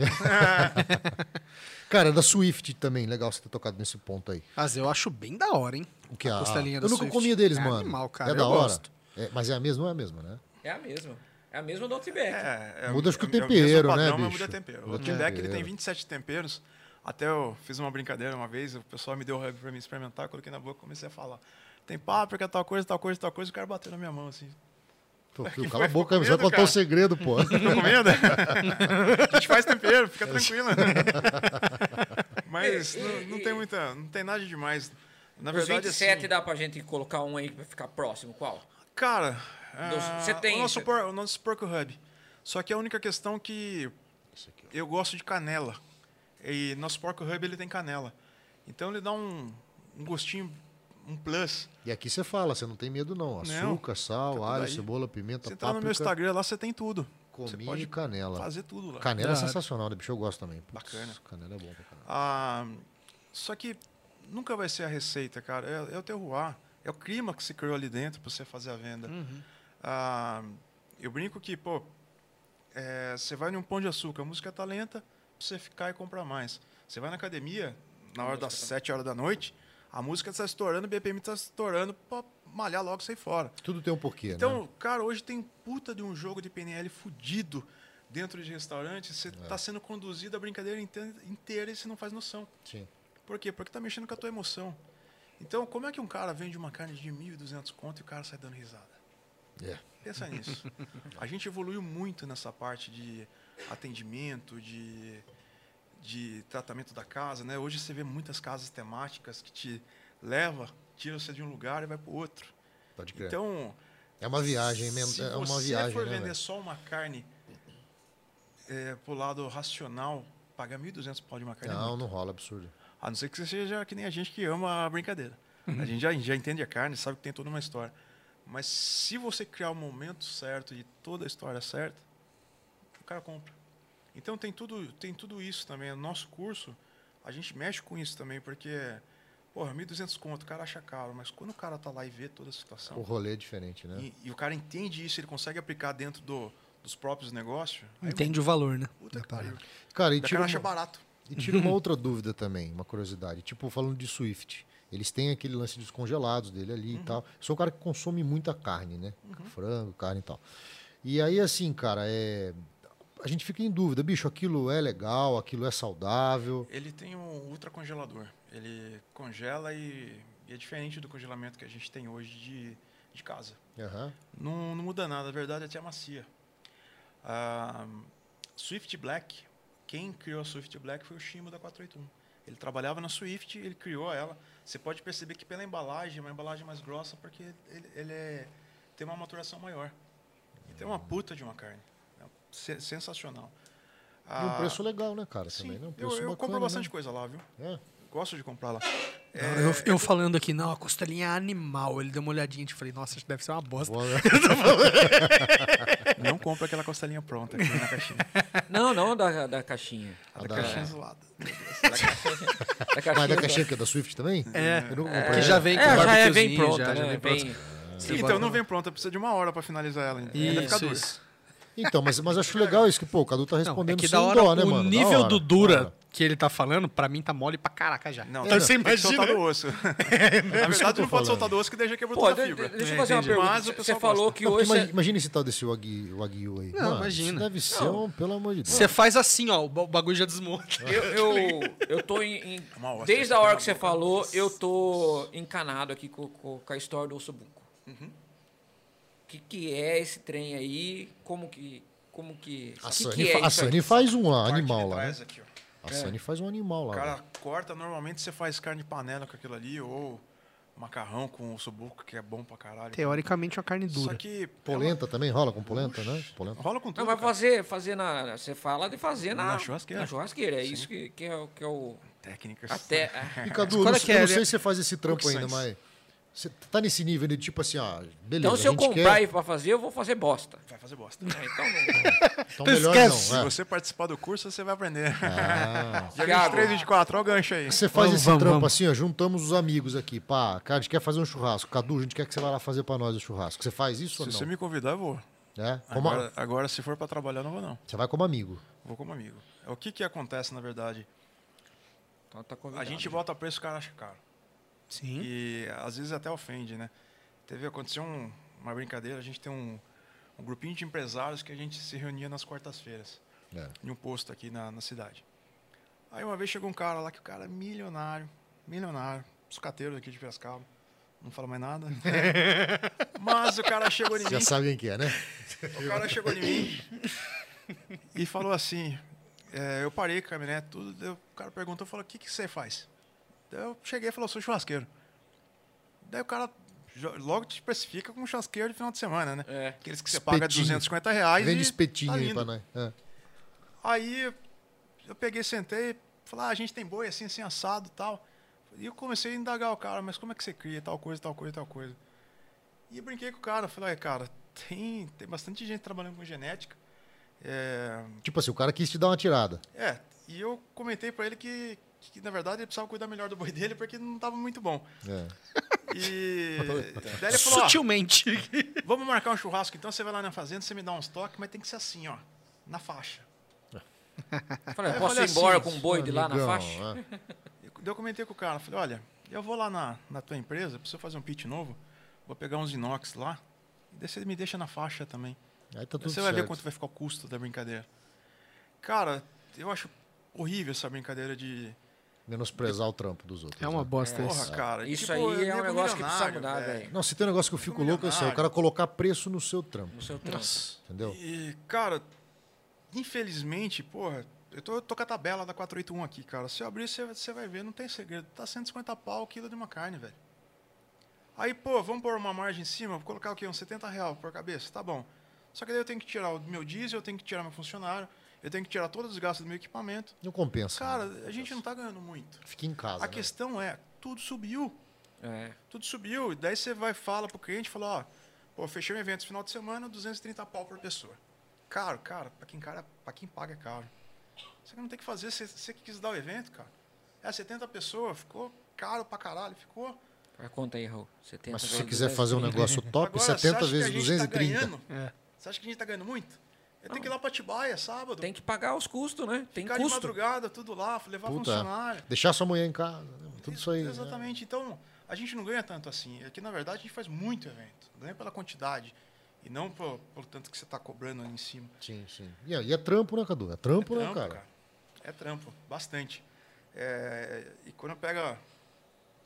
[SPEAKER 1] Cara, é da Swift também, legal você ter tocado nesse ponto aí.
[SPEAKER 6] Mas eu acho bem da hora, hein?
[SPEAKER 1] O que é a-
[SPEAKER 6] costelinha da
[SPEAKER 1] Eu nunca
[SPEAKER 6] Swift.
[SPEAKER 1] comia deles,
[SPEAKER 6] É
[SPEAKER 1] mano.
[SPEAKER 6] animal, cara,
[SPEAKER 1] É da
[SPEAKER 6] eu
[SPEAKER 1] hora.
[SPEAKER 6] gosto.
[SPEAKER 1] É, mas é a mesma ou é a mesma, né?
[SPEAKER 2] é a mesma. É a mesma do Outback.
[SPEAKER 3] É, é,
[SPEAKER 1] Muda, acho que o
[SPEAKER 3] é- é mesmo
[SPEAKER 1] tempero, né,
[SPEAKER 3] mas
[SPEAKER 1] bicho?
[SPEAKER 3] Muda tempero. O
[SPEAKER 1] Muda
[SPEAKER 3] Outback ele
[SPEAKER 1] tempero.
[SPEAKER 3] tem 27 temperos. Até eu fiz uma brincadeira uma vez, o pessoal me deu um hub pra mim experimentar, coloquei na boca e comecei a falar. Tem páprica, tal coisa, tal coisa, tal coisa, o cara bateu na minha mão assim.
[SPEAKER 1] Pô, filho, cala a boca, você
[SPEAKER 3] medo,
[SPEAKER 1] vai contar
[SPEAKER 3] cara.
[SPEAKER 1] um segredo, pô.
[SPEAKER 3] Tá comendo? a gente faz tempero, fica tranquila. Mas não, não tem muita. Não tem nada demais. Na
[SPEAKER 2] Os
[SPEAKER 3] verdade,
[SPEAKER 2] 27
[SPEAKER 3] assim,
[SPEAKER 2] dá pra gente colocar um aí pra ficar próximo. Qual?
[SPEAKER 3] Cara,
[SPEAKER 2] Dos-
[SPEAKER 3] ah,
[SPEAKER 2] você tem-
[SPEAKER 3] o, nosso
[SPEAKER 2] você-
[SPEAKER 3] por, o nosso Porco Hub. Só que a única questão que eu gosto de canela. E nosso Porco Hub ele tem canela. Então ele dá um, um gostinho, um plus.
[SPEAKER 1] E aqui você fala, você não tem medo, não. Açúcar, sal,
[SPEAKER 3] tá tudo
[SPEAKER 1] alho,
[SPEAKER 3] aí.
[SPEAKER 1] cebola, pimenta,
[SPEAKER 3] Você
[SPEAKER 1] páprica,
[SPEAKER 3] tá no meu Instagram lá, você tem tudo. Você
[SPEAKER 1] cominho
[SPEAKER 3] pode
[SPEAKER 1] e canela.
[SPEAKER 3] fazer tudo lá.
[SPEAKER 1] Canela é
[SPEAKER 6] Da hora.
[SPEAKER 1] sensacional, né, bicho? Eu gosto também. Putz,
[SPEAKER 3] Bacana.
[SPEAKER 1] Canela é bom pra caralho.
[SPEAKER 3] Ah, só que nunca vai ser a receita, cara. É, é o terroir. É o clima que se criou ali dentro para você fazer a venda. Ah, eu brinco que, pô, é, você vai num pão de açúcar, a música tá lenta, pra você ficar e comprar mais. Você vai na academia, na hora das 7 horas da noite, a música tá estourando, o BPM tá estourando pra malhar logo e sair fora.
[SPEAKER 1] Tudo tem um porquê, né?
[SPEAKER 3] Então, cara, hoje tem puta de um jogo de PNL fudido dentro de restaurante.
[SPEAKER 1] É.
[SPEAKER 3] Você tá sendo conduzido a brincadeira inte- inteira e você não faz noção.
[SPEAKER 1] Sim.
[SPEAKER 3] Por quê? Porque tá mexendo com a tua emoção. Então, como é que um cara vende uma carne de 1.200 conto e o cara sai dando risada?
[SPEAKER 1] É.
[SPEAKER 3] Pensa nisso. A gente evoluiu muito nessa parte de atendimento, de, de tratamento da casa, né? Hoje você vê muitas casas temáticas que te leva, tira você de um lugar e vai para outro.
[SPEAKER 1] Pode crer.
[SPEAKER 3] Então,
[SPEAKER 1] é uma viagem,
[SPEAKER 3] se
[SPEAKER 1] mesmo. é uma
[SPEAKER 3] você
[SPEAKER 1] viagem,
[SPEAKER 3] for
[SPEAKER 1] né,
[SPEAKER 3] vender
[SPEAKER 1] velho?
[SPEAKER 3] só uma carne é, pro lado racional, pagar 1.200 pau de uma carne é
[SPEAKER 1] Não, não rola, absurdo.
[SPEAKER 3] a não ser que você seja que nem a gente que ama a brincadeira. A gente já, já entende a carne, sabe que tem toda uma história. Mas se você criar o momento certo e toda a história certa, o cara compra. Então tem tudo, tem tudo isso também. O nosso curso, a gente mexe com isso também, porque, porra, 1.200 conto, o cara acha caro, mas quando o cara tá lá e vê toda a situação,
[SPEAKER 1] O rolê é diferente, né?
[SPEAKER 3] e, e o cara entende isso, ele consegue aplicar dentro do- dos próprios negócios, aí,
[SPEAKER 6] Entende o valor, né?
[SPEAKER 3] puta que
[SPEAKER 6] Da parada.
[SPEAKER 3] pariu.
[SPEAKER 1] Cara, e
[SPEAKER 3] O
[SPEAKER 1] tira
[SPEAKER 3] cara acha
[SPEAKER 1] uma-
[SPEAKER 3] barato.
[SPEAKER 1] E tira uma outra dúvida também, uma curiosidade. Tipo, falando de Swift. Eles têm aquele lance dos congelados dele ali
[SPEAKER 3] Uhum.
[SPEAKER 1] e tal. Eu sou um cara que consome muita carne, né? Frango, carne e tal. E aí, assim, cara, é... a gente fica em dúvida. Bicho, aquilo é legal, aquilo é saudável.
[SPEAKER 3] Ele tem um ultracongelador. Ele congela e, e é diferente do congelamento que a gente tem hoje de, de casa.
[SPEAKER 1] Aham.
[SPEAKER 3] Não, não muda nada, a verdade é até macia. Ah, Swift Black, quem criou a Swift Black foi o Shimo da 481. Ele trabalhava na Swift, ele criou ela. Você pode perceber que pela embalagem, é uma embalagem mais grossa, porque ele, ele é- tem uma maturação maior. E tem uma puta de uma carne. É sen- sensacional.
[SPEAKER 1] E
[SPEAKER 3] Ah,
[SPEAKER 1] um preço legal, né, cara?
[SPEAKER 3] sim,
[SPEAKER 1] também, né? Um
[SPEAKER 3] eu,
[SPEAKER 1] preço
[SPEAKER 3] eu
[SPEAKER 1] bacana,
[SPEAKER 3] compro bastante
[SPEAKER 1] né?
[SPEAKER 3] coisa lá, viu?
[SPEAKER 1] É.
[SPEAKER 3] Gosto de comprar lá.
[SPEAKER 6] Não, eu, eu falando aqui, não, a costelinha é animal. Ele deu uma olhadinha e eu falei, nossa, isso deve ser uma bosta.
[SPEAKER 1] Boa, né?
[SPEAKER 3] Não compra aquela costelinha pronta que vem na caixinha.
[SPEAKER 2] Não, não da, da caixinha.
[SPEAKER 3] A
[SPEAKER 1] A
[SPEAKER 3] da
[SPEAKER 1] da-
[SPEAKER 3] caixinha zoada.
[SPEAKER 2] Da caixinha.
[SPEAKER 1] Mas da caixinha que é da Swift também?
[SPEAKER 6] É.
[SPEAKER 1] Eu nunca
[SPEAKER 6] Que
[SPEAKER 1] comprei.
[SPEAKER 6] já vem com
[SPEAKER 2] é, já é
[SPEAKER 6] barbecuezinho,
[SPEAKER 2] bem pronta,
[SPEAKER 6] já, já
[SPEAKER 2] né?
[SPEAKER 6] vem pronta.
[SPEAKER 2] bem,
[SPEAKER 3] Sim, então não vem pronta, precisa de uma hora pra finalizar ela. Ainda Ainda fica
[SPEAKER 6] Isso,
[SPEAKER 3] dura.
[SPEAKER 6] isso.
[SPEAKER 1] Então, mas, mas acho legal isso que, pô, o Cadu tá
[SPEAKER 6] Não,
[SPEAKER 1] respondendo
[SPEAKER 6] é que
[SPEAKER 1] sem
[SPEAKER 6] da hora,
[SPEAKER 1] dó, né,
[SPEAKER 6] o
[SPEAKER 1] mano? Da
[SPEAKER 6] nível
[SPEAKER 1] hora.
[SPEAKER 6] do dura que ele tá falando, pra mim tá mole pra caraca já.
[SPEAKER 3] Não, tá
[SPEAKER 6] então
[SPEAKER 3] tem-
[SPEAKER 6] você
[SPEAKER 3] tem que
[SPEAKER 6] imagina.
[SPEAKER 3] soltar do osso. Na
[SPEAKER 1] isso que eu
[SPEAKER 3] verdade,
[SPEAKER 1] tô
[SPEAKER 3] não pode
[SPEAKER 1] falando.
[SPEAKER 3] soltar do osso que deixa quebrar
[SPEAKER 2] Pô,
[SPEAKER 3] toda a
[SPEAKER 2] de-
[SPEAKER 3] fibra.
[SPEAKER 2] de- deixa eu fazer uma
[SPEAKER 3] Entendi. Mas
[SPEAKER 2] pergunta.
[SPEAKER 3] o
[SPEAKER 2] Você
[SPEAKER 3] pessoal
[SPEAKER 2] falou
[SPEAKER 3] gosta.
[SPEAKER 2] que
[SPEAKER 1] Não, porque
[SPEAKER 2] hoje. é-
[SPEAKER 1] imagina,
[SPEAKER 2] você-
[SPEAKER 1] imagina esse tal desse Wagyu, Wagyu aí. Mano,
[SPEAKER 6] imagina.
[SPEAKER 1] Isso deve ser um, pelo amor de Deus.
[SPEAKER 6] Você faz assim, ó, o ba- o bagulho já desmonta.
[SPEAKER 2] Eu, eu, eu tô em. em-
[SPEAKER 3] É Uma ostra,
[SPEAKER 2] desde
[SPEAKER 3] fica
[SPEAKER 2] a hora
[SPEAKER 3] na
[SPEAKER 2] que você falou, eu tô encanado aqui com, com- com a história do Ossobuco. O
[SPEAKER 3] Uhum.
[SPEAKER 2] que, que é esse trem aí? Como que. Como que.
[SPEAKER 1] A
[SPEAKER 2] que
[SPEAKER 1] Sony,
[SPEAKER 2] que é
[SPEAKER 1] fa- a
[SPEAKER 2] isso aí?
[SPEAKER 1] Sony faz um lá,
[SPEAKER 3] Parte de
[SPEAKER 1] animal lá.
[SPEAKER 3] trás
[SPEAKER 1] Né?
[SPEAKER 3] aqui, ó.
[SPEAKER 1] A Sony faz um animal
[SPEAKER 3] O
[SPEAKER 1] lá.
[SPEAKER 3] cara
[SPEAKER 1] né?
[SPEAKER 3] corta, normalmente você faz carne de panela com aquilo ali, ou macarrão com osso buco, que é bom pra caralho.
[SPEAKER 6] Teoricamente é uma carne
[SPEAKER 3] Só
[SPEAKER 6] dura.
[SPEAKER 3] que...
[SPEAKER 1] Polenta também rola com polenta, né? Polenta.
[SPEAKER 3] Rola com
[SPEAKER 2] Não,
[SPEAKER 3] tudo,
[SPEAKER 2] vai
[SPEAKER 3] cara.
[SPEAKER 2] fazer, fazer na. Você fala de fazer na.
[SPEAKER 3] Na churrasqueira.
[SPEAKER 2] na churrasqueira, É isso que, que é, o- que é o.
[SPEAKER 3] Técnicas.
[SPEAKER 2] Até.
[SPEAKER 1] E Cadu, eu
[SPEAKER 6] Qual
[SPEAKER 1] não,
[SPEAKER 6] é que
[SPEAKER 1] sei- eu
[SPEAKER 6] é,
[SPEAKER 1] não
[SPEAKER 6] né?
[SPEAKER 1] sei se você faz esse trampo ainda,
[SPEAKER 3] Opções.
[SPEAKER 1] mas. Você tá nesse nível de tipo assim, ó, beleza.
[SPEAKER 2] Então, se eu
[SPEAKER 1] a gente
[SPEAKER 2] comprar
[SPEAKER 1] quer,
[SPEAKER 2] e pra fazer, eu vou fazer bosta.
[SPEAKER 3] Vai fazer bosta.
[SPEAKER 2] É, Então, não-
[SPEAKER 1] então melhor
[SPEAKER 6] esquece.
[SPEAKER 1] não.
[SPEAKER 3] Se
[SPEAKER 1] é.
[SPEAKER 3] você participar do curso, você vai aprender.
[SPEAKER 1] Ah.
[SPEAKER 3] Dia
[SPEAKER 2] Thiago.
[SPEAKER 3] 23, 24, olha o gancho aí.
[SPEAKER 1] Você faz
[SPEAKER 6] Vamos,
[SPEAKER 1] esse
[SPEAKER 6] vamos,
[SPEAKER 1] trampo
[SPEAKER 6] vamos.
[SPEAKER 1] assim, ó, juntamos os amigos aqui, pá, cara, a gente quer fazer um churrasco. Cadu, a gente quer que você vá lá fazer pra nós o churrasco. Você faz isso
[SPEAKER 3] Se
[SPEAKER 1] ou
[SPEAKER 3] você
[SPEAKER 1] não?
[SPEAKER 3] me convidar, eu vou.
[SPEAKER 1] É? Como a-
[SPEAKER 3] Agora, agora, se for pra trabalhar, eu não vou não.
[SPEAKER 1] Você vai como amigo.
[SPEAKER 3] Vou como amigo. O que que acontece, na verdade?
[SPEAKER 2] então tá
[SPEAKER 3] A
[SPEAKER 2] convidado.
[SPEAKER 3] gente bota preço, o cara acha caro.
[SPEAKER 6] Sim.
[SPEAKER 3] E às vezes até ofende, né? Teve, aconteceu um- uma brincadeira, a gente tem um, um grupinho de empresários que a gente se reunia nas quartas-feiras,
[SPEAKER 1] É.
[SPEAKER 3] em um posto aqui na, na cidade. Aí uma vez chegou um cara lá, que o cara é milionário, milionário, sucateiro aqui de Piracicaba, não fala mais nada. Mas o cara chegou em
[SPEAKER 1] Já
[SPEAKER 3] mim,
[SPEAKER 1] sabe quem que é, né?
[SPEAKER 3] o cara chegou em mim e falou assim, é, eu parei com a caminhonete, tudo, daí o cara perguntou, falou, o que, que você faz? Daí eu cheguei e falei, eu sou churrasqueiro. Daí o cara jo- logo te especifica como churrasqueiro de final de semana, né?
[SPEAKER 2] É.
[SPEAKER 3] Aqueles que você
[SPEAKER 1] Espetinho.
[SPEAKER 3] paga 250 reais
[SPEAKER 1] Vende
[SPEAKER 3] e
[SPEAKER 1] espetinho
[SPEAKER 3] tá
[SPEAKER 1] aí
[SPEAKER 3] lindo.
[SPEAKER 1] pra nós. É.
[SPEAKER 3] Aí eu peguei, sentei, falei, ah, a gente tem boi assim, assim, assado e tal. E eu comecei a indagar o cara, mas como é que você cria tal coisa, tal coisa, tal coisa. E eu brinquei com o cara, falei, "Olha, cara, tem, tem bastante gente trabalhando com genética. É,
[SPEAKER 1] Tipo assim, o cara quis te dar uma tirada.
[SPEAKER 3] é, e eu comentei pra ele que, que, na verdade, ele precisava cuidar melhor do boi dele porque não tava muito bom.
[SPEAKER 1] É.
[SPEAKER 3] E daí ele falou, ó,
[SPEAKER 6] Sutilmente.
[SPEAKER 3] vamos marcar um churrasco, então você vai lá na fazenda, você me dá uns toques, mas tem que ser assim, ó, na faixa.
[SPEAKER 2] Eu Falei,
[SPEAKER 3] Eu
[SPEAKER 2] posso
[SPEAKER 3] falei
[SPEAKER 2] ir embora
[SPEAKER 3] assim,
[SPEAKER 2] com o boi de lá na
[SPEAKER 1] Amigão,
[SPEAKER 2] faixa?
[SPEAKER 1] é.
[SPEAKER 3] E Daí eu comentei com o cara, falei, olha, eu vou lá na, na tua empresa, preciso fazer um pitch novo, vou pegar uns inox lá, e daí você me deixa na faixa também.
[SPEAKER 1] Aí tá tudo
[SPEAKER 3] você vai ver
[SPEAKER 1] certo.
[SPEAKER 3] quanto vai ficar o custo da brincadeira. Cara, eu acho horrível essa brincadeira de...
[SPEAKER 1] Menosprezar o trampo dos outros.
[SPEAKER 6] É uma
[SPEAKER 1] né?
[SPEAKER 6] bosta isso.
[SPEAKER 3] Porra, cara.
[SPEAKER 2] Isso
[SPEAKER 3] tipo,
[SPEAKER 2] aí é um
[SPEAKER 3] nego
[SPEAKER 2] negócio que precisa
[SPEAKER 3] milionário, é.
[SPEAKER 2] mudar, velho.
[SPEAKER 1] Não, se tem um negócio que eu fico louco, é isso aí, o cara colocar preço no seu trampo.
[SPEAKER 2] No seu trampo.
[SPEAKER 1] Entendeu?
[SPEAKER 3] E, cara, infelizmente, porra, eu tô, eu tô com a tabela da 481 aqui, cara. Se eu abrir, você você vai ver, não tem segredo. Tá 150 pau o quilo de uma carne, velho. Aí, pô, vamos pôr uma margem em cima, vou colocar o quê? Uns 70 reais por cabeça, tá bom. Só que daí eu tenho que tirar o meu diesel, eu tenho que tirar meu funcionário, eu tenho que tirar todos os gastos do meu equipamento.
[SPEAKER 1] Não compensa.
[SPEAKER 3] Cara,
[SPEAKER 1] né?
[SPEAKER 3] a gente não tá ganhando muito.
[SPEAKER 1] Fica em casa. né?
[SPEAKER 3] A questão é, tudo subiu
[SPEAKER 2] É.
[SPEAKER 3] tudo subiu. E daí você vai fala pro cliente, fala, ó, pô, fechei um evento esse final de semana, 230 pau por pessoa. Caro, cara, pra quem, cara, pra quem paga é caro. Você não tem que fazer, você, você que quis dar o evento, cara. É 70 pessoas, ficou caro pra caralho, ficou.
[SPEAKER 2] Vai, Conta aí, Raul. 70
[SPEAKER 1] Mas se você
[SPEAKER 2] vezes
[SPEAKER 1] quiser fazer um
[SPEAKER 2] 230.
[SPEAKER 1] negócio top,
[SPEAKER 3] Agora, você
[SPEAKER 1] 70
[SPEAKER 3] acha que a
[SPEAKER 1] vezes
[SPEAKER 3] gente tá
[SPEAKER 1] 230.
[SPEAKER 3] ganhando?
[SPEAKER 6] É.
[SPEAKER 3] Você acha que a gente tá ganhando muito? Eu tenho que ir lá pra Tibaia sábado,
[SPEAKER 2] Tem que pagar os custos, né? Tem
[SPEAKER 3] ficar de
[SPEAKER 2] custo.
[SPEAKER 3] madrugada, tudo lá, levar funcionário.
[SPEAKER 1] Puta, deixar sua mulher em casa. né? Tudo isso aí. né?
[SPEAKER 3] Exatamente. Então, a gente não ganha tanto assim. É que, na verdade, a gente faz muito evento. Ganha pela quantidade e não pelo, pelo tanto que você está cobrando ali em cima.
[SPEAKER 1] Sim, sim. E é, e é trampo, né, Cadu? É trampo, né, cara?
[SPEAKER 3] É trampo, bastante. É, e quando pega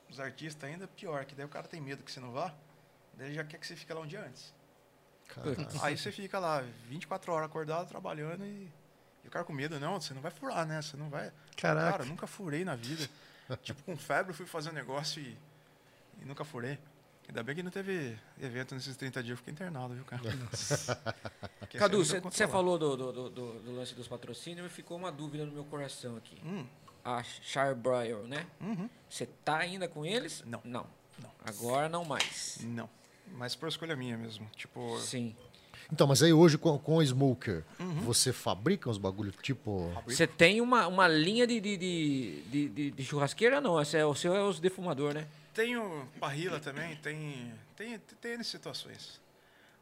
[SPEAKER 3] os artistas ainda, pior, que daí o cara tem medo que você não vá, daí ele já quer que você fique lá um dia antes.
[SPEAKER 1] Caralho.
[SPEAKER 3] Aí você fica lá 24 horas acordado, trabalhando e, e o cara com medo, não, você não vai furar, né? Você não vai.
[SPEAKER 6] Caraca.
[SPEAKER 3] Cara, eu nunca furei na vida. tipo, com febre eu fui fazer um negócio e, e nunca furei. Ainda bem que não teve evento nesses 30 dias, eu fiquei internado, viu, cara? Porque
[SPEAKER 2] Cadu,
[SPEAKER 3] essa é a única
[SPEAKER 2] você
[SPEAKER 3] controlada.
[SPEAKER 2] falou do, do, do- do- do lance dos patrocínios e ficou uma dúvida no meu coração aqui.
[SPEAKER 3] Hum. Uhum.
[SPEAKER 2] a Charbroil, né? Você tá ainda com eles?
[SPEAKER 3] Não.
[SPEAKER 2] Não. Agora não mais.
[SPEAKER 3] Não. Mas por escolha minha mesmo. Tipo,
[SPEAKER 2] Sim.
[SPEAKER 1] Então, mas aí hoje com, com o Smoker,
[SPEAKER 3] Uhum.
[SPEAKER 1] você fabrica uns bagulho tipo.
[SPEAKER 2] Você tem uma, uma linha de, de, de, de- de- de churrasqueira, não? Esse é, o seu é os defumador, né?
[SPEAKER 3] Tenho parrilla também, tem, tem, tem N situações.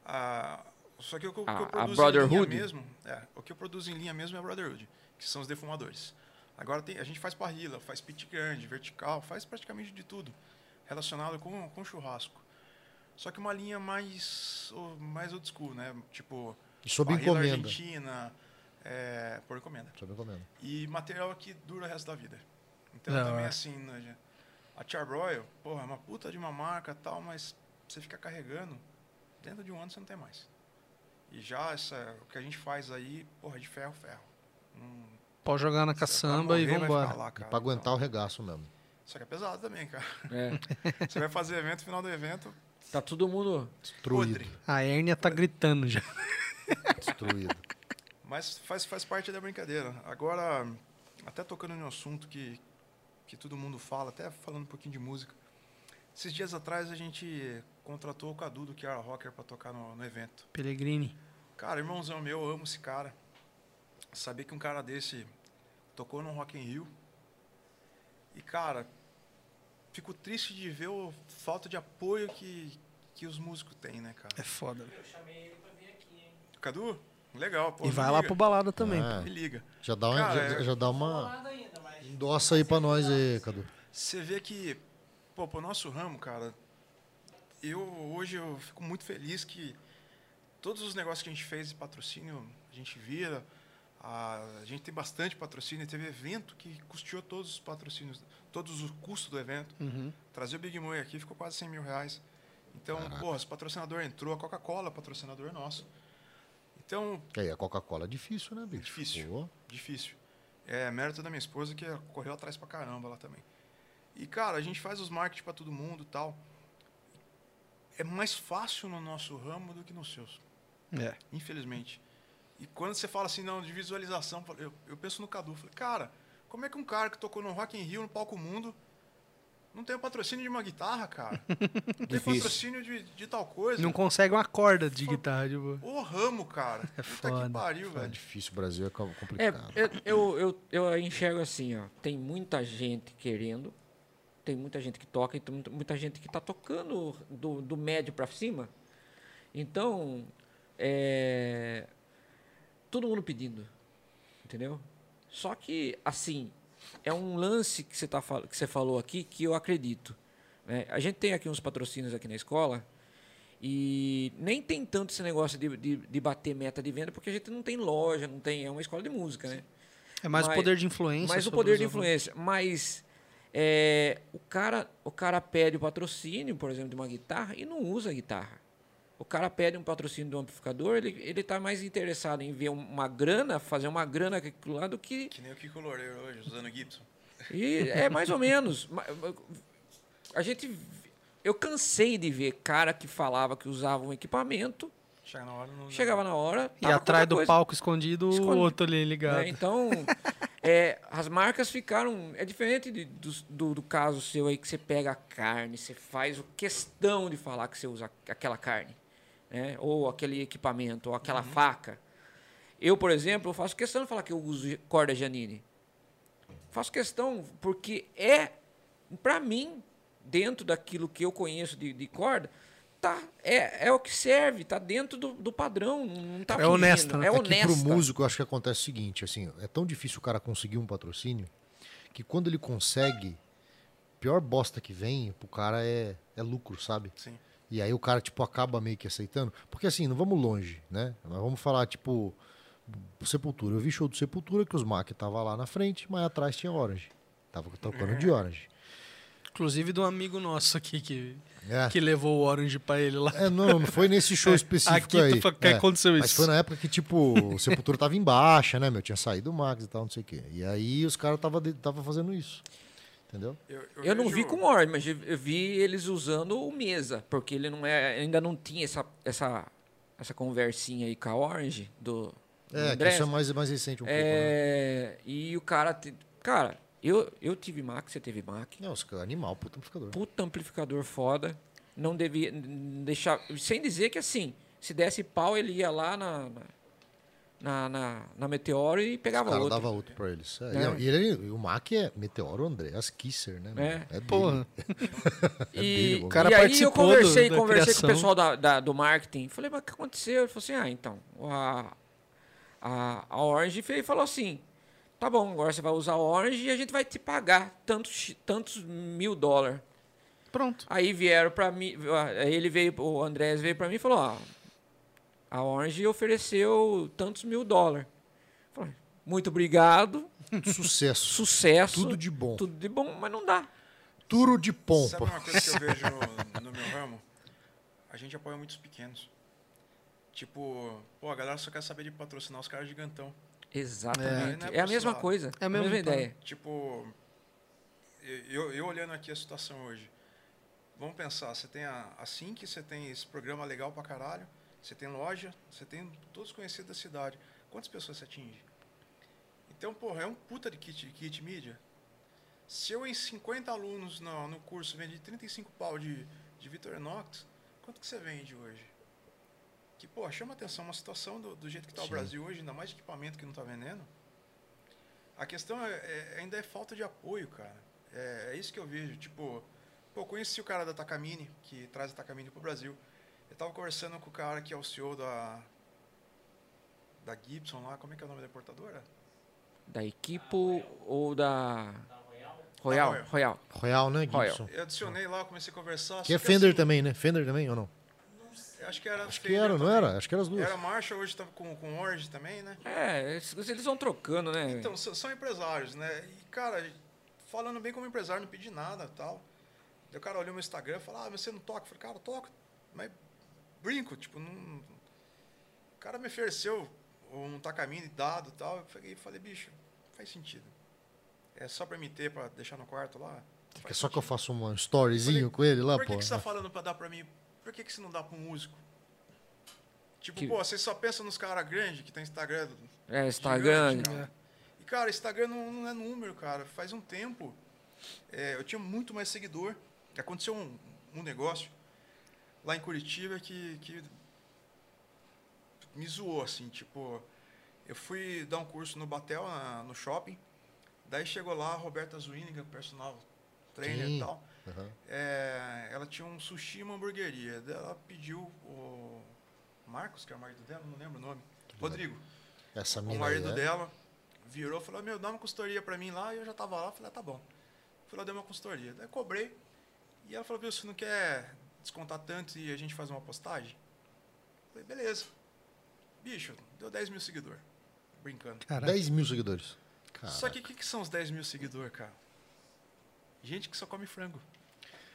[SPEAKER 3] Ah, só que o que, eu- o que
[SPEAKER 2] A-
[SPEAKER 3] eu
[SPEAKER 2] a
[SPEAKER 3] produzo em
[SPEAKER 2] Brotherhood?
[SPEAKER 3] linha mesmo, é, o que eu produzo em linha mesmo é a Brotherhood, que são os defumadores. Agora tem- a gente faz parrilla, faz pit grande, vertical, faz praticamente de tudo relacionado com, com churrasco. Só que uma linha mais, o- mais old school, né? Tipo,
[SPEAKER 1] Sob
[SPEAKER 3] parrilla
[SPEAKER 1] encomenda.
[SPEAKER 3] argentina, é, por encomenda.
[SPEAKER 1] Sabe como é?
[SPEAKER 3] E material que dura o resto da vida. Então
[SPEAKER 6] Da
[SPEAKER 3] também
[SPEAKER 6] hora.
[SPEAKER 3] assim, né, a Charbroil, porra, é uma puta de uma marca tal, mas você fica carregando, dentro de um ano você não tem mais. E já essa, o que a gente faz aí, porra, de ferro, ferro. Não-
[SPEAKER 6] Pode jogar na
[SPEAKER 3] pra
[SPEAKER 6] caçamba e
[SPEAKER 3] morrer, vai ficar
[SPEAKER 6] vambora.
[SPEAKER 3] Tá lá, cara.
[SPEAKER 1] Pra aguentar o regaço mesmo.
[SPEAKER 3] Então, Só que é pesado também, cara.
[SPEAKER 2] É.
[SPEAKER 3] Você vai fazer evento, final do evento,
[SPEAKER 2] Tá todo mundo.
[SPEAKER 1] Destruído.
[SPEAKER 3] podre.
[SPEAKER 6] A hérnia tá gritando já.
[SPEAKER 1] Destruído.
[SPEAKER 3] Mas faz, faz parte da brincadeira. Agora, até tocando em um assunto que, que todo mundo fala, até falando um pouquinho de música. Esses dias atrás a gente contratou o Cadu do que era rocker para tocar no, no evento.
[SPEAKER 6] Pellegrini.
[SPEAKER 3] Cara, irmãozão meu, eu amo esse cara. Saber que um cara desse tocou no Rock in Rio. E, cara, fico triste de ver o falta de apoio que, que os músicos têm, né,
[SPEAKER 6] É
[SPEAKER 3] cara?
[SPEAKER 6] foda. velho.
[SPEAKER 3] Cadu, legal, pô.
[SPEAKER 6] E
[SPEAKER 3] me
[SPEAKER 6] vai lá
[SPEAKER 3] liga.
[SPEAKER 6] pro balada também.
[SPEAKER 1] Ah,
[SPEAKER 3] Me liga.
[SPEAKER 1] já dá uma.
[SPEAKER 3] Cara,
[SPEAKER 1] já,
[SPEAKER 3] é-
[SPEAKER 1] já dá uma. Endossa aí pra nós aí, Cadu.
[SPEAKER 3] Você vê que, pô, pro nosso ramo, cara, eu hoje eu fico muito feliz que todos os negócios que a gente fez de patrocínio, a gente vira, a, a gente tem bastante patrocínio, e teve evento que custeou todos os patrocínios, todos os custos do evento. Trazer o Big Money aqui ficou quase 100 mil reais. Então, porra, esse patrocinador entrou, a Coca-Cola, patrocinador nosso. Então,
[SPEAKER 1] Que aí a Coca-Cola é difícil, né, bicho?
[SPEAKER 3] Difícil.
[SPEAKER 1] Pô.
[SPEAKER 3] Difícil. É mérito da minha esposa que correu atrás pra caramba lá também. E, cara, a gente faz os marketing pra todo mundo e tal. É mais fácil no nosso ramo do que nos seus,
[SPEAKER 6] É.
[SPEAKER 3] infelizmente. E quando você fala assim, não, de visualização, eu, eu penso no Cadu. Falei, cara, como é que um cara que tocou no Rock in Rio, no Palco Mundo, não tem o patrocínio de uma guitarra, cara? Não tem
[SPEAKER 2] Difícil.
[SPEAKER 3] patrocínio de, de tal coisa?
[SPEAKER 6] Não consegue uma corda de guitarra, tipo.
[SPEAKER 3] Ô ramo, cara. Puta que
[SPEAKER 6] foda.
[SPEAKER 3] pariu,
[SPEAKER 1] É
[SPEAKER 3] velho.
[SPEAKER 1] difícil, o Brasil é com-
[SPEAKER 2] É,
[SPEAKER 1] complicado.
[SPEAKER 2] eu, eu, eu, eu enxergo assim, ó. Tem muita gente querendo, tem muita gente que toca, e tem muita- muita gente que tá tocando do, do médio pra cima. Então, é. Todo mundo pedindo. Entendeu? Só que, assim, é um lance que você, tá, fal- que você falou aqui que eu acredito. né? A gente tem aqui uns patrocínios aqui na escola e nem tem tanto esse negócio de, de, de bater meta de venda porque a gente não tem loja, não tem, é uma escola de música, né?
[SPEAKER 6] É mais
[SPEAKER 2] Mas-
[SPEAKER 6] o poder de influência.
[SPEAKER 2] Mas o
[SPEAKER 6] sobre
[SPEAKER 2] poder
[SPEAKER 6] os
[SPEAKER 2] de
[SPEAKER 6] outros.
[SPEAKER 2] influência. Mas é, o, cara, o cara pede o patrocínio, por exemplo, de uma guitarra e não usa a guitarra. O cara pede um patrocínio de um amplificador, ele, ele tá mais interessado em ver um- uma grana, fazer uma grana com aquilo lá do que.
[SPEAKER 3] Que nem o Kiko Loureiro hoje, usando o Gibson.
[SPEAKER 2] E é mais ou menos. Ma- ma- A gente. Eu cansei de ver cara que falava que usava um equipamento,
[SPEAKER 3] Chega na hora, não usa.
[SPEAKER 2] chegava na hora.
[SPEAKER 6] E
[SPEAKER 2] tava com Ah,
[SPEAKER 6] atrás
[SPEAKER 2] outra
[SPEAKER 6] do
[SPEAKER 2] coisa.
[SPEAKER 6] palco escondido,
[SPEAKER 2] Esconde-
[SPEAKER 6] o outro ali
[SPEAKER 2] né?
[SPEAKER 6] ligado.
[SPEAKER 2] Então, é, as marcas ficaram. É diferente de- do, do, do caso seu aí que você pega a carne, você faz o questão de falar que você usa aquela carne, né? ou aquele equipamento, ou aquela
[SPEAKER 6] Uhum.
[SPEAKER 2] faca. Eu, por exemplo, eu faço questão de falar que eu uso corda Janine. Faço questão porque é, pra mim, dentro daquilo que eu conheço de, de corda, tá, é, é o que serve, tá dentro do, do padrão, não tá
[SPEAKER 6] É
[SPEAKER 2] fingindo,
[SPEAKER 6] honesta, né?
[SPEAKER 2] é
[SPEAKER 6] Aqui
[SPEAKER 1] Aqui pro
[SPEAKER 2] honesta.
[SPEAKER 1] músico, eu acho que acontece o seguinte, assim, é tão difícil o cara conseguir um patrocínio que quando ele consegue, pior bosta que vem pro cara é, é lucro, sabe?
[SPEAKER 3] Sim.
[SPEAKER 1] E aí o cara, tipo, acaba meio que aceitando. Porque assim, não vamos longe, né? Nós vamos falar, tipo, Sepultura. Eu vi show do Sepultura que os Mac tava lá na frente, mas atrás tinha Orange. Tava tocando de Orange.
[SPEAKER 6] Inclusive de um amigo nosso aqui que,
[SPEAKER 1] É.
[SPEAKER 6] que levou o Orange pra ele lá.
[SPEAKER 1] É, não, não foi nesse show específico
[SPEAKER 6] Aqui
[SPEAKER 1] aí.
[SPEAKER 6] tu- que
[SPEAKER 1] É,
[SPEAKER 6] aconteceu
[SPEAKER 1] mas
[SPEAKER 6] isso.
[SPEAKER 1] foi na época que, tipo, o Sepultura tava em baixa, né, meu? Tinha saído o Max e tal, não sei o quê. E aí os caras tava, de- tava fazendo isso. Entendeu?
[SPEAKER 2] Eu não vi é
[SPEAKER 3] vejo-
[SPEAKER 2] com ordem, mas eu eu vi eles usando o mesa, porque ele não é, ainda não tinha essa, essa, essa conversinha aí com a Orange do, do
[SPEAKER 1] É, que
[SPEAKER 2] Andrés.
[SPEAKER 1] isso é mais, mais recente um pouco, né?
[SPEAKER 2] É, E o cara. te- Cara, Eu, eu tive Mac, você teve Mac.
[SPEAKER 1] Não, os caras, animal, puto amplificador.
[SPEAKER 2] Puta amplificador foda. Não devia n- deixar. Sem dizer que assim, se desse pau, ele ia lá na. na- Na, na, na Meteoro e
[SPEAKER 1] O
[SPEAKER 2] pegava
[SPEAKER 1] cara
[SPEAKER 2] outro.
[SPEAKER 1] dava outro pra eles. É,
[SPEAKER 2] É.
[SPEAKER 1] não, e ele- o Mac é Meteoro Andreas Kisser, né? mano?
[SPEAKER 2] É.
[SPEAKER 1] é porra.
[SPEAKER 6] Porra.
[SPEAKER 2] E,
[SPEAKER 1] É dele, o
[SPEAKER 6] cara
[SPEAKER 2] e aí eu
[SPEAKER 6] participou
[SPEAKER 2] conversei,
[SPEAKER 6] do- da
[SPEAKER 2] conversei com o
[SPEAKER 6] criação.
[SPEAKER 2] pessoal da, da- do marketing. Falei, mas o que aconteceu? Ele falou assim, ah, então, a, a, a Orange fez, falou assim, tá bom, agora você vai usar a Orange e a gente vai te pagar tantos, chi- tantos mil dólares.
[SPEAKER 6] Pronto.
[SPEAKER 2] Aí vieram pra mim, aí ele veio, o Andrés veio pra mim e falou, ó, a Orange ofereceu tantos mil dólares. Falei, muito obrigado,
[SPEAKER 1] Sucesso.
[SPEAKER 2] sucesso.
[SPEAKER 1] Tudo de bom.
[SPEAKER 2] Tudo de bom, mas não dá.
[SPEAKER 1] Turo de
[SPEAKER 3] Sabe
[SPEAKER 1] pompa.
[SPEAKER 3] uma coisa que eu vejo no meu ramo? A gente apoia muitos pequenos. Tipo, pô, a galera só quer saber de patrocinar os caras gigantão.
[SPEAKER 2] Exatamente.
[SPEAKER 3] É, né,
[SPEAKER 2] É, a mesma
[SPEAKER 3] pessoal?
[SPEAKER 2] coisa.
[SPEAKER 6] É
[SPEAKER 2] a
[SPEAKER 6] mesmo
[SPEAKER 2] mesma
[SPEAKER 6] plano.
[SPEAKER 2] ideia.
[SPEAKER 3] Tipo, eu, eu olhando aqui a situação hoje, vamos pensar, você tem a, a Sync, você tem esse programa legal pra caralho, você tem loja, você tem todos conhecidos da cidade. Quantas pessoas você atinge? Então, porra, é um puta de kit, kit mídia. Se eu em 50 alunos no, no curso vendi 35 pau de, de Victorinox, quanto que você vende hoje? Que, pô, chama atenção uma situação do, do jeito que tá o Brasil hoje, ainda mais de equipamento que não tá vendendo. A questão é, é- ainda é falta de apoio, cara. É, é isso que eu vejo. Tipo, pô, eu conheci o cara da Takamine, que traz a Takamine pro Brasil. Eu tava conversando com o cara que é o CEO da. Da Gibson lá, como é que é o nome da importadora?
[SPEAKER 2] Da equipo ou da. Royal?
[SPEAKER 3] Royal.
[SPEAKER 2] Royal.
[SPEAKER 1] Royal, né, Gibson?
[SPEAKER 2] Royal.
[SPEAKER 3] Eu adicionei lá, eu comecei a conversar.
[SPEAKER 1] Que é
[SPEAKER 3] só
[SPEAKER 1] Fender
[SPEAKER 3] assim,
[SPEAKER 1] também, né? Fender também ou não?
[SPEAKER 3] eu Acho que era.
[SPEAKER 1] Acho que era, não era? Acho que era as duas.
[SPEAKER 3] Era Marshall, hoje tá com, com Orange também, né?
[SPEAKER 2] É, eles eles vão trocando, né?
[SPEAKER 3] Então, são, são empresários, né? E, cara, falando bem como empresário, não pedi nada tal. Daí o cara olhou meu Instagram e falou, ah, mas você não toca? Eu falei, cara, eu toco, mas brinco, tipo, não... O cara me ofereceu um Takamine dado e tal. Eu peguei e falei, bicho, não faz sentido. É só pra me ter, pra deixar no quarto lá? Não
[SPEAKER 1] É
[SPEAKER 3] faz
[SPEAKER 1] só que eu
[SPEAKER 3] sentido.
[SPEAKER 1] faço um storyzinho com ele lá,
[SPEAKER 3] Por que,
[SPEAKER 1] pô.
[SPEAKER 3] que você tá falando pra dar pra mim? Por que, que você não dá pra um músico? Tipo,
[SPEAKER 2] Que-
[SPEAKER 3] pô, vocês só pensam nos caras grandes que tem Instagram
[SPEAKER 2] É, Instagram.
[SPEAKER 3] Gigante, né? cara. E, cara, Instagram não, não é número, cara. Faz um tempo. é, eu tinha muito mais seguidor. Aconteceu um, um negócio lá em Curitiba que, que me zoou, assim, tipo. Eu fui dar um curso no Batel, na- no shopping. Daí chegou lá a Roberta Zuíniga, personal trainer
[SPEAKER 1] Sim.
[SPEAKER 3] e tal.
[SPEAKER 1] Aham.
[SPEAKER 3] É, ela tinha um sushi e uma hamburgueria. Daí Ela pediu o Marcos, que é o marido dela, não lembro o nome. Rodrigo
[SPEAKER 1] Essa
[SPEAKER 3] o
[SPEAKER 1] mina aí
[SPEAKER 3] marido
[SPEAKER 1] é...
[SPEAKER 3] dela virou e falou: Meu, dá uma consultoria pra mim lá. E eu já tava lá, falei: ah, Tá bom. Fui lá, dei uma consultoria. Daí cobrei. E ela falou: Viu, você não quer descontar tanto e a gente faz uma postagem? Falei: Beleza. Bicho, deu 10 mil seguidores. Brincando.
[SPEAKER 1] 10 mil seguidores. Cara,
[SPEAKER 3] né? Só que o que, que são os 10 mil seguidores, cara? Gente que só come frango.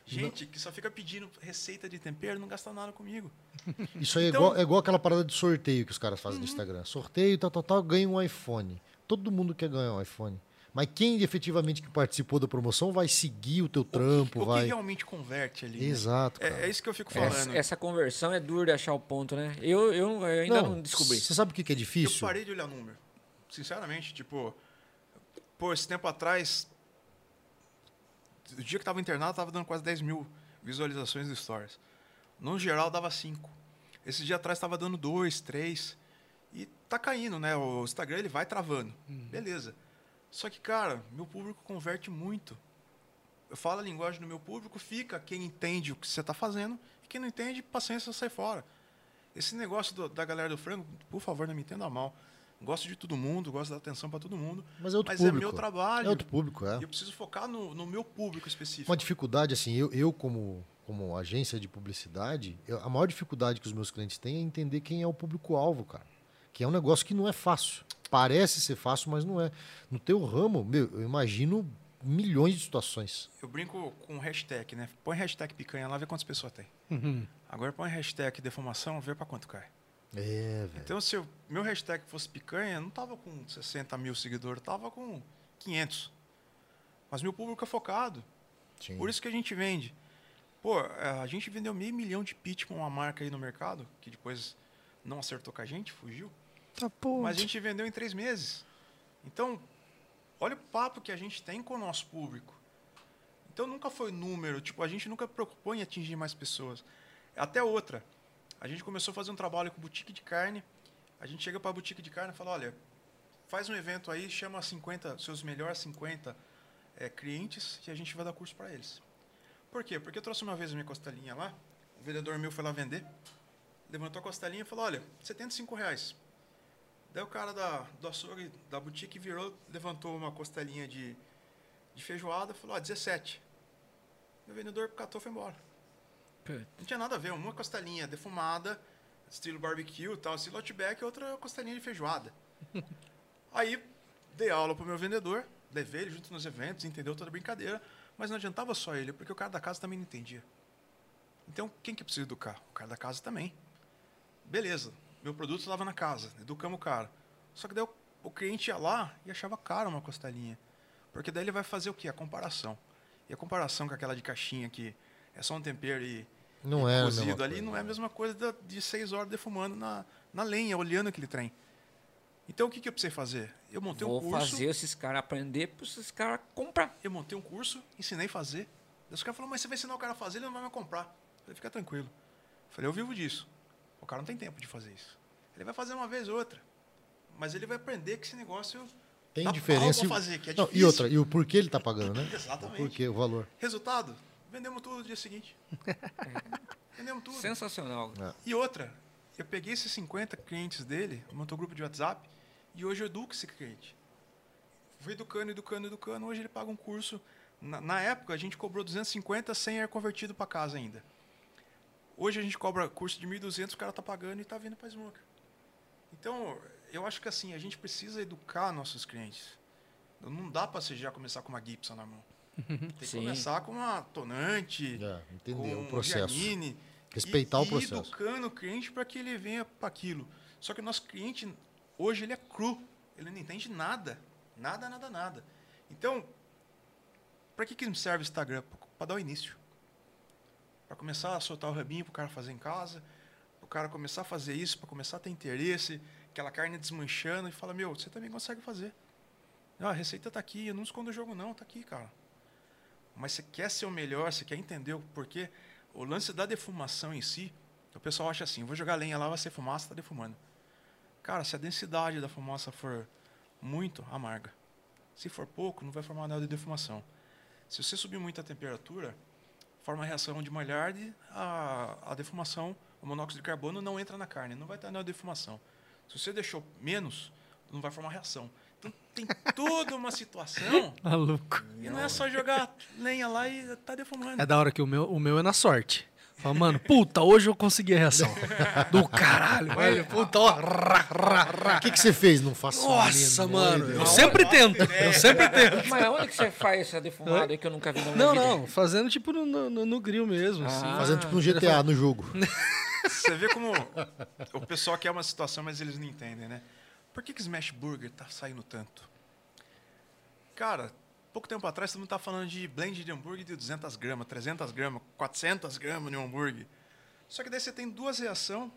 [SPEAKER 3] Gente que só fica pedindo receita de tempero, não gasta nada comigo.
[SPEAKER 1] isso aí é,
[SPEAKER 3] Então- Uhum.
[SPEAKER 1] igual, é igual aquela parada de sorteio que os caras fazem no Instagram. Sorteio, tal, tal, tal, ganha um iPhone. Todo mundo quer ganhar um iPhone. Mas quem efetivamente que participou da promoção vai seguir o teu trampo,
[SPEAKER 3] o que
[SPEAKER 1] vai...
[SPEAKER 3] realmente converte ali? né?
[SPEAKER 1] Exato, cara.
[SPEAKER 3] É, é isso que eu fico
[SPEAKER 2] Essa,
[SPEAKER 3] falando.
[SPEAKER 2] essa conversão é dura de achar o ponto, né? Eu, eu, eu ainda não, descobri.
[SPEAKER 1] Você sabe o que que é
[SPEAKER 3] Eu
[SPEAKER 1] difícil?
[SPEAKER 3] parei de olhar número. Sinceramente, tipo, pô, esse tempo atrás, o dia que tava internado, tava dando quase 10 mil visualizações do Stories. No geral, dava 5. Esse dia atrás tava dando 2, 3. E tá caindo, né? O Instagram ele vai travando. Beleza. Só que, cara, meu público converte muito. Eu falo a linguagem do meu público, fica quem entende o que você tá fazendo, e quem não entende, paciência, sai fora. Esse negócio do- da galera do frango, por favor, não me entenda mal. Gosto de todo mundo, gosto da atenção para todo mundo.
[SPEAKER 1] Mas é outro
[SPEAKER 3] mas
[SPEAKER 1] público.
[SPEAKER 3] é meu trabalho.
[SPEAKER 1] É outro público, é.
[SPEAKER 3] E eu preciso focar no, no meu público específico.
[SPEAKER 1] Uma dificuldade, assim, eu, eu como, como agência de publicidade, eu- a maior dificuldade que os meus clientes têm é entender quem é o público-alvo, cara. Que é um negócio que não é fácil. Parece ser fácil, mas não é. No teu ramo, meu, eu imagino milhões de situações.
[SPEAKER 3] Eu brinco com hashtag, né? Põe hashtag picanha lá, vê quantas pessoas tem. Agora põe hashtag deformação, vê para quanto cai.
[SPEAKER 1] Uhum. É, velho.
[SPEAKER 3] Então, se o meu hashtag fosse picanha, eu não tava com 60 mil seguidores, tava com 500. Mas meu público é focado.
[SPEAKER 1] Sim.
[SPEAKER 3] Por isso que a gente vende. Pô, é, a gente vendeu meio milhão de pitch com uma marca aí no mercado, que depois não acertou com a gente, fugiu.
[SPEAKER 6] Tá, pô.
[SPEAKER 3] Mas a gente vendeu em três meses. Então, Olha o papo que a gente tem com o nosso público. Então nunca foi número, tipo, a gente nunca preocupou em atingir mais pessoas. Até outra. A gente começou a fazer um trabalho com boutique de carne. A gente chega para a boutique de carne e fala: "Olha, faz um evento aí, chama 50 seus melhores 50 eh, clientes e a gente vai dar curso para eles". Por quê? Porque eu trouxe uma vez a minha costelinha lá, o vendedor meu foi lá vender, levantou a costelinha e falou: "Olha, R$ 75 reais". Daí o cara da, do açougue da boutique virou, levantou uma costelinha de, de feijoada e falou, ó, 17. E o vendedor catou e foi embora. Não tinha nada a ver, uma costelinha defumada, estilo barbecue e tal, estilo outback, e outra costelinha de feijoada. Aí dei aula pro meu vendedor, levei ele junto nos eventos, entendeu toda a brincadeira, mas não adiantava só ele, porque o cara da casa também não entendia. Então, quem que precisa educar? O cara da casa também. Beleza, meu produto estava na casa, educamos o cara. Só que daí o, o cliente ia lá e achava caro uma costelinha. Porque daí ele vai fazer o quê? A comparação. E a comparação com aquela de caixinha que é só um tempero e
[SPEAKER 1] Não é a mesma
[SPEAKER 3] cozido ali
[SPEAKER 1] coisa,
[SPEAKER 3] não é a mesma coisa da- de seis horas defumando na, na lenha, olhando aquele trem. Então o que, que eu precisei fazer? Eu montei
[SPEAKER 2] Vou
[SPEAKER 3] um curso.
[SPEAKER 2] fazer esses caras aprender para esses caras comprar.
[SPEAKER 3] Eu montei um curso, ensinei a fazer. Daí Os caras falaram, mas você vai ensinar o cara a fazer, ele não vai mais comprar. Eu falei, fica tranquilo. Eu falei, eu vivo disso. O cara não tem tempo de fazer isso. Ele vai fazer uma vez ou outra. Mas ele vai aprender que esse negócio
[SPEAKER 1] Tem
[SPEAKER 3] dá
[SPEAKER 1] diferença.
[SPEAKER 3] pau
[SPEAKER 1] e-
[SPEAKER 3] pra fazer, que é
[SPEAKER 1] Não,
[SPEAKER 3] difícil.
[SPEAKER 1] e outra, e o porquê ele tá pagando, né?
[SPEAKER 3] Exatamente.
[SPEAKER 1] O porquê, o valor.
[SPEAKER 3] Resultado, vendemos tudo no dia seguinte. vendemos tudo.
[SPEAKER 2] Sensacional.
[SPEAKER 3] E outra, eu peguei esses 50 clientes dele, montou um grupo de WhatsApp, e hoje eu educo esse cliente. Fui educando, educando, educando, hoje ele paga um curso. Na, na época, a gente cobrou 250 sem ar é convertido para casa ainda. Hoje a gente cobra curso de 1.200, o cara tá pagando e tá vindo para Smoker. Então, eu acho que assim, a gente precisa educar nossos clientes. Não dá para você já começar com uma Gibson na mão. Tem que
[SPEAKER 2] Sim.
[SPEAKER 3] começar com uma tonante,
[SPEAKER 1] É,
[SPEAKER 3] com
[SPEAKER 1] entendeu o
[SPEAKER 3] um
[SPEAKER 1] processo.
[SPEAKER 3] Giannini,
[SPEAKER 1] Respeitar
[SPEAKER 3] e,
[SPEAKER 1] o processo.
[SPEAKER 3] E educando o cliente para que ele venha para aquilo. Só que o nosso cliente, hoje, ele é cru. Ele não entende nada. Nada, nada, nada. Então, para que, que serve o Instagram? Para dar o início. Para começar a soltar o rabinho para o cara fazer em casa. Para o cara começar a fazer isso, para começar a ter interesse. Aquela carne desmanchando e fala, meu, você também consegue fazer. Ah, a receita tá aqui, eu não escondo o jogo não, tá aqui, cara. Mas você quer ser o melhor, você quer entender o porquê. O lance da defumação em si, o pessoal acha assim, vou jogar lenha lá, vai ser fumaça, tá defumando. Cara, se a densidade da fumaça for muito, amarga. Se for pouco, não vai formar nada de defumação. Se você subir muito a temperatura, forma a reação de Maillard, a, a defumação, o monóxido de carbono não entra na carne, não vai estar na defumação. Se você deixou menos, não vai formar reação. Então tem toda uma situação
[SPEAKER 6] Maluco.
[SPEAKER 3] e não é só jogar lenha lá e tá defumando.
[SPEAKER 6] É da hora que o meu, o meu é na sorte. Fala, mano, puta, hoje eu consegui a reação. Do caralho, velho. Puta, ó. rá, rá, rá.
[SPEAKER 1] O que, que você fez? Não faço
[SPEAKER 6] Nossa,
[SPEAKER 1] menor
[SPEAKER 6] mano.
[SPEAKER 1] ideia.
[SPEAKER 6] Eu sempre tento. Eu sempre tento.
[SPEAKER 2] Mas onde que você faz essa defumada aí que eu nunca vi na minha
[SPEAKER 6] Não,
[SPEAKER 2] vida?
[SPEAKER 6] não. Fazendo tipo no, no, no grill mesmo, assim.
[SPEAKER 3] Ah.
[SPEAKER 1] Fazendo tipo um GTA no jogo.
[SPEAKER 3] Você vê como o pessoal quer uma situação, mas eles não entendem, né? Por que, que Smash Burger tá saindo tanto? Cara, pouco tempo atrás todo mundo tá falando de blend de hambúrguer de 200 gramas, 300 gramas, 400 gramas de um hambúrguer. Só que daí você tem duas reações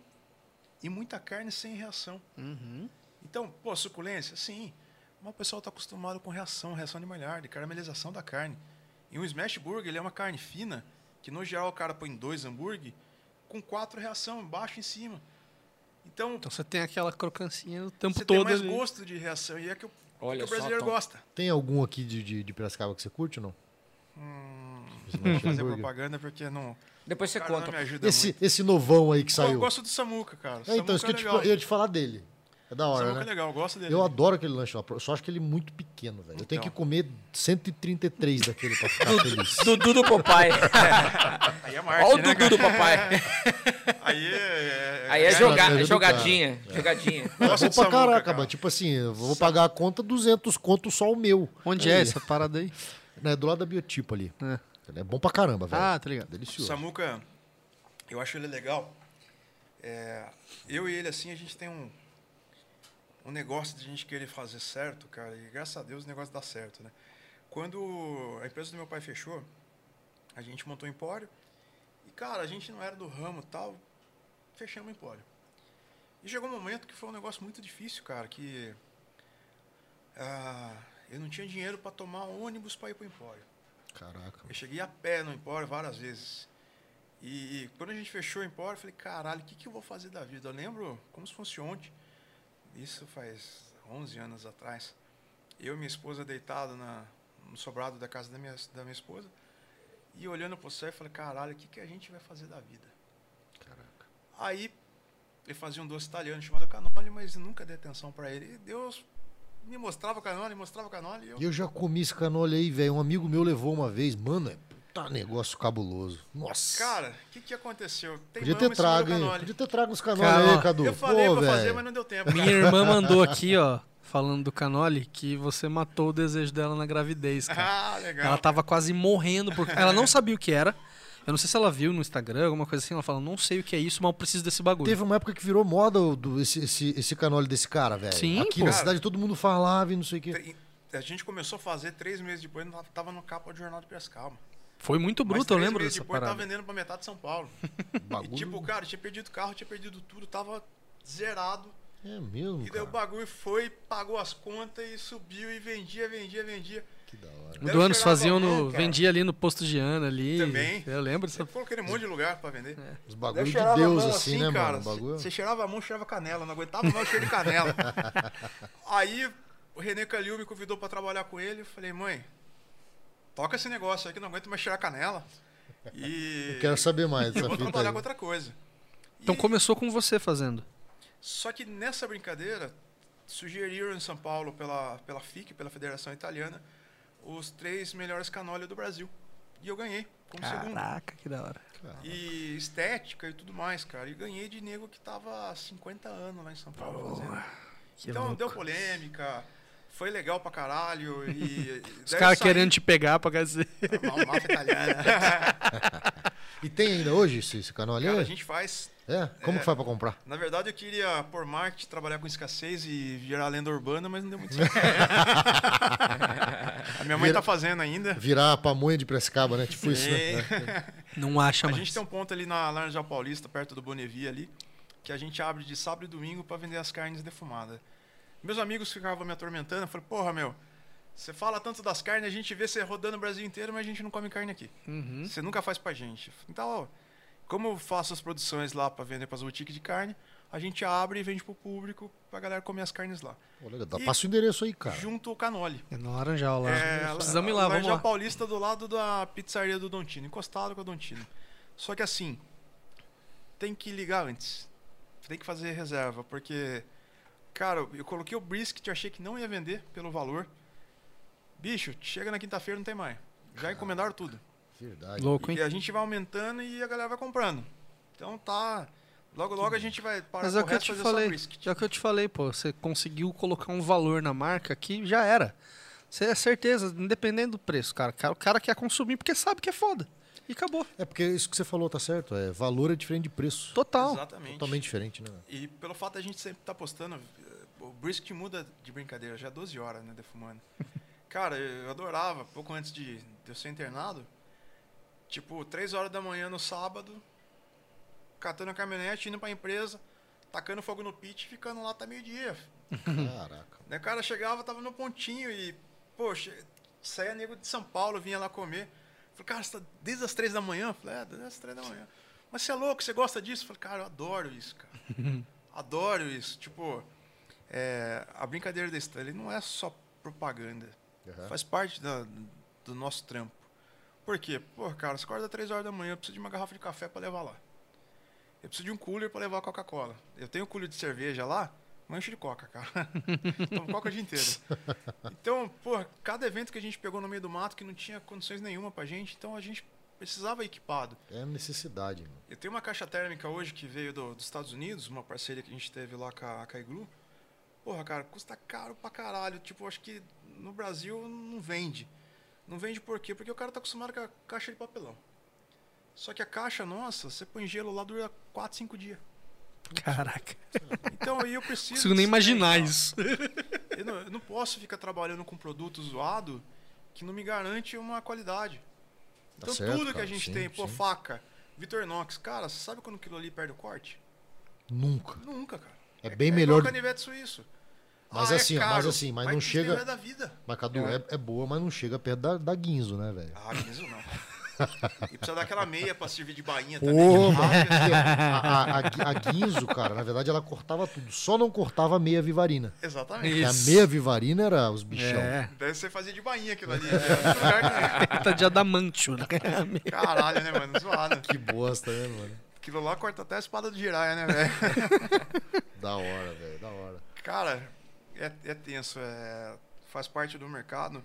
[SPEAKER 3] e muita carne sem reação.
[SPEAKER 2] Uhum.
[SPEAKER 3] Então, pô, suculência? Sim. Mas o pessoal tá acostumado com reação, reação de Maillard, caramelização da carne. E um smash burger, ele é uma carne fina, que no geral o cara põe dois hambúrguer, com quatro reação, embaixo e em cima. Então,
[SPEAKER 6] Então você tem aquela crocancinha o tempo
[SPEAKER 3] você tem
[SPEAKER 6] todo.
[SPEAKER 3] mais
[SPEAKER 6] ali.
[SPEAKER 3] gosto de reação, e é que o,
[SPEAKER 2] Olha
[SPEAKER 3] que o
[SPEAKER 2] só,
[SPEAKER 3] brasileiro
[SPEAKER 2] Tom.
[SPEAKER 3] gosta.
[SPEAKER 1] Tem algum aqui de, de, de Piracicaba que você curte ou não?
[SPEAKER 3] Não vou Né? fazer
[SPEAKER 1] hambúrguer.
[SPEAKER 3] propaganda porque não.
[SPEAKER 2] Depois você
[SPEAKER 3] o cara não
[SPEAKER 2] conta.
[SPEAKER 3] me ajuda
[SPEAKER 1] Esse,
[SPEAKER 3] muito.
[SPEAKER 1] esse novão aí que
[SPEAKER 3] Pô, eu
[SPEAKER 1] saiu.
[SPEAKER 3] gosto do Samuca, cara.
[SPEAKER 1] É, então,
[SPEAKER 3] Samuca
[SPEAKER 1] isso que eu, te,
[SPEAKER 3] legal.
[SPEAKER 1] eu ia te falar dele. É da hora,
[SPEAKER 3] Samuca
[SPEAKER 1] né?
[SPEAKER 3] é legal, eu gosto dele.
[SPEAKER 1] Eu adoro aquele lanche lá. Eu só acho que ele é muito pequeno, velho. Eu tenho que
[SPEAKER 3] Então.
[SPEAKER 1] comer 133 daquele pra ficar feliz.
[SPEAKER 2] Dudu do papai.
[SPEAKER 3] Aí é
[SPEAKER 2] Olha
[SPEAKER 3] marketing,
[SPEAKER 2] o
[SPEAKER 3] né,
[SPEAKER 2] Dudu do
[SPEAKER 3] cara?
[SPEAKER 2] papai.
[SPEAKER 3] Aí é...
[SPEAKER 2] Aí é
[SPEAKER 1] Cara,
[SPEAKER 2] joga-
[SPEAKER 1] cara,
[SPEAKER 2] jogadinha. Jogadinha.
[SPEAKER 1] Mas
[SPEAKER 3] Gosto
[SPEAKER 1] vou
[SPEAKER 3] do
[SPEAKER 1] pra
[SPEAKER 3] Samuca,
[SPEAKER 1] caraca,
[SPEAKER 3] cara.
[SPEAKER 1] mano. Tipo assim, eu vou pagar a conta 200 conto só o meu.
[SPEAKER 6] Onde é essa parada aí?
[SPEAKER 1] Né, do lado da biotipo ali.
[SPEAKER 6] É.
[SPEAKER 1] Ele é bom pra caramba, velho.
[SPEAKER 6] Ah, tá ligado.
[SPEAKER 3] O
[SPEAKER 1] Delicioso.
[SPEAKER 3] Samuca, eu acho ele legal. É, eu e ele, assim, a gente tem um, um negócio de a gente querer fazer certo, cara. E graças a Deus o negócio dá certo, né? Quando a empresa do meu pai fechou, a gente montou um empório. E, cara, a gente não era do ramo e tal. Fechamos o empório. E chegou um momento que foi um negócio muito difícil, cara, que... ah, Eu não tinha dinheiro para tomar um ônibus para ir para o Empório.
[SPEAKER 1] Caraca.
[SPEAKER 3] Eu cheguei a pé no Empório várias vezes. E, e quando a gente fechou o Empório, eu falei, caralho, o que, que eu vou fazer da vida? Eu lembro como se fosse ontem. Isso faz 11 anos atrás. Eu e minha esposa deitado na, no sobrado da casa da minha, da minha esposa. E olhando pro céu, eu falei, caralho, o que, que a gente vai fazer da vida?
[SPEAKER 1] Caraca.
[SPEAKER 3] Aí eu fazia um doce italiano chamado canole, mas nunca dei atenção para ele. E Deus me mostrava o canole, mostrava o canole. E eu,
[SPEAKER 1] E eu já comi esse canole aí, velho. Um amigo meu levou uma vez. Mano, é puta negócio cabuloso. Nossa.
[SPEAKER 3] cara, o que, que aconteceu? Tem
[SPEAKER 1] podia ter
[SPEAKER 3] mama em cima do
[SPEAKER 1] trago, hein?
[SPEAKER 3] canole.
[SPEAKER 1] Podia ter trago uns
[SPEAKER 6] Cara,
[SPEAKER 1] canoles aí,
[SPEAKER 6] ó,
[SPEAKER 1] Cadu.
[SPEAKER 3] Eu falei
[SPEAKER 1] Pô,
[SPEAKER 3] pra fazer,
[SPEAKER 1] velho.
[SPEAKER 3] mas não deu tempo.
[SPEAKER 6] Minha irmã mandou aqui, ó, falando do canole, que você matou o desejo dela na gravidez, cara.
[SPEAKER 3] Ah, legal.
[SPEAKER 6] Ela tá tava quase morrendo porque ela não sabia o que era. Eu não sei se ela viu no Instagram, alguma coisa assim. Ela falou, não sei o que é isso, mas eu preciso desse bagulho.
[SPEAKER 1] Teve uma época que virou moda o do, esse, esse, esse canole desse cara, velho.
[SPEAKER 6] Sim,
[SPEAKER 1] Aqui
[SPEAKER 6] pô.
[SPEAKER 1] na cidade todo mundo falava e não sei o quê.
[SPEAKER 3] Tre- A gente começou a fazer três meses depois, não tava- tava no capa do Jornal de Piracicaba. Mas
[SPEAKER 6] Foi muito bruto, eu
[SPEAKER 3] três
[SPEAKER 6] lembro
[SPEAKER 3] meses
[SPEAKER 6] dessa
[SPEAKER 3] depois
[SPEAKER 6] parada.
[SPEAKER 3] tava vendendo pra metade de São Paulo. e
[SPEAKER 1] Bagulho.
[SPEAKER 3] tipo, cara, tinha perdido carro, tinha perdido tudo, tava zerado.
[SPEAKER 1] É mesmo,
[SPEAKER 3] E daí
[SPEAKER 1] cara.
[SPEAKER 3] o bagulho foi, pagou as contas e subiu e vendia, vendia, vendia.
[SPEAKER 1] Que da hora.
[SPEAKER 6] O
[SPEAKER 3] Eu
[SPEAKER 6] do anos
[SPEAKER 3] chegava
[SPEAKER 6] faziam
[SPEAKER 3] lá,
[SPEAKER 6] no.
[SPEAKER 3] cara.
[SPEAKER 6] Vendia ali no posto de Ana ali.
[SPEAKER 3] Também.
[SPEAKER 6] Eu lembro
[SPEAKER 3] Eu
[SPEAKER 6] dessa.
[SPEAKER 3] coloquei um monte de lugar pra vender.
[SPEAKER 6] É.
[SPEAKER 1] Os
[SPEAKER 3] Eu
[SPEAKER 1] bagulhos de
[SPEAKER 3] cheirava a
[SPEAKER 1] Deus,
[SPEAKER 3] mão
[SPEAKER 1] assim, né, mano? O
[SPEAKER 3] cê-
[SPEAKER 1] bagulho.
[SPEAKER 3] Você cheirava a mão, cheirava canela. Não aguentava mais o cheiro de canela. aí o René Calil me convidou pra trabalhar com ele. Eu falei, mãe, toca esse negócio aqui, não aguento mais cheirar canela. E.
[SPEAKER 1] Eu quero saber mais
[SPEAKER 3] eu
[SPEAKER 1] dessa
[SPEAKER 3] vou
[SPEAKER 1] fita aí.
[SPEAKER 3] trabalhar com outra coisa.
[SPEAKER 6] Então
[SPEAKER 3] E-
[SPEAKER 6] começou com você fazendo.
[SPEAKER 3] Só que nessa brincadeira, sugeriram em São Paulo, pela, pela FIC, pela Federação Italiana, os três melhores canoles do Brasil. E eu ganhei, como segundo.
[SPEAKER 6] Caraca, que da hora.
[SPEAKER 3] E estética e tudo mais, cara. E ganhei de nego que tava há 50 anos lá em São Paulo fazendo.
[SPEAKER 6] que
[SPEAKER 3] Então
[SPEAKER 6] louco.
[SPEAKER 3] deu polêmica, foi legal pra caralho. E,
[SPEAKER 6] Os caras querendo te pegar pra dizer.
[SPEAKER 3] Uma máfia italiana.
[SPEAKER 1] E tem ainda hoje esse, esse canole
[SPEAKER 3] cara, a
[SPEAKER 1] aí?
[SPEAKER 3] gente faz.
[SPEAKER 1] É? Como que faz pra comprar?
[SPEAKER 3] Na verdade, eu queria por marketing, trabalhar com escassez e virar lenda urbana, mas não deu muito certo. a minha mãe
[SPEAKER 1] Vira-
[SPEAKER 3] tá fazendo ainda.
[SPEAKER 1] Virar a pamonha de Prescaba, né? Tipo isso, né?
[SPEAKER 6] Não acha
[SPEAKER 3] A
[SPEAKER 6] mais.
[SPEAKER 3] gente tem um ponto ali na Laranjal Paulista, perto do Bonevia ali, que a gente abre de sábado e domingo para vender as carnes defumadas. Meus amigos ficavam me atormentando, eu falei, porra, meu, você fala tanto das carnes, a gente vê você rodando o Brasil inteiro, mas a gente não come carne aqui. Você nunca faz pra gente. Então, ó, como eu faço as produções lá para vender pras boutiques de carne, a gente abre e vende pro público, pra galera comer as carnes lá.
[SPEAKER 1] Pô, legal. Dá-
[SPEAKER 3] E-
[SPEAKER 1] Passa o endereço aí, cara.
[SPEAKER 3] Junto ao canole.
[SPEAKER 6] É no Laranjal lá.
[SPEAKER 3] É,
[SPEAKER 6] Precisamos ir lá, vamos
[SPEAKER 3] Laranjal
[SPEAKER 6] lá.
[SPEAKER 3] Paulista do lado da pizzaria do Dontino, encostado com a Dontino. Só que assim, tem que ligar antes. Tem que fazer reserva, porque cara, eu coloquei o brisket, eu achei que não ia vender pelo valor. Bicho, chega na quinta-feira não tem mais. Já encomendaram tudo.
[SPEAKER 1] Verdade.
[SPEAKER 6] Louco, hein?
[SPEAKER 3] E a gente vai aumentando e a galera vai comprando. Então tá, logo logo a gente vai parar
[SPEAKER 6] Mas
[SPEAKER 3] com
[SPEAKER 6] é
[SPEAKER 3] o
[SPEAKER 6] o que eu
[SPEAKER 3] resto
[SPEAKER 6] te
[SPEAKER 3] e fazer só
[SPEAKER 6] falei.
[SPEAKER 3] brisket.
[SPEAKER 6] É o que eu te falei, pô. Você conseguiu colocar um valor na marca que já era. Você é certeza, independente do preço, cara. O cara quer consumir porque sabe que é foda. E acabou.
[SPEAKER 1] É porque isso que você falou tá certo. É, valor é diferente de preço.
[SPEAKER 6] Total.
[SPEAKER 3] Exatamente.
[SPEAKER 1] Totalmente diferente, né?
[SPEAKER 3] E pelo fato da gente sempre estar postando, eh, o brisket muda de brincadeira, já é 12 horas, né, defumando. Cara, eu adorava, pouco antes de, de eu ser internado, tipo, 3 horas da manhã no sábado, catando a caminhonete, indo pra empresa, tacando fogo no pit e ficando lá até meio-dia.
[SPEAKER 1] Caraca.
[SPEAKER 3] Né, O cara chegava, tava no pontinho e, poxa, saía nego de São Paulo, vinha lá comer. Falei, cara, você tá desde as três da manhã? Eu Falei, é, desde as três da manhã. Mas você é louco, você gosta disso? Eu Falei, cara, eu adoro isso, cara. adoro isso. Tipo, é, a brincadeira da Stanley não é só propaganda.
[SPEAKER 1] Aham.
[SPEAKER 3] Faz parte da- do nosso trampo. Por quê? Pô, cara, você acorda três horas da manhã, eu preciso de uma garrafa de café pra levar lá. Eu preciso de um cooler pra levar a Coca-Cola. Eu tenho um cooler de cerveja lá, mancho de coca, cara. Tomo um coca o dia inteiro. Então, pô, cada evento que a gente pegou no meio do mato que não tinha condições nenhuma pra gente, então a gente precisava ir equipado.
[SPEAKER 1] É necessidade, mano.
[SPEAKER 3] Eu tenho uma caixa térmica hoje que veio do- dos Estados Unidos, uma parceria que a gente teve lá com a, com a Iglu. Porra, cara, custa caro pra caralho. Tipo, acho que no Brasil não vende. Não vende por quê? Porque o cara tá acostumado com a caixa de papelão. Só que a caixa nossa, você põe gelo lá, dura 4, 5 dias.
[SPEAKER 6] Caraca.
[SPEAKER 3] Então aí eu preciso. disso
[SPEAKER 6] Não consigo nem
[SPEAKER 3] daí,
[SPEAKER 6] imaginar
[SPEAKER 3] cara.
[SPEAKER 6] isso.
[SPEAKER 3] Eu não, eu não posso ficar trabalhando com produto zoado que não me garante uma qualidade.
[SPEAKER 1] Tá
[SPEAKER 3] Então
[SPEAKER 1] certo,
[SPEAKER 3] tudo que
[SPEAKER 1] cara.
[SPEAKER 3] a gente
[SPEAKER 1] Sim,
[SPEAKER 3] tem, pô,
[SPEAKER 1] sim.
[SPEAKER 3] faca, Vitorinox, cara, sabe quando aquilo ali perde o corte?
[SPEAKER 1] Nunca.
[SPEAKER 3] Nunca, cara.
[SPEAKER 1] É bem
[SPEAKER 3] igual
[SPEAKER 1] melhor-
[SPEAKER 3] canivete suíço.
[SPEAKER 1] Mas
[SPEAKER 3] Ah, é
[SPEAKER 1] assim, ó, mas
[SPEAKER 3] caro,
[SPEAKER 1] assim, mas não
[SPEAKER 3] tem
[SPEAKER 1] chega-
[SPEAKER 3] melhor da vida.
[SPEAKER 1] Mas Cadu
[SPEAKER 3] né?
[SPEAKER 1] é. é boa, mas não chega perto da, da Guinzo, né, velho?
[SPEAKER 3] Ah, Guinzo não. E precisa daquela meia pra servir de bainha né?
[SPEAKER 1] Pô, né?
[SPEAKER 3] também.
[SPEAKER 1] mas porque a, a, a- a Guinzo, cara, na verdade ela cortava tudo, só não cortava a meia vivarina.
[SPEAKER 3] Exatamente.
[SPEAKER 1] Porque a
[SPEAKER 6] Isso.
[SPEAKER 1] meia vivarina era os bichão.
[SPEAKER 6] É.
[SPEAKER 3] Deve ser fazer de bainha aquilo ali. né?
[SPEAKER 6] Tá de adamantio, né?
[SPEAKER 3] Caralho, né, mano? Zoado.
[SPEAKER 1] Que bosta, né, mano?
[SPEAKER 3] Aquilo lá corta até a espada do Jiraiya, né, velho?
[SPEAKER 1] Da hora, velho, da hora.
[SPEAKER 3] Cara, é, é tenso, é, faz parte do mercado.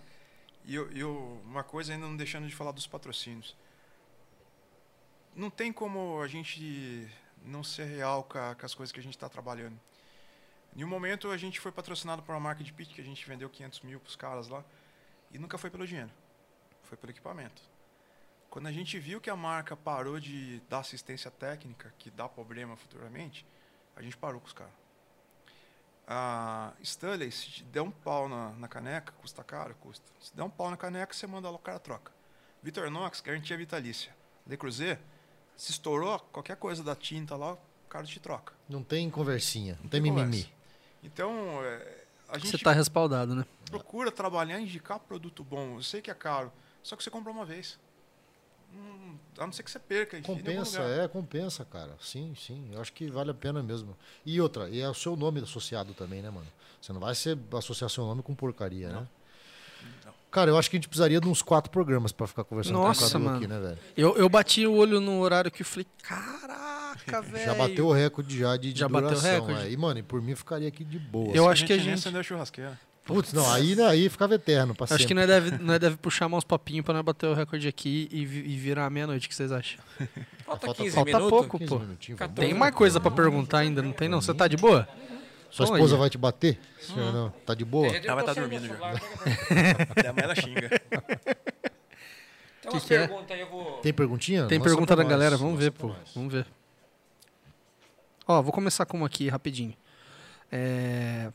[SPEAKER 3] E eu, eu- uma coisa ainda não deixando de falar dos patrocínios. Não tem como a gente não ser real com, a- com as coisas que a gente está trabalhando. Em um momento a gente foi patrocinado por uma marca de pit que a gente vendeu 500 mil para os caras lá e nunca foi pelo dinheiro, foi pelo equipamento. Quando a gente viu que a marca parou de dar assistência técnica, que dá problema futuramente, a gente parou com os caras. A Stanley, se te der um pau na, na caneca, custa caro? Custa. Se der um pau na caneca, você manda lá o cara troca. Vitor Knox, garantia vitalícia. Le Cruzeiro, se estourou qualquer coisa da tinta lá, o cara te troca.
[SPEAKER 1] Não tem conversinha, não, tem
[SPEAKER 3] tem
[SPEAKER 1] mimimi.
[SPEAKER 3] conversa. Então, é, a
[SPEAKER 6] Você
[SPEAKER 3] gente
[SPEAKER 6] tá respaldado, né?
[SPEAKER 3] procura trabalhar e indicar produto bom. Eu sei que é caro, só que você compra uma vez. Hum, a não ser que você perca. enfim, em algum
[SPEAKER 1] Compensa,
[SPEAKER 3] lugar.
[SPEAKER 1] é, compensa, cara. Sim, sim. Eu acho que vale a pena mesmo. E outra, e é o seu nome associado também, né, mano? Você não vai ser associar seu nome com porcaria, né? Cara, eu acho que a gente precisaria de uns quatro programas pra ficar conversando com o
[SPEAKER 6] Nossa,
[SPEAKER 1] Cadu
[SPEAKER 6] mano.
[SPEAKER 1] aqui, né, velho?
[SPEAKER 6] Eu, eu bati o olho no horário que eu falei, caraca, velho.
[SPEAKER 1] Já bateu o recorde já de, de
[SPEAKER 6] Já bateu o
[SPEAKER 1] duração.
[SPEAKER 6] recorde?
[SPEAKER 1] é. E, mano, e por mim eu ficaria aqui de boa.
[SPEAKER 6] Eu
[SPEAKER 1] assim.
[SPEAKER 6] acho que a
[SPEAKER 3] nem
[SPEAKER 6] gente-
[SPEAKER 3] acendeu a churrasqueira.
[SPEAKER 1] Putz, não, aí, né, aí ficava eterno pra
[SPEAKER 6] Acho que
[SPEAKER 1] sempre.
[SPEAKER 6] nós deve, nós deve puxar mais papinho pra nós bater o recorde aqui e, vi- e virar a meia-noite. O que vocês acham?
[SPEAKER 2] Falta,
[SPEAKER 1] Falta
[SPEAKER 2] 15
[SPEAKER 6] falta
[SPEAKER 2] minutos.
[SPEAKER 6] pouco.
[SPEAKER 1] 15
[SPEAKER 6] pô.
[SPEAKER 1] minutinhos, vamos.
[SPEAKER 6] Tem mais coisa pra perguntar ainda, não tem não? Você tá de boa?
[SPEAKER 1] Sua
[SPEAKER 6] Então,
[SPEAKER 1] esposa
[SPEAKER 6] aí.
[SPEAKER 1] vai te bater?
[SPEAKER 6] Hum.
[SPEAKER 1] Senhor, não. Tá de boa?
[SPEAKER 2] Gente, eu
[SPEAKER 3] Ela vai
[SPEAKER 2] tô
[SPEAKER 3] tá
[SPEAKER 2] sem
[SPEAKER 3] dormindo
[SPEAKER 2] meu
[SPEAKER 3] já.
[SPEAKER 2] celular, pega pra-
[SPEAKER 3] Minha mãe, ela xinga.
[SPEAKER 2] Tem umas
[SPEAKER 6] que é?
[SPEAKER 2] perguntas aí, eu vou.
[SPEAKER 1] Tem perguntinha?
[SPEAKER 6] Tem
[SPEAKER 1] Lança
[SPEAKER 6] pergunta
[SPEAKER 1] pra
[SPEAKER 6] da
[SPEAKER 1] nós,
[SPEAKER 6] galera, vamos
[SPEAKER 1] lança
[SPEAKER 6] ver,
[SPEAKER 1] pra
[SPEAKER 6] pô.
[SPEAKER 1] nós.
[SPEAKER 6] Vamos ver. Ó, vou começar com uma aqui rapidinho. É...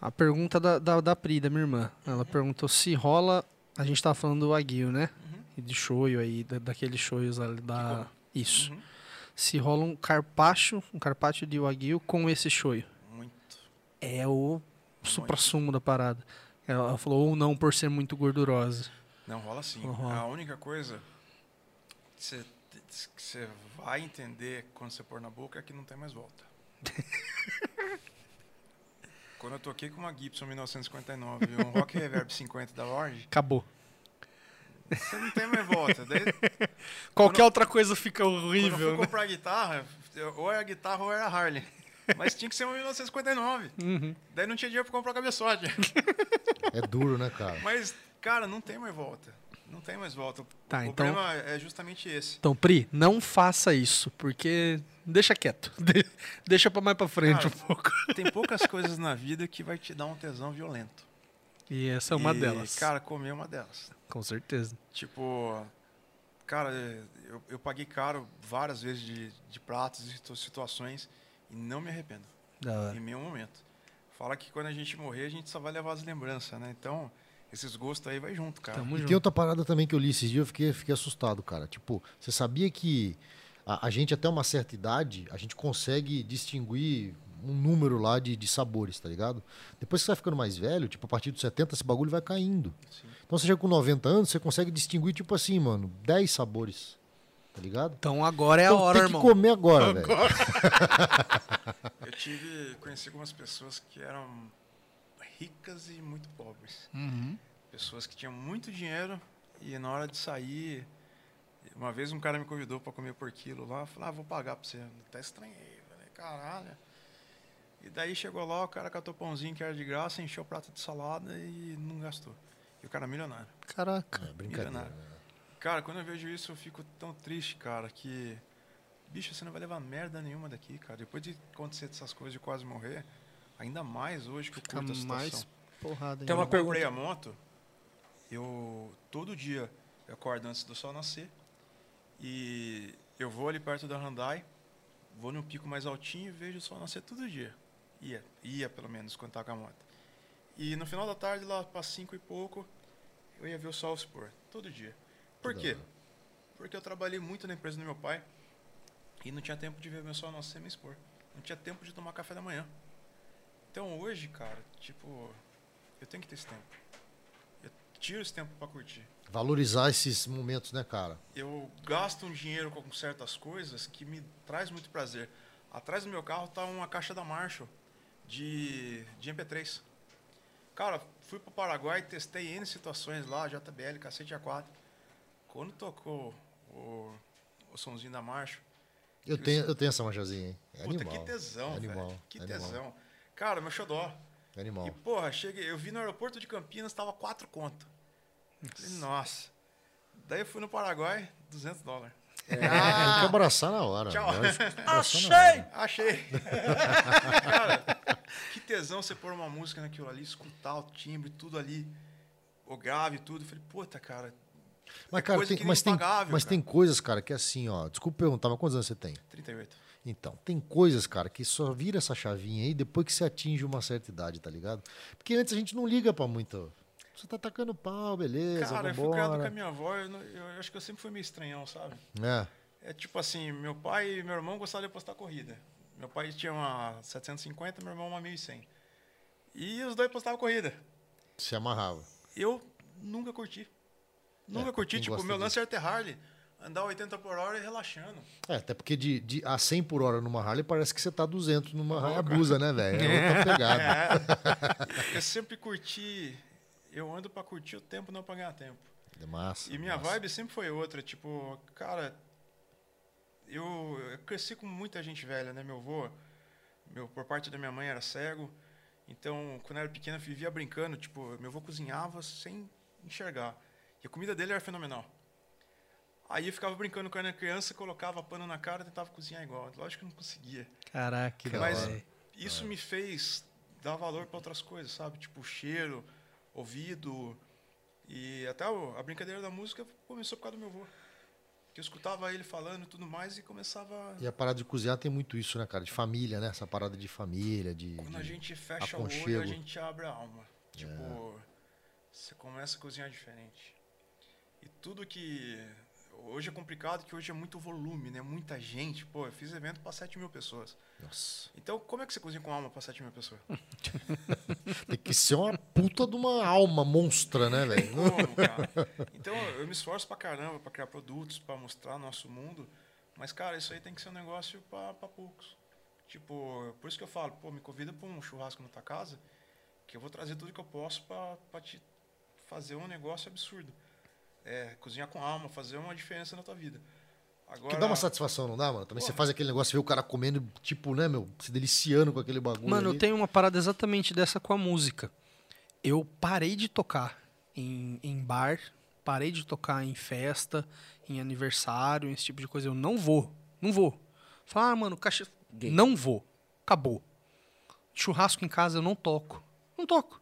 [SPEAKER 6] A pergunta da, da, da Pri, da minha irmã. Ela perguntou se rola. A gente tava falando do Wagyu, né? E de shoyu aí, da, daqueles shoyus ali da. Isso. Se rola um carpacho, um carpacho de Wagyu com esse shoyu.
[SPEAKER 3] Muito.
[SPEAKER 6] É o supra-sumo da parada. Ela ela falou, ou não, por ser muito gordurosa.
[SPEAKER 3] Não, rola sim.
[SPEAKER 6] Uhum.
[SPEAKER 3] A única coisa que você- que você vai entender quando você pôr na boca é que não tem mais volta. quando eu toquei com uma Gibson 1959 e um Rock Reverb 50 da Lorde,
[SPEAKER 6] Acabou.
[SPEAKER 3] você não tem mais volta. Daí,
[SPEAKER 6] Qualquer outra coisa fica
[SPEAKER 3] quando eu fui
[SPEAKER 6] horrível, né?
[SPEAKER 3] comprar guitarra, eu- ou era guitarra ou era Harley. Mas tinha que ser uma 1959.
[SPEAKER 6] Uhum.
[SPEAKER 3] Daí não tinha dinheiro pra comprar o cabeçote.
[SPEAKER 1] É duro, né, cara?
[SPEAKER 3] Mas, cara, não tem mais volta. Não tem mais volta. O
[SPEAKER 6] Tá,
[SPEAKER 3] o
[SPEAKER 6] então-
[SPEAKER 3] problema é justamente esse.
[SPEAKER 6] Então, Pri, não faça isso, porque deixa quieto. De- deixa pra mais pra
[SPEAKER 3] Cara.
[SPEAKER 6] frente um pouco.
[SPEAKER 3] Tem poucas coisas na vida que vai te dar um tesão violento.
[SPEAKER 6] E essa é uma
[SPEAKER 3] E,
[SPEAKER 6] delas.
[SPEAKER 3] Cara, comer é uma delas.
[SPEAKER 6] com certeza.
[SPEAKER 3] Tipo, cara, eu, eu paguei caro várias vezes de, de pratos e situ- situações e não me arrependo
[SPEAKER 6] Da
[SPEAKER 3] em
[SPEAKER 6] hora.
[SPEAKER 3] nenhum momento. Fala que quando a gente morrer, a gente só vai levar as lembranças, né? Então, esses gostos aí vai junto, cara.
[SPEAKER 6] Tamo
[SPEAKER 1] E
[SPEAKER 6] junto.
[SPEAKER 1] tem outra parada também que eu li esses dias, eu fiquei, fiquei assustado, cara. Tipo, você sabia que a, a gente, até uma certa idade, a gente consegue distinguir um número lá de, de sabores, tá ligado? Depois que você vai ficando mais velho, tipo, a partir dos 70, esse bagulho vai caindo. Então, você chega com 90 anos, você consegue distinguir, tipo assim, mano, 10 sabores, tá ligado?
[SPEAKER 6] Então agora é a
[SPEAKER 1] então,
[SPEAKER 6] hora,
[SPEAKER 1] tem
[SPEAKER 6] irmão.
[SPEAKER 1] que comer agora, velho.
[SPEAKER 3] Eu tive, conheci algumas pessoas que eram ricas e muito pobres. Pessoas que tinham muito dinheiro e na hora de sair, uma vez um cara me convidou para comer por quilo lá, eu falei, ah, vou pagar para você. Eu Até estranhei, falei, caralho. E daí chegou lá, o cara catou pãozinho que era de graça, encheu o prato de salada e não gastou. E o cara é milionário.
[SPEAKER 6] Caraca.
[SPEAKER 1] É brincadeira.
[SPEAKER 3] Milionário. Cara, quando eu vejo isso, eu fico tão triste, cara, que. Bicho, você não vai levar merda nenhuma daqui, cara. Depois de acontecer essas coisas de quase morrer, ainda mais hoje que eu
[SPEAKER 6] Fica
[SPEAKER 3] curto a situação.
[SPEAKER 6] mais porrada
[SPEAKER 2] Tem
[SPEAKER 6] ainda.
[SPEAKER 2] uma
[SPEAKER 3] Quando eu comprei
[SPEAKER 2] pergunta.
[SPEAKER 3] a moto, eu todo dia eu acordo antes do sol nascer e eu vou ali perto da Hyundai, vou num pico mais altinho e vejo o sol nascer todo dia. Ia, ia pelo menos quando tava com a moto. E no final da tarde, lá para cinco e pouco, eu ia ver o sol se pôr, todo dia. Por quê? Porque eu trabalhei muito na empresa do meu pai e não tinha tempo de ver meu sol nascer e me expor. Não tinha tempo de tomar café da manhã. Então hoje, cara, tipo, eu tenho que ter esse tempo. Eu tiro esse tempo pra curtir.
[SPEAKER 1] Valorizar esses momentos, né, cara?
[SPEAKER 3] Eu gasto um dinheiro com certas coisas que me traz muito prazer. Atrás do meu carro tá uma caixa da Marshall de, de MP3. Cara, fui pro Paraguai, testei N situações lá, JBL, cacete A4. Quando tocou o, o somzinho da Marshall,
[SPEAKER 1] Eu tenho, eu tenho essa manchazinha, hein? É
[SPEAKER 3] puta,
[SPEAKER 1] animal.
[SPEAKER 3] que tesão,
[SPEAKER 1] é animal.
[SPEAKER 3] velho. Que
[SPEAKER 1] é animal.
[SPEAKER 3] tesão. Cara, meu xodó.
[SPEAKER 1] É animal.
[SPEAKER 3] E, porra, cheguei, eu vi no aeroporto de Campinas, tava 4 conto. Falei, nossa. Daí eu fui no Paraguai, 200 dólares.
[SPEAKER 1] Ah, tem que abraçar na hora.
[SPEAKER 3] Tchau.
[SPEAKER 1] né? Abraçar na hora.
[SPEAKER 3] Achei! Achei. Cara, que tesão você pôr uma música naquilo ali, escutar o timbre, tudo ali, o grave, tudo. Eu Falei, puta, cara,
[SPEAKER 1] Mas,
[SPEAKER 3] É
[SPEAKER 1] cara,
[SPEAKER 3] coisa
[SPEAKER 1] tem,
[SPEAKER 3] que nem
[SPEAKER 1] mas, tem,
[SPEAKER 3] pagável,
[SPEAKER 1] mas
[SPEAKER 3] cara.
[SPEAKER 1] tem coisas, cara, que é assim, ó. Desculpa perguntar, mas quantos anos você tem?
[SPEAKER 3] 38.
[SPEAKER 1] Então, tem coisas, cara, que só vira essa chavinha aí depois que você atinge uma certa idade, tá ligado? Porque antes a gente não liga pra muito. Você tá tacando pau, beleza,
[SPEAKER 3] Cara, eu fui criado com a
[SPEAKER 1] vambora.
[SPEAKER 3] minha avó, eu, não- eu acho que eu sempre fui meio estranhão, sabe?
[SPEAKER 1] É,
[SPEAKER 3] É tipo assim, meu pai e meu irmão gostavam de apostar corrida. Meu pai tinha uma 750, meu irmão uma 1100. E os dois apostavam corrida.
[SPEAKER 1] se amarrava.
[SPEAKER 3] Eu nunca curti. Nunca
[SPEAKER 1] É,
[SPEAKER 3] curti,
[SPEAKER 1] quem
[SPEAKER 3] tipo,
[SPEAKER 1] gosta
[SPEAKER 3] meu
[SPEAKER 1] disso?
[SPEAKER 3] lance era ter Harley, andar 80 por hora e relaxando.
[SPEAKER 1] É, até porque de, de a 100 por hora numa Harley parece que você tá 200 numa Harley abusa, né, velho? É outra pegada.
[SPEAKER 3] É. Eu sempre curti, eu ando pra curtir o tempo, não pra ganhar tempo.
[SPEAKER 1] É massa.
[SPEAKER 3] E minha
[SPEAKER 1] massa.
[SPEAKER 3] vibe sempre foi outra, tipo, cara, eu, eu cresci com muita gente velha, né? Meu avô, meu, por parte da minha mãe era cego, então quando eu era pequena eu vivia brincando, tipo, meu avô cozinhava sem enxergar. E a comida dele era fenomenal. Aí eu ficava brincando quando era criança, colocava pano na cara e tentava cozinhar igual. Lógico que eu não conseguia.
[SPEAKER 6] Caraca,
[SPEAKER 1] da
[SPEAKER 3] Mas
[SPEAKER 1] hora.
[SPEAKER 6] velho.
[SPEAKER 3] isso
[SPEAKER 1] É.
[SPEAKER 3] me fez dar valor para outras coisas, sabe? Tipo cheiro, ouvido e até o- a brincadeira da música começou por causa do meu avô. Que eu escutava ele falando e tudo mais e começava
[SPEAKER 1] E a parada de cozinhar tem muito isso, né, cara? De família, né? Essa parada de família, de.
[SPEAKER 3] quando a
[SPEAKER 1] de-
[SPEAKER 3] gente fecha o olho,
[SPEAKER 1] aconchego.
[SPEAKER 3] a gente abre a alma. Tipo, você começa a cozinhar diferente. E tudo que hoje é complicado, que hoje é muito volume, né? Muita gente. Pô, eu fiz evento para 7 mil pessoas.
[SPEAKER 1] Nossa.
[SPEAKER 3] Então, como é que você cozinha com alma para 7 mil pessoas?
[SPEAKER 1] Tem que ser uma puta de uma alma monstra, né, velho?
[SPEAKER 3] Como, cara? Então, eu me esforço pra caramba pra criar produtos, pra mostrar nosso mundo. Mas, cara, isso aí tem que ser um negócio pra, pra poucos. Tipo, por isso que eu falo, pô, me convida pra um churrasco na tua casa, que eu vou trazer tudo que eu posso pra, pra te fazer um negócio absurdo. É, cozinhar com alma, fazer uma diferença na tua vida. Agora,
[SPEAKER 1] Que dá uma satisfação, não dá, mano? Também você faz aquele negócio, vê o cara comendo, tipo, né, meu, se deliciando com aquele bagulho.
[SPEAKER 6] Mano,
[SPEAKER 1] ali.
[SPEAKER 6] eu tenho uma parada exatamente dessa com a música. Eu parei de tocar em, em bar, parei de tocar em festa, em aniversário, esse tipo de coisa. Eu não vou, não vou. Falar, ah, mano, caixa...
[SPEAKER 2] Gay.
[SPEAKER 6] Não vou. Acabou. Churrasco em casa eu não toco. Não toco.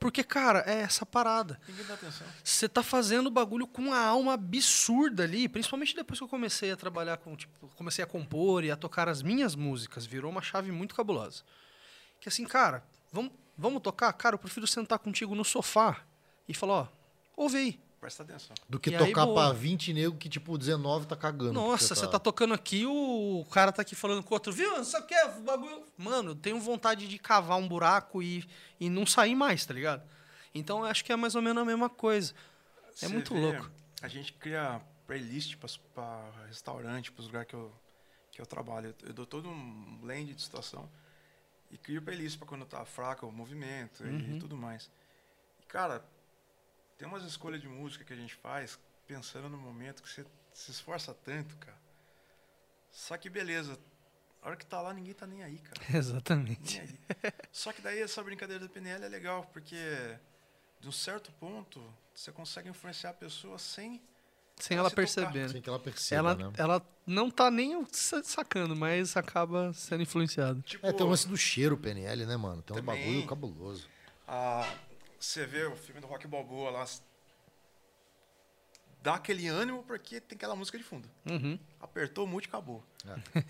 [SPEAKER 6] Porque, cara, é essa parada.
[SPEAKER 3] Ninguém dá atenção.
[SPEAKER 6] Você tá fazendo bagulho com uma alma absurda ali, principalmente depois que eu comecei a trabalhar com, tipo, comecei a compor e a tocar as minhas músicas, virou uma chave muito cabulosa. Que assim, cara, vamos, vamos tocar? Cara, eu prefiro sentar contigo no sofá e falar, ó, ouve aí.
[SPEAKER 3] Presta atenção.
[SPEAKER 1] Do que
[SPEAKER 6] E aí,
[SPEAKER 1] tocar
[SPEAKER 6] boa.
[SPEAKER 1] pra 20 nego que, tipo, 19 tá cagando.
[SPEAKER 6] Nossa, você tá... tocando aqui, o cara tá aqui falando com o outro, viu? Não sabe o que é, bagulho. Mano, eu tenho vontade de cavar um buraco e, e não sair mais, tá ligado? Então eu acho que é mais ou menos a mesma coisa. É
[SPEAKER 3] Você
[SPEAKER 6] muito
[SPEAKER 3] vê,
[SPEAKER 6] louco.
[SPEAKER 3] A gente cria playlist para restaurante, para os lugares que eu, que eu trabalho. Eu, eu dou todo um blend de situação e crio playlist para quando tá fraco o movimento
[SPEAKER 6] Uhum.
[SPEAKER 3] e tudo mais. E, cara, tem umas escolhas de música que a gente faz pensando no momento que você se esforça tanto, cara. Só que beleza, a hora que tá lá ninguém tá nem aí, cara.
[SPEAKER 6] Exatamente.
[SPEAKER 3] Nem aí. Só que daí essa brincadeira do PNL é legal, porque de um certo ponto você consegue influenciar a pessoa sem.
[SPEAKER 6] Sem ela
[SPEAKER 3] Se tocar.
[SPEAKER 6] perceber, né?
[SPEAKER 1] Sem que ela perceba,
[SPEAKER 6] ela,
[SPEAKER 1] né?
[SPEAKER 6] ela não tá nem sa- sacando, mas acaba sendo influenciada.
[SPEAKER 3] Tipo,
[SPEAKER 1] É, tem o lance do cheiro PNL, né, mano? Tem um
[SPEAKER 3] Também.
[SPEAKER 1] bagulho cabuloso.
[SPEAKER 3] a- você vê o filme do Rock Balboa lá. Dá aquele ânimo porque tem aquela música de fundo.
[SPEAKER 6] Uhum.
[SPEAKER 3] Apertou o mute, acabou.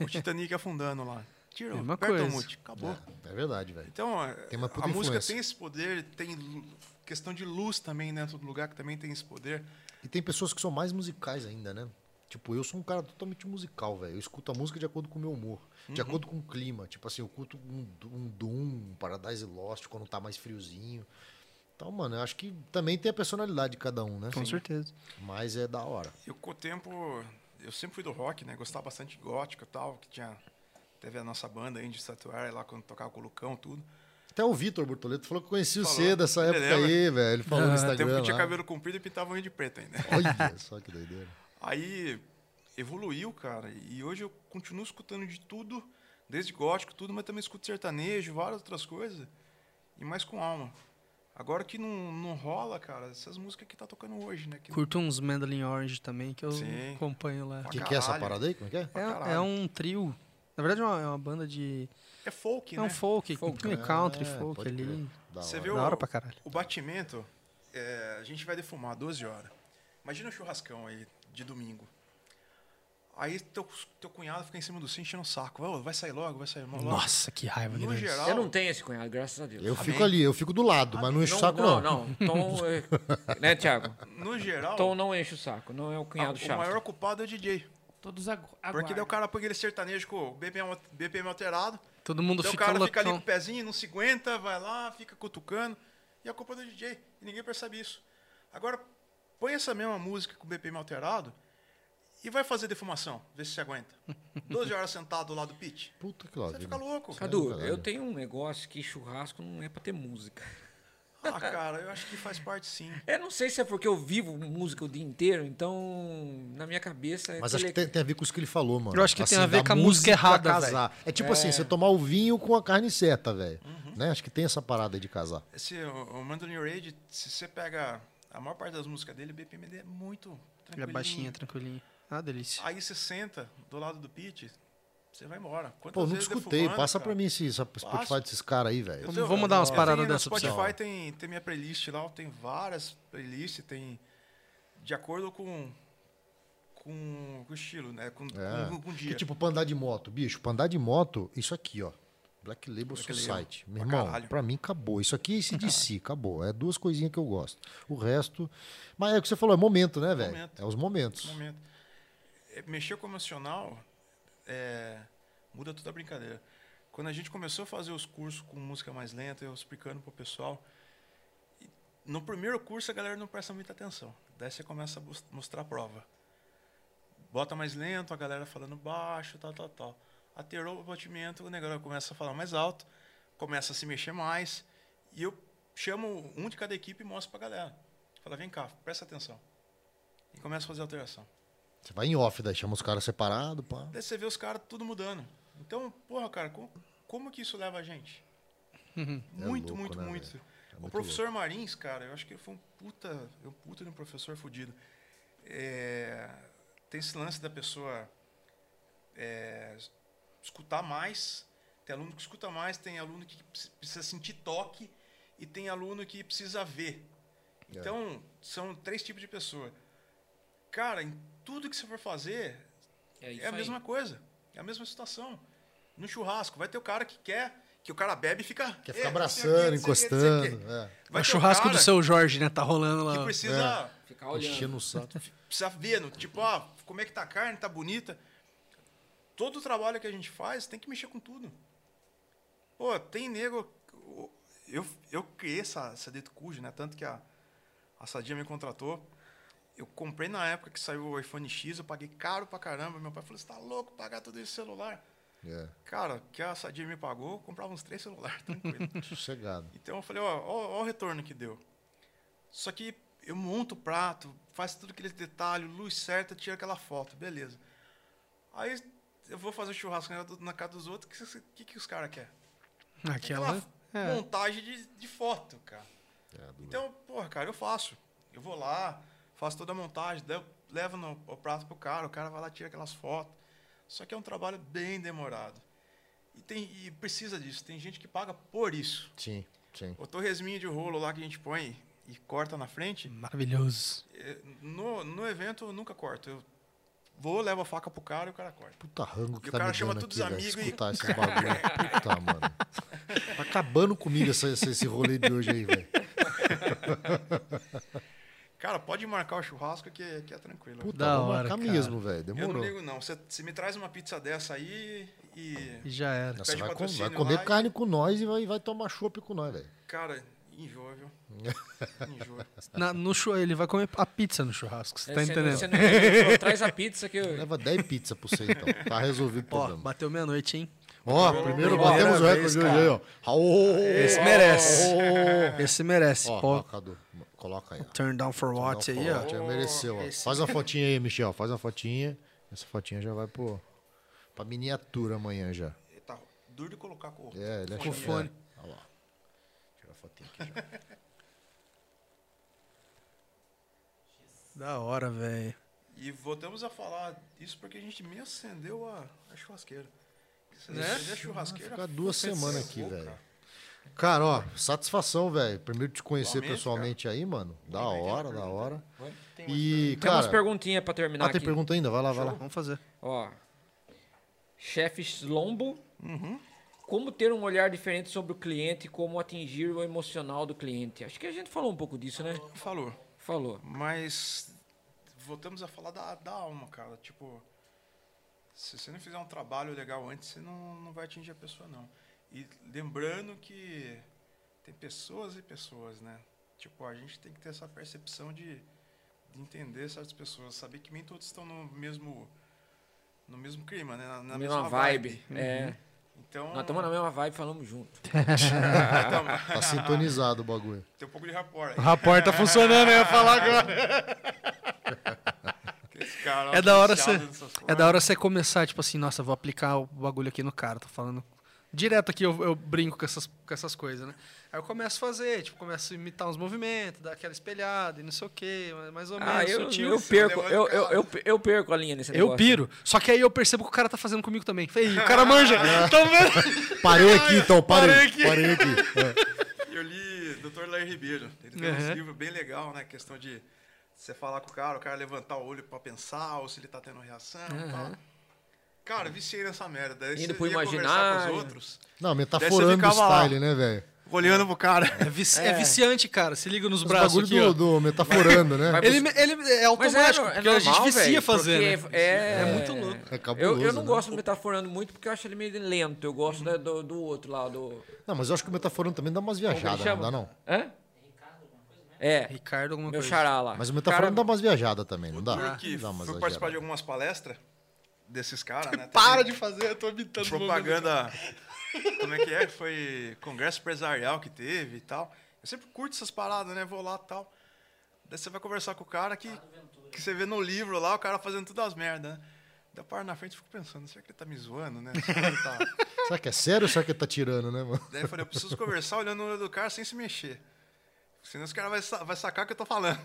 [SPEAKER 3] O Titanic afundando lá. Tirou,
[SPEAKER 6] Mesma
[SPEAKER 3] aperta o
[SPEAKER 6] coisa.
[SPEAKER 3] mute, acabou.
[SPEAKER 1] É, é verdade, velho.
[SPEAKER 3] Então, a-
[SPEAKER 1] Tem uma puta
[SPEAKER 3] a música
[SPEAKER 1] influência.
[SPEAKER 3] tem esse poder, tem lu- questão de luz também dentro do lugar que também tem esse poder.
[SPEAKER 1] E tem pessoas que são mais musicais ainda, né? Tipo, eu sou um cara totalmente musical, velho. Eu escuto a música de acordo com o meu humor, de
[SPEAKER 3] Uhum.
[SPEAKER 1] acordo com o clima. Tipo assim, eu curto um, um Doom, um Paradise Lost quando tá mais friozinho. Então, mano, eu acho que também tem a personalidade de cada um, né?
[SPEAKER 6] Com certeza.
[SPEAKER 1] Mas é da hora.
[SPEAKER 3] Eu com o tempo, eu sempre fui do rock, né? Gostava bastante de gótico e tal, que tinha. Teve a nossa banda aí de estatuária lá quando tocava com o Lucão tudo.
[SPEAKER 1] Até o Vitor Bortoleto falou que conhecia o
[SPEAKER 3] Falou.
[SPEAKER 1] C dessa
[SPEAKER 3] Ele
[SPEAKER 1] época
[SPEAKER 3] lembra?
[SPEAKER 1] aí, velho. Ele falou no
[SPEAKER 3] Tempo
[SPEAKER 1] Instagram.
[SPEAKER 3] que tinha
[SPEAKER 1] lá.
[SPEAKER 3] cabelo comprido e pintava unha de preto ainda.
[SPEAKER 1] Olha só que doideira.
[SPEAKER 3] Aí evoluiu, cara, e hoje eu continuo escutando de tudo, desde gótico, tudo, mas também escuto sertanejo, várias outras coisas, e mais com alma. Agora que não, não rola, cara, essas músicas que tá tocando hoje, né? Que
[SPEAKER 6] Curto uns Mandolin Orange também, que eu
[SPEAKER 3] Sim.
[SPEAKER 6] acompanho lá.
[SPEAKER 1] O
[SPEAKER 3] Pra
[SPEAKER 1] que, que é essa
[SPEAKER 3] caralho.
[SPEAKER 1] parada aí? Como é que é?
[SPEAKER 3] pra
[SPEAKER 6] É,
[SPEAKER 3] caralho.
[SPEAKER 6] é um trio. Na verdade, é uma, é uma banda de.
[SPEAKER 3] É folk,
[SPEAKER 6] é um
[SPEAKER 3] né?
[SPEAKER 6] folk, meio country
[SPEAKER 1] É,
[SPEAKER 6] folk
[SPEAKER 1] pode
[SPEAKER 6] ali.
[SPEAKER 1] crer. Da
[SPEAKER 3] Você
[SPEAKER 1] hora.
[SPEAKER 3] viu
[SPEAKER 6] Da hora pra caralho.
[SPEAKER 3] o batimento? é, a gente vai defumar 12 horas. Imagina um churrascão aí de domingo. Aí teu, teu cunhado fica em cima do cinto enchendo o saco. "Ô, vai sair logo, vai sair logo.
[SPEAKER 6] Nossa, que raiva né? que
[SPEAKER 3] no
[SPEAKER 6] deu isso.
[SPEAKER 3] geral.
[SPEAKER 2] Eu não tenho esse cunhado, graças a Deus.
[SPEAKER 1] Eu
[SPEAKER 3] Amém.
[SPEAKER 1] fico ali, eu fico do lado, mas não encho o saco, não.
[SPEAKER 2] Não, não. Tom, é, né, Thiago?
[SPEAKER 3] No geral,
[SPEAKER 2] Tom não enche o saco, não é o cunhado
[SPEAKER 3] Ah, o
[SPEAKER 2] chato.
[SPEAKER 3] maior culpado é o DJ.
[SPEAKER 7] Todos agu
[SPEAKER 3] Porque daí o
[SPEAKER 7] aguardam.
[SPEAKER 3] cara põe aquele sertanejo com o BPM, al- BPM alterado.
[SPEAKER 6] Todo mundo
[SPEAKER 3] daí Então o
[SPEAKER 6] fica
[SPEAKER 3] cara fica ali com
[SPEAKER 6] loucão.
[SPEAKER 3] o pezinho, não se aguenta, vai lá, fica cutucando. E a culpa é do DJ. E ninguém percebe isso. Agora, põe essa mesma música com o BPM alterado e vai fazer defumação. Vê se você aguenta. 12 horas sentado lá do pitch.
[SPEAKER 1] Puta que
[SPEAKER 3] Você fica
[SPEAKER 1] lá.
[SPEAKER 3] louco.
[SPEAKER 2] Cadu,
[SPEAKER 1] Caralho.
[SPEAKER 2] eu tenho um negócio que churrasco não é pra ter música.
[SPEAKER 3] Ah, cara, eu acho que faz parte sim.
[SPEAKER 2] Eu não sei se é porque eu vivo música o dia inteiro, então na minha cabeça é
[SPEAKER 1] Mas acho que
[SPEAKER 2] tele-
[SPEAKER 1] tem, tem a ver com isso que ele falou, mano. Assim,
[SPEAKER 6] Eu acho que tem a ver
[SPEAKER 1] da
[SPEAKER 6] com a música errada,
[SPEAKER 1] casar. É tipo assim, você tomar o vinho com a carne certa, velho. Né? Acho que tem essa parada de casar.
[SPEAKER 3] Esse, o, o Mandolin Rage, se você pega a maior parte das músicas dele, o BPM dele é muito
[SPEAKER 6] Ele é
[SPEAKER 3] tranquilo.
[SPEAKER 6] baixinha, tranquilinho. Ah, delícia.
[SPEAKER 3] Aí você senta do lado do pit, você vai embora. Quantas
[SPEAKER 1] Pô, nunca
[SPEAKER 3] vezes
[SPEAKER 1] escutei.
[SPEAKER 3] defumando,
[SPEAKER 1] Passa
[SPEAKER 3] cara?
[SPEAKER 1] pra mim esse esse Spotify
[SPEAKER 3] Passa.
[SPEAKER 1] desses caras aí,
[SPEAKER 3] Eu
[SPEAKER 1] velho.
[SPEAKER 6] Vamos-
[SPEAKER 3] tenho-
[SPEAKER 6] vamos dar umas
[SPEAKER 3] eu
[SPEAKER 6] paradas
[SPEAKER 3] tenho
[SPEAKER 6] dessa
[SPEAKER 3] No
[SPEAKER 6] pra você.
[SPEAKER 3] Spotify tem, tem minha playlist lá, tem várias playlists, tem de acordo com com, com o estilo, né? Com,
[SPEAKER 1] É.
[SPEAKER 3] com, com o
[SPEAKER 1] Que
[SPEAKER 3] dia.
[SPEAKER 1] tipo, pra andar de moto, bicho, pra andar de moto, isso aqui, ó. Black Label
[SPEAKER 3] Black
[SPEAKER 1] Society.
[SPEAKER 3] Label,
[SPEAKER 1] Meu
[SPEAKER 3] pra
[SPEAKER 1] irmão,
[SPEAKER 3] caralho.
[SPEAKER 1] pra mim acabou. Isso aqui é esse DC, acabou. É duas coisinhas que eu gosto. O resto. Mas é o que você falou, é momento, né, velho?
[SPEAKER 3] Momento.
[SPEAKER 1] É os momentos.
[SPEAKER 3] momento. É, Mexer com o emocional é, muda toda a brincadeira. Quando a gente começou a fazer os cursos com música mais lenta, eu explicando pro pessoal, e no primeiro curso a galera não presta muita atenção. Daí você começa a bos- mostrar a prova. Bota mais lento, a galera falando baixo, tal, tal, tal. Aterou o batimento, o negócio começa a falar mais alto, começa a se mexer mais. E eu chamo um de cada equipe e mostro pra galera. Fala, vem cá, presta atenção. E começa a fazer alteração.
[SPEAKER 1] Você vai em off, daí chama os caras separados, pá.
[SPEAKER 3] Daí você vê os caras tudo mudando. Então, porra, cara, co- como, que isso leva a gente? muito,
[SPEAKER 1] É louco,
[SPEAKER 3] muito,
[SPEAKER 1] né,
[SPEAKER 3] muito.
[SPEAKER 1] velho? É
[SPEAKER 3] o
[SPEAKER 1] muito
[SPEAKER 3] professor Marins, cara, eu acho que ele foi um puta, um puta de um professor fudido. É, tem esse lance da pessoa é, escutar mais. Tem aluno que escuta mais, tem aluno que precis- precisa sentir toque e tem aluno que precisa ver.
[SPEAKER 1] É.
[SPEAKER 3] Então, são três tipos de pessoa. Cara, em tudo que você for fazer,
[SPEAKER 2] É, isso
[SPEAKER 3] é a
[SPEAKER 2] aí.
[SPEAKER 3] mesma coisa. É a mesma situação. No churrasco, vai ter o cara que quer, que o cara bebe e fica.
[SPEAKER 1] Quer
[SPEAKER 3] "Eh,
[SPEAKER 1] ficar
[SPEAKER 3] não sei o
[SPEAKER 1] abraçando,
[SPEAKER 3] quê, não sei o quê, não sei o quê".
[SPEAKER 1] encostando. É.
[SPEAKER 3] Vai
[SPEAKER 6] o
[SPEAKER 3] ter o
[SPEAKER 6] churrasco
[SPEAKER 3] cara
[SPEAKER 6] do seu Jorge, né? Tá rolando lá.
[SPEAKER 3] Que precisa,
[SPEAKER 1] é.
[SPEAKER 2] Ficar olhando.
[SPEAKER 1] Enchendo o saco.
[SPEAKER 3] precisa ver, no- tipo, ó, como é que tá a carne, tá bonita. Todo o trabalho que a gente faz tem que mexer com tudo. Pô, tem nego. Eu, eu criei essa, essa Dito Cujo, né? Tanto que a, a Sadia me contratou. Eu comprei na época que saiu o iPhone X, eu paguei caro pra caramba. Meu pai falou: você tá louco pagar tudo isso celular?
[SPEAKER 1] É,
[SPEAKER 3] Cara, que a Sadia me pagou, eu comprava uns três celulares, tranquilo.
[SPEAKER 1] sossegado.
[SPEAKER 3] então eu falei, ó, ó, ó o retorno que deu. Só que eu monto o prato, faço tudo aquele detalhe, luz certa, tiro aquela foto, beleza. Aí eu vou fazer churrasco na na casa dos outros, o que, que, que os caras querem?
[SPEAKER 6] Aquela.
[SPEAKER 3] Aquela
[SPEAKER 6] É.
[SPEAKER 3] montagem de, de foto, cara. então, porra, cara, eu faço. Eu vou lá, faço toda a montagem, daí eu levo no, o prato pro cara, o cara vai lá, tira aquelas fotos. Só que é um trabalho bem demorado. E, tem, e precisa disso. Tem gente que paga por isso.
[SPEAKER 1] Sim, sim.
[SPEAKER 3] O torresminho de rolo lá que a gente põe e corta na frente,
[SPEAKER 6] Maravilhoso.
[SPEAKER 3] eh, no, no evento eu nunca corto. Eu vou, levo a faca pro cara e o cara corta.
[SPEAKER 1] Puta rango que
[SPEAKER 3] E o
[SPEAKER 1] tá
[SPEAKER 3] cara
[SPEAKER 1] me
[SPEAKER 3] chama
[SPEAKER 1] dando
[SPEAKER 3] todos
[SPEAKER 1] aqui,
[SPEAKER 3] os
[SPEAKER 1] velho.
[SPEAKER 3] amigos e-
[SPEAKER 1] Escutar esses bagulho. Puta, mano. Tá acabando comigo essa- esse, esse rolê de hoje aí, velho.
[SPEAKER 3] Cara, pode Pode marcar o churrasco que, que é tranquilo.
[SPEAKER 1] Puta,
[SPEAKER 6] Da
[SPEAKER 1] vou
[SPEAKER 6] hora,
[SPEAKER 1] marcar
[SPEAKER 6] cara.
[SPEAKER 1] mesmo, velho.
[SPEAKER 3] eu não
[SPEAKER 1] Demorou.
[SPEAKER 3] ligo, não. Você você me traz uma pizza dessa aí
[SPEAKER 6] E
[SPEAKER 3] e.
[SPEAKER 6] já era.
[SPEAKER 1] Nossa,
[SPEAKER 3] Pede
[SPEAKER 1] vai, com- vai
[SPEAKER 3] patrocínio
[SPEAKER 1] comer
[SPEAKER 3] lá e-
[SPEAKER 1] carne com nós e vai, vai tomar chopp com nós, velho.
[SPEAKER 3] Cara, enjoa, viu? Enjoa.
[SPEAKER 6] Na- no chu- ele vai comer a pizza no churrasco, você tá
[SPEAKER 2] Você É, não-
[SPEAKER 6] entendendo?
[SPEAKER 2] você não- só traz a pizza que eu...
[SPEAKER 1] Leva 10 pizzas pra você, então. Tá resolvido o
[SPEAKER 6] Ó,
[SPEAKER 1] problema.
[SPEAKER 6] bateu meia-noite, hein?
[SPEAKER 1] Ó, primeiro
[SPEAKER 6] primeira
[SPEAKER 1] batemos o recorde
[SPEAKER 6] vez,
[SPEAKER 1] de hoje
[SPEAKER 6] cara.
[SPEAKER 1] aí, ó. Raul!
[SPEAKER 6] Esse
[SPEAKER 3] É.
[SPEAKER 6] merece. Oh, Esse merece.
[SPEAKER 1] Ó,
[SPEAKER 6] Pô,
[SPEAKER 1] ó, Cadu, coloca aí, ó.
[SPEAKER 6] turn down for what aí, ó.
[SPEAKER 1] Forte, mereceu, ó.
[SPEAKER 6] Esse-
[SPEAKER 1] Faz uma fotinha aí, Michel. Faz uma fotinha. Essa fotinha já vai pro, pra miniatura amanhã já.
[SPEAKER 3] Tá duro de colocar com o
[SPEAKER 1] É, ele é
[SPEAKER 6] Com fone.
[SPEAKER 1] É. Olha lá. Tirar a fotinha aqui já.
[SPEAKER 6] Da hora, velho.
[SPEAKER 3] E voltamos a falar isso porque a gente me acendeu a, a churrasqueira. Se
[SPEAKER 6] Né?
[SPEAKER 3] acender a churrasqueira.
[SPEAKER 1] Ficar duas
[SPEAKER 3] você
[SPEAKER 1] semanas aqui,
[SPEAKER 3] louca.
[SPEAKER 1] velho. Cara, ó, satisfação, velho. Primeiro te conhecer
[SPEAKER 3] Igualmente,
[SPEAKER 1] pessoalmente aí, mano. Da
[SPEAKER 3] Vai, vai,
[SPEAKER 1] hora,
[SPEAKER 3] vai,
[SPEAKER 1] da
[SPEAKER 3] vai.
[SPEAKER 1] hora.
[SPEAKER 3] Vai, tem mais
[SPEAKER 1] E,
[SPEAKER 2] Tem umas
[SPEAKER 1] cara.
[SPEAKER 2] perguntinhas pra terminar
[SPEAKER 1] Ah, tem
[SPEAKER 2] aqui.
[SPEAKER 1] pergunta ainda? Vai lá, vai lá.
[SPEAKER 6] Vamos fazer.
[SPEAKER 2] Ó. Chefe Slombo. Como ter um olhar diferente sobre o cliente e como atingir o emocional do cliente? Acho que a gente falou um pouco disso, né?
[SPEAKER 3] Falou.
[SPEAKER 2] Falou.
[SPEAKER 3] Mas voltamos a falar da, da alma, cara. Tipo, se você não fizer um trabalho legal antes, você não, não vai atingir a pessoa, não. E lembrando que tem pessoas e pessoas, né? Tipo, a gente tem que ter essa percepção de, de entender certas pessoas, saber que nem todos estão no mesmo no mesmo clima, né? Na, na
[SPEAKER 2] mesma, vibe. É.
[SPEAKER 3] Então,
[SPEAKER 2] Nós estamos na mesma vibe, falamos junto.
[SPEAKER 1] Tá sintonizado o bagulho.
[SPEAKER 3] tem um pouco de rapport aí.
[SPEAKER 6] rapor tá funcionando, eu ia falar agora.
[SPEAKER 3] que esse cara
[SPEAKER 6] É da hora
[SPEAKER 3] viciado
[SPEAKER 6] você-
[SPEAKER 3] nessas
[SPEAKER 6] É
[SPEAKER 3] coisas.
[SPEAKER 6] da hora você começar, tipo assim, nossa, vou aplicar o bagulho aqui no cara, tô falando. Direto aqui eu, eu brinco com essas, com essas coisas, né? Aí eu começo a fazer, tipo, começo a imitar uns movimentos, dar aquela espelhada e não sei o quê, mais ou menos
[SPEAKER 2] Ah, eu,
[SPEAKER 6] sutil.
[SPEAKER 2] eu perco,
[SPEAKER 3] levou
[SPEAKER 2] eu,
[SPEAKER 3] de
[SPEAKER 2] eu, eu, eu perco a linha nesse
[SPEAKER 6] Eu
[SPEAKER 2] negócio.
[SPEAKER 6] piro. Só que aí eu percebo que o cara tá fazendo comigo também. Falei, o cara manja. Tá vendo?
[SPEAKER 1] Parei aqui, então.
[SPEAKER 6] Parei
[SPEAKER 1] Parei.
[SPEAKER 6] aqui.
[SPEAKER 1] Parei aqui. É.
[SPEAKER 3] Eu li Dr. Lair Ribeiro. Ele tem
[SPEAKER 6] Uhum.
[SPEAKER 3] uns livros bem legal, né? Questão de você falar com o cara, o cara levantar o olho pra pensar, ou se ele tá tendo reação e tal. Cara, viciei nessa merda. Daí
[SPEAKER 2] Indo
[SPEAKER 3] você
[SPEAKER 2] pro
[SPEAKER 3] ia conversar com
[SPEAKER 2] imaginário.
[SPEAKER 3] os outros,
[SPEAKER 1] Não, metaforando o
[SPEAKER 3] ficava lá.
[SPEAKER 1] style, né, velho?
[SPEAKER 3] olhando pro cara.
[SPEAKER 6] É, vici- é viciante, cara. Se liga nos
[SPEAKER 1] Os
[SPEAKER 6] braços
[SPEAKER 1] bagulho
[SPEAKER 6] aqui,
[SPEAKER 1] do,
[SPEAKER 6] ó.
[SPEAKER 1] do metaforando, né?
[SPEAKER 2] Vai-
[SPEAKER 6] Ele, ele é
[SPEAKER 2] Mas
[SPEAKER 6] automático,
[SPEAKER 2] é, é
[SPEAKER 6] porque a gente
[SPEAKER 2] normal,
[SPEAKER 6] vicia
[SPEAKER 2] velho,
[SPEAKER 6] fazer, né?
[SPEAKER 2] porque É,
[SPEAKER 6] É muito louco.
[SPEAKER 1] É
[SPEAKER 2] Eu,
[SPEAKER 1] cabuloso,
[SPEAKER 2] eu não
[SPEAKER 1] né?
[SPEAKER 2] gosto do metaforando muito porque eu acho ele meio lento. Eu gosto da- do, do outro lá, do...
[SPEAKER 1] Não, mas eu acho que o metaforando também dá umas
[SPEAKER 2] Como
[SPEAKER 1] viajadas,
[SPEAKER 2] que ele
[SPEAKER 1] não dá, não?
[SPEAKER 2] Hã? É,
[SPEAKER 6] né? Ricardo, alguma
[SPEAKER 2] meu
[SPEAKER 6] coisa.
[SPEAKER 2] xará lá.
[SPEAKER 1] Mas o
[SPEAKER 2] Cara-
[SPEAKER 6] é
[SPEAKER 1] metaforando dá umas viajadas também, Ah, não é dá?
[SPEAKER 3] Ah, Eu que
[SPEAKER 1] dá umas
[SPEAKER 3] fui participar
[SPEAKER 1] exageradas.
[SPEAKER 3] de algumas palestras desses caras, né?
[SPEAKER 6] Para de fazer, eu tô imitando. o
[SPEAKER 3] propaganda. Como é que é? Foi congresso empresarial que teve e tal. Eu sempre curto essas paradas, né? Vou lá e tal. Daí você vai conversar com o cara que, que você vê no livro lá, o cara fazendo todas as merdas, né? Daí eu paro na frente e fico pensando, será que ele tá me zoando, né? Será que ele tá-
[SPEAKER 1] Será que é sério ou será que ele tá tirando, né, mano?
[SPEAKER 3] Daí eu falei, eu preciso conversar olhando no olho do cara sem se mexer. Senão esse cara vai, sa- vai sacar o que eu tô falando.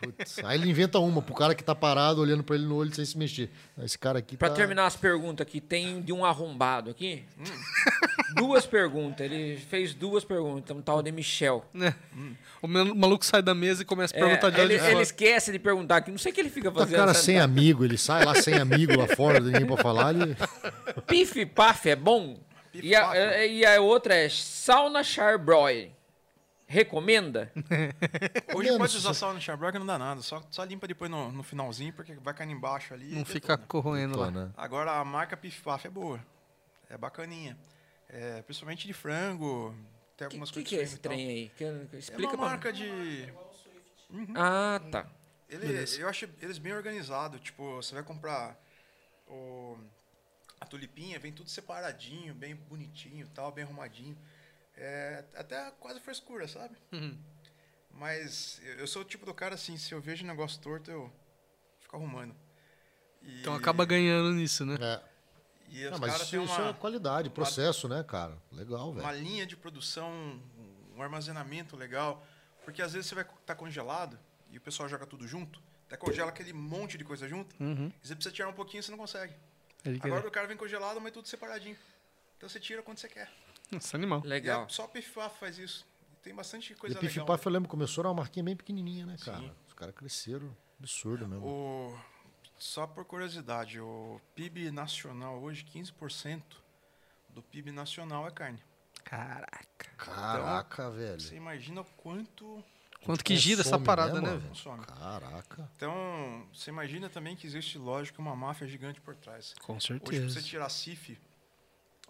[SPEAKER 1] Putz. Aí ele inventa uma pro cara que tá parado olhando pra ele no olho sem se mexer. Esse cara aqui
[SPEAKER 2] Pra
[SPEAKER 1] tá...
[SPEAKER 2] terminar as perguntas aqui, tem de um arrombado aqui. Hum. duas perguntas. Ele fez duas perguntas, um tal de Michel.
[SPEAKER 6] Né? O meu- o maluco sai da mesa e começa a
[SPEAKER 2] É,
[SPEAKER 6] perguntar de
[SPEAKER 2] ele,
[SPEAKER 6] onde
[SPEAKER 2] ele
[SPEAKER 6] foi.
[SPEAKER 2] esquece de perguntar que não sei o que ele fica
[SPEAKER 1] Tá
[SPEAKER 2] fazendo.
[SPEAKER 1] cara
[SPEAKER 2] sabe?
[SPEAKER 1] sem amigo, ele sai lá sem amigo lá fora, ninguém pra falar, ele...
[SPEAKER 2] Pif paf é bom? E a,
[SPEAKER 3] paf.
[SPEAKER 2] é- e a outra é sauna charbroil. Recomenda?
[SPEAKER 3] Hoje
[SPEAKER 1] menos,
[SPEAKER 3] pode usar sal no Shabrock não dá nada. Só, só limpa depois no, no finalzinho, porque vai cair embaixo ali.
[SPEAKER 6] Não
[SPEAKER 3] e
[SPEAKER 6] fica
[SPEAKER 3] detona.
[SPEAKER 6] corroendo
[SPEAKER 1] Pô,
[SPEAKER 6] lá.
[SPEAKER 1] né?
[SPEAKER 3] Agora a marca Pif Paf é boa. É bacaninha. É, principalmente de frango. Tem
[SPEAKER 2] O que,
[SPEAKER 3] algumas
[SPEAKER 2] que,
[SPEAKER 3] coisas
[SPEAKER 2] que é esse
[SPEAKER 3] e tal.
[SPEAKER 2] trem aí? Que eu- que-
[SPEAKER 3] É
[SPEAKER 2] explica
[SPEAKER 3] uma
[SPEAKER 2] pra mim.
[SPEAKER 3] marca né? de.
[SPEAKER 2] Ah, tá.
[SPEAKER 3] Ele, eu acho eles bem organizados. Tipo, você vai comprar o- a tulipinha, vem tudo separadinho, bem bonitinho e tal, bem arrumadinho. É, até quase frescura, sabe?
[SPEAKER 1] Uhum.
[SPEAKER 3] Mas eu, eu sou o tipo do cara assim, se eu vejo um negócio torto, eu fico arrumando. E-
[SPEAKER 6] Então acaba ganhando nisso, né?
[SPEAKER 1] É.
[SPEAKER 3] E os
[SPEAKER 1] Ah, mas
[SPEAKER 3] caras
[SPEAKER 1] isso,
[SPEAKER 3] têm
[SPEAKER 1] isso é
[SPEAKER 3] uma,
[SPEAKER 1] qualidade, processo, né, cara? Legal,
[SPEAKER 3] uma
[SPEAKER 1] velho.
[SPEAKER 3] linha de produção, um armazenamento legal. Porque às vezes você vai estar congelado e o pessoal joga tudo junto, até congela aquele monte de coisa junto, e você precisa tirar um pouquinho e você não consegue.
[SPEAKER 6] Ele quer-
[SPEAKER 3] Agora o cara vem congelado, mas tudo separadinho. Então você tira quando você quer.
[SPEAKER 6] Nossa, animal.
[SPEAKER 2] Legal.
[SPEAKER 3] E é só pifar faz isso. Tem bastante
[SPEAKER 1] E
[SPEAKER 3] coisa
[SPEAKER 1] o Pif
[SPEAKER 3] legal.
[SPEAKER 1] Paf, eu lembro, começou era uma marquinha bem pequenininha, né, cara? Os caras cresceram, absurdo mesmo.
[SPEAKER 3] O- Só por curiosidade, o PIB nacional hoje, 15% do PIB nacional é carne.
[SPEAKER 6] Caraca.
[SPEAKER 1] Caraca, velho.
[SPEAKER 3] Você imagina o quanto
[SPEAKER 6] Quanto que gira essa
[SPEAKER 1] Consome,
[SPEAKER 6] parada, né?
[SPEAKER 1] mano?
[SPEAKER 6] velho?
[SPEAKER 3] Consome.
[SPEAKER 1] Caraca.
[SPEAKER 3] Então, você imagina também que existe, lógico, uma máfia gigante por trás.
[SPEAKER 6] Com
[SPEAKER 3] Hoje, pra você
[SPEAKER 6] certeza.
[SPEAKER 3] tirar CIF,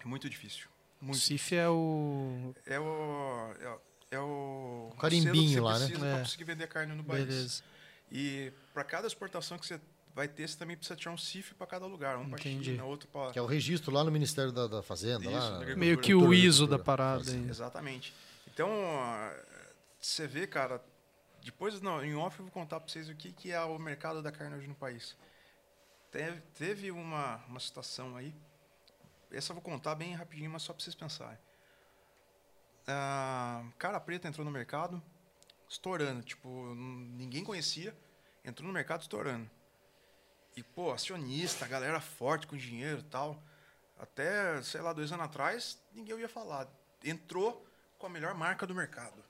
[SPEAKER 3] é muito difícil.
[SPEAKER 6] O
[SPEAKER 3] Muito.
[SPEAKER 6] CIF é o.
[SPEAKER 3] É o... É, o- é o...
[SPEAKER 1] O carimbinho
[SPEAKER 3] selo que você
[SPEAKER 1] lá, né?
[SPEAKER 3] precisa pra
[SPEAKER 6] É.
[SPEAKER 3] conseguir vender carne no país.
[SPEAKER 6] Beleza.
[SPEAKER 3] E para cada exportação que você vai ter, você também precisa tirar um CIF para cada lugar. Um para
[SPEAKER 6] Entendi.
[SPEAKER 3] China, outro para...
[SPEAKER 1] Que é o registro lá no Ministério da, da Fazenda.
[SPEAKER 3] Isso,
[SPEAKER 1] lá,
[SPEAKER 3] da agricultura.
[SPEAKER 6] Meio que o
[SPEAKER 1] Cultura,
[SPEAKER 6] ISO da
[SPEAKER 1] cultura.
[SPEAKER 6] parada. aí.
[SPEAKER 3] Exatamente. Então, ah, você vê, cara, depois não, em off eu vou contar para vocês o que, que é o mercado da carne hoje no país. Teve, teve uma, uma situação aí, essa eu vou contar bem rapidinho, mas só para vocês pensarem. Ah, cara preta entrou no mercado, estourando, tipo, n- ninguém conhecia, entrou no mercado estourando. E, pô, acionista, galera forte com dinheiro e tal. Até, sei lá, dois anos atrás, ninguém ia falar. Entrou com a melhor marca do mercado.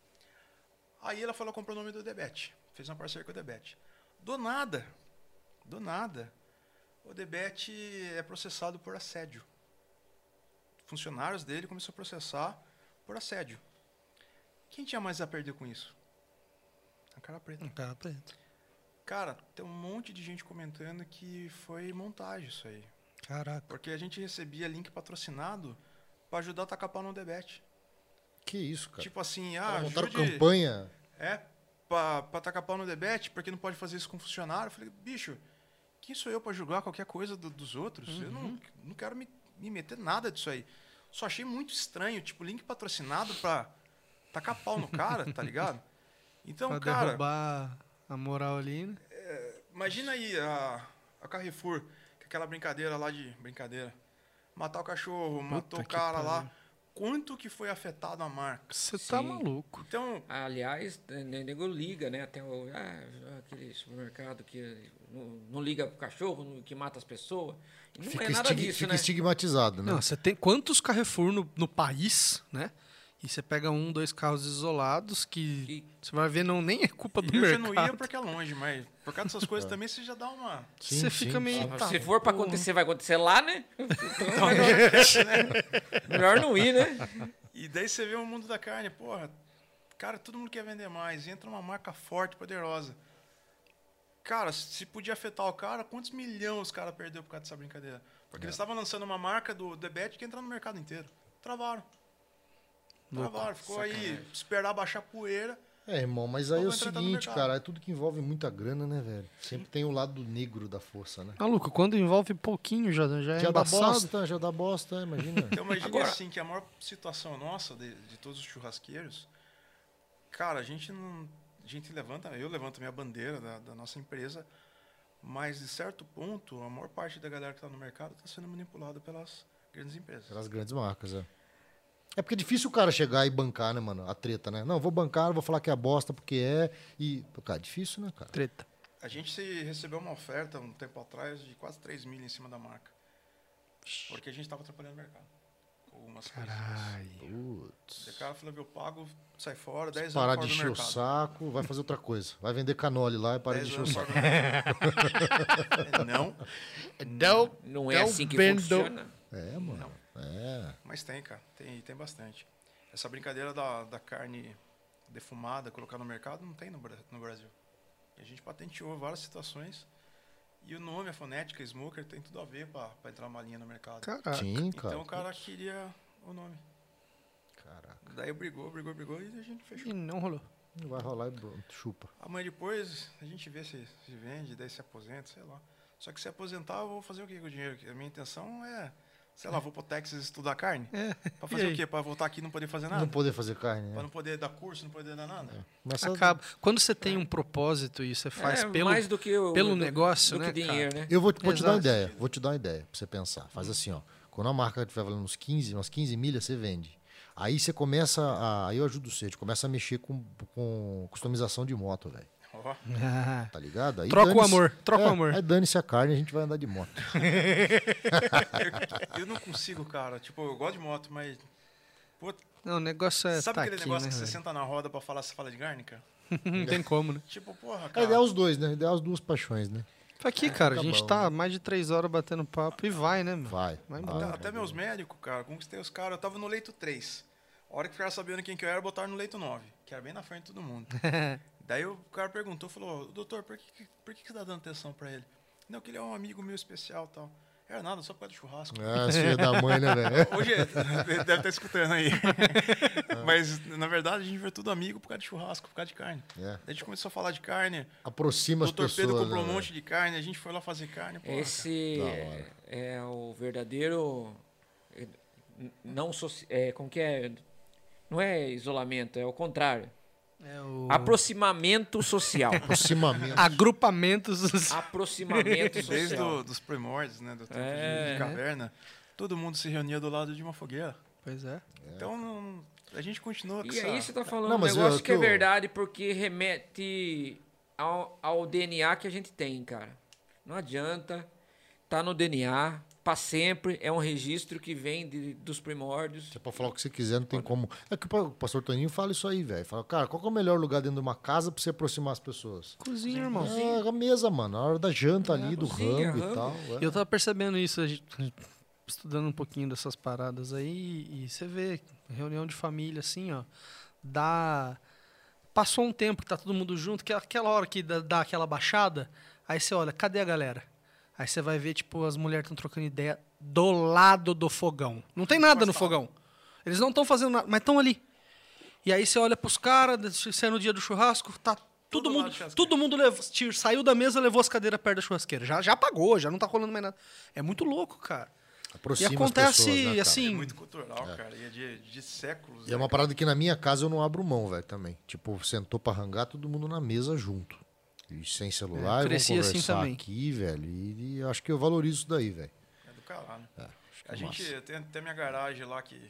[SPEAKER 3] Aí ela falou, comprou o nome do Debete. Fez uma parceria com o Debete. Do nada, do nada, o Debete é processado por assédio. Funcionários dele começaram a processar por assédio. Quem tinha mais a perder com isso? A cara preta.
[SPEAKER 6] Um cara preto.
[SPEAKER 3] Cara, tem um monte de gente comentando que foi montagem isso aí.
[SPEAKER 6] Caraca.
[SPEAKER 3] Porque a gente recebia link patrocinado pra ajudar a tacar pau no debate.
[SPEAKER 1] Que isso, cara.
[SPEAKER 3] Tipo assim, ah,
[SPEAKER 1] Cara, montaram
[SPEAKER 3] ajude-
[SPEAKER 1] campanha.
[SPEAKER 3] É, pra, pra tacar pau no debate, porque não pode fazer isso com funcionário. Eu falei, bicho, quem sou eu pra julgar qualquer coisa do- dos outros? Eu
[SPEAKER 1] Uhum.
[SPEAKER 3] não, não quero me, me meter nada disso aí. Só achei muito estranho, tipo, link patrocinado pra tacar pau no cara, tá ligado? Então,
[SPEAKER 6] pra
[SPEAKER 3] cara,
[SPEAKER 6] derrubar a moral ali, né?
[SPEAKER 3] Imagina aí a, a Carrefour, com aquela brincadeira lá de. Brincadeira. Matar o cachorro, matou o
[SPEAKER 6] que
[SPEAKER 3] cara lá.
[SPEAKER 6] pariu.
[SPEAKER 3] Quanto que foi afetado a marca?
[SPEAKER 6] Você tá
[SPEAKER 2] Sim.
[SPEAKER 6] maluco.
[SPEAKER 3] Então,
[SPEAKER 2] Aliás, né, nego liga, né? Até o, ah, aquele supermercado que não, não liga pro cachorro, não- que mata as pessoas. E Não é nada
[SPEAKER 1] estigui-
[SPEAKER 2] disso,
[SPEAKER 1] fica
[SPEAKER 2] né?
[SPEAKER 1] estigmatizado, né?
[SPEAKER 6] Não, você tem quantos Carrefour no, no país, né? E você pega um, dois carros isolados que
[SPEAKER 2] Que-
[SPEAKER 6] você vai ver, não, nem é culpa do
[SPEAKER 3] eu já não ia
[SPEAKER 6] mercado. É.
[SPEAKER 3] porque é longe, mas por causa dessas coisas também você já dá uma.
[SPEAKER 1] Sim, sim,
[SPEAKER 6] você fica meio.
[SPEAKER 2] Ah,
[SPEAKER 6] tá,
[SPEAKER 2] Se for pra
[SPEAKER 6] porra.
[SPEAKER 2] acontecer, vai acontecer lá, né? Então,
[SPEAKER 6] é.
[SPEAKER 2] melhor, melhor não ir, né?
[SPEAKER 3] E daí você vê o mundo da carne, porra. Cara, todo mundo quer vender mais. Entra uma marca forte, poderosa. Cara, se podia afetar o cara, quantos milhões o cara perdeu por causa dessa brincadeira? Porque eles estavam lançando uma marca do Debet que entra no mercado inteiro. Travaram. Travaram. Ficou aí, esperar baixar poeira.
[SPEAKER 1] É, irmão, mas aí é
[SPEAKER 3] Ou
[SPEAKER 1] o
[SPEAKER 3] vai entrar no
[SPEAKER 1] seguinte,
[SPEAKER 3] mercado.
[SPEAKER 1] cara, é tudo que envolve muita grana, né, velho? Sempre tem o lado negro da força, né?
[SPEAKER 6] Maluco, quando envolve pouquinho já, já é
[SPEAKER 1] Já dá
[SPEAKER 6] embaçado.
[SPEAKER 1] bosta, já dá bosta, é, imagina.
[SPEAKER 3] Então imagine
[SPEAKER 2] Agora-
[SPEAKER 3] assim que a maior situação nossa de, de todos os churrasqueiros, cara, a gente não, a gente levanta, eu levanto minha bandeira da, da nossa empresa, mas de certo ponto a maior parte da galera que está no mercado está sendo manipulada pelas grandes empresas.
[SPEAKER 1] Pelas grandes marcas, é. É porque é difícil o cara chegar e bancar, né, mano? A treta, né? Não, vou bancar, vou falar que é bosta porque é. E. Pô, Cara, difícil, né, cara?
[SPEAKER 6] Treta.
[SPEAKER 3] A gente se- recebeu uma oferta um tempo atrás de quase 3 mil em cima da marca, porque a gente estava atrapalhando o mercado. Algumas coisas.
[SPEAKER 1] Putz.
[SPEAKER 3] O cara falou: eu pago, sai fora, 10
[SPEAKER 1] Parar
[SPEAKER 3] anos
[SPEAKER 1] de
[SPEAKER 3] fora
[SPEAKER 1] encher
[SPEAKER 3] do
[SPEAKER 1] o
[SPEAKER 3] mercado.
[SPEAKER 1] saco, vai fazer outra coisa. Vai vender canole lá e para de
[SPEAKER 3] 10
[SPEAKER 1] encher o
[SPEAKER 3] anos
[SPEAKER 1] saco.
[SPEAKER 3] fora do mercado. Não,
[SPEAKER 5] Não,
[SPEAKER 2] Não é
[SPEAKER 5] Então,
[SPEAKER 2] assim que
[SPEAKER 5] vendo-
[SPEAKER 2] funciona.
[SPEAKER 1] É, mano. É.
[SPEAKER 3] Mas tem, cara. Tem, tem bastante. Essa brincadeira da, da carne defumada, colocar no mercado, não tem no, Bra- no Brasil. E a gente patenteou várias situações. E o nome, a fonética, smoker, tem tudo a ver pra pra entrar uma linha no mercado.
[SPEAKER 6] Caraca.
[SPEAKER 1] Sim, cara.
[SPEAKER 3] então o cara queria o nome. Daí brigou, brigou, brigou e a gente fechou.
[SPEAKER 6] E não rolou.
[SPEAKER 1] Não vai rolar e pronto, chupa.
[SPEAKER 3] Amanhã depois a gente vê se, se vende, daí se aposenta, sei lá. Só que se aposentar, eu vou fazer o que com o dinheiro? A minha intenção é, sei lá, vou pro Texas estudar carne.
[SPEAKER 6] É.
[SPEAKER 3] Pra
[SPEAKER 6] E
[SPEAKER 3] fazer
[SPEAKER 6] aí?
[SPEAKER 3] o quê? Pra voltar aqui e não poder fazer nada?
[SPEAKER 1] Não poder fazer carne,
[SPEAKER 3] Pra
[SPEAKER 1] né?
[SPEAKER 3] não poder dar curso, não poder dar nada.
[SPEAKER 6] É.
[SPEAKER 1] Mas só-
[SPEAKER 6] Acaba. Quando você tem um propósito e você faz
[SPEAKER 2] É,
[SPEAKER 6] pelo.
[SPEAKER 2] mais do que o,
[SPEAKER 6] pelo
[SPEAKER 2] do-
[SPEAKER 6] negócio,
[SPEAKER 2] do
[SPEAKER 6] né,
[SPEAKER 2] que dinheiro, né?
[SPEAKER 1] Eu vou, vou te dar uma
[SPEAKER 6] Exato.
[SPEAKER 1] ideia. Vou te dar uma ideia pra você pensar. Faz assim, ó. Quando a marca estiver valendo uns 15, umas 15 milhas, você vende. Aí você começa a. Aí eu ajudo você, a gente começa a mexer com, com customização de moto, velho.
[SPEAKER 3] Ó,
[SPEAKER 6] Ah,
[SPEAKER 1] Tá ligado? Aí
[SPEAKER 6] Troca o
[SPEAKER 1] dane-se-
[SPEAKER 6] amor, troca
[SPEAKER 1] É,
[SPEAKER 6] o amor.
[SPEAKER 1] Aí dane-se a carne, a gente vai andar de moto.
[SPEAKER 3] eu não consigo, cara. Tipo, eu gosto de moto, mas. Pô,
[SPEAKER 2] né?
[SPEAKER 6] Não, o negócio é.
[SPEAKER 3] sabe
[SPEAKER 6] tá
[SPEAKER 3] aquele
[SPEAKER 6] aqui,
[SPEAKER 3] negócio
[SPEAKER 6] né,
[SPEAKER 3] que você
[SPEAKER 6] velho?
[SPEAKER 3] senta na roda pra falar se fala de carne, cara?
[SPEAKER 6] Não tem como, né?
[SPEAKER 3] Tipo, porra,
[SPEAKER 1] É ideal
[SPEAKER 3] cara.
[SPEAKER 1] os dois, né? Ideal as duas paixões, né?
[SPEAKER 6] Tá aqui, cara. A
[SPEAKER 1] tá
[SPEAKER 6] gente
[SPEAKER 1] bom,
[SPEAKER 6] tá mais de três horas batendo papo e vai, né, meu?
[SPEAKER 1] Vai.
[SPEAKER 6] Vai
[SPEAKER 1] vai.
[SPEAKER 3] Então,
[SPEAKER 6] embora.
[SPEAKER 3] Até, até meus médicos, cara, conquistei os caras. Eu tava no leito 3. A hora que ficaram sabendo quem que eu era, botaram no leito 9, que era bem na frente de todo mundo. Daí o cara perguntou, falou, doutor, por que, por que que você tá dando atenção pra ele? Não, que ele é um amigo meu especial e tal. Era nada, só por causa do churrasco.
[SPEAKER 1] Ah, filha da mãe, né, velho?
[SPEAKER 3] Hoje ele deve estar escutando aí. Mas, na verdade, a gente virou tudo amigo por causa de churrasco, por causa de carne.
[SPEAKER 1] É.
[SPEAKER 3] A gente começou a falar de carne.
[SPEAKER 1] Aproxima
[SPEAKER 3] o
[SPEAKER 1] as
[SPEAKER 3] doutor
[SPEAKER 1] pessoas.
[SPEAKER 3] Pedro comprou
[SPEAKER 1] né,
[SPEAKER 3] um
[SPEAKER 1] velho?
[SPEAKER 3] monte de carne, a gente foi lá fazer carne. Pô,
[SPEAKER 2] Esse
[SPEAKER 1] Da hora.
[SPEAKER 2] é, é o verdadeiro. é, n- Não soci... é, como que é? Não é isolamento, é o contrário.
[SPEAKER 6] É o
[SPEAKER 2] Aproximamento social.
[SPEAKER 1] Aproximamento.
[SPEAKER 6] agrupamentos.
[SPEAKER 1] Ah.
[SPEAKER 2] Aproximamento
[SPEAKER 3] cara. Desde
[SPEAKER 2] social.
[SPEAKER 3] o- dos primórdios, né? Do tempo
[SPEAKER 2] É.
[SPEAKER 3] de, de caverna, todo mundo se reunia do lado de uma fogueira.
[SPEAKER 6] Pois é.
[SPEAKER 3] Então, não- a gente continua com
[SPEAKER 2] E
[SPEAKER 3] essa...
[SPEAKER 2] aí você tá falando
[SPEAKER 1] Não,
[SPEAKER 2] um
[SPEAKER 1] mas eu-
[SPEAKER 2] negócio que é
[SPEAKER 1] que eu-
[SPEAKER 2] verdade porque remete ao, ao DNA que a gente tem, cara. Não adianta. Tá no DNA, pra sempre. É um registro que vem de- dos primórdios.
[SPEAKER 1] Você pode falar o que você quiser, não tem como. É que o pastor Toninho fala isso aí, velho. Fala, cara, qual que é o melhor lugar dentro de uma casa pra você aproximar as pessoas?
[SPEAKER 6] Cozinha, irmão.
[SPEAKER 1] É a mesa, mano. A hora da janta ali, do
[SPEAKER 2] cozinha,
[SPEAKER 1] rango
[SPEAKER 2] rango.
[SPEAKER 1] e tal. é.
[SPEAKER 6] E Eu tava percebendo isso, a gente- estudando um pouquinho dessas paradas aí, e você vê, reunião de família, assim, ó, dá. Passou um tempo que tá todo mundo junto, que é aquela hora que dá, dá aquela baixada, aí você olha, cadê a galera? Aí você vai ver, tipo, as mulheres estão trocando ideia do lado do fogão. Não tem nada no fogão. Eles não estão fazendo nada, mas estão ali. E aí você olha pros caras, se é no dia do churrasco, tá todo
[SPEAKER 3] Todo lado
[SPEAKER 6] mundo,
[SPEAKER 3] de churrasqueira.
[SPEAKER 6] todo mundo levou- tira- saiu da mesa, levou as cadeiras perto da churrasqueira. Já, já apagou, já não tá rolando mais nada. É muito louco, cara.
[SPEAKER 1] Aproxima
[SPEAKER 6] e
[SPEAKER 1] as
[SPEAKER 6] acontece,
[SPEAKER 1] pessoas, né, cara?
[SPEAKER 3] É
[SPEAKER 6] assim,
[SPEAKER 3] muito cultural, cara. E é de, de séculos.
[SPEAKER 1] E é
[SPEAKER 3] né,
[SPEAKER 1] uma
[SPEAKER 3] cara?
[SPEAKER 1] parada que na minha casa eu não abro mão, velho, também. Tipo, sentou pra rangar, todo mundo na mesa junto. E sem celular,
[SPEAKER 6] É,
[SPEAKER 1] eu vamos
[SPEAKER 6] cresci assim
[SPEAKER 1] conversar
[SPEAKER 6] também.
[SPEAKER 1] aqui, velho. E, e eu acho que eu valorizo isso daí, velho.
[SPEAKER 3] É do caralho.
[SPEAKER 1] Acho que
[SPEAKER 3] A
[SPEAKER 1] é
[SPEAKER 3] gente
[SPEAKER 1] massa.
[SPEAKER 3] eu tenho até minha garagem lá que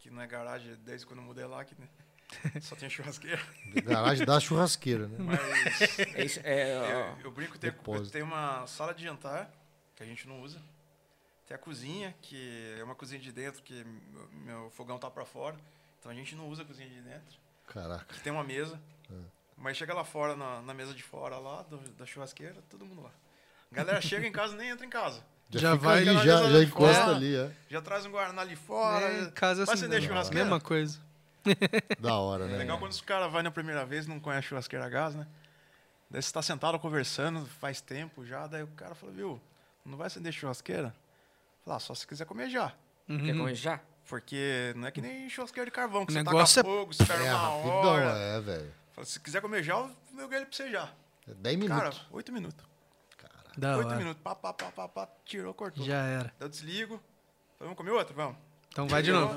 [SPEAKER 3] que não é garagem desde quando eu mudei lá que né, só tem churrasqueira.
[SPEAKER 1] Garagem da churrasqueira, né?
[SPEAKER 3] Mas
[SPEAKER 2] É isso, é, ó,
[SPEAKER 3] eu, eu brinco tem,
[SPEAKER 1] Depósito.
[SPEAKER 3] tem uma sala de jantar que a gente não usa. Tem a cozinha que é uma cozinha de dentro que meu, meu fogão tá para fora, então a gente não usa a cozinha de dentro.
[SPEAKER 1] Caraca.
[SPEAKER 3] Que tem uma mesa. Mas chega lá fora na, na mesa de fora lá do- da churrasqueira, todo mundo lá. A galera chega em casa e nem entra em casa.
[SPEAKER 1] Já,
[SPEAKER 6] Já
[SPEAKER 1] fica
[SPEAKER 6] vai
[SPEAKER 1] ali,
[SPEAKER 3] aquela
[SPEAKER 1] já,
[SPEAKER 3] mesa
[SPEAKER 1] já
[SPEAKER 3] lá de
[SPEAKER 1] encosta
[SPEAKER 3] fora.
[SPEAKER 1] ali, é.
[SPEAKER 3] Já traz um guaraná ali fora.
[SPEAKER 6] é, casa é
[SPEAKER 3] vai
[SPEAKER 6] assim,
[SPEAKER 3] acender a
[SPEAKER 6] né?
[SPEAKER 3] churrasqueira.
[SPEAKER 6] mesma coisa.
[SPEAKER 1] Da hora,
[SPEAKER 3] É
[SPEAKER 1] né?
[SPEAKER 3] legal quando os caras vão na primeira vez, não conhece churrasqueira a gás, né? Daí você tá sentado conversando, faz tempo já, daí o cara fala, viu, não vai acender churrasqueira? Fala, "Ah, só se quiser comer já.
[SPEAKER 2] quer comer já?
[SPEAKER 3] Porque não é que nem churrasqueira de carvão, que
[SPEAKER 6] O
[SPEAKER 3] você
[SPEAKER 6] negócio é-
[SPEAKER 3] taca fogo, espera
[SPEAKER 1] É,
[SPEAKER 3] uma
[SPEAKER 1] rapidão,
[SPEAKER 3] hora.
[SPEAKER 1] é, velho.
[SPEAKER 3] Fala, se quiser comer já, eu- eu ganho ele pra você já.
[SPEAKER 1] É 10
[SPEAKER 3] Cara,
[SPEAKER 1] minutos.
[SPEAKER 3] oito minutos.
[SPEAKER 6] Da
[SPEAKER 3] oito
[SPEAKER 6] hora.
[SPEAKER 3] minutos, pá, pá, pá, pá, pá, tirou, cortou.
[SPEAKER 6] Tá Já era.
[SPEAKER 3] Daí eu desligo, Fala, vamos comer outra, vamos.
[SPEAKER 6] Então vai de novo.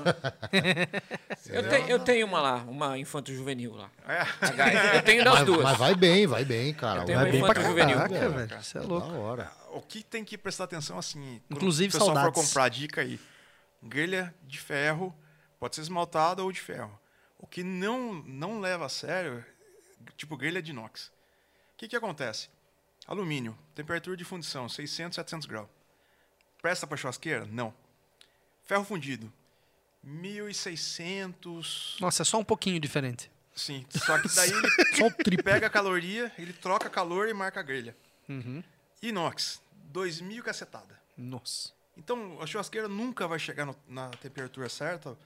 [SPEAKER 2] Eu, te- eu tenho uma lá, uma infanto-juvenil lá.
[SPEAKER 3] É.
[SPEAKER 2] A Gaia. Eu tenho das
[SPEAKER 1] Mas,
[SPEAKER 2] duas.
[SPEAKER 1] mas vai bem, vai bem, cara.
[SPEAKER 2] Eu tenho
[SPEAKER 1] Vai
[SPEAKER 2] uma
[SPEAKER 1] bem
[SPEAKER 3] É um
[SPEAKER 2] infância
[SPEAKER 1] pra
[SPEAKER 2] juvenil.
[SPEAKER 1] caraca,
[SPEAKER 6] Caraca,
[SPEAKER 1] velho.
[SPEAKER 6] velho. Isso é
[SPEAKER 1] É
[SPEAKER 6] louco.
[SPEAKER 1] Da hora.
[SPEAKER 3] O que tem que prestar atenção assim, quando
[SPEAKER 6] Inclusive,
[SPEAKER 3] o pessoal
[SPEAKER 6] saudades.
[SPEAKER 3] for comprar dica aí, grelha de ferro, pode ser esmaltada ou de ferro. O que não não leva a sério, tipo grelha de inox. O que que acontece? Alumínio, temperatura de fundição 600, 700 graus. Presta para churrasqueira? Não. Ferro fundido 1600.
[SPEAKER 6] Nossa, é só um pouquinho diferente. um
[SPEAKER 3] Sim, só que daí ele
[SPEAKER 1] Só o tripé.
[SPEAKER 3] pega a caloria, ele troca calor e marca a grelha.
[SPEAKER 6] Uhum.
[SPEAKER 3] Inox, 2000 cacetada.
[SPEAKER 6] Nossa.
[SPEAKER 3] Então, a churrasqueira nunca vai chegar no- na temperatura certa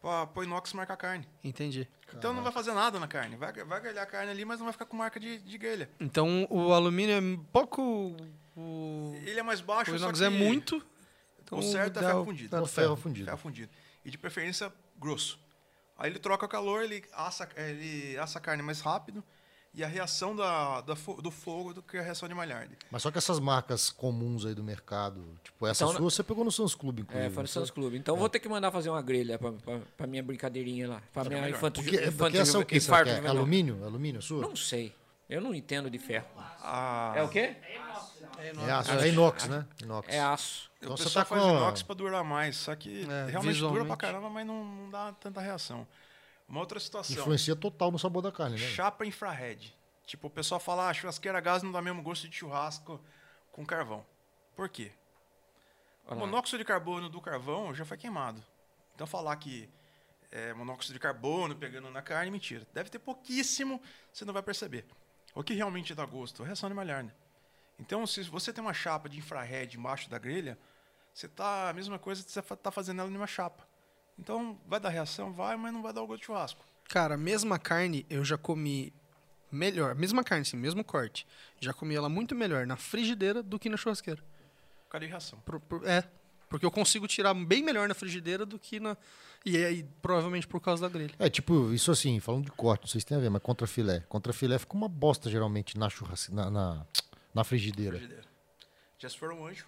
[SPEAKER 3] pra pôr inox e marcar a carne.
[SPEAKER 6] Entendi.
[SPEAKER 3] Então não vai fazer nada na carne. Vai, vai grelhar a carne ali, mas não vai ficar com marca de, de grelha.
[SPEAKER 6] Então o alumínio é um pouco. O,
[SPEAKER 3] Ele é mais baixo,
[SPEAKER 6] o
[SPEAKER 3] só
[SPEAKER 6] inox
[SPEAKER 3] que
[SPEAKER 6] é muito. Então
[SPEAKER 3] o certo é
[SPEAKER 6] dá
[SPEAKER 3] ferro
[SPEAKER 6] o-
[SPEAKER 3] fundido.
[SPEAKER 6] dá
[SPEAKER 1] No ferro fundido.
[SPEAKER 3] Ferro fundido. E de preferência, grosso. Aí ele troca o calor, ele assa, ele assa a carne mais rápido e a reação da, da fo- do fogo do que a reação de Maillard.
[SPEAKER 1] Mas só que essas marcas comuns aí do mercado, tipo, essa
[SPEAKER 2] Então,
[SPEAKER 1] sua você pegou no Sans Club, inclusive.
[SPEAKER 2] É, foi no
[SPEAKER 1] não
[SPEAKER 2] Santos Clube. Então vou ter que mandar fazer uma grelha pra, pra, pra minha brincadeirinha lá. Pra minha
[SPEAKER 3] é melhor.
[SPEAKER 2] infanto
[SPEAKER 1] Porque, porque essa é o que você quer? É alumínio? Alumínio a sua?
[SPEAKER 2] Não sei. Eu não entendo de ferro.
[SPEAKER 3] Ah,
[SPEAKER 2] É o quê?
[SPEAKER 1] é, aço, é inox, né? Inox.
[SPEAKER 2] É aço.
[SPEAKER 1] Então
[SPEAKER 3] o
[SPEAKER 1] você
[SPEAKER 3] pessoal
[SPEAKER 1] tá
[SPEAKER 3] faz
[SPEAKER 1] com a-
[SPEAKER 3] inox pra durar mais, só que
[SPEAKER 6] É,
[SPEAKER 3] realmente dura pra
[SPEAKER 6] visualmente.
[SPEAKER 3] caramba, mas não, não dá tanta reação. Uma outra situação,
[SPEAKER 1] Influencia total no sabor da carne, né?
[SPEAKER 3] chapa infrared. Tipo, o pessoal fala, ah, churrasqueira a gás não dá mesmo gosto de churrasco com carvão. Por quê? O
[SPEAKER 2] Olha lá.
[SPEAKER 3] monóxido de carbono do carvão já foi queimado. Então falar que é monóxido de carbono pegando na carne, mentira. Deve ter pouquíssimo, você não vai perceber. O que realmente dá gosto é a reação de Maillard. Então, se você tem uma chapa de infrared embaixo da grelha, você tá a mesma coisa que você fa- tá fazendo ela numa chapa. Então, vai dar reação? Vai, mas não vai dar o gosto de churrasco.
[SPEAKER 6] Cara, mesma carne eu já comi melhor. Mesma carne, sim, mesmo corte. Já comi ela muito melhor na frigideira do que na churrasqueira.
[SPEAKER 3] Por causa de reação.
[SPEAKER 6] Por- por- é. Porque eu consigo tirar bem melhor na frigideira do que na. E aí, provavelmente por causa da grelha.
[SPEAKER 1] É, tipo, isso assim, falando de corte, não sei se tem a ver, mas contra filé. Contra filé fica uma bosta, geralmente, na churrasca, na, na, na
[SPEAKER 2] É.
[SPEAKER 1] frigideira.
[SPEAKER 3] Frigideira. Já se for um ancho,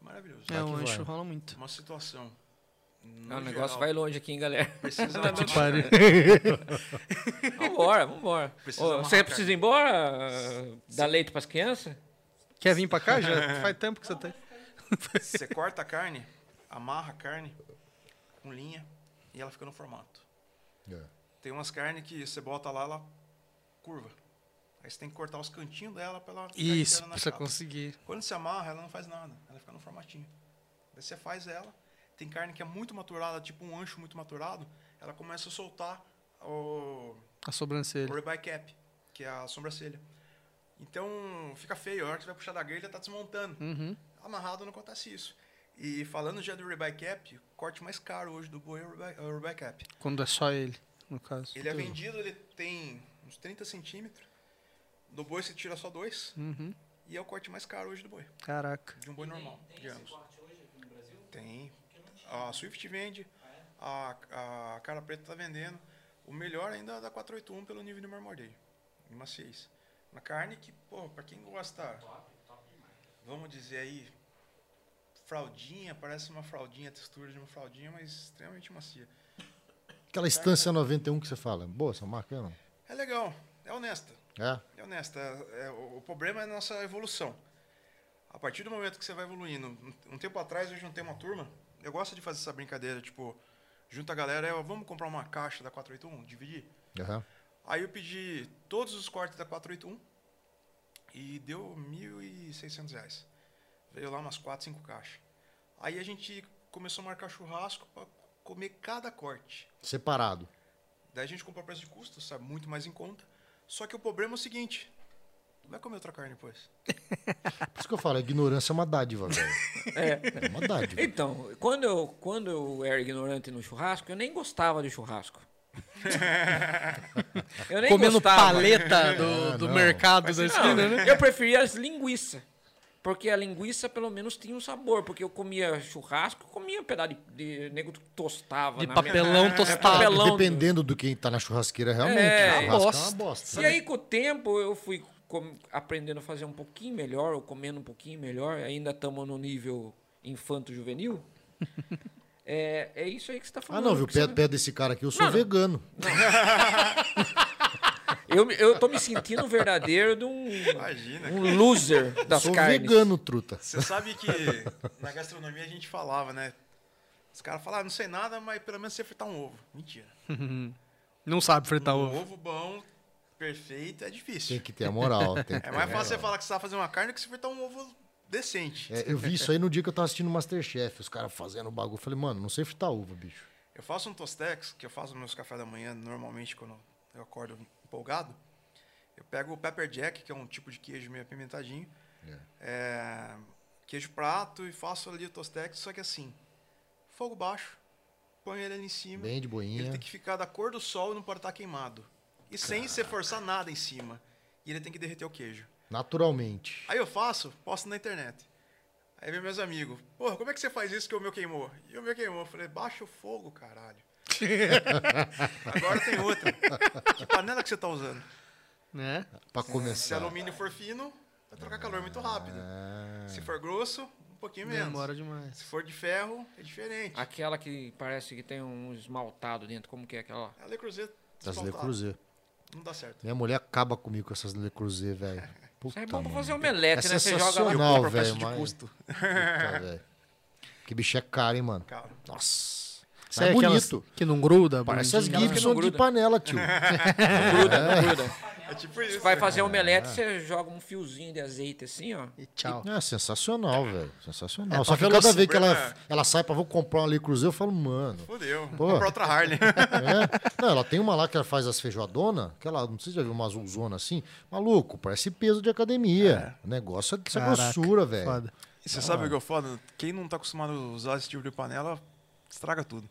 [SPEAKER 3] maravilhoso.
[SPEAKER 6] É, o ancho rola muito.
[SPEAKER 3] Uma situação.
[SPEAKER 2] Não, o É um negócio vai longe aqui, hein, galera.
[SPEAKER 3] Precisa
[SPEAKER 2] Vambora, vambora.
[SPEAKER 3] Precisa
[SPEAKER 2] Ô,
[SPEAKER 3] amarrar
[SPEAKER 2] você
[SPEAKER 3] a
[SPEAKER 2] precisa ir embora? Dar leite pras crianças?
[SPEAKER 6] Quer vir pra cá? Já faz tempo que você tem.
[SPEAKER 3] Você corta a carne, amarra a carne com linha e ela fica no formato.
[SPEAKER 1] É.
[SPEAKER 3] Tem umas carnes que você bota lá, ela curva. Aí você tem que cortar os cantinhos dela pra ela ficar
[SPEAKER 6] Isso,
[SPEAKER 3] inteira na
[SPEAKER 6] pra você
[SPEAKER 3] chapa.
[SPEAKER 6] conseguir.
[SPEAKER 3] Quando você amarra, ela não faz nada. Ela fica no formatinho. Daí você faz ela. Tem carne que é muito maturada, tipo um ancho muito maturado. Ela começa a soltar o
[SPEAKER 6] A sobrancelha.
[SPEAKER 3] ribeye cap, que é a sobrancelha. Então, fica feio. A hora que você vai puxar da grelha, tá desmontando.
[SPEAKER 6] Uhum.
[SPEAKER 3] Amarrado não acontece isso. E falando já do ribeye cap, o corte mais caro hoje do boi é o ribeye- é o ribeye cap.
[SPEAKER 6] Quando é só ele, no caso.
[SPEAKER 3] Ele é vendido, ele tem uns 30 centímetros. Do boi você tira só dois.
[SPEAKER 6] Uhum.
[SPEAKER 3] E é o corte mais caro hoje do boi.
[SPEAKER 6] Caraca.
[SPEAKER 3] De um boi normal, digamos. Tem. A Swift vende, a, a Cara Preta tá vendendo. O melhor ainda é da 481 pelo nível de marmoreio, em maciez. Uma carne que, pô, pra quem gosta, vamos dizer aí, fraldinha, parece uma fraldinha, a textura de uma fraldinha, mas extremamente macia.
[SPEAKER 1] Aquela instância 91 que você fala. Boa, essa marca não.
[SPEAKER 3] É legal, é honesta.
[SPEAKER 1] É?
[SPEAKER 3] É honesta. é, o, o problema é a nossa evolução. A partir do momento que você vai evoluindo. um- Um tempo atrás eu juntei uma turma. Eu gosto de fazer essa brincadeira, tipo, junta a galera, é, ó, vamos comprar uma caixa da 481, dividir.
[SPEAKER 1] Aham.
[SPEAKER 3] Aí eu pedi todos os cortes da 481 e deu R$ 1.600. reais. Veio lá umas 4, 5 caixas. Aí a gente começou a marcar churrasco para comer cada corte.
[SPEAKER 1] Separado.
[SPEAKER 3] Daí a gente compra preço de custo, sabe? Muito mais em conta. Só que o problema é o seguinte: vai comer outra carne depois.
[SPEAKER 1] Por isso que eu falo, a ignorância é uma dádiva, velho.
[SPEAKER 2] É.
[SPEAKER 1] É uma dádiva.
[SPEAKER 2] Então, quando eu, quando eu era ignorante no churrasco, eu nem gostava de churrasco. Eu nem
[SPEAKER 6] Comendo
[SPEAKER 2] gostava.
[SPEAKER 6] paleta do, do
[SPEAKER 1] não.
[SPEAKER 6] mercado da
[SPEAKER 2] Não,
[SPEAKER 6] esquina, né?
[SPEAKER 2] Eu preferia as linguiças. Porque a linguiça, pelo menos, tinha um sabor. Porque eu comia churrasco, eu comia um pedaço de, de nego tostava.
[SPEAKER 6] De
[SPEAKER 2] na
[SPEAKER 6] papelão tostado.
[SPEAKER 2] Papelão.
[SPEAKER 1] Dependendo do quem tá na churrasqueira, realmente.
[SPEAKER 2] É,
[SPEAKER 1] churrasco é uma
[SPEAKER 6] bosta.
[SPEAKER 1] bosta.
[SPEAKER 2] E aí, com o tempo, eu fui com- aprendendo a fazer um pouquinho melhor, ou comendo um pouquinho melhor. Ainda estamos no nível infanto-juvenil. é, é isso aí que você está
[SPEAKER 1] Ah,
[SPEAKER 2] falando.
[SPEAKER 1] não, viu?
[SPEAKER 2] que você-
[SPEAKER 1] Perto, perto desse cara aqui, eu sou
[SPEAKER 2] Não, não.
[SPEAKER 1] vegano.
[SPEAKER 2] Eu, me- eu tô me sentindo um verdadeiro de um,
[SPEAKER 3] Imagina. cara.
[SPEAKER 2] um loser das
[SPEAKER 1] sou
[SPEAKER 2] carnes.
[SPEAKER 1] vegano, truta.
[SPEAKER 3] Você sabe que na gastronomia a gente falava, né? Os caras falavam, ah, não sei nada, mas pelo menos você fritar um ovo. Mentira.
[SPEAKER 6] Não sabe fritar
[SPEAKER 3] um
[SPEAKER 6] ovo.
[SPEAKER 3] ovo bom, perfeito, é difícil.
[SPEAKER 1] Tem que ter a moral. tem que
[SPEAKER 3] É
[SPEAKER 1] ter
[SPEAKER 3] mais
[SPEAKER 1] a
[SPEAKER 3] fácil você
[SPEAKER 1] moral.
[SPEAKER 3] falar que você sabe fazer uma carne do que você fritar um ovo decente.
[SPEAKER 1] É, eu vi isso aí no dia que eu tava assistindo Masterchef, os caras fazendo o bagulho. Eu Falei, mano, não sei fritar uva, bicho.
[SPEAKER 3] Eu faço um tostex, que eu faço meus cafés da manhã normalmente quando eu acordo empolgado. Eu pego o pepper jack, que é um tipo de queijo meio apimentadinho. é, queijo prato e faço ali o tostex, só que assim, fogo baixo, põe ele ali em cima.
[SPEAKER 1] Bem de
[SPEAKER 3] Ele
[SPEAKER 1] boinha.
[SPEAKER 3] tem que ficar da cor do sol e não pode estar queimado. E sem você forçar nada em cima. E ele tem que derreter o queijo.
[SPEAKER 1] Naturalmente.
[SPEAKER 3] Aí eu faço, posto na internet. Aí vem meus amigos, porra, como é que você faz isso que o meu queimou? E o meu queimou. Eu falei, baixa o fogo, caralho. Agora tem outra. Que panela que você tá usando?
[SPEAKER 6] Né?
[SPEAKER 1] Pra
[SPEAKER 3] Se é
[SPEAKER 1] começar.
[SPEAKER 3] alumínio for fino, vai trocar calor muito rápido.
[SPEAKER 1] Ah,
[SPEAKER 3] Se for grosso, um pouquinho menos.
[SPEAKER 6] Demora demais.
[SPEAKER 3] Se for de ferro, é diferente.
[SPEAKER 1] Ah.
[SPEAKER 2] Aquela que parece que tem um esmaltado dentro, como que é aquela?
[SPEAKER 3] A Le Creuset
[SPEAKER 1] das Le
[SPEAKER 3] desfaltada.
[SPEAKER 1] Creuset.
[SPEAKER 3] Não dá certo.
[SPEAKER 1] Minha mulher acaba comigo com essas Le Creuset, velho.
[SPEAKER 2] Isso
[SPEAKER 1] Puta,
[SPEAKER 2] é bom pra
[SPEAKER 1] mano.
[SPEAKER 2] fazer
[SPEAKER 1] É
[SPEAKER 2] omelete, né? Você joga lá.
[SPEAKER 1] sensacional,
[SPEAKER 3] compro a peça
[SPEAKER 1] velho.
[SPEAKER 3] de
[SPEAKER 1] mas-
[SPEAKER 3] custo.
[SPEAKER 1] Puta, velho. Que bicho é caro, hein, mano?
[SPEAKER 3] Caro.
[SPEAKER 1] Nossa. Mas
[SPEAKER 6] Sabe
[SPEAKER 1] é
[SPEAKER 6] aquelas
[SPEAKER 1] bonito.
[SPEAKER 6] Que não gruda,
[SPEAKER 1] Parece as
[SPEAKER 6] bonitinho?
[SPEAKER 2] que não
[SPEAKER 1] Gibson de
[SPEAKER 2] gruda.
[SPEAKER 1] panela, tio. É
[SPEAKER 2] Gruda, não gruda.
[SPEAKER 3] É tipo isso.
[SPEAKER 2] Vai fazer
[SPEAKER 1] Ah.
[SPEAKER 2] omelete, você joga um fiozinho de azeite assim, ó.
[SPEAKER 6] E tchau.
[SPEAKER 1] É sensacional, velho. Sensacional.
[SPEAKER 6] É,
[SPEAKER 1] Só que
[SPEAKER 6] pra
[SPEAKER 1] cada
[SPEAKER 6] velocidade,
[SPEAKER 1] vez que ela,
[SPEAKER 3] né?
[SPEAKER 1] ela sai pra vou comprar uma Le Creuset, eu falo, mano.
[SPEAKER 3] Fudeu.
[SPEAKER 1] Pô.
[SPEAKER 3] Comprar outra Harley.
[SPEAKER 1] É. Não, ela tem uma lá que ela faz as feijoadonas, que ela, não sei se já viu uma azulzona assim. Maluco, parece peso de academia. O negócio é dessa
[SPEAKER 6] Caraca,
[SPEAKER 1] grossura, velho.
[SPEAKER 6] Foda.
[SPEAKER 3] E você sabe o que eu falo? Quem não tá acostumado a usar esse tipo de panela, estraga tudo.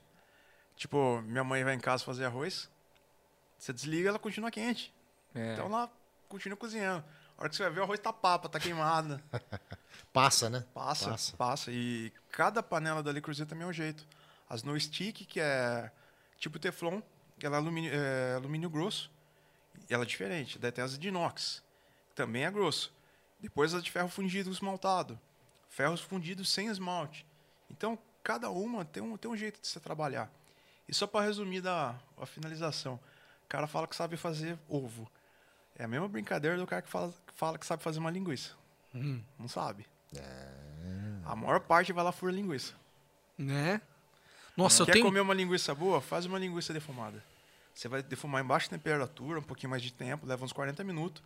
[SPEAKER 3] Tipo, minha mãe vai em casa fazer arroz, você desliga, ela continua quente.
[SPEAKER 2] É.
[SPEAKER 3] Então ela continua cozinhando. A hora que você vai ver, o arroz tá papa, tá queimado.
[SPEAKER 1] Passa, né?
[SPEAKER 3] Passa,
[SPEAKER 1] Passa.
[SPEAKER 3] passa. E cada panela da Le Creuset também é um jeito. As no stick, que é tipo Teflon, que ela é alumínio, é alumínio grosso. E ela é diferente. Daí tem as de inox, que também é grosso. Depois as de ferro fundido esmaltado. Ferros fundidos sem esmalte. Então, cada uma tem um, tem um jeito de se trabalhar. E só para resumir da, a finalização. O cara fala que sabe fazer ovo. É a mesma brincadeira do cara que fala, que fala que sabe fazer uma linguiça. Não sabe. A maior parte vai lá fura linguiça.
[SPEAKER 6] Né? Nossa,
[SPEAKER 3] Hum. Quer
[SPEAKER 6] eu tenho.
[SPEAKER 3] comer uma linguiça boa? Faz uma linguiça defumada. Você vai defumar em baixa temperatura, um pouquinho mais de tempo, leva uns 40 minutos.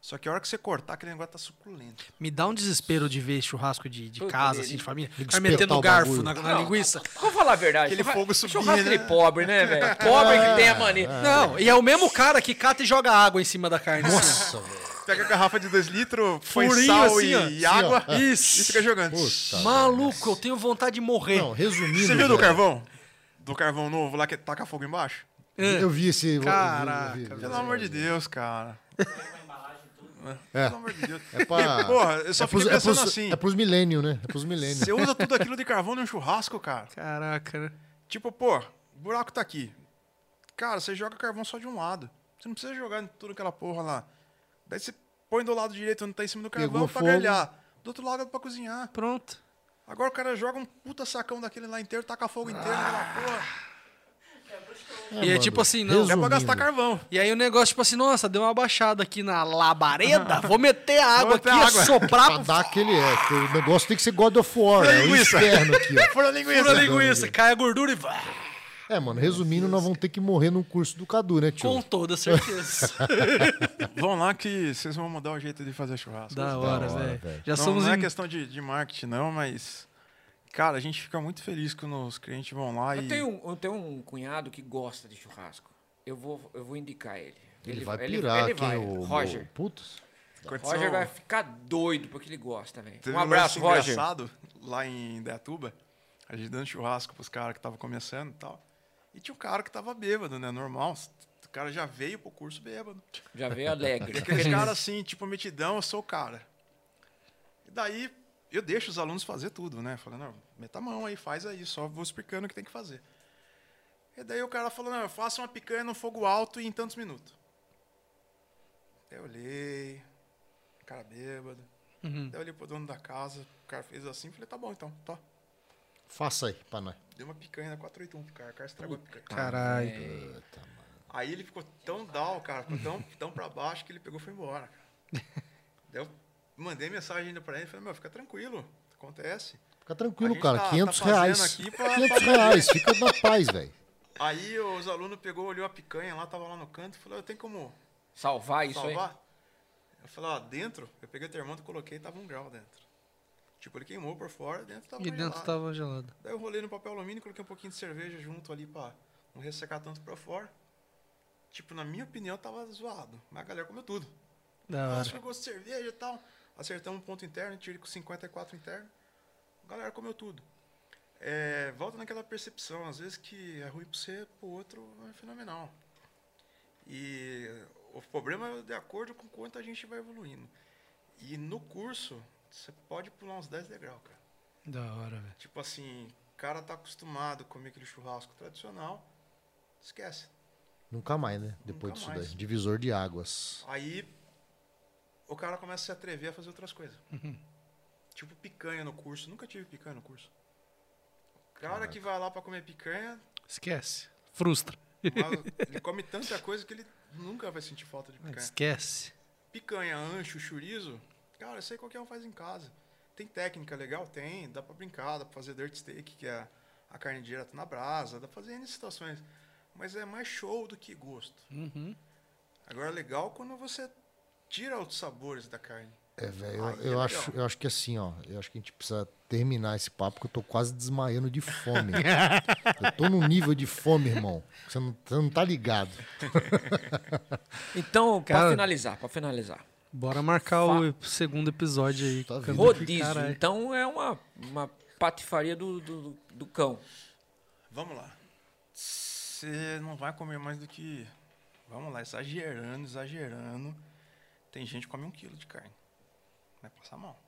[SPEAKER 3] Só que a hora que você cortar, aquele negócio tá suculento.
[SPEAKER 6] Me dá um desespero de ver churrasco de, de
[SPEAKER 2] Puta
[SPEAKER 6] casa,
[SPEAKER 2] dele.
[SPEAKER 6] assim, de família.
[SPEAKER 1] Tem que
[SPEAKER 6] Vai
[SPEAKER 1] espetar
[SPEAKER 6] metendo
[SPEAKER 1] o bagulho.
[SPEAKER 6] garfo na, na
[SPEAKER 2] Não.
[SPEAKER 6] linguiça.
[SPEAKER 2] Vou falar a verdade.
[SPEAKER 3] Aquele
[SPEAKER 2] churra-
[SPEAKER 3] fogo subindo,
[SPEAKER 2] Churrasco é um de
[SPEAKER 3] né?
[SPEAKER 2] pobre, né, velho? Pobre que tem a mania.
[SPEAKER 1] Ah,
[SPEAKER 6] Não, e é o mesmo cara que cata e joga água em cima da carne. assim.
[SPEAKER 1] Nossa, velho.
[SPEAKER 3] Pega a garrafa de 2 litros, põe
[SPEAKER 6] Furinho
[SPEAKER 3] sal
[SPEAKER 6] assim,
[SPEAKER 3] e,
[SPEAKER 6] ó.
[SPEAKER 3] e água
[SPEAKER 1] Assim, ó.
[SPEAKER 3] Isso. e fica jogando.
[SPEAKER 1] Puta.
[SPEAKER 6] Maluco, eu tenho vontade de morrer.
[SPEAKER 1] Tá Não, resumindo.
[SPEAKER 3] Você viu do
[SPEAKER 1] velho,
[SPEAKER 3] carvão? Do carvão novo lá que taca fogo embaixo?
[SPEAKER 1] Eu vi esse.
[SPEAKER 6] Caraca,
[SPEAKER 1] eu vi- eu vi-
[SPEAKER 3] Pelo amor de Deus, cara.
[SPEAKER 1] É.
[SPEAKER 3] Pelo amor de Deus.
[SPEAKER 1] É pra.
[SPEAKER 3] Porra, eu só
[SPEAKER 1] é pros,
[SPEAKER 3] fiquei
[SPEAKER 1] é
[SPEAKER 3] pensando
[SPEAKER 1] pros,
[SPEAKER 3] assim.
[SPEAKER 1] É pros milênio, né? É pros milênio.
[SPEAKER 3] Você usa tudo aquilo de carvão num churrasco, cara.
[SPEAKER 6] Caraca, né?
[SPEAKER 3] Tipo, pô, o buraco tá aqui. Cara, você joga carvão só de um lado. Você não precisa jogar em tudo aquela porra lá. Daí você põe do lado direito onde tá em cima do carvão
[SPEAKER 1] Pegou
[SPEAKER 3] pra
[SPEAKER 1] fogo.
[SPEAKER 3] grelhar. Do outro lado é pra cozinhar.
[SPEAKER 6] Pronto.
[SPEAKER 3] Agora o cara joga um puta sacão daquele lá inteiro, taca fogo inteiro
[SPEAKER 6] Ah,
[SPEAKER 3] naquela porra.
[SPEAKER 6] e é
[SPEAKER 1] mano,
[SPEAKER 6] tipo assim, não.
[SPEAKER 3] É pra
[SPEAKER 1] Resumindo.
[SPEAKER 3] gastar carvão.
[SPEAKER 6] E aí o negócio, tipo assim, nossa, deu uma baixada aqui na labareda, vou meter a água aqui,
[SPEAKER 3] meter a água.
[SPEAKER 1] Pra
[SPEAKER 6] soprar
[SPEAKER 1] dar aquele é. porque O negócio tem que ser God of War. É o
[SPEAKER 3] Linguiça.
[SPEAKER 1] inferno aqui, ó.
[SPEAKER 3] Fura a linguiça.
[SPEAKER 6] pura linguiça, cai a gordura e vai.
[SPEAKER 1] É, mano, resumindo, nós vamos ter que morrer no curso do Cadu, né, tio?
[SPEAKER 6] Com toda certeza.
[SPEAKER 3] Vão lá que vocês vão mudar o jeito de fazer churrasco.
[SPEAKER 6] da
[SPEAKER 1] hora,
[SPEAKER 6] hora, velho.
[SPEAKER 1] velho.
[SPEAKER 6] Já
[SPEAKER 3] não,
[SPEAKER 6] somos
[SPEAKER 3] não é
[SPEAKER 6] em-
[SPEAKER 3] questão de, de marketing, não, mas. Cara, a gente fica muito feliz quando os clientes vão lá e.
[SPEAKER 2] Eu tenho, um- eu tenho um cunhado que gosta de churrasco. Eu vou, eu vou indicar ele.
[SPEAKER 1] Ele, vai pirar
[SPEAKER 2] ele
[SPEAKER 1] quem
[SPEAKER 2] vai.
[SPEAKER 1] é o
[SPEAKER 2] Roger.
[SPEAKER 1] o- Putz.
[SPEAKER 3] Aconteceu-
[SPEAKER 2] Roger vai ficar doido porque ele gosta, velho.
[SPEAKER 3] Teve
[SPEAKER 2] Um abraço,
[SPEAKER 3] lance
[SPEAKER 2] Roger.
[SPEAKER 3] engraçado lá em Deatuba, a gente dando churrasco pros caras que estavam começando e tal. E tinha um cara que tava bêbado, né? Normal. O cara já veio pro curso bêbado.
[SPEAKER 2] Já veio alegre.
[SPEAKER 3] E aquele cara assim, tipo, metidão, eu sou o cara. E daí eu deixo os alunos fazer tudo, né? Falando, não, meta a mão aí, faz aí, só vou explicando o que tem que fazer. E daí o cara falou, não, eu faço uma picanha no fogo alto em tantos minutos. Daí eu olhei, cara bêbado. Daí eu olhei pro dono da casa, o cara fez assim, falei, tá bom então, tá.
[SPEAKER 1] Faça aí, pra nós.
[SPEAKER 3] Deu uma picanha na 481 pro cara, o cara estragou a picanha.
[SPEAKER 6] Caralho.
[SPEAKER 3] Aí ele ficou tão down, cara, ficou tão, tão pra baixo que ele pegou e foi embora. Cara. Daí eu mandei mensagem ainda pra ele, falei, meu, fica tranquilo, acontece.
[SPEAKER 1] Fica tranquilo,
[SPEAKER 3] A gente
[SPEAKER 1] cara.
[SPEAKER 3] tá-
[SPEAKER 1] 500
[SPEAKER 3] tá fazendo
[SPEAKER 1] reais.
[SPEAKER 3] aqui pra-
[SPEAKER 1] 500
[SPEAKER 3] pra-
[SPEAKER 1] reais. Fica na paz, velho.
[SPEAKER 3] Aí os alunos pegou, olhou a picanha lá, tava lá no canto, falou, eu tenho como
[SPEAKER 6] É
[SPEAKER 2] Salvar isso aí.
[SPEAKER 3] salvar? Eu falei, ó, dentro, eu peguei o termômetro, coloquei, tava um grau dentro. Tipo, ele queimou por fora, dentro tava
[SPEAKER 6] E dentro
[SPEAKER 3] congelado.
[SPEAKER 6] tava gelado.
[SPEAKER 3] Daí eu rolei no papel alumínio, coloquei um pouquinho de cerveja junto ali pra não ressecar tanto pra fora. Tipo, na minha opinião, tava zoado. Mas a galera comeu tudo.
[SPEAKER 6] Da
[SPEAKER 3] Nossa,
[SPEAKER 6] hora.
[SPEAKER 3] foi gosto de cerveja e tal. Acertamos um ponto interno, tiro com 54 interno. A galera comeu tudo. É, volta naquela percepção, às vezes que é ruim para você, pro outro é fenomenal. E o problema é de acordo com quanto a gente vai evoluindo. E no curso, você pode pular uns 10 degraus, cara.
[SPEAKER 6] Da hora, velho.
[SPEAKER 3] Tipo assim, o cara tá acostumado a comer aquele churrasco tradicional, esquece.
[SPEAKER 1] Nunca mais, né? Depois
[SPEAKER 3] Nunca
[SPEAKER 1] disso
[SPEAKER 3] mais.
[SPEAKER 1] daí. Divisor de águas.
[SPEAKER 3] Aí o cara começa a se atrever a fazer outras coisas. Tipo picanha no curso. Nunca tive picanha no curso. O cara que vai lá pra comer picanha,
[SPEAKER 6] Esquece. Frustra.
[SPEAKER 3] mas ele come tanta coisa que ele nunca vai sentir falta de picanha.
[SPEAKER 6] Esquece.
[SPEAKER 3] Picanha, ancho, chorizo, cara, isso aí qualquer um faz em casa. Tem técnica legal? Tem. Dá pra brincar, dá pra fazer dirt steak, que é a carne direto na brasa. Dá pra fazer N situações. Mas é mais show do que gosto.
[SPEAKER 6] Uhum.
[SPEAKER 3] Agora, legal quando você tira os sabores da carne.
[SPEAKER 1] É, velho, eu,
[SPEAKER 3] Aí é
[SPEAKER 1] eu,
[SPEAKER 3] legal.
[SPEAKER 1] acho, eu acho que assim, ó. Eu acho que a gente precisa terminar esse papo, porque eu tô quase desmaiando de fome. eu tô num nível de fome, irmão. Você não, você não tá ligado.
[SPEAKER 2] Então, pra
[SPEAKER 6] Cara-
[SPEAKER 2] finalizar, pra finalizar.
[SPEAKER 6] Bora marcar o segundo episódio aí.
[SPEAKER 1] Tá
[SPEAKER 6] Cando
[SPEAKER 1] vindo.
[SPEAKER 6] aqui,
[SPEAKER 2] Rodízio.
[SPEAKER 6] caralho.
[SPEAKER 2] Então é uma, uma patifaria do, do, do cão.
[SPEAKER 3] Vamos lá. Você não vai comer mais do que. Vamos lá, exagerando, exagerando. Tem gente que come um quilo de carne. Vai passar mal.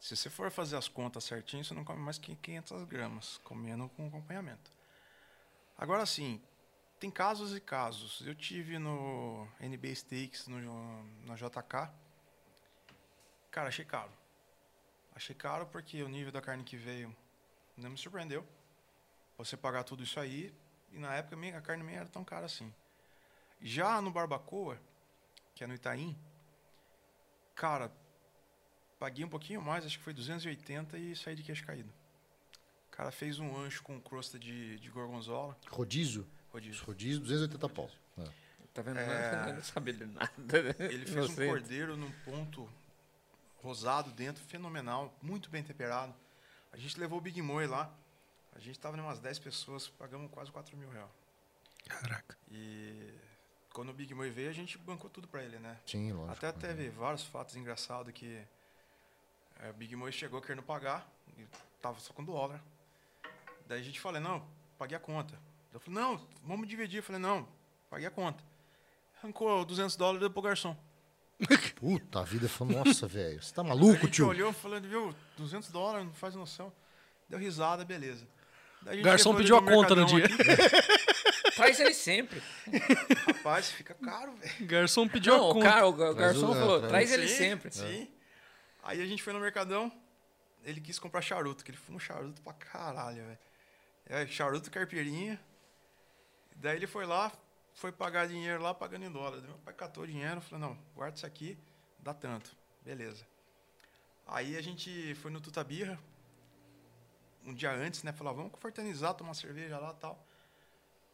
[SPEAKER 3] Se você for fazer as contas certinho, você não come mais que 500 gramas, comendo com acompanhamento. Agora sim, tem casos e casos. Eu tive no NBA Steaks, no, na JK. Cara, achei caro. Achei caro porque o nível da carne que veio não me surpreendeu. Você pagar tudo isso aí, e na época minha- a carne nem era tão cara assim. Já no Barbacoa, que é no Itaim, cara, paguei um pouquinho mais, acho que foi 280 e saí de queixo caído. O cara fez um ancho com crosta de, de gorgonzola.
[SPEAKER 1] Rodízio?
[SPEAKER 3] Rodízio.
[SPEAKER 1] Rodízio, 280 pau. É.
[SPEAKER 2] Tá vendo?
[SPEAKER 3] É.
[SPEAKER 2] Eu não sabia de nada. né?
[SPEAKER 3] Ele fez um
[SPEAKER 2] Inocente.
[SPEAKER 3] cordeiro num ponto rosado dentro, fenomenal, muito bem temperado. A gente levou o Big Moi lá. A gente tava em umas 10 pessoas, pagamos quase 4 mil reais.
[SPEAKER 6] Caraca.
[SPEAKER 3] E quando o Big Moi veio, a gente bancou tudo pra ele, né?
[SPEAKER 1] Sim, lógico.
[SPEAKER 3] Até teve vários fatos engraçados que é, o Big Moi chegou querendo pagar e tava só com dólar. Daí a gente falou, não, paguei a conta. Eu falei, não, vamos dividir. Eu falei, não, paguei a conta. Arrancou 200 dólares e deu pro garçom.
[SPEAKER 1] Puta, a vida foi. Nossa, velho. Você tá
[SPEAKER 3] a
[SPEAKER 1] maluco,
[SPEAKER 3] gente
[SPEAKER 1] tio?
[SPEAKER 3] olhou falando, viu, 200 dólares, não faz noção. Deu risada, beleza. Daí a gente
[SPEAKER 6] Garçom
[SPEAKER 3] levou ele
[SPEAKER 6] pediu a
[SPEAKER 3] no
[SPEAKER 6] conta no
[SPEAKER 3] Mercadão
[SPEAKER 6] dia.
[SPEAKER 3] ali.
[SPEAKER 2] Traz ele sempre.
[SPEAKER 3] Rapaz, fica caro, velho.
[SPEAKER 6] Garçom pediu
[SPEAKER 2] Não,
[SPEAKER 6] a
[SPEAKER 2] o,
[SPEAKER 6] conta.
[SPEAKER 2] cara, o gar- o
[SPEAKER 1] Traz o-
[SPEAKER 2] garçom
[SPEAKER 1] é,
[SPEAKER 2] falou,
[SPEAKER 1] traz-
[SPEAKER 2] traz ele
[SPEAKER 3] Sim,
[SPEAKER 2] sempre.
[SPEAKER 3] Sim. Aí a gente foi no Mercadão, ele quis comprar charuto, que ele fuma charuto pra caralho, velho. É, charuto, carpirinha. Daí ele foi lá, foi pagar dinheiro lá, pagando em dólar. Daí meu pai catou o dinheiro, falou, não, guarda isso aqui, dá tanto. Beleza. Aí a gente foi no Tuta Birra, um dia antes, né? Falou, "Ah, vamos confraternizar, tomar uma cerveja lá e tal.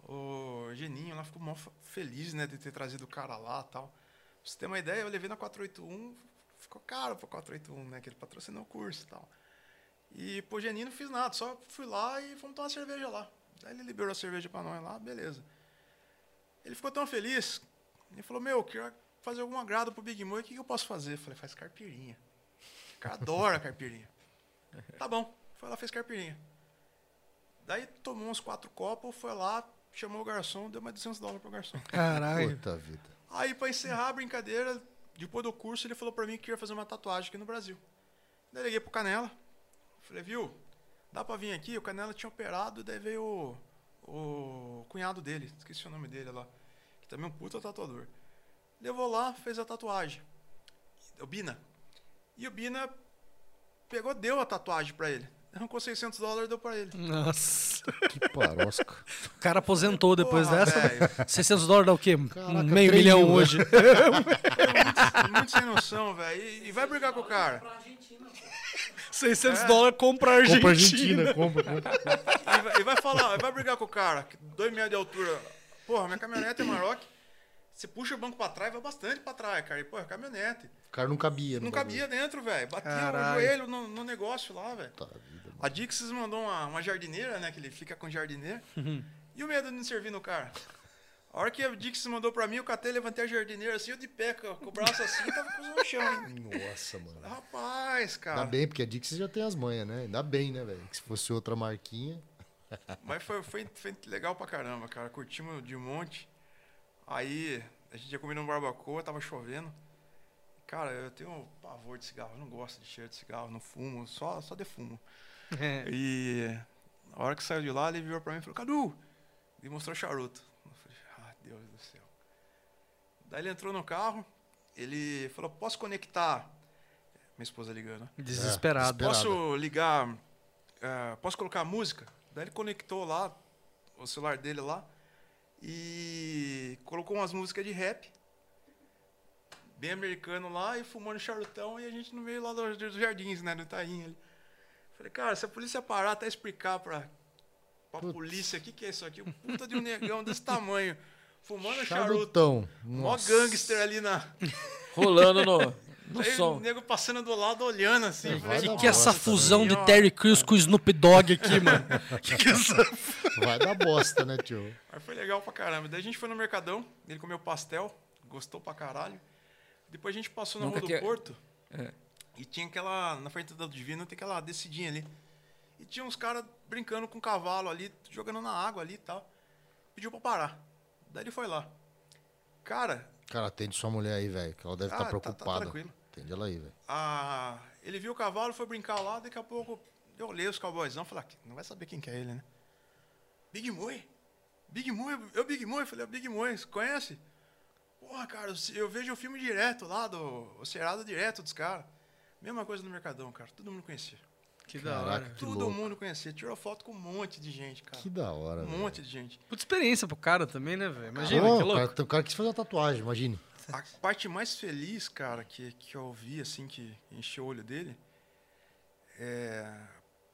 [SPEAKER 3] O Geninho lá ficou mó fa- feliz, né, de ter trazido o cara lá e tal. Pra você ter uma ideia, eu levei na 481, ficou caro pra 481, né, que ele patrocinou o curso e tal. E pro Geninho não fiz nada, só fui lá e fomos tomar uma cerveja lá. Daí ele liberou a cerveja pra nós lá, beleza. Ele ficou tão feliz, ele falou, meu, eu quero fazer algum agrado pro Big Mo, o que, que eu posso fazer? Eu falei, faz carpirinha. O cara adora carpirinha. Tá bom. Foi lá, fez carpirinha. Daí tomou uns quatro copos, foi lá, chamou o garçom, deu mais 200 dólares pro garçom.
[SPEAKER 6] Caralho.
[SPEAKER 1] Puta vida.
[SPEAKER 3] Aí, pra encerrar a brincadeira, depois do curso, ele falou pra mim que ia fazer uma tatuagem aqui no Brasil. Daí eu liguei pro Canela. Falei, viu, dá pra vir aqui? O Canela tinha operado, daí veio o, o cunhado dele, esqueci o nome dele lá, que também é um puta tatuador. Levou lá, fez a tatuagem. O Bina. E o Bina pegou, deu a tatuagem pra ele. Arrancou 600 dólares e deu pra ele.
[SPEAKER 6] Nossa.
[SPEAKER 1] Que parosca.
[SPEAKER 6] O cara aposentou depois
[SPEAKER 3] Porra,
[SPEAKER 6] dessa.
[SPEAKER 3] velho.
[SPEAKER 6] 600 dólares dá o quê?
[SPEAKER 1] Caraca,
[SPEAKER 6] um meio
[SPEAKER 1] três
[SPEAKER 6] milhão
[SPEAKER 1] mil, né?
[SPEAKER 6] hoje.
[SPEAKER 3] Muito sem noção, velho. E, e vai brigar com o cara.
[SPEAKER 6] 600 dólares compra a Argentina.
[SPEAKER 1] Compra a Argentina, compra. compra.
[SPEAKER 3] E vai, e vai falar, vai brigar com o cara, que dois metros de altura. Porra, minha caminhonete é Maroc. Você puxa o banco pra trás, vai bastante pra trás, cara. E, porra, caminhonete.
[SPEAKER 1] O cara não cabia,
[SPEAKER 3] Não
[SPEAKER 1] bagulho.
[SPEAKER 3] cabia dentro, velho. Batia
[SPEAKER 6] Caralho.
[SPEAKER 3] o joelho no, no negócio lá, velho.
[SPEAKER 1] Puta vida.
[SPEAKER 3] A Dixis mandou uma, uma jardineira, né? Que ele fica com jardineira. e o medo de não servir no cara? A hora que a Dixis mandou pra mim, eu catei, levantei a jardineira assim, eu de pé, com com o braço assim, eu tava com os no chão. hein?
[SPEAKER 1] Nossa, mano.
[SPEAKER 3] Ah. Rapaz,
[SPEAKER 1] Ainda
[SPEAKER 3] cara.
[SPEAKER 1] bem, porque é a Dixie já tem as manhas, né? Ainda bem, né, velho? Que se fosse outra marquinha.
[SPEAKER 3] Mas foi, foi, foi legal pra caramba, cara. Curtimos de um monte. Aí a gente ia comer um barbacoa, tava chovendo. Cara, eu tenho um pavor de cigarro, eu não gosto de cheiro de cigarro, não fumo, só, só defumo.
[SPEAKER 6] É.
[SPEAKER 3] E a hora que saiu de lá, ele virou pra mim e falou, Cadu! E mostrou charuto. Eu falei, ah, Deus do céu. Daí ele entrou no carro, ele falou, posso conectar? Minha esposa ligando, né?
[SPEAKER 6] Desesperado.
[SPEAKER 1] Desesperado.
[SPEAKER 3] Posso ligar? ah, posso colocar a música? Daí ele conectou lá, o celular dele lá, e colocou umas músicas de rap, bem americano lá, e fumando charutão, e a gente no meio lá do- dos jardins, né, no Itaim ali. Falei, cara, se a polícia parar até explicar pra, pra polícia o que, que é isso aqui, o puta de um negão desse tamanho, fumando charuto,
[SPEAKER 1] Charutão.
[SPEAKER 3] mó
[SPEAKER 1] Nossa.
[SPEAKER 3] gangster ali na...
[SPEAKER 2] Rolando no, no
[SPEAKER 3] Aí o
[SPEAKER 2] som.
[SPEAKER 3] nego passando do lado, olhando assim,
[SPEAKER 1] É, vai
[SPEAKER 3] falei,
[SPEAKER 1] dar um
[SPEAKER 6] Que essa
[SPEAKER 1] bosta, né?
[SPEAKER 6] fusão
[SPEAKER 3] velho.
[SPEAKER 6] de Terry Crews com o Snoop Dogg aqui, mano. que que essa...
[SPEAKER 1] Vai dar bosta, né, tio?
[SPEAKER 3] Mas foi legal pra caramba. Daí a gente foi no Mercadão, ele comeu pastel, gostou pra caralho. Depois a gente passou na
[SPEAKER 2] Nunca
[SPEAKER 3] Rua do
[SPEAKER 2] tinha-
[SPEAKER 3] Porto
[SPEAKER 2] É.
[SPEAKER 3] e tinha aquela, na frente da Divina, tem aquela descidinha ali. E tinha uns caras brincando com um cavalo ali, jogando na água ali e tal. Pediu pra parar. Daí ele foi lá. Cara,
[SPEAKER 1] Cara, atende sua mulher aí, velho, que ela deve
[SPEAKER 3] Ah,
[SPEAKER 1] estar
[SPEAKER 3] tá- tá
[SPEAKER 1] preocupada.
[SPEAKER 3] tranquilo.
[SPEAKER 1] Atende ela aí, velho.
[SPEAKER 3] Ah, ele viu o cavalo, foi brincar lá, daqui a pouco eu olhei os cowboyzão, falei, ah, não vai saber quem que é ele, né? Big Moe? Big Moe, eu Big Moe, falei, "É o Big Moe, você conhece? Porra, cara, eu- eu vejo o filme direto lá, do, o Cerado direto dos caras. Mesma coisa no Mercadão, cara, todo mundo conhecia.
[SPEAKER 6] Que da hora.
[SPEAKER 1] Caraca. Que
[SPEAKER 3] todo
[SPEAKER 1] louco.
[SPEAKER 3] mundo conhecia, tirou foto com um monte de gente, cara.
[SPEAKER 1] Que da hora,
[SPEAKER 3] um
[SPEAKER 1] velho.
[SPEAKER 3] monte de gente.
[SPEAKER 6] Puta experiência pro cara também, né, velho? Imagina,
[SPEAKER 1] Pô,
[SPEAKER 6] que
[SPEAKER 1] o
[SPEAKER 6] louco.
[SPEAKER 1] cara, tem um cara que quis fazer uma tatuagem, imagine.
[SPEAKER 3] A parte mais feliz, cara, que, que eu vi, assim, que encheu o olho dele, é.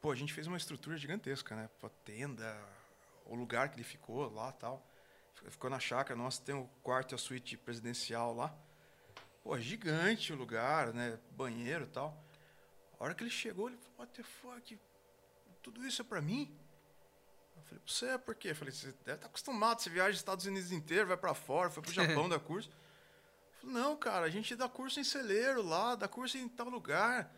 [SPEAKER 3] Pô, a gente fez uma estrutura gigantesca, né? Pô, tenda, o lugar que ele ficou lá tal. Fic- Ficou na chácara, nossa, tem o quarto e a suíte presidencial lá. Pô, gigante o lugar, né? Banheiro e tal. A hora que ele chegou, ele falou: What the fuck? Tudo isso é pra mim? Eu falei, pra você, é por quê? Eu falei, você deve estar acostumado, você viaja os Estados Unidos inteiro, vai pra fora, foi pro Japão dar curso. Eu falei, não, cara, a gente dá curso em celeiro lá, dá curso em tal lugar.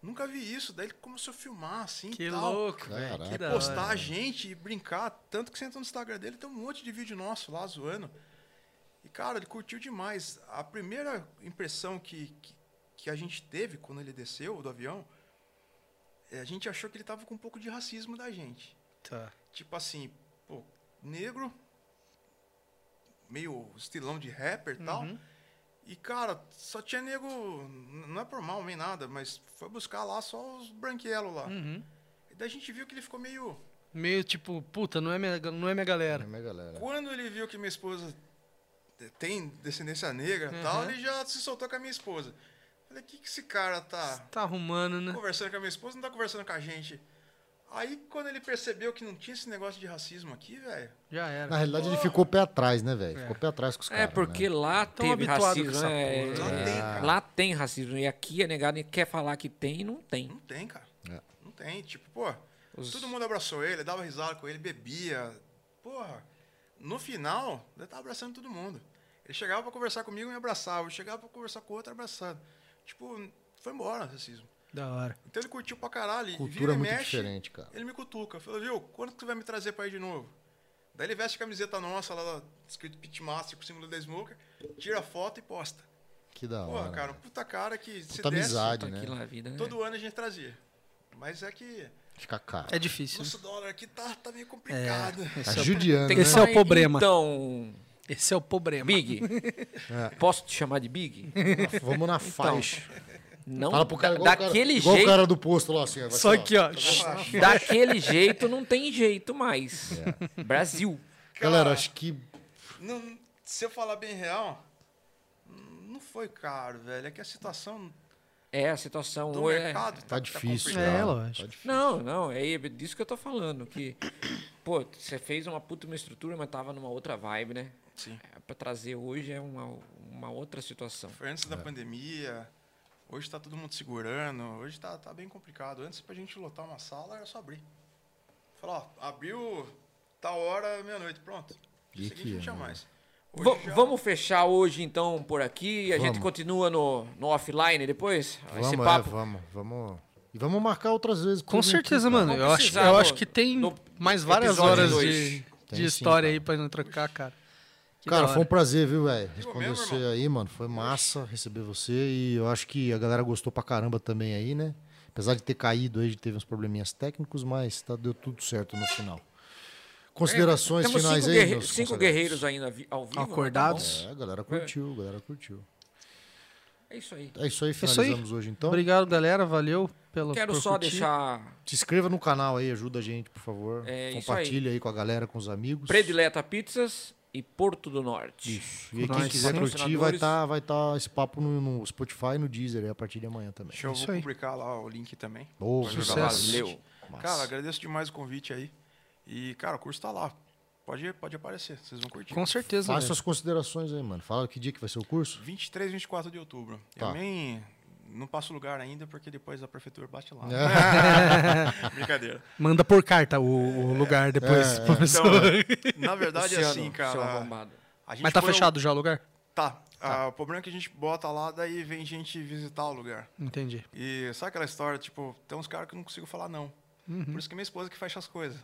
[SPEAKER 3] Nunca vi isso. Daí ele começou a filmar, assim,
[SPEAKER 6] Que
[SPEAKER 3] e tal.
[SPEAKER 6] louco,
[SPEAKER 1] Caraca.
[SPEAKER 6] velho. Que
[SPEAKER 1] E
[SPEAKER 3] E
[SPEAKER 6] da
[SPEAKER 3] postar
[SPEAKER 6] hora.
[SPEAKER 3] a gente e brincar. Tanto que você entra no Instagram dele, tem um monte de vídeo nosso lá zoando. E, cara, ele curtiu demais. A primeira impressão que, que, que a gente teve quando ele desceu do avião, é, a gente achou que ele tava com um pouco de racismo da gente.
[SPEAKER 6] Tá.
[SPEAKER 3] Tipo assim, pô, negro, meio estilão de rapper e tal.
[SPEAKER 6] Uhum.
[SPEAKER 3] E, cara, só tinha nego. n- Não é por mal nem nada, mas foi buscar lá só os branquelos lá.
[SPEAKER 6] Uhum.
[SPEAKER 3] E daí a gente viu que ele ficou meio.
[SPEAKER 6] Meio tipo, puta, não é minha, não é minha galera.
[SPEAKER 1] Minha galera.
[SPEAKER 3] Quando ele viu que minha esposa te- tem descendência negra e tal,
[SPEAKER 6] Uhum.
[SPEAKER 3] ele já se soltou com a minha esposa. Falei, o que, que esse cara tá.
[SPEAKER 6] Tá arrumando, né?
[SPEAKER 3] conversando com a minha esposa, não tá conversando com a gente. Aí, quando ele percebeu que não tinha esse negócio de racismo aqui, velho.
[SPEAKER 6] Já
[SPEAKER 1] Na
[SPEAKER 6] era.
[SPEAKER 1] realidade, ele ficou pé atrás, né, velho? Ficou pé atrás com os caras. né?
[SPEAKER 2] É, porque lá
[SPEAKER 6] Tão
[SPEAKER 2] teve
[SPEAKER 6] habituado com
[SPEAKER 2] racismo.
[SPEAKER 6] essa
[SPEAKER 2] né?
[SPEAKER 6] porra.
[SPEAKER 3] Lá tem, cara.
[SPEAKER 2] Lá tem racismo. E aqui a negada quer falar que tem e não tem.
[SPEAKER 3] Não tem, cara.
[SPEAKER 1] É.
[SPEAKER 3] Não tem. Tipo, pô,
[SPEAKER 2] Os-
[SPEAKER 3] todo mundo abraçou ele, dava risada com ele, bebia. Porra, no final, ele tava abraçando todo mundo. Ele chegava pra conversar comigo e me abraçava. Eu chegava pra conversar com o outro, abraçava. Tipo, foi embora o racismo.
[SPEAKER 6] Da hora.
[SPEAKER 3] Então ele curtiu pra caralho. e
[SPEAKER 1] Cultura
[SPEAKER 3] vira e
[SPEAKER 1] muito
[SPEAKER 3] mexe,
[SPEAKER 1] diferente, cara.
[SPEAKER 3] Ele me cutuca. Falou, viu, quando que tu vai me trazer pra ir de novo? Daí ele veste a camiseta nossa lá, escrito Pitmaster, com o símbolo da Smoker, tira a foto e posta.
[SPEAKER 1] Que da hora.
[SPEAKER 3] Pô, cara, um
[SPEAKER 1] velho.
[SPEAKER 3] puta cara que se
[SPEAKER 1] Puta
[SPEAKER 3] desse,
[SPEAKER 1] amizade,
[SPEAKER 2] Tá
[SPEAKER 1] né?
[SPEAKER 2] aquilo na vida, né?
[SPEAKER 3] todo ano a gente trazia. Mas é que
[SPEAKER 1] Fica caro.
[SPEAKER 6] É difícil.
[SPEAKER 3] nosso dólar aqui tá, tá meio complicado.
[SPEAKER 1] Tá
[SPEAKER 6] Esse é, o-
[SPEAKER 1] judiando,
[SPEAKER 2] Tem
[SPEAKER 1] né?
[SPEAKER 2] que
[SPEAKER 6] Esse
[SPEAKER 2] falar,
[SPEAKER 6] é o problema.
[SPEAKER 2] Então,
[SPEAKER 6] esse é o problema.
[SPEAKER 2] Big,
[SPEAKER 1] É.
[SPEAKER 2] posso te chamar de Big?
[SPEAKER 1] Vamos na faixa.
[SPEAKER 2] Não,
[SPEAKER 1] Fala pro cara
[SPEAKER 2] da-
[SPEAKER 1] igual, o, cara,
[SPEAKER 2] daquele
[SPEAKER 1] igual o
[SPEAKER 2] jeito,
[SPEAKER 1] cara do posto lá, assim. vai
[SPEAKER 6] Só
[SPEAKER 1] assim, ó.
[SPEAKER 6] que, ó.
[SPEAKER 2] Então daquele jeito não tem jeito mais.
[SPEAKER 1] É.
[SPEAKER 2] Brasil.
[SPEAKER 1] Galera, acho que tá
[SPEAKER 3] Não- se eu falar bem real, não foi caro, velho. É que a situação
[SPEAKER 2] É, a situação
[SPEAKER 3] do
[SPEAKER 2] hoje é-
[SPEAKER 3] mercado
[SPEAKER 1] tá difícil.
[SPEAKER 3] complicada.
[SPEAKER 1] cara.
[SPEAKER 6] É, lógico.
[SPEAKER 1] Tá difícil.
[SPEAKER 2] Não, não, é disso que eu tô falando, que pô, você fez uma puta uma estrutura, mas tava numa outra vibe, né?
[SPEAKER 3] Sim.
[SPEAKER 2] É, Pra trazer hoje é uma, uma outra situação.
[SPEAKER 3] Foi antes
[SPEAKER 1] É.
[SPEAKER 3] da pandemia. Hoje tá todo mundo segurando. Hoje tá, tá bem complicado. Antes, pra gente lotar uma sala, era só abrir. Falar, ó, abriu tal hora, meia-noite, pronto.
[SPEAKER 1] E
[SPEAKER 3] Dia seguinte
[SPEAKER 1] que é, né?
[SPEAKER 3] não tinha
[SPEAKER 1] ano,
[SPEAKER 3] mais. Hoje
[SPEAKER 2] Va-
[SPEAKER 3] já-
[SPEAKER 2] Vamos fechar hoje então por aqui, a gente continua no, no offline depois, esse
[SPEAKER 1] Vamos, é,
[SPEAKER 2] papo.
[SPEAKER 1] vamos, vamos. E vamos marcar outras vezes. pra
[SPEAKER 6] Com
[SPEAKER 1] vir
[SPEAKER 6] certeza,
[SPEAKER 1] aqui,
[SPEAKER 6] mano.
[SPEAKER 2] Vamos
[SPEAKER 6] Eu acho,
[SPEAKER 2] precisar
[SPEAKER 6] eu
[SPEAKER 2] no-
[SPEAKER 6] acho que tem
[SPEAKER 2] no
[SPEAKER 6] mais várias
[SPEAKER 2] episódio
[SPEAKER 6] horas
[SPEAKER 2] dois.
[SPEAKER 6] de,
[SPEAKER 1] Tem
[SPEAKER 6] de
[SPEAKER 1] sim,
[SPEAKER 6] história
[SPEAKER 1] cara.
[SPEAKER 6] aí pra não trocar, cara. Que
[SPEAKER 1] Cara,
[SPEAKER 6] da
[SPEAKER 1] foi um
[SPEAKER 6] hora.
[SPEAKER 1] prazer, viu, velho? Responder
[SPEAKER 3] mesmo,
[SPEAKER 1] você
[SPEAKER 3] irmão.
[SPEAKER 1] aí, mano. Foi massa receber você e eu acho que a galera gostou pra caramba também aí, né? Apesar de ter caído aí, teve uns probleminhas técnicos, mas tá, deu tudo certo no final. Considerações
[SPEAKER 2] Temos
[SPEAKER 1] finais
[SPEAKER 2] cinco,
[SPEAKER 1] aí,
[SPEAKER 2] guerre-
[SPEAKER 1] meus
[SPEAKER 2] cinco
[SPEAKER 1] consagrados?
[SPEAKER 2] guerreiros ainda vi- ao vivo. né? Tá
[SPEAKER 6] Acordados.
[SPEAKER 1] É, a galera curtiu, a galera curtiu.
[SPEAKER 2] bom? É isso aí.
[SPEAKER 1] É isso aí,
[SPEAKER 6] É isso aí.
[SPEAKER 1] finalizamos hoje então.
[SPEAKER 6] Obrigado, galera. Valeu pelo
[SPEAKER 2] Quero
[SPEAKER 6] por
[SPEAKER 2] só
[SPEAKER 6] curtir.
[SPEAKER 2] deixar
[SPEAKER 1] Se inscreva no canal aí, ajuda a gente, por favor.
[SPEAKER 2] É isso
[SPEAKER 1] Compartilha aí. com a galera, com os amigos.
[SPEAKER 2] Predileta Pizzas e Porto do Norte.
[SPEAKER 1] Isso. E aí, quem
[SPEAKER 6] Nós,
[SPEAKER 1] quiser curtir, vai
[SPEAKER 2] patrocinadores.
[SPEAKER 1] estar vai tá esse papo no, no Spotify e no Deezer aí a partir de amanhã também.
[SPEAKER 3] Deixa eu
[SPEAKER 6] Isso
[SPEAKER 3] vou
[SPEAKER 6] aí.
[SPEAKER 3] publicar lá o link também.
[SPEAKER 1] Boa,
[SPEAKER 3] Pra jogar
[SPEAKER 6] Sucesso.
[SPEAKER 3] lá.
[SPEAKER 2] Valeu.
[SPEAKER 1] Massa.
[SPEAKER 3] Cara, agradeço demais o convite aí. E, cara, o curso tá lá. Pode, pode aparecer, vocês vão curtir.
[SPEAKER 6] Com certeza,
[SPEAKER 1] Faz
[SPEAKER 6] velho.
[SPEAKER 1] suas considerações aí, mano. Fala que dia que vai ser o curso.
[SPEAKER 3] 23, 24 de outubro.
[SPEAKER 1] Tá.
[SPEAKER 3] Eu nem não passo lugar ainda, porque depois a prefeitura bate lá. Brincadeira.
[SPEAKER 6] Manda por carta o, o
[SPEAKER 1] É,
[SPEAKER 6] lugar depois,
[SPEAKER 3] Então,
[SPEAKER 6] professor.
[SPEAKER 3] na verdade é assim,
[SPEAKER 2] Seu
[SPEAKER 3] cara.
[SPEAKER 2] arrombado.
[SPEAKER 3] a gente
[SPEAKER 6] Mas tá
[SPEAKER 2] um
[SPEAKER 3] põe o-
[SPEAKER 6] fechado já o lugar?
[SPEAKER 3] Tá. Ah, o problema é que a gente bota lá, daí vem gente visitar o lugar.
[SPEAKER 6] Entendi.
[SPEAKER 3] E sabe aquela história, tipo, tem uns caras que eu não consigo falar não.
[SPEAKER 6] Uhum.
[SPEAKER 3] Por isso que minha esposa que fecha as coisas.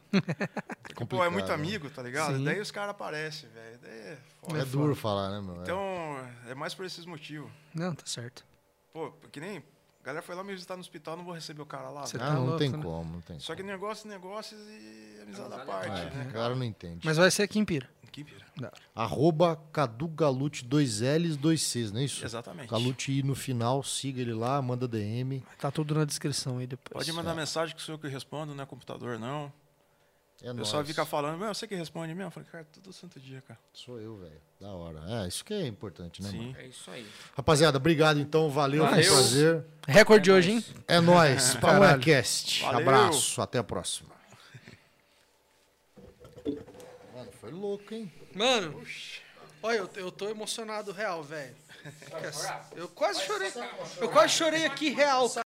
[SPEAKER 3] Porque, pô, é muito
[SPEAKER 1] complicado, né?
[SPEAKER 3] amigo, tá ligado?
[SPEAKER 6] Sim.
[SPEAKER 3] Daí os caras aparecem, velho. Daí é foda.
[SPEAKER 1] É duro falar, né, meu? É.
[SPEAKER 3] Então, é mais por esses motivos.
[SPEAKER 6] Não, tá certo.
[SPEAKER 3] Pô, que nem. A galera foi lá me visitar no hospital, não vou receber o cara lá.
[SPEAKER 6] Você
[SPEAKER 3] velho.
[SPEAKER 1] Ah,
[SPEAKER 6] tá
[SPEAKER 1] não
[SPEAKER 6] louco,
[SPEAKER 1] tem
[SPEAKER 6] né?
[SPEAKER 1] como, não tem
[SPEAKER 3] Só que negócio, negócios e amizade à parte,
[SPEAKER 1] como. É,
[SPEAKER 3] né?
[SPEAKER 1] o cara não entende.
[SPEAKER 6] Mas vai ser aqui em Pira.
[SPEAKER 3] Que pira.
[SPEAKER 1] Arroba Cadu Galute, dois L's, dois C's, não é isso?
[SPEAKER 3] Exatamente.
[SPEAKER 1] Galute no final, siga ele lá, manda DM.
[SPEAKER 6] Tá tudo na descrição aí depois.
[SPEAKER 3] Pode mandar mensagem que sou eu que respondo, não é computador, não.
[SPEAKER 1] É
[SPEAKER 3] O
[SPEAKER 1] nóis.
[SPEAKER 3] pessoal fica falando, meu, você que responde mesmo? Eu falei, cara, todo santo dia, cara.
[SPEAKER 1] Sou eu, velho. Da hora. É, isso que é importante, né, mano?
[SPEAKER 3] Sim.
[SPEAKER 2] É isso aí.
[SPEAKER 1] Rapaziada, obrigado então, valeu, foi um
[SPEAKER 3] Valeu.
[SPEAKER 1] prazer.
[SPEAKER 6] Recorde de
[SPEAKER 2] É
[SPEAKER 6] hoje, hein?
[SPEAKER 2] nóis.
[SPEAKER 1] É nóis, Pamonecast.
[SPEAKER 3] Valeu.
[SPEAKER 1] Abraço, até a próxima. Mano, foi louco, hein?
[SPEAKER 6] Mano, olha, eu, eu tô emocionado real, velho. Eu quase chorei. Eu quase chorei aqui real,